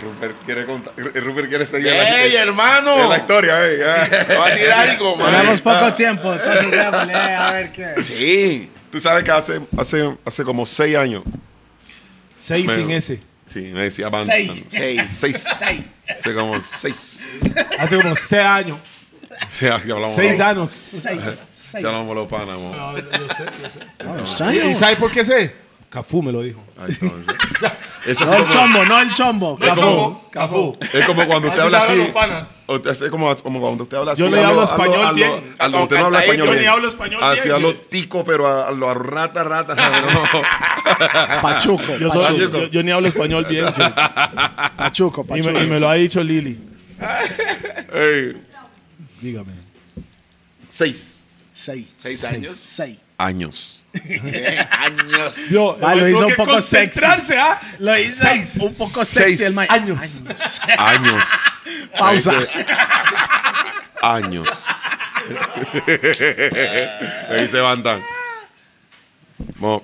[SPEAKER 13] Rupert quiere contar... eh, Rupert quiere seguir en la-
[SPEAKER 5] ¡Ey,
[SPEAKER 13] en la
[SPEAKER 5] hermano!
[SPEAKER 13] historia, ey. ah.
[SPEAKER 5] Te voy a decir algo, man.
[SPEAKER 4] tenemos poco tiempo. Entonces, déjame, a ver qué.
[SPEAKER 5] Sí.
[SPEAKER 13] Tú sabes que hace, hace, hace como seis años.
[SPEAKER 2] Seis
[SPEAKER 13] me-
[SPEAKER 2] sin ese.
[SPEAKER 13] Sí, me decía... ban-
[SPEAKER 4] Seis.
[SPEAKER 5] Seis.
[SPEAKER 13] Seis. Hace como seis.
[SPEAKER 2] Hace como seis años.
[SPEAKER 13] Sí, aquí hablamos
[SPEAKER 2] Seis
[SPEAKER 13] los-
[SPEAKER 2] años.
[SPEAKER 4] Seis, seis.
[SPEAKER 13] sí hablamos los panas, mo.
[SPEAKER 2] No, yo sé, yo sé.
[SPEAKER 4] No,
[SPEAKER 2] ¿Y
[SPEAKER 4] extraño.
[SPEAKER 2] sabes por qué sé? Cafú me lo dijo.
[SPEAKER 13] Ah, entonces. Es así
[SPEAKER 4] No el
[SPEAKER 13] como-
[SPEAKER 4] chombo, no el chombo. Cafú.
[SPEAKER 2] Cafú. Cafú.
[SPEAKER 13] Es como cuando usted habla
[SPEAKER 2] Así se
[SPEAKER 13] así.
[SPEAKER 2] hablan los panas.
[SPEAKER 13] o te- Es como, como cuando usted habla así.
[SPEAKER 2] Yo le
[SPEAKER 13] a
[SPEAKER 2] hablo
[SPEAKER 13] lo- a lo-
[SPEAKER 2] español
[SPEAKER 13] a lo-
[SPEAKER 2] bien.
[SPEAKER 13] a lo- Usted no
[SPEAKER 5] Con
[SPEAKER 13] habla
[SPEAKER 5] cantadito.
[SPEAKER 13] español
[SPEAKER 5] Yo
[SPEAKER 13] bien.
[SPEAKER 5] ni
[SPEAKER 2] hablo español
[SPEAKER 13] Así
[SPEAKER 2] bien,
[SPEAKER 13] a lo
[SPEAKER 2] yo-
[SPEAKER 13] tico, pero a, a lo a rata, rata. ¿sabes? No.
[SPEAKER 4] Pachuco.
[SPEAKER 2] Yo,
[SPEAKER 4] Pachuco,
[SPEAKER 2] solo- yo- yo ni hablo español bien. yo-
[SPEAKER 4] Pachuco,
[SPEAKER 2] y,
[SPEAKER 4] Pachuco.
[SPEAKER 2] me, y me lo ha dicho Lili.
[SPEAKER 13] Ey,
[SPEAKER 2] Dígame.
[SPEAKER 13] seis
[SPEAKER 4] Seis.
[SPEAKER 5] Seis años.
[SPEAKER 4] Seis.
[SPEAKER 13] años.
[SPEAKER 5] Eh, años.
[SPEAKER 2] Yo,
[SPEAKER 4] Ah, lo
[SPEAKER 2] yo
[SPEAKER 4] hizo
[SPEAKER 2] tengo
[SPEAKER 4] un
[SPEAKER 2] que
[SPEAKER 4] poco
[SPEAKER 2] concentrarse, ¿ah?
[SPEAKER 4] Lo hice un poco sexy
[SPEAKER 13] Seis
[SPEAKER 4] el ma-
[SPEAKER 2] años.
[SPEAKER 13] Años.
[SPEAKER 4] Pausa.
[SPEAKER 13] Me dice, años. Me dice Van Damme, "Mo,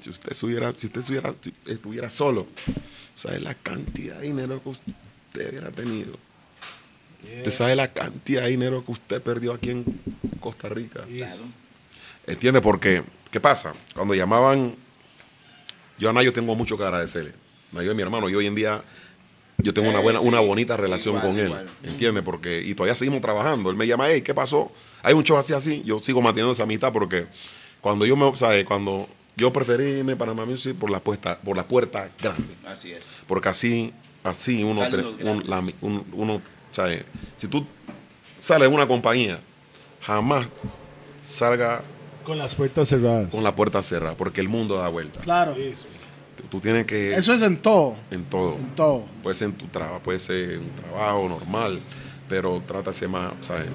[SPEAKER 13] si usted, subiera, si usted subiera- si estuviera solo, ¿sabe la cantidad de dinero que usted hubiera tenido? ¿Usted sabe la cantidad de dinero que usted perdió aquí en Costa Rica? ¿Entiende? Porque, ¿qué pasa? Cuando llamaban, yo a Nayo tengo mucho que agradecerle. Nayo es mi hermano y hoy en día yo tengo una buena, una bonita relación
[SPEAKER 5] Eh, igual,
[SPEAKER 13] con él.
[SPEAKER 5] igual.
[SPEAKER 13] ¿Entiende? Porque, y todavía seguimos trabajando. Él me llama, hey, ¿qué pasó? Hay un show así, así. Yo sigo manteniendo esa amistad porque cuando yo me, o sea, Cuando yo preferí irme para Panamá Music por la puerta, por la puerta grande.
[SPEAKER 5] Así es.
[SPEAKER 13] Porque así, así uno,
[SPEAKER 5] Salen
[SPEAKER 13] tre-
[SPEAKER 5] los
[SPEAKER 13] un-
[SPEAKER 5] grandes.
[SPEAKER 13] la- un- uno, ¿sabes? Si tú sales de una compañía, jamás salga
[SPEAKER 2] Con las puertas cerradas.
[SPEAKER 13] con la puerta cerrada, porque el mundo da vuelta.
[SPEAKER 4] Claro.
[SPEAKER 13] Tú tienes que
[SPEAKER 4] Eso es en todo.
[SPEAKER 13] en todo.
[SPEAKER 4] En todo.
[SPEAKER 13] Puede ser en tu trabajo, puede ser un trabajo normal, pero trata de ser más, ¿sabes?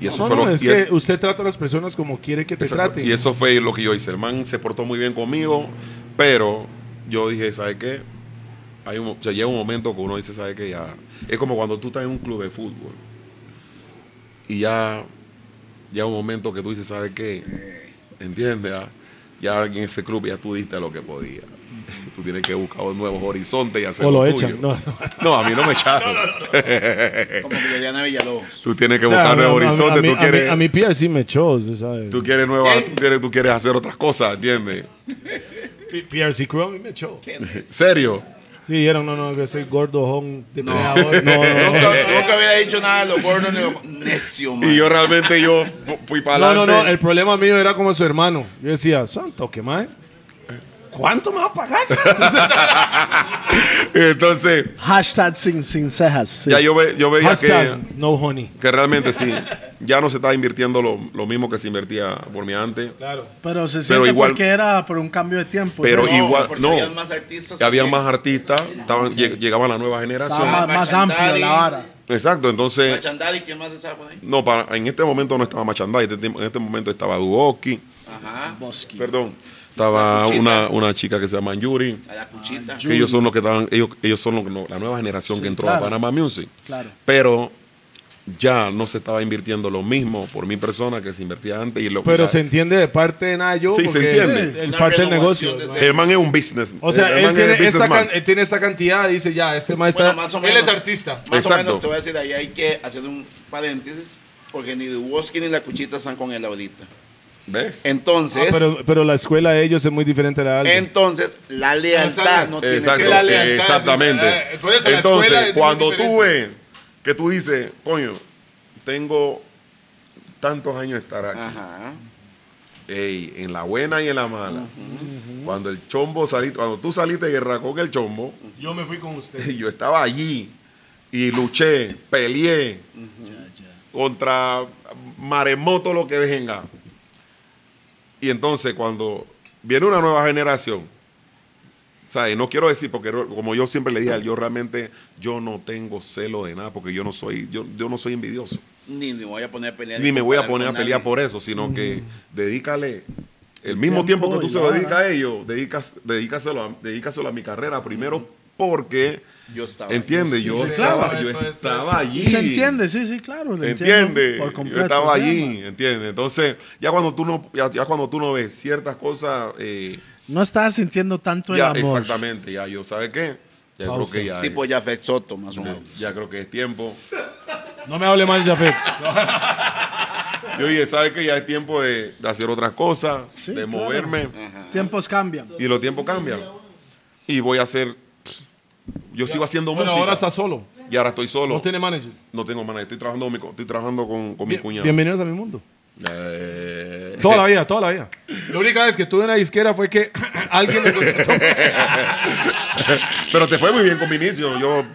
[SPEAKER 13] Y eso
[SPEAKER 2] No,
[SPEAKER 13] fue
[SPEAKER 2] no,
[SPEAKER 13] lo
[SPEAKER 2] es
[SPEAKER 13] y el-
[SPEAKER 2] que usted trata a las personas como quiere que te
[SPEAKER 13] Exacto.
[SPEAKER 2] traten.
[SPEAKER 13] Y eso fue lo que yo hice. El man se portó muy bien conmigo, pero yo dije, ¿sabes qué? Hay un, o sea, llega un momento que uno dice, ¿sabes qué? Ya. Es como cuando tú estás en un club de fútbol y ya llega un momento que tú dices, ¿sabes qué? ¿Entiendes? ah? Ya en ese club ya tú diste lo que podías. Tú tienes que buscar nuevos horizontes y hacer
[SPEAKER 2] o lo
[SPEAKER 13] tuyo.
[SPEAKER 2] echan. No, no.
[SPEAKER 13] No, a mí no me echaron.
[SPEAKER 5] Como que Liliana Villalobos.
[SPEAKER 13] Tú tienes que
[SPEAKER 2] O sea,
[SPEAKER 13] buscar
[SPEAKER 2] no,
[SPEAKER 13] nuevos
[SPEAKER 2] no, a mí-
[SPEAKER 13] horizontes.
[SPEAKER 2] a mí-
[SPEAKER 13] Tú quieres,
[SPEAKER 2] A mi PR sí me echó, usted sabe.
[SPEAKER 13] tú quieres nuevas, tú quieres, tú quieres hacer otras cosas, ¿entiendes?
[SPEAKER 2] P- PRC Crew a mí me echó.
[SPEAKER 13] ¿Serio?
[SPEAKER 2] Sí, dijeron, no, no, que soy gordo, jón, depredador. No, no,
[SPEAKER 5] Nunca,
[SPEAKER 2] no.
[SPEAKER 5] nunca hubiera dicho nada de los gordos ni necio, man.
[SPEAKER 13] Y yo realmente yo fu- fui para
[SPEAKER 2] No,
[SPEAKER 13] adelante.
[SPEAKER 2] no, no, el problema mío era como su hermano. Yo decía, santo, que más. ¿Cuánto me va a pagar?
[SPEAKER 13] Entonces,
[SPEAKER 4] Hashtag sin, sin cejas. sí.
[SPEAKER 13] ya yo, ve- yo veía
[SPEAKER 2] Hashtag
[SPEAKER 13] que,
[SPEAKER 2] no honey.
[SPEAKER 13] que realmente sí, ya no se está invirtiendo lo, lo mismo que se invertía por mi antes.
[SPEAKER 2] Claro.
[SPEAKER 4] Pero se siente
[SPEAKER 13] Pero igual-
[SPEAKER 4] porque era por un cambio de tiempo.
[SPEAKER 13] Pero
[SPEAKER 4] o sea,
[SPEAKER 13] igual-
[SPEAKER 5] porque
[SPEAKER 13] no.
[SPEAKER 5] Habían más artistas.
[SPEAKER 13] Había
[SPEAKER 5] también.
[SPEAKER 13] más artistas, estaban, lleg- llegaban la nueva generación.
[SPEAKER 4] estaba más, más amplio la vara.
[SPEAKER 13] Exacto, entonces,
[SPEAKER 5] Machandali, ¿quién más estaba por ahí?
[SPEAKER 13] no, para, en este momento no estaba Machandai, este- en este momento estaba Duoki,
[SPEAKER 5] Ajá.
[SPEAKER 4] Bosque.
[SPEAKER 13] perdón, estaba
[SPEAKER 5] La Cuchita.
[SPEAKER 13] una, una chica que se llama Yuri.
[SPEAKER 5] A la cuchita.
[SPEAKER 13] que ellos son los que estaban, ellos, ellos son los- no, la nueva generación
[SPEAKER 4] Sí,
[SPEAKER 13] que entró
[SPEAKER 4] claro.
[SPEAKER 13] a Panama Music.
[SPEAKER 4] Claro.
[SPEAKER 13] Pero ya no se estaba invirtiendo lo mismo por mi persona que se invertía antes y lo
[SPEAKER 2] Pero
[SPEAKER 13] la-
[SPEAKER 2] se entiende de parte de Nayo.
[SPEAKER 13] Sí, se
[SPEAKER 2] porque
[SPEAKER 13] entiende.
[SPEAKER 2] El
[SPEAKER 5] Una
[SPEAKER 2] parte del
[SPEAKER 5] renovación
[SPEAKER 2] negocio.
[SPEAKER 5] de
[SPEAKER 2] ¿no?
[SPEAKER 5] ese-
[SPEAKER 13] el man es un business.
[SPEAKER 2] O sea,
[SPEAKER 13] el
[SPEAKER 2] él
[SPEAKER 13] man es
[SPEAKER 2] tiene, esta
[SPEAKER 13] businessman.
[SPEAKER 2] can- él tiene esta cantidad, dice ya, este maestro.
[SPEAKER 5] Bueno, más o menos.
[SPEAKER 2] Él es artista.
[SPEAKER 5] Más
[SPEAKER 13] Exacto.
[SPEAKER 5] o menos te voy a decir, ahí hay que hacer un paréntesis, porque ni Duboski ni la cuchita están con él ahorita.
[SPEAKER 13] ¿Ves? Ah,
[SPEAKER 5] Entonces,
[SPEAKER 2] Ah, pero, pero la escuela de ellos es muy diferente a la de Aldo.
[SPEAKER 5] entonces la lealtad no tiene
[SPEAKER 13] Exacto,
[SPEAKER 5] que
[SPEAKER 2] la
[SPEAKER 13] sí,
[SPEAKER 5] ver.
[SPEAKER 2] lealtad,
[SPEAKER 13] exactamente.
[SPEAKER 2] eh, por eso la escuela
[SPEAKER 13] Entonces,
[SPEAKER 2] es
[SPEAKER 13] cuando tú
[SPEAKER 2] diferente.
[SPEAKER 13] ves que tú dices, coño, tengo tantos años de estar aquí,
[SPEAKER 5] Ajá.
[SPEAKER 13] Ey, en la buena y en la mala. Cuando el chombo saliste, cuando tú saliste de guerra con el chombo,
[SPEAKER 2] Yo me fui con usted.
[SPEAKER 13] Y yo estaba allí y luché, peleé contra maremoto, lo que venga. Y entonces cuando viene una nueva generación, ¿sabes? No quiero decir, porque ro- como yo siempre le dije, a él, yo realmente yo no tengo celo de nada, porque yo no soy, yo, yo no soy envidioso.
[SPEAKER 5] Ni me voy a poner a pelear.
[SPEAKER 13] Ni me voy a poner a
[SPEAKER 5] con
[SPEAKER 13] pelear
[SPEAKER 5] nadie.
[SPEAKER 13] por eso, sino que dedícale el mismo
[SPEAKER 4] tiempo
[SPEAKER 13] tiempo que tú
[SPEAKER 4] y
[SPEAKER 13] se
[SPEAKER 4] la
[SPEAKER 13] lo
[SPEAKER 4] hora.
[SPEAKER 13] dedicas a ellos, dedicas, dedícaselo, a, dedícaselo a mi carrera primero, porque
[SPEAKER 5] Yo estaba. ahí.
[SPEAKER 13] Entiende, yo
[SPEAKER 4] sí,
[SPEAKER 13] estaba,
[SPEAKER 2] claro.
[SPEAKER 13] yo
[SPEAKER 2] Esto, esto,
[SPEAKER 13] estaba
[SPEAKER 2] esto.
[SPEAKER 13] allí.
[SPEAKER 4] Y se entiende, sí, sí, claro. le entiendo
[SPEAKER 13] Entiende,
[SPEAKER 4] Por completo.
[SPEAKER 13] yo estaba
[SPEAKER 4] o sea,
[SPEAKER 13] allí,
[SPEAKER 4] man,
[SPEAKER 13] entiende. Entonces, ya cuando tú no, ya, ya cuando tú no ves ciertas cosas, eh,
[SPEAKER 4] No estaba sintiendo tanto
[SPEAKER 13] ya
[SPEAKER 4] el amor.
[SPEAKER 13] exactamente, ya yo sabes qué, ya
[SPEAKER 2] Pausa.
[SPEAKER 13] creo que ya,
[SPEAKER 5] Tipo Jafet Soto, más o menos.
[SPEAKER 13] ya creo que es tiempo.
[SPEAKER 17] No me hable mal, Jafet.
[SPEAKER 13] Yo dije, sabes que ya es tiempo de, de hacer otras cosas,
[SPEAKER 4] Sí,
[SPEAKER 13] de
[SPEAKER 4] claro.
[SPEAKER 13] moverme
[SPEAKER 4] Tiempos cambian.
[SPEAKER 13] y los tiempos cambian y voy a hacer, yo sigo haciendo
[SPEAKER 2] Bueno,
[SPEAKER 13] música
[SPEAKER 2] ahora está solo.
[SPEAKER 13] y ahora estoy solo,
[SPEAKER 2] No tiene manager.
[SPEAKER 13] no tengo manager, estoy trabajando, con mi co- estoy trabajando con, con mi
[SPEAKER 2] Bien-
[SPEAKER 13] cuñado.
[SPEAKER 2] bienvenidos a mi mundo.
[SPEAKER 13] Eh,
[SPEAKER 2] Toda la vida, toda la vida. La única vez que tuve una disquera fue que alguien me contrató.
[SPEAKER 13] Pero te fue muy bien con mi inicio. Yo, uh,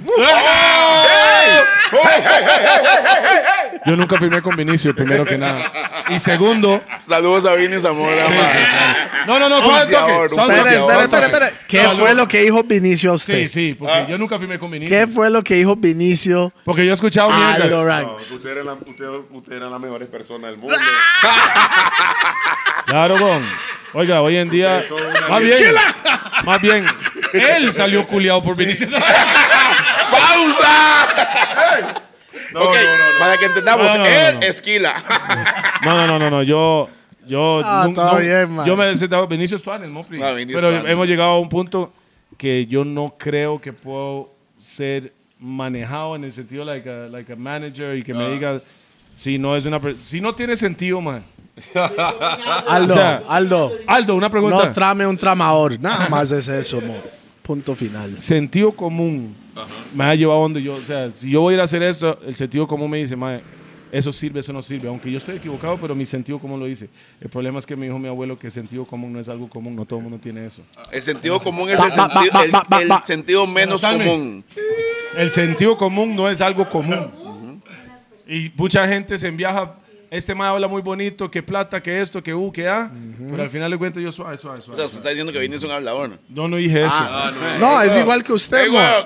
[SPEAKER 2] Yo nunca firmé con Vinicio, primero que nada. Y segundo.
[SPEAKER 5] Saludos a Vini Zamora. ma.
[SPEAKER 2] No, no, no, suave el toque. suave
[SPEAKER 4] Espera,
[SPEAKER 2] el toque,
[SPEAKER 4] espera,
[SPEAKER 2] suave el
[SPEAKER 4] espera,
[SPEAKER 2] toque.
[SPEAKER 4] espera. ¿Qué fue lo que dijo Vinicio a usted?
[SPEAKER 2] Sí, sí, porque yo nunca firmé con Vinicio.
[SPEAKER 4] ¿Qué Ah, fue lo que dijo Vinicio
[SPEAKER 2] Porque yo he escuchado
[SPEAKER 4] a
[SPEAKER 2] mierdas.
[SPEAKER 13] No,
[SPEAKER 4] Loranx?
[SPEAKER 13] usted era la- usted- usted era las mejores personas del mundo.
[SPEAKER 2] Claro, con. Oiga, hoy en día.
[SPEAKER 13] Eso es una
[SPEAKER 2] Más bien. Más bien. Él salió culiado por Vinicius.
[SPEAKER 13] No, no,
[SPEAKER 5] Ok,
[SPEAKER 13] no, no.
[SPEAKER 5] Para que entendamos,
[SPEAKER 2] No, no, no,
[SPEAKER 5] él
[SPEAKER 2] no.
[SPEAKER 5] esquila.
[SPEAKER 2] No, no, no, no, no. Yo. Yo.
[SPEAKER 4] Ah,
[SPEAKER 2] nun-
[SPEAKER 4] todo
[SPEAKER 2] nun-
[SPEAKER 4] bien, man.
[SPEAKER 2] Yo me he sentado. Vinicius Tuanes, ¿no, primo?
[SPEAKER 5] No, Vinicius
[SPEAKER 2] Pero
[SPEAKER 5] Tuanes.
[SPEAKER 2] hemos llegado a un punto que yo no creo que puedo ser manejado en el sentido like a, like a manager y que
[SPEAKER 5] Ah.
[SPEAKER 2] me diga si no es una. per- Si no tiene sentido, man.
[SPEAKER 4] Aldo,
[SPEAKER 2] O sea,
[SPEAKER 4] Aldo.
[SPEAKER 2] Aldo, una pregunta.
[SPEAKER 4] No trame un tramador. Nada más es eso, mo. Punto final.
[SPEAKER 2] sentido común me ha llevado a donde yo, o sea, si yo voy a ir a hacer esto, el sentido común me dice, "Mae, eso sirve, eso no sirve, aunque yo estoy equivocado, pero mi sentido común lo dice. El problema es que me dijo mi abuelo que sentido común no es algo común, no todo el mundo tiene eso.
[SPEAKER 5] El sentido común es
[SPEAKER 4] Va,
[SPEAKER 5] el,
[SPEAKER 4] va,
[SPEAKER 5] sentido,
[SPEAKER 4] va,
[SPEAKER 5] el-
[SPEAKER 4] va, va,
[SPEAKER 5] el
[SPEAKER 4] va.
[SPEAKER 5] sentido menos
[SPEAKER 2] Salme.
[SPEAKER 5] común.
[SPEAKER 2] El sentido común no es algo común. Y mucha gente se enviaja, este mae habla muy bonito, que plata, que esto, que u, que a, pero al final le cuento yo suave, suave,
[SPEAKER 5] O
[SPEAKER 2] suave.
[SPEAKER 5] sea, se está diciendo que Vini es un hablador. ¿no?
[SPEAKER 2] No, no dije eso.
[SPEAKER 4] No, es igual que usted,
[SPEAKER 5] Ey,
[SPEAKER 4] mo.
[SPEAKER 5] weón.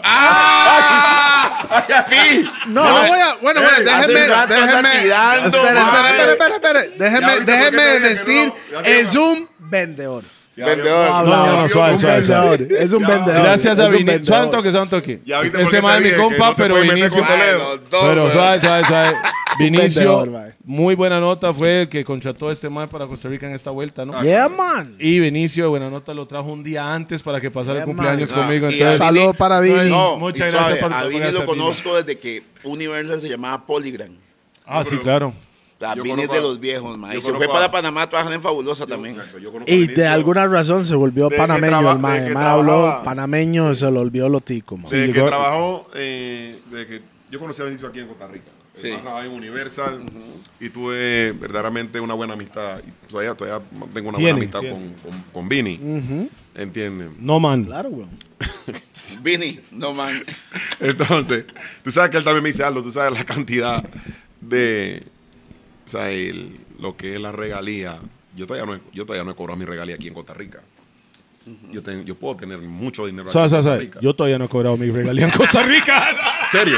[SPEAKER 5] ¡Ah! ¡Pi!
[SPEAKER 4] No, no voy a. Bueno, bueno,
[SPEAKER 5] hace
[SPEAKER 4] déjeme.
[SPEAKER 5] un rato anda
[SPEAKER 4] déjeme
[SPEAKER 5] tirando,
[SPEAKER 4] espere, espere,
[SPEAKER 5] madre.
[SPEAKER 4] espere, espere, espere. Déjeme,
[SPEAKER 13] ahorita, ¿por qué
[SPEAKER 4] déjeme
[SPEAKER 13] te dije que
[SPEAKER 4] decir:
[SPEAKER 13] no? Ya
[SPEAKER 4] es un vendedor.
[SPEAKER 5] Vendedor.
[SPEAKER 4] No,
[SPEAKER 2] no, no, suave,
[SPEAKER 4] un
[SPEAKER 2] suave, suave.
[SPEAKER 4] vendedor. Es un vendedor.
[SPEAKER 2] Gracias a
[SPEAKER 4] es un
[SPEAKER 2] Vinicius.
[SPEAKER 4] vendedor.
[SPEAKER 2] Suave un toque, suave un toque.
[SPEAKER 13] Ya viste por qué
[SPEAKER 2] Este
[SPEAKER 13] te
[SPEAKER 2] mae es
[SPEAKER 13] dije
[SPEAKER 2] mi
[SPEAKER 13] que
[SPEAKER 2] compa,
[SPEAKER 13] no te
[SPEAKER 2] pero
[SPEAKER 13] puedes meter
[SPEAKER 2] Vinicius.
[SPEAKER 13] con Toledo.
[SPEAKER 5] Los dos,
[SPEAKER 2] Pero
[SPEAKER 5] weón.
[SPEAKER 2] suave, suave, suave. Vinicio,
[SPEAKER 4] vendedor, mae.
[SPEAKER 2] muy buena nota, fue el que contrató a este mae para Costa Rica en esta vuelta, ¿no?
[SPEAKER 4] Yeah, man.
[SPEAKER 2] Y Vinicio, de buena nota, lo trajo un día antes para que pasara
[SPEAKER 4] Yeah,
[SPEAKER 2] el cumpleaños
[SPEAKER 5] man. Ah,
[SPEAKER 2] conmigo.
[SPEAKER 5] y
[SPEAKER 2] Entonces,
[SPEAKER 5] esa-
[SPEAKER 4] Saludos para Vini.
[SPEAKER 5] No,
[SPEAKER 2] Muchas
[SPEAKER 5] y
[SPEAKER 2] gracias
[SPEAKER 5] suave,
[SPEAKER 2] por-
[SPEAKER 5] a
[SPEAKER 2] por
[SPEAKER 5] Vini
[SPEAKER 2] gracias,
[SPEAKER 5] lo conozco desde que Universal se llamaba Polygram.
[SPEAKER 2] ah, sí, claro.
[SPEAKER 5] La
[SPEAKER 13] Yo
[SPEAKER 5] Vini es
[SPEAKER 13] conozco
[SPEAKER 5] de
[SPEAKER 13] a-
[SPEAKER 5] los viejos, ma.
[SPEAKER 13] yo
[SPEAKER 5] Y se fue
[SPEAKER 13] conozco a-
[SPEAKER 5] para Panamá a trabajar en Fabulosa también.
[SPEAKER 4] Y de alguna razón se volvió
[SPEAKER 13] De que
[SPEAKER 4] panameño
[SPEAKER 13] traba-
[SPEAKER 4] el man.
[SPEAKER 13] de
[SPEAKER 4] El
[SPEAKER 13] que
[SPEAKER 4] man habló
[SPEAKER 13] trabajaba.
[SPEAKER 4] panameño y se lo olvidó lo tico, man.
[SPEAKER 13] Desde que
[SPEAKER 2] llegó-
[SPEAKER 13] trabajó, eh, desde que yo conocí a Vinicio aquí en Costa Rica.
[SPEAKER 5] Sí.
[SPEAKER 13] Además, trabajé en Universal y tuve verdaderamente una buena amistad. Y todavía, todavía tengo una
[SPEAKER 2] Tiene,
[SPEAKER 13] buena amistad
[SPEAKER 2] tiene.
[SPEAKER 13] con, con, con Vini. ¿Entienden?
[SPEAKER 2] No, man.
[SPEAKER 4] Claro, weón.
[SPEAKER 5] Vini, no man.
[SPEAKER 13] Entonces, tú sabes que él también me dice algo, tú sabes la cantidad de. O sea, el- lo que es la regalía. Yo todavía, no he, yo todavía no he cobrado mi regalía aquí en Costa Rica. Yo, ten- yo puedo tener mucho dinero aquí
[SPEAKER 2] Sabe,
[SPEAKER 13] en
[SPEAKER 2] sabe,
[SPEAKER 13] Costa
[SPEAKER 2] sabe.
[SPEAKER 13] Rica.
[SPEAKER 2] Yo todavía no he cobrado mi regalía en Costa Rica.
[SPEAKER 13] ¿Serio?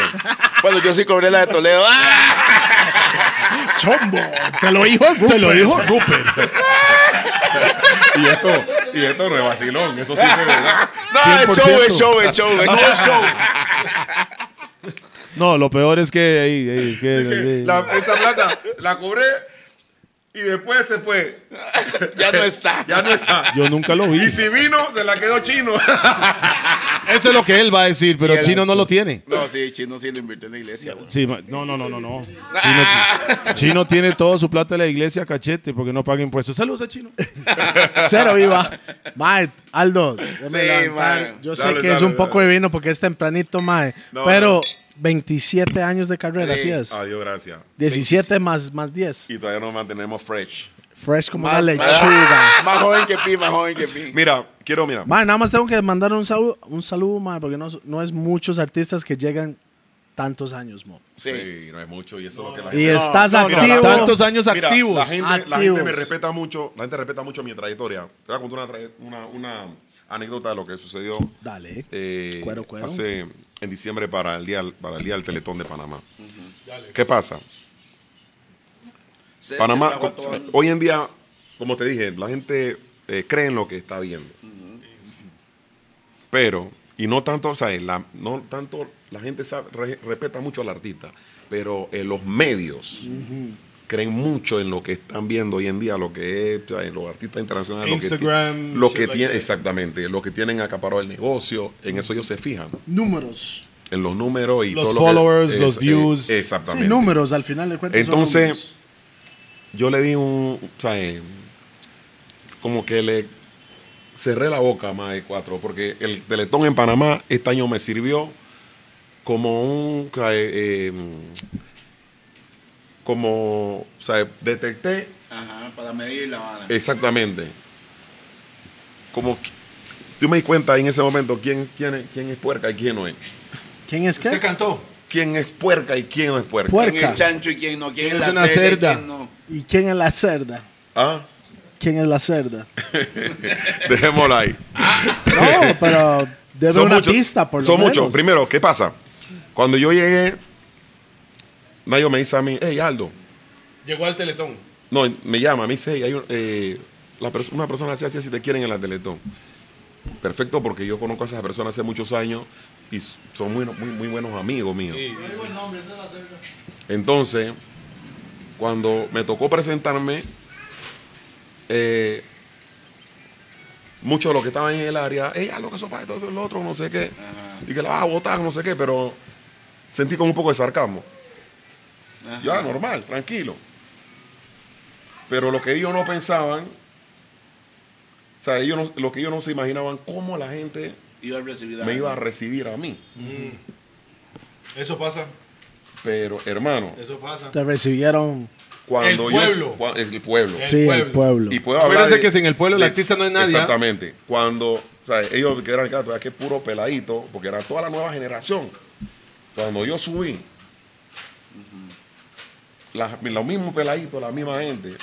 [SPEAKER 5] Bueno, yo sí cobré la de Toledo. ¡Ah!
[SPEAKER 4] Chombo, te lo dijo el
[SPEAKER 2] Te lo dijo Rupert.
[SPEAKER 13] Y esto, y esto no es vacilón, eso sí que es verdad.
[SPEAKER 5] No, es show, es show, es show, es show.
[SPEAKER 2] No, lo peor es que... ahí, ahí, es que ahí.
[SPEAKER 13] La- esa plata la cobré y después se fue.
[SPEAKER 5] Ya no está.
[SPEAKER 13] Ya no está.
[SPEAKER 2] Yo nunca lo vi.
[SPEAKER 13] Y si vino, se la quedó chino.
[SPEAKER 2] Eso es lo que él va a decir, pero el chino no lo tiene.
[SPEAKER 5] No, sí, Chino sí lo invirtió en la iglesia. güey.
[SPEAKER 2] Sí, ma- no, no, no, no, no. Chino, Chino tiene toda su plata de la iglesia cachete porque no paga impuestos. Saludos a Chino.
[SPEAKER 4] Cero iba. Mae, Aldo, déjame
[SPEAKER 5] Sí,
[SPEAKER 4] levantar.
[SPEAKER 5] mae.
[SPEAKER 4] yo sé
[SPEAKER 13] Dale,
[SPEAKER 4] que es
[SPEAKER 13] dale,
[SPEAKER 4] un poco de vino porque es tempranito, mae.
[SPEAKER 13] No,
[SPEAKER 4] pero
[SPEAKER 13] no. Ah,
[SPEAKER 4] 27 años de carrera, así es.
[SPEAKER 13] Adiós, gracias.
[SPEAKER 4] 17 más, más 10.
[SPEAKER 13] Y todavía nos mantenemos fresh.
[SPEAKER 4] Fresh como
[SPEAKER 5] Más-
[SPEAKER 4] una lechuga.
[SPEAKER 13] Ah,
[SPEAKER 5] Más joven que Pi, más joven que Pi.
[SPEAKER 13] Mira, quiero, mira.
[SPEAKER 4] Mae, nada más tengo que mandar un saludo, un saludo, mae, porque no, no es muchos artistas que llegan tantos años, mo.
[SPEAKER 5] Sí.
[SPEAKER 13] Sí, no es mucho y eso es lo que la
[SPEAKER 4] Y
[SPEAKER 13] gente...
[SPEAKER 4] estás
[SPEAKER 2] Mira,
[SPEAKER 4] activo.
[SPEAKER 2] tantos años
[SPEAKER 13] Mira,
[SPEAKER 2] activos.
[SPEAKER 13] La gente, la gente
[SPEAKER 4] Activos.
[SPEAKER 13] me respeta mucho, la gente respeta mucho mi trayectoria. Te voy a contar una, traje- una, una anécdota de lo que sucedió
[SPEAKER 4] Dale.
[SPEAKER 13] eh,
[SPEAKER 4] Cuero, cuero.
[SPEAKER 13] hace en diciembre para el día para el día del Teletón de Panamá. ¿Qué pasa?
[SPEAKER 5] Se-
[SPEAKER 13] Panamá,
[SPEAKER 5] se
[SPEAKER 13] co-
[SPEAKER 5] acabó todo.
[SPEAKER 13] hoy en día, como te dije, la gente eh, cree en lo que está viendo. Pero, y no tanto, o sea, la, no tanto, la gente sabe- re- respeta mucho al artista, pero eh, los medios creen mucho en lo que están viendo hoy en día, lo que es, o sea, en los artistas internacionales. lo que ti-
[SPEAKER 2] Instagram,
[SPEAKER 13] Lo
[SPEAKER 2] shit
[SPEAKER 13] que,
[SPEAKER 2] like
[SPEAKER 13] tienen,
[SPEAKER 2] that.
[SPEAKER 13] exactamente, lo que tienen acaparado el negocio, en eso ellos se fijan,
[SPEAKER 4] Números.
[SPEAKER 13] en los números y
[SPEAKER 2] Los
[SPEAKER 13] todo lo que-
[SPEAKER 2] followers, los
[SPEAKER 13] eh,
[SPEAKER 2] views.
[SPEAKER 13] Exactamente.
[SPEAKER 4] Sí, números, al final de cuentas. son
[SPEAKER 13] Entonces,
[SPEAKER 4] números.
[SPEAKER 13] yo le di un. O sea, eh, como que le cerré la boca a más de cuatro, porque el Teletón en Panamá este año me sirvió como un. o sea, eh, eh, como. O sea, detecté
[SPEAKER 5] Ajá, para medir la vara.
[SPEAKER 13] Eh, exactamente. Como. que- Yo me di cuenta en ese momento quién, quién, es- quién es puerca y quién no es.
[SPEAKER 4] ¿quién es qué?
[SPEAKER 2] cantó?
[SPEAKER 13] Quién es puerca y quién no es puerca.
[SPEAKER 4] Puerca.
[SPEAKER 5] ¿Quién es chancho y quién no? ¿Quién,
[SPEAKER 2] ¿Quién
[SPEAKER 5] es
[SPEAKER 2] es
[SPEAKER 5] la
[SPEAKER 2] una
[SPEAKER 5] cerda? y
[SPEAKER 2] cerda?
[SPEAKER 5] ¿Quién no?
[SPEAKER 4] ¿Y quién es la cerda?
[SPEAKER 13] Ah,
[SPEAKER 4] ¿Quién es la cerda?
[SPEAKER 13] dejémosla ahí.
[SPEAKER 4] No, pero debe una
[SPEAKER 13] muchos-
[SPEAKER 4] pista, por lo
[SPEAKER 13] son
[SPEAKER 4] menos.
[SPEAKER 13] muchos. Primero, ¿qué pasa? Cuando yo llegué, Nayo me dice a mí, hey Aldo.
[SPEAKER 2] Llegó al Teletón.
[SPEAKER 13] No, me llama, me dice, hey, hay un- eh, la pers- una persona se hace así, te quieren en la Teletón. Perfecto, porque yo conozco a esas personas hace muchos años y s- son muy, muy, muy buenos amigos míos. Entonces, cuando me tocó presentarme, eh, muchos de los que estaban en el área, hey, algo que eso para esto, esto, lo otro, no sé qué, y que la vas a votar, no sé qué, pero sentí como un poco de sarcasmo. Ya, normal, tranquilo. Pero lo que ellos no pensaban, o sea, ellos no- lo que ellos no se imaginaban, cómo la gente
[SPEAKER 5] Iba a recibir la
[SPEAKER 13] me iba a
[SPEAKER 5] vara.
[SPEAKER 13] recibir a mí.
[SPEAKER 2] Eso pasa,
[SPEAKER 13] Pero, hermano,
[SPEAKER 2] eso pasa.
[SPEAKER 4] Te recibieron.
[SPEAKER 13] cuando yo.
[SPEAKER 2] El pueblo.
[SPEAKER 13] cua- el pueblo.
[SPEAKER 2] El
[SPEAKER 4] sí, el
[SPEAKER 2] pueblo.
[SPEAKER 4] pueblo.
[SPEAKER 13] Y puedo hablar
[SPEAKER 2] Acuérdense
[SPEAKER 13] de-
[SPEAKER 2] que si en el pueblo el
[SPEAKER 13] de-
[SPEAKER 2] artista no es nadie, ¿ah?
[SPEAKER 13] Exactamente. Cuando, o sea, ellos que eran acá, que puro peladito, porque era toda la nueva generación. Cuando yo subí, la- los mismos peladitos, la misma gente,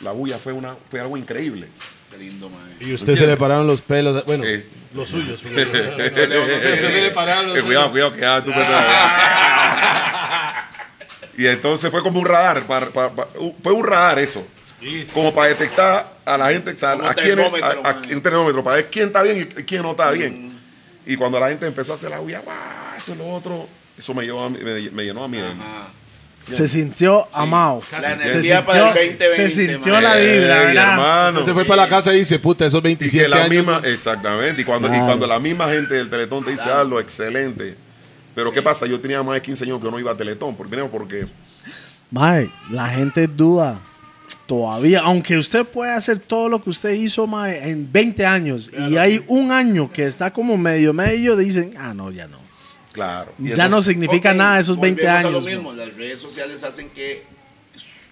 [SPEAKER 13] la bulla fue, una, fue algo increíble.
[SPEAKER 5] Qué lindo, man.
[SPEAKER 2] Y usted se le pararon los pelos. Bueno,
[SPEAKER 13] Es-
[SPEAKER 2] los suyos. porque-
[SPEAKER 5] Usted
[SPEAKER 2] se le pararon los
[SPEAKER 13] Eh, cuidado,
[SPEAKER 2] pelos.
[SPEAKER 13] cuidado, que ya tú puedes- Y entonces fue como un radar, para- para- para- fue un radar eso.
[SPEAKER 2] Sí, sí.
[SPEAKER 13] como para detectar a la gente, o sea,
[SPEAKER 5] Como
[SPEAKER 13] a quién es-
[SPEAKER 5] termómetro,
[SPEAKER 13] a- a-
[SPEAKER 5] man.
[SPEAKER 13] un termómetro, para ver quién está bien y quién no está bien. Y cuando la gente empezó a hacer la huya, guau, esto y lo otro, eso me, llevó a mí- me, me llenó a mí. de-
[SPEAKER 4] se sintió amado.
[SPEAKER 5] La
[SPEAKER 4] Se
[SPEAKER 5] energía para el 2020.
[SPEAKER 4] Se sintió
[SPEAKER 5] man.
[SPEAKER 4] la vibra,
[SPEAKER 13] Eh,
[SPEAKER 4] ¿verdad?
[SPEAKER 13] hermano.
[SPEAKER 2] Usted se fue para la casa y dice, puta, esos
[SPEAKER 13] Y que
[SPEAKER 2] 27
[SPEAKER 13] la
[SPEAKER 2] años.
[SPEAKER 13] misma, exactamente, y cuando, y
[SPEAKER 4] Claro.
[SPEAKER 13] cuando la misma gente del Teletón te dice, ah, lo excelente. Pero ¿qué pasa? Yo tenía más de 15 años que yo no iba a Teletón, porque, primero porque
[SPEAKER 4] Mae, la gente duda todavía. Aunque usted puede hacer todo lo que usted hizo, mae, en 20 años. Y hay un año que está como medio medio, dicen, ah, no, ya no.
[SPEAKER 13] Claro.
[SPEAKER 4] Ya no significa
[SPEAKER 5] Ok,
[SPEAKER 4] nada esos 20
[SPEAKER 5] volvemos a
[SPEAKER 4] años.
[SPEAKER 5] lo mismo, las redes sociales hacen que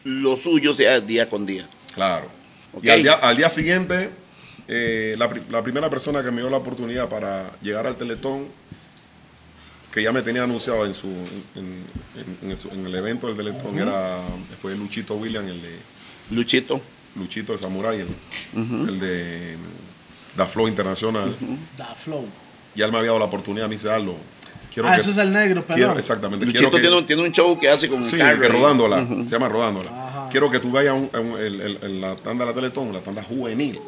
[SPEAKER 5] lo suyo sea día con día.
[SPEAKER 13] Claro.
[SPEAKER 5] Ok.
[SPEAKER 13] Y al día, al día siguiente, eh, la, pri- la primera persona que me dio la oportunidad para llegar al Teletón, que ya me tenía anunciado en, su, en, en- en su- en el evento del Teletón, era, fue Luchito William, el de
[SPEAKER 5] Luchito.
[SPEAKER 13] Luchito de Samurai, el, el de mm, Da Flow Internacional.
[SPEAKER 4] Da flow.
[SPEAKER 13] Ya él me había dado la oportunidad, me dice, "Hazlo". Quiero
[SPEAKER 4] Ah,
[SPEAKER 13] que-
[SPEAKER 4] eso es el negro,
[SPEAKER 13] quiero-
[SPEAKER 4] perdón.
[SPEAKER 13] Exactamente.
[SPEAKER 5] Luchito
[SPEAKER 13] Pues quiero que-
[SPEAKER 5] tiene, un- tiene un show que hace con ¿eh?
[SPEAKER 13] Sí,
[SPEAKER 5] Carrie.
[SPEAKER 13] que rodándola, se llama rodándola. Quiero que tú vayas a un- a un- el- el- en la tanda de la Teletón, la tanda juvenil.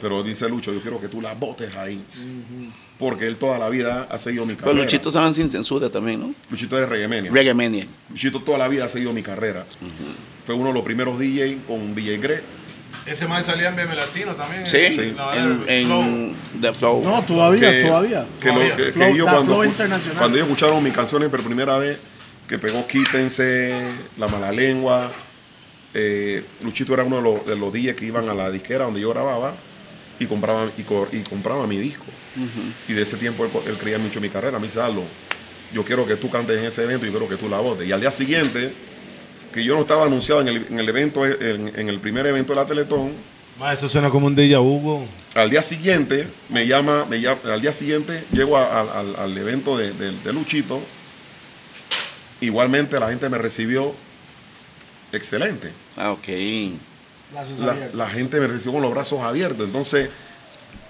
[SPEAKER 13] Pero dice Lucho, yo quiero que tú la botes ahí. Porque él toda la vida ha seguido mi
[SPEAKER 5] Pero
[SPEAKER 13] carrera.
[SPEAKER 5] Luchito saben sin censura también, ¿no?
[SPEAKER 13] Luchito es reggae mania.
[SPEAKER 5] Reggae Mania.
[SPEAKER 13] Luchito toda la vida ha seguido mi carrera. Fue uno de los primeros DJ con DJ Greg.
[SPEAKER 2] Ese más salía en BM Latino también.
[SPEAKER 5] Sí,
[SPEAKER 13] Sí.
[SPEAKER 2] La-
[SPEAKER 5] en, en
[SPEAKER 2] Flow.
[SPEAKER 5] The Flow.
[SPEAKER 4] No, todavía,
[SPEAKER 13] que-
[SPEAKER 4] todavía.
[SPEAKER 13] Que, lo-
[SPEAKER 2] Todavía.
[SPEAKER 13] que- que
[SPEAKER 4] Flow-
[SPEAKER 13] ellos
[SPEAKER 4] Da
[SPEAKER 13] cuando,
[SPEAKER 4] Flow
[SPEAKER 13] escu-
[SPEAKER 4] Internacional.
[SPEAKER 13] cuando ellos escucharon mis canciones por primera vez, que pegó Quítense, La Mala Lengua, eh, Luchito era uno de los, de los DJs que iban a la disquera donde yo grababa y compraba, y, co- y compraba mi disco. Y de ese tiempo él, co- él creía mucho en mi carrera. Me dice, "Hazlo, yo quiero que tú cantes en ese evento y quiero que tú la votes. Y al día siguiente, que yo no estaba anunciado en el, en el evento, en- en el primer evento de la Teletón,
[SPEAKER 2] Ma, eso suena como un déjà vu. güey.
[SPEAKER 13] al día siguiente, me llama, me llama- al día siguiente llego a- a- al- al evento de, de- de Luchito. Igualmente la gente me recibió excelente.
[SPEAKER 5] Ah, ok.
[SPEAKER 4] Brazos
[SPEAKER 13] La,
[SPEAKER 4] abiertos.
[SPEAKER 13] la gente me recibió con los brazos abiertos. Entonces,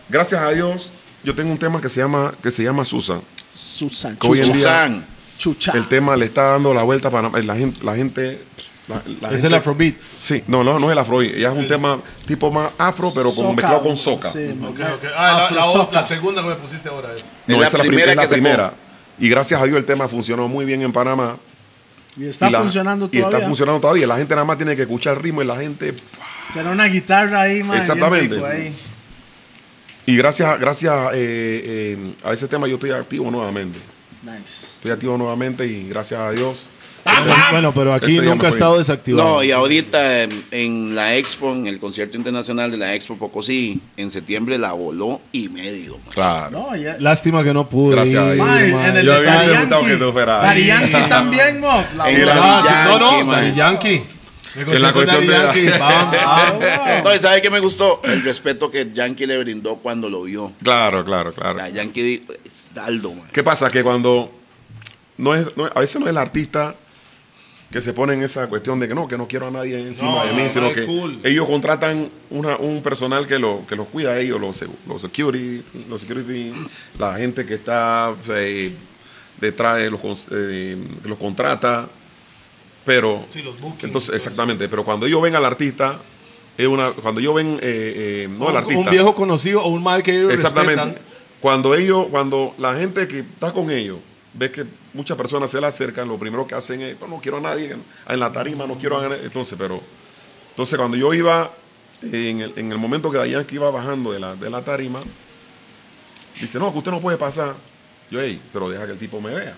[SPEAKER 13] gracias a Dios, yo tengo un tema que se llama, que se llama Susan.
[SPEAKER 4] Susan.
[SPEAKER 13] Que hoy en día-
[SPEAKER 5] Susan.
[SPEAKER 4] Chucha.
[SPEAKER 13] El tema le está dando la vuelta para eh, la gente. La gente la- la
[SPEAKER 2] Es
[SPEAKER 13] gente-
[SPEAKER 2] el Afrobeat.
[SPEAKER 13] Sí, no, no, no es el afrobeat. Ya es un tema tipo más afro, pero como
[SPEAKER 4] Soca.
[SPEAKER 13] mezclado con soca.
[SPEAKER 4] Sí, ok.
[SPEAKER 2] Ok, Ah, la, la-
[SPEAKER 4] Afrosoca.
[SPEAKER 2] la segunda que me pusiste ahora es.
[SPEAKER 13] No,
[SPEAKER 5] Es
[SPEAKER 13] esa
[SPEAKER 5] la
[SPEAKER 13] es la, prim-
[SPEAKER 5] primera
[SPEAKER 13] es la
[SPEAKER 5] que sacó.
[SPEAKER 13] primera. Y gracias a Dios el tema funcionó muy bien en Panamá.
[SPEAKER 4] Y está
[SPEAKER 13] Y la-
[SPEAKER 4] funcionando
[SPEAKER 13] Y
[SPEAKER 4] todavía.
[SPEAKER 13] está funcionando todavía. La gente nada más tiene que escuchar el ritmo y la gente.
[SPEAKER 4] Tiene una guitarra ahí, man. bien
[SPEAKER 13] Exactamente.
[SPEAKER 4] rico ahí.
[SPEAKER 13] Y gracias, a- gracias eh, eh, a ese tema yo estoy activo nuevamente.
[SPEAKER 4] Nice.
[SPEAKER 13] Estoy activo nuevamente y gracias a Dios.
[SPEAKER 2] Bueno, pero aquí
[SPEAKER 13] Ese día ah. me
[SPEAKER 2] nunca ha
[SPEAKER 13] fui.
[SPEAKER 2] estado desactivado.
[SPEAKER 5] No, y ahorita en, en la Expo, en el concierto internacional de la Expo Pocosí, en septiembre la voló y medio. man.
[SPEAKER 13] Claro.
[SPEAKER 4] No, ya.
[SPEAKER 2] Lástima que no pude.
[SPEAKER 13] Gracias a
[SPEAKER 2] ir,
[SPEAKER 13] Dios.
[SPEAKER 4] Mae,
[SPEAKER 2] mae.
[SPEAKER 4] en el
[SPEAKER 13] Yo
[SPEAKER 4] de
[SPEAKER 13] hubiese
[SPEAKER 4] Sarianqui.
[SPEAKER 13] gustado que tú fueras ahí.
[SPEAKER 4] Sarianqui también, mo. La
[SPEAKER 5] En
[SPEAKER 4] bola.
[SPEAKER 5] la-
[SPEAKER 2] Ah, sí, no,
[SPEAKER 5] Yankee,
[SPEAKER 2] no,
[SPEAKER 5] man.
[SPEAKER 2] el Yankee. Me
[SPEAKER 13] En la
[SPEAKER 2] concentro en
[SPEAKER 13] cuestión de
[SPEAKER 2] el
[SPEAKER 13] la-
[SPEAKER 2] Yankee, vamos,
[SPEAKER 4] Ah,
[SPEAKER 2] vamos.
[SPEAKER 4] wow.
[SPEAKER 5] No, ¿y sabe qué me gustó? El respeto que Yankee le brindó cuando lo vio.
[SPEAKER 13] Claro, claro, claro.
[SPEAKER 5] La Yankee dijo, es Daldo, man.
[SPEAKER 13] ¿Qué pasa? Que cuando no es, no es- a veces no es el artista que se pone en esa cuestión de que no, que no quiero a nadie encima
[SPEAKER 2] No,
[SPEAKER 13] de
[SPEAKER 2] no,
[SPEAKER 13] mí,
[SPEAKER 2] no
[SPEAKER 13] sino
[SPEAKER 2] es
[SPEAKER 13] que
[SPEAKER 2] cool.
[SPEAKER 13] ellos contratan una- un personal que los que los cuida a ellos, los, segu- los security, los security, la gente que está eh, detrás de los, con- eh, que los contrata, pero
[SPEAKER 2] Sí, los bookings,
[SPEAKER 13] entonces
[SPEAKER 2] todo eso.
[SPEAKER 13] exactamente, pero cuando ellos ven al artista es una cuando ellos ven eh, eh, no al
[SPEAKER 2] Un,
[SPEAKER 13] artista
[SPEAKER 2] un viejo conocido o un mal que ellos
[SPEAKER 13] Exactamente.
[SPEAKER 2] respetan.
[SPEAKER 13] Cuando ellos, cuando la gente que está con ellos, ve que muchas personas se le acercan, lo primero que hacen es, "No, no quiero a nadie en- en la tarima, no quiero a nadie. Entonces, pero, entonces cuando yo iba, en el, en el momento que Dayan que iba bajando de la, de la tarima, dice, no, que usted no puede pasar. Yo, hey, pero deja que el tipo me vea.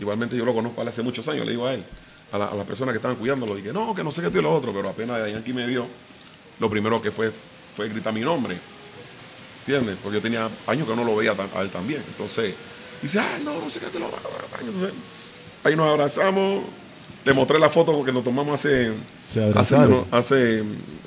[SPEAKER 13] Igualmente yo lo conozco a él hace muchos años, le digo a él, a la, a la persona que estaban cuidándolo, dije, no, que no sé qué tú y lo otro, pero apenas Dayanqui me vio, lo primero que fue fue gritar mi nombre. ¿Entiendes? Porque yo tenía años que no lo veía tan- a él también. Entonces, dice, ah, no, no sé qué te lo Entonces, ahí nos abrazamos, le mostré la foto porque nos tomamos hace.
[SPEAKER 2] Se
[SPEAKER 13] hace,
[SPEAKER 2] abrazaron.
[SPEAKER 13] hace,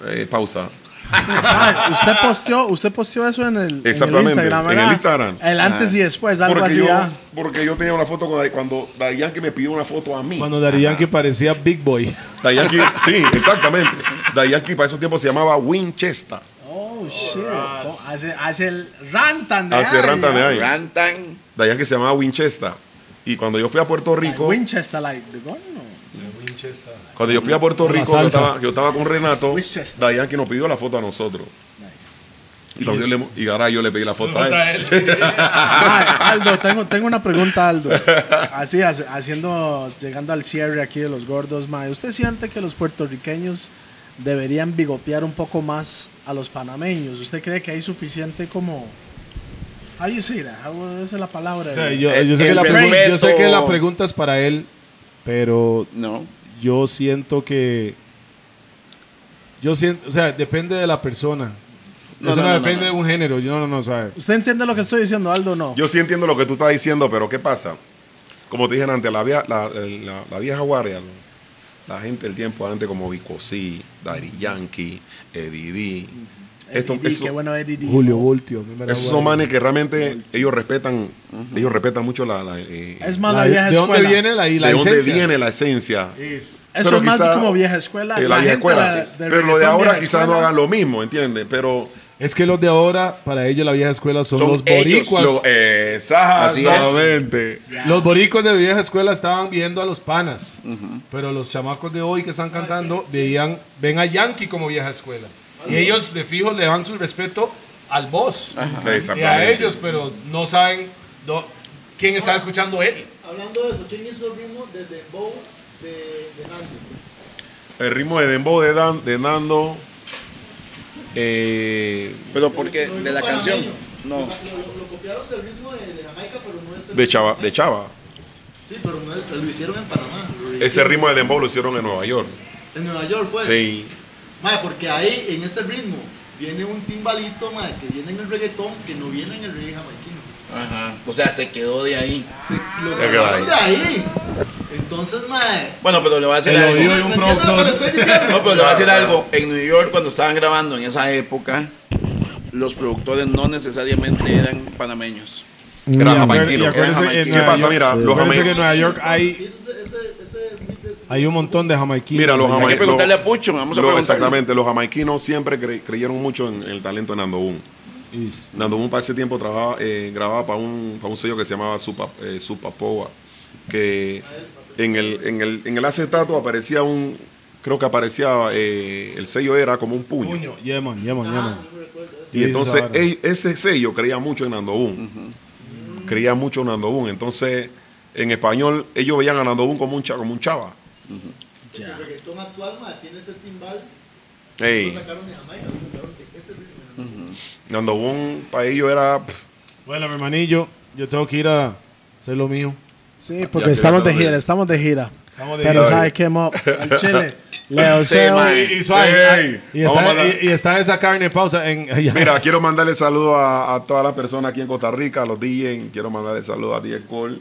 [SPEAKER 13] eh, pausa.
[SPEAKER 4] Mae, Ah, usted posteó, usted posteó eso en el, en el
[SPEAKER 13] Exactamente,
[SPEAKER 4] Instagram,
[SPEAKER 13] en
[SPEAKER 4] ¿verdad?
[SPEAKER 13] el Instagram.
[SPEAKER 4] El antes y después, algo
[SPEAKER 13] Porque
[SPEAKER 4] así.
[SPEAKER 13] yo,
[SPEAKER 4] ah.
[SPEAKER 13] porque yo tenía una foto con Day- cuando Dayan que me pidió una foto a mí.
[SPEAKER 2] Cuando Dari Yankee parecía Big Boy.
[SPEAKER 13] Dayan que, sí, exactamente. Dayan que para esos tiempos se llamaba Winchester.
[SPEAKER 4] Oh, shit. Oh, hace, hace el rantan de
[SPEAKER 13] Hace
[SPEAKER 4] ahí,
[SPEAKER 13] ranta de
[SPEAKER 4] ah.
[SPEAKER 13] ahí.
[SPEAKER 5] Rantan.
[SPEAKER 13] Dayan que se llamaba Winchester. Y cuando yo fui a Puerto
[SPEAKER 4] Like
[SPEAKER 13] Rico,
[SPEAKER 4] Winchester, like, the gun, no?
[SPEAKER 13] Cuando yo fui a Puerto Rico, yo
[SPEAKER 2] salsa.
[SPEAKER 13] estaba, yo estaba con Renato,
[SPEAKER 4] Winchester.
[SPEAKER 13] Dayan que nos pidió la foto a nosotros.
[SPEAKER 4] Nice.
[SPEAKER 13] Y, cuando yo le- y ahora yo le pedí la foto a él.
[SPEAKER 4] Ay, Aldo, tengo, tengo una pregunta, Aldo. Así, hace- haciendo, llegando al cierre aquí de los gordos, mae. ¿Usted siente que los puertorriqueños deberían bigopear un poco más a los panameños? ¿Usted cree que hay suficiente como... How you say that? How- esa es la palabra.
[SPEAKER 2] O sea, yo,
[SPEAKER 5] El-
[SPEAKER 2] yo sé que
[SPEAKER 5] el
[SPEAKER 2] la pregun- yo sé
[SPEAKER 5] respeto.
[SPEAKER 2] que la pregunta es para él, pero
[SPEAKER 5] No.
[SPEAKER 2] yo siento que yo siento, o sea, depende de la persona.
[SPEAKER 5] No,
[SPEAKER 2] Eso
[SPEAKER 5] no,
[SPEAKER 2] no,
[SPEAKER 5] no, no,
[SPEAKER 2] depende de
[SPEAKER 5] no.
[SPEAKER 2] un género. Yo no, no, no, sabe.
[SPEAKER 4] ¿Usted entiende lo que estoy diciendo, Aldo? No.
[SPEAKER 3] Yo sí entiendo lo que tú estás diciendo, pero ¿qué pasa? Como te dije antes, la vieja, la, la- la vieja guardia, la gente del tiempo antes como Vicosí, Daddy Yankee, Eddie D. Esto-
[SPEAKER 4] Eddie D,
[SPEAKER 3] eso-
[SPEAKER 4] qué bueno Eddie D.
[SPEAKER 2] Voltio.
[SPEAKER 3] esos son manes que realmente ellos respetan, ellos respetan mucho la, la, eh,
[SPEAKER 4] Es
[SPEAKER 3] de
[SPEAKER 4] más la vieja
[SPEAKER 2] ¿De
[SPEAKER 4] escuela.
[SPEAKER 2] dónde viene la, y la
[SPEAKER 3] dónde
[SPEAKER 2] esencia?
[SPEAKER 3] viene la esencia.
[SPEAKER 13] Es-
[SPEAKER 4] Eso
[SPEAKER 3] Pero
[SPEAKER 4] es más
[SPEAKER 3] quizá-
[SPEAKER 4] como vieja escuela.
[SPEAKER 3] de Eh, la,
[SPEAKER 4] gente
[SPEAKER 3] vieja escuela.
[SPEAKER 4] de-
[SPEAKER 3] sí.
[SPEAKER 4] del
[SPEAKER 3] pero lo de
[SPEAKER 4] reggaetón
[SPEAKER 3] ahora
[SPEAKER 4] vieja
[SPEAKER 3] quizás no
[SPEAKER 4] escuela,
[SPEAKER 3] hagan lo mismo, ¿entiendes? Pero
[SPEAKER 2] Es que los de ahora, para ellos la vieja escuela son,
[SPEAKER 5] Son
[SPEAKER 2] los
[SPEAKER 5] ellos,
[SPEAKER 2] boricuas.
[SPEAKER 3] lo- eh, exactamente.
[SPEAKER 2] Los boricuas de vieja escuela estaban viendo a los panas. Pero los chamacos de hoy que están cantando veían, ven a Yankee como vieja escuela. Y ellos de fijo le dan su respeto al boss. Y a
[SPEAKER 3] Exactamente.
[SPEAKER 2] ellos, pero no saben do- quién está escuchando él.
[SPEAKER 14] Hablando de eso, ¿quién hizo el ritmo de Dembow de, de Nando?
[SPEAKER 3] El ritmo de Dembow de, Dan, de Nando. eh,
[SPEAKER 5] Pero porque
[SPEAKER 14] Lo hizo
[SPEAKER 5] de la
[SPEAKER 14] panameño.
[SPEAKER 5] canción.
[SPEAKER 14] O
[SPEAKER 5] No.
[SPEAKER 14] sea, lo, lo- lo copiaron del ritmo de, de Jamaica, pero no es el
[SPEAKER 3] de Chava. De Chava.
[SPEAKER 14] Sí, pero no es, pero lo hicieron en Panamá. lo
[SPEAKER 3] Ese
[SPEAKER 14] hicieron-
[SPEAKER 3] ritmo de Dembow lo hicieron en Nueva York.
[SPEAKER 14] En Nueva York fue.
[SPEAKER 3] Sí.
[SPEAKER 14] Mae, porque ahí, en ese ritmo, viene un timbalito, mae, que viene en el reggaetón, que no viene en el reggae jamaiquino.
[SPEAKER 5] Ajá. O sea, se quedó de ahí.
[SPEAKER 14] Se, lo
[SPEAKER 3] Es
[SPEAKER 14] tomaron de
[SPEAKER 3] verdad.
[SPEAKER 14] ahí. Entonces, mae.
[SPEAKER 5] Bueno, pero le voy a decir
[SPEAKER 2] El
[SPEAKER 5] algo.
[SPEAKER 2] oído de
[SPEAKER 14] ¿Me
[SPEAKER 2] un
[SPEAKER 14] entiendes lo que le estoy
[SPEAKER 5] No,
[SPEAKER 14] diciendo?
[SPEAKER 5] pero le voy a decir algo. En New York, cuando estaban grabando en esa época, los productores no necesariamente eran panameños.
[SPEAKER 3] Era
[SPEAKER 2] Y
[SPEAKER 3] jamaiquino.
[SPEAKER 2] acuérdense
[SPEAKER 5] Era
[SPEAKER 2] que en
[SPEAKER 5] jamaiquino.
[SPEAKER 3] ¿Qué
[SPEAKER 2] Nueva
[SPEAKER 3] pasa?
[SPEAKER 2] York-
[SPEAKER 3] Mira, los
[SPEAKER 2] acuérdense que en
[SPEAKER 3] jamaiquinos.
[SPEAKER 2] Nueva York
[SPEAKER 14] Sí,
[SPEAKER 2] hay,
[SPEAKER 14] ese- ese- ese beat de-
[SPEAKER 2] hay un montón de jamaiquinos.
[SPEAKER 3] Mira, los
[SPEAKER 5] Hay que
[SPEAKER 3] jamaiquinos.
[SPEAKER 5] preguntarle a Pucho, vamos a
[SPEAKER 3] Lo-
[SPEAKER 5] preguntarle.
[SPEAKER 3] exactamente, los jamaiquinos siempre cre- creyeron mucho en, el talento de Nando Boom.
[SPEAKER 2] Is.
[SPEAKER 3] Nando Boom para ese tiempo trabajaba, eh, grababa para un, para un sello que se llamaba Supa, eh, Supapoa, que en el, en, el, en el acetato aparecía un, creo que aparecía, eh, el sello era como un puño. Ah.
[SPEAKER 2] Puño, yeah, man, yeah, man, yeah, man.
[SPEAKER 3] Y entonces
[SPEAKER 2] esa vara.
[SPEAKER 3] ey- ese sello creía mucho en Nando Boom. Creía mucho en Nando Boom. Entonces, en español, ellos veían a Nando Boom como un, cha- como un chava.
[SPEAKER 14] El reggaetón actual, mae, tiene ese timbal.
[SPEAKER 3] Ey,
[SPEAKER 14] Lo sacaron de Jamaica, lo sacaron de ese ritmo. de Jamaica.
[SPEAKER 3] Nando Boom para ellos era... pff,
[SPEAKER 2] Bueno, mi hermanillo, yo tengo que ir a hacer lo mío.
[SPEAKER 4] Sí,
[SPEAKER 3] Ya,
[SPEAKER 4] porque
[SPEAKER 3] ya
[SPEAKER 4] estamos de
[SPEAKER 3] estamos
[SPEAKER 4] gira,
[SPEAKER 3] de-
[SPEAKER 4] estamos de gira.
[SPEAKER 2] Estamos de
[SPEAKER 4] Pero
[SPEAKER 2] gira.
[SPEAKER 4] ¿sabe qué, mo? Al chile. Leo
[SPEAKER 5] Sí,
[SPEAKER 4] Seo,
[SPEAKER 5] mae.
[SPEAKER 2] Y, y suave,
[SPEAKER 3] Ey,
[SPEAKER 2] y,
[SPEAKER 3] vamos a
[SPEAKER 2] está,
[SPEAKER 3] mandar-
[SPEAKER 2] y- y está esa carne en pausa. En, allá.
[SPEAKER 3] Mira, quiero mandarle saludos a, a todas las personas aquí en Costa Rica, a los DJs. Quiero mandarle saludos a DJ Cole.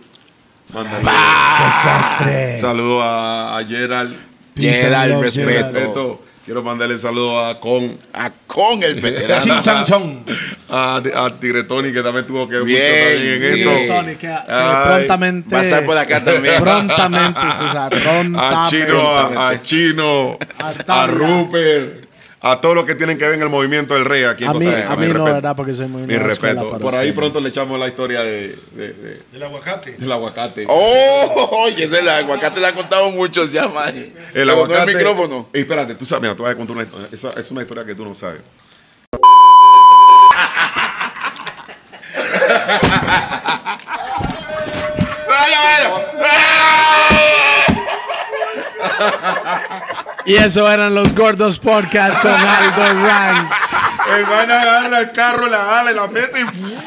[SPEAKER 3] Mandarle Ah,
[SPEAKER 4] Desastre.
[SPEAKER 3] saludos a, a Gerald.
[SPEAKER 2] Peace
[SPEAKER 5] Llega
[SPEAKER 2] and
[SPEAKER 5] el
[SPEAKER 2] love,
[SPEAKER 5] respeto.
[SPEAKER 3] Beto. Quiero mandarle saludos a Con,
[SPEAKER 5] Ah, con el
[SPEAKER 2] Ching,
[SPEAKER 5] veterano.
[SPEAKER 2] chang, chong.
[SPEAKER 3] a, a Tiretoni, que también tuvo que ver
[SPEAKER 5] Bien,
[SPEAKER 3] mucho
[SPEAKER 5] sí.
[SPEAKER 3] también en esto.
[SPEAKER 4] Tony, que, que
[SPEAKER 3] Ay,
[SPEAKER 4] prontamente.
[SPEAKER 5] Va a estar por acá también.
[SPEAKER 4] Prontamente, César.
[SPEAKER 3] A
[SPEAKER 4] Prontamente.
[SPEAKER 3] Ah, Chino, ah, a, a Chino,
[SPEAKER 4] A
[SPEAKER 3] a,
[SPEAKER 4] Tabla.
[SPEAKER 3] Rupert, a todos los que tienen que ver en el movimiento del rey aquí en
[SPEAKER 4] A mí,
[SPEAKER 3] Costa Rica.
[SPEAKER 4] a
[SPEAKER 3] Mi
[SPEAKER 4] mí no,
[SPEAKER 3] respeto.
[SPEAKER 4] ¿verdad? Porque soy muy
[SPEAKER 3] Mi
[SPEAKER 4] nueva escuela
[SPEAKER 3] respeto.
[SPEAKER 4] para
[SPEAKER 3] Por ahí
[SPEAKER 4] usted.
[SPEAKER 3] pronto le echamos la historia de, de- de-
[SPEAKER 2] Del aguacate.
[SPEAKER 3] del aguacate.
[SPEAKER 5] Oh, oye, ese el aguacate le han contado muchos ya, madre.
[SPEAKER 3] El
[SPEAKER 5] Pero
[SPEAKER 3] aguacate.
[SPEAKER 5] No el micrófono.
[SPEAKER 3] Ey, espérate, tú sabes, mira, te voy a contar una historia. Esa es una historia que tú no sabes.
[SPEAKER 5] Bueno, bueno.
[SPEAKER 4] Y eso eran los Gordos Podcast con Aldo Ranks.
[SPEAKER 3] El van a agarrar el carro, la ala, la mete y.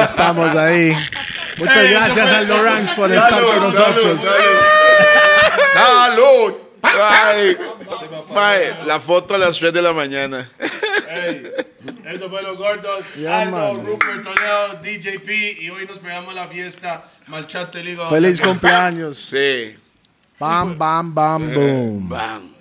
[SPEAKER 4] Estamos ahí. Muchas gracias, Aldo Ranks, por estar con nosotros.
[SPEAKER 5] ¡Salud! Ay, mae, la foto a las 3 de la mañana.
[SPEAKER 2] Ey, eso fue los gordos.
[SPEAKER 4] Ya,
[SPEAKER 2] Aldo,
[SPEAKER 4] man.
[SPEAKER 2] Rupert, Toledo, DJP. Y hoy nos pegamos la fiesta. Malchato el hígado.
[SPEAKER 4] Feliz cumpleaños.
[SPEAKER 5] Sí.
[SPEAKER 3] Eh.
[SPEAKER 4] Bam, bam, bam, boom.
[SPEAKER 5] Bam.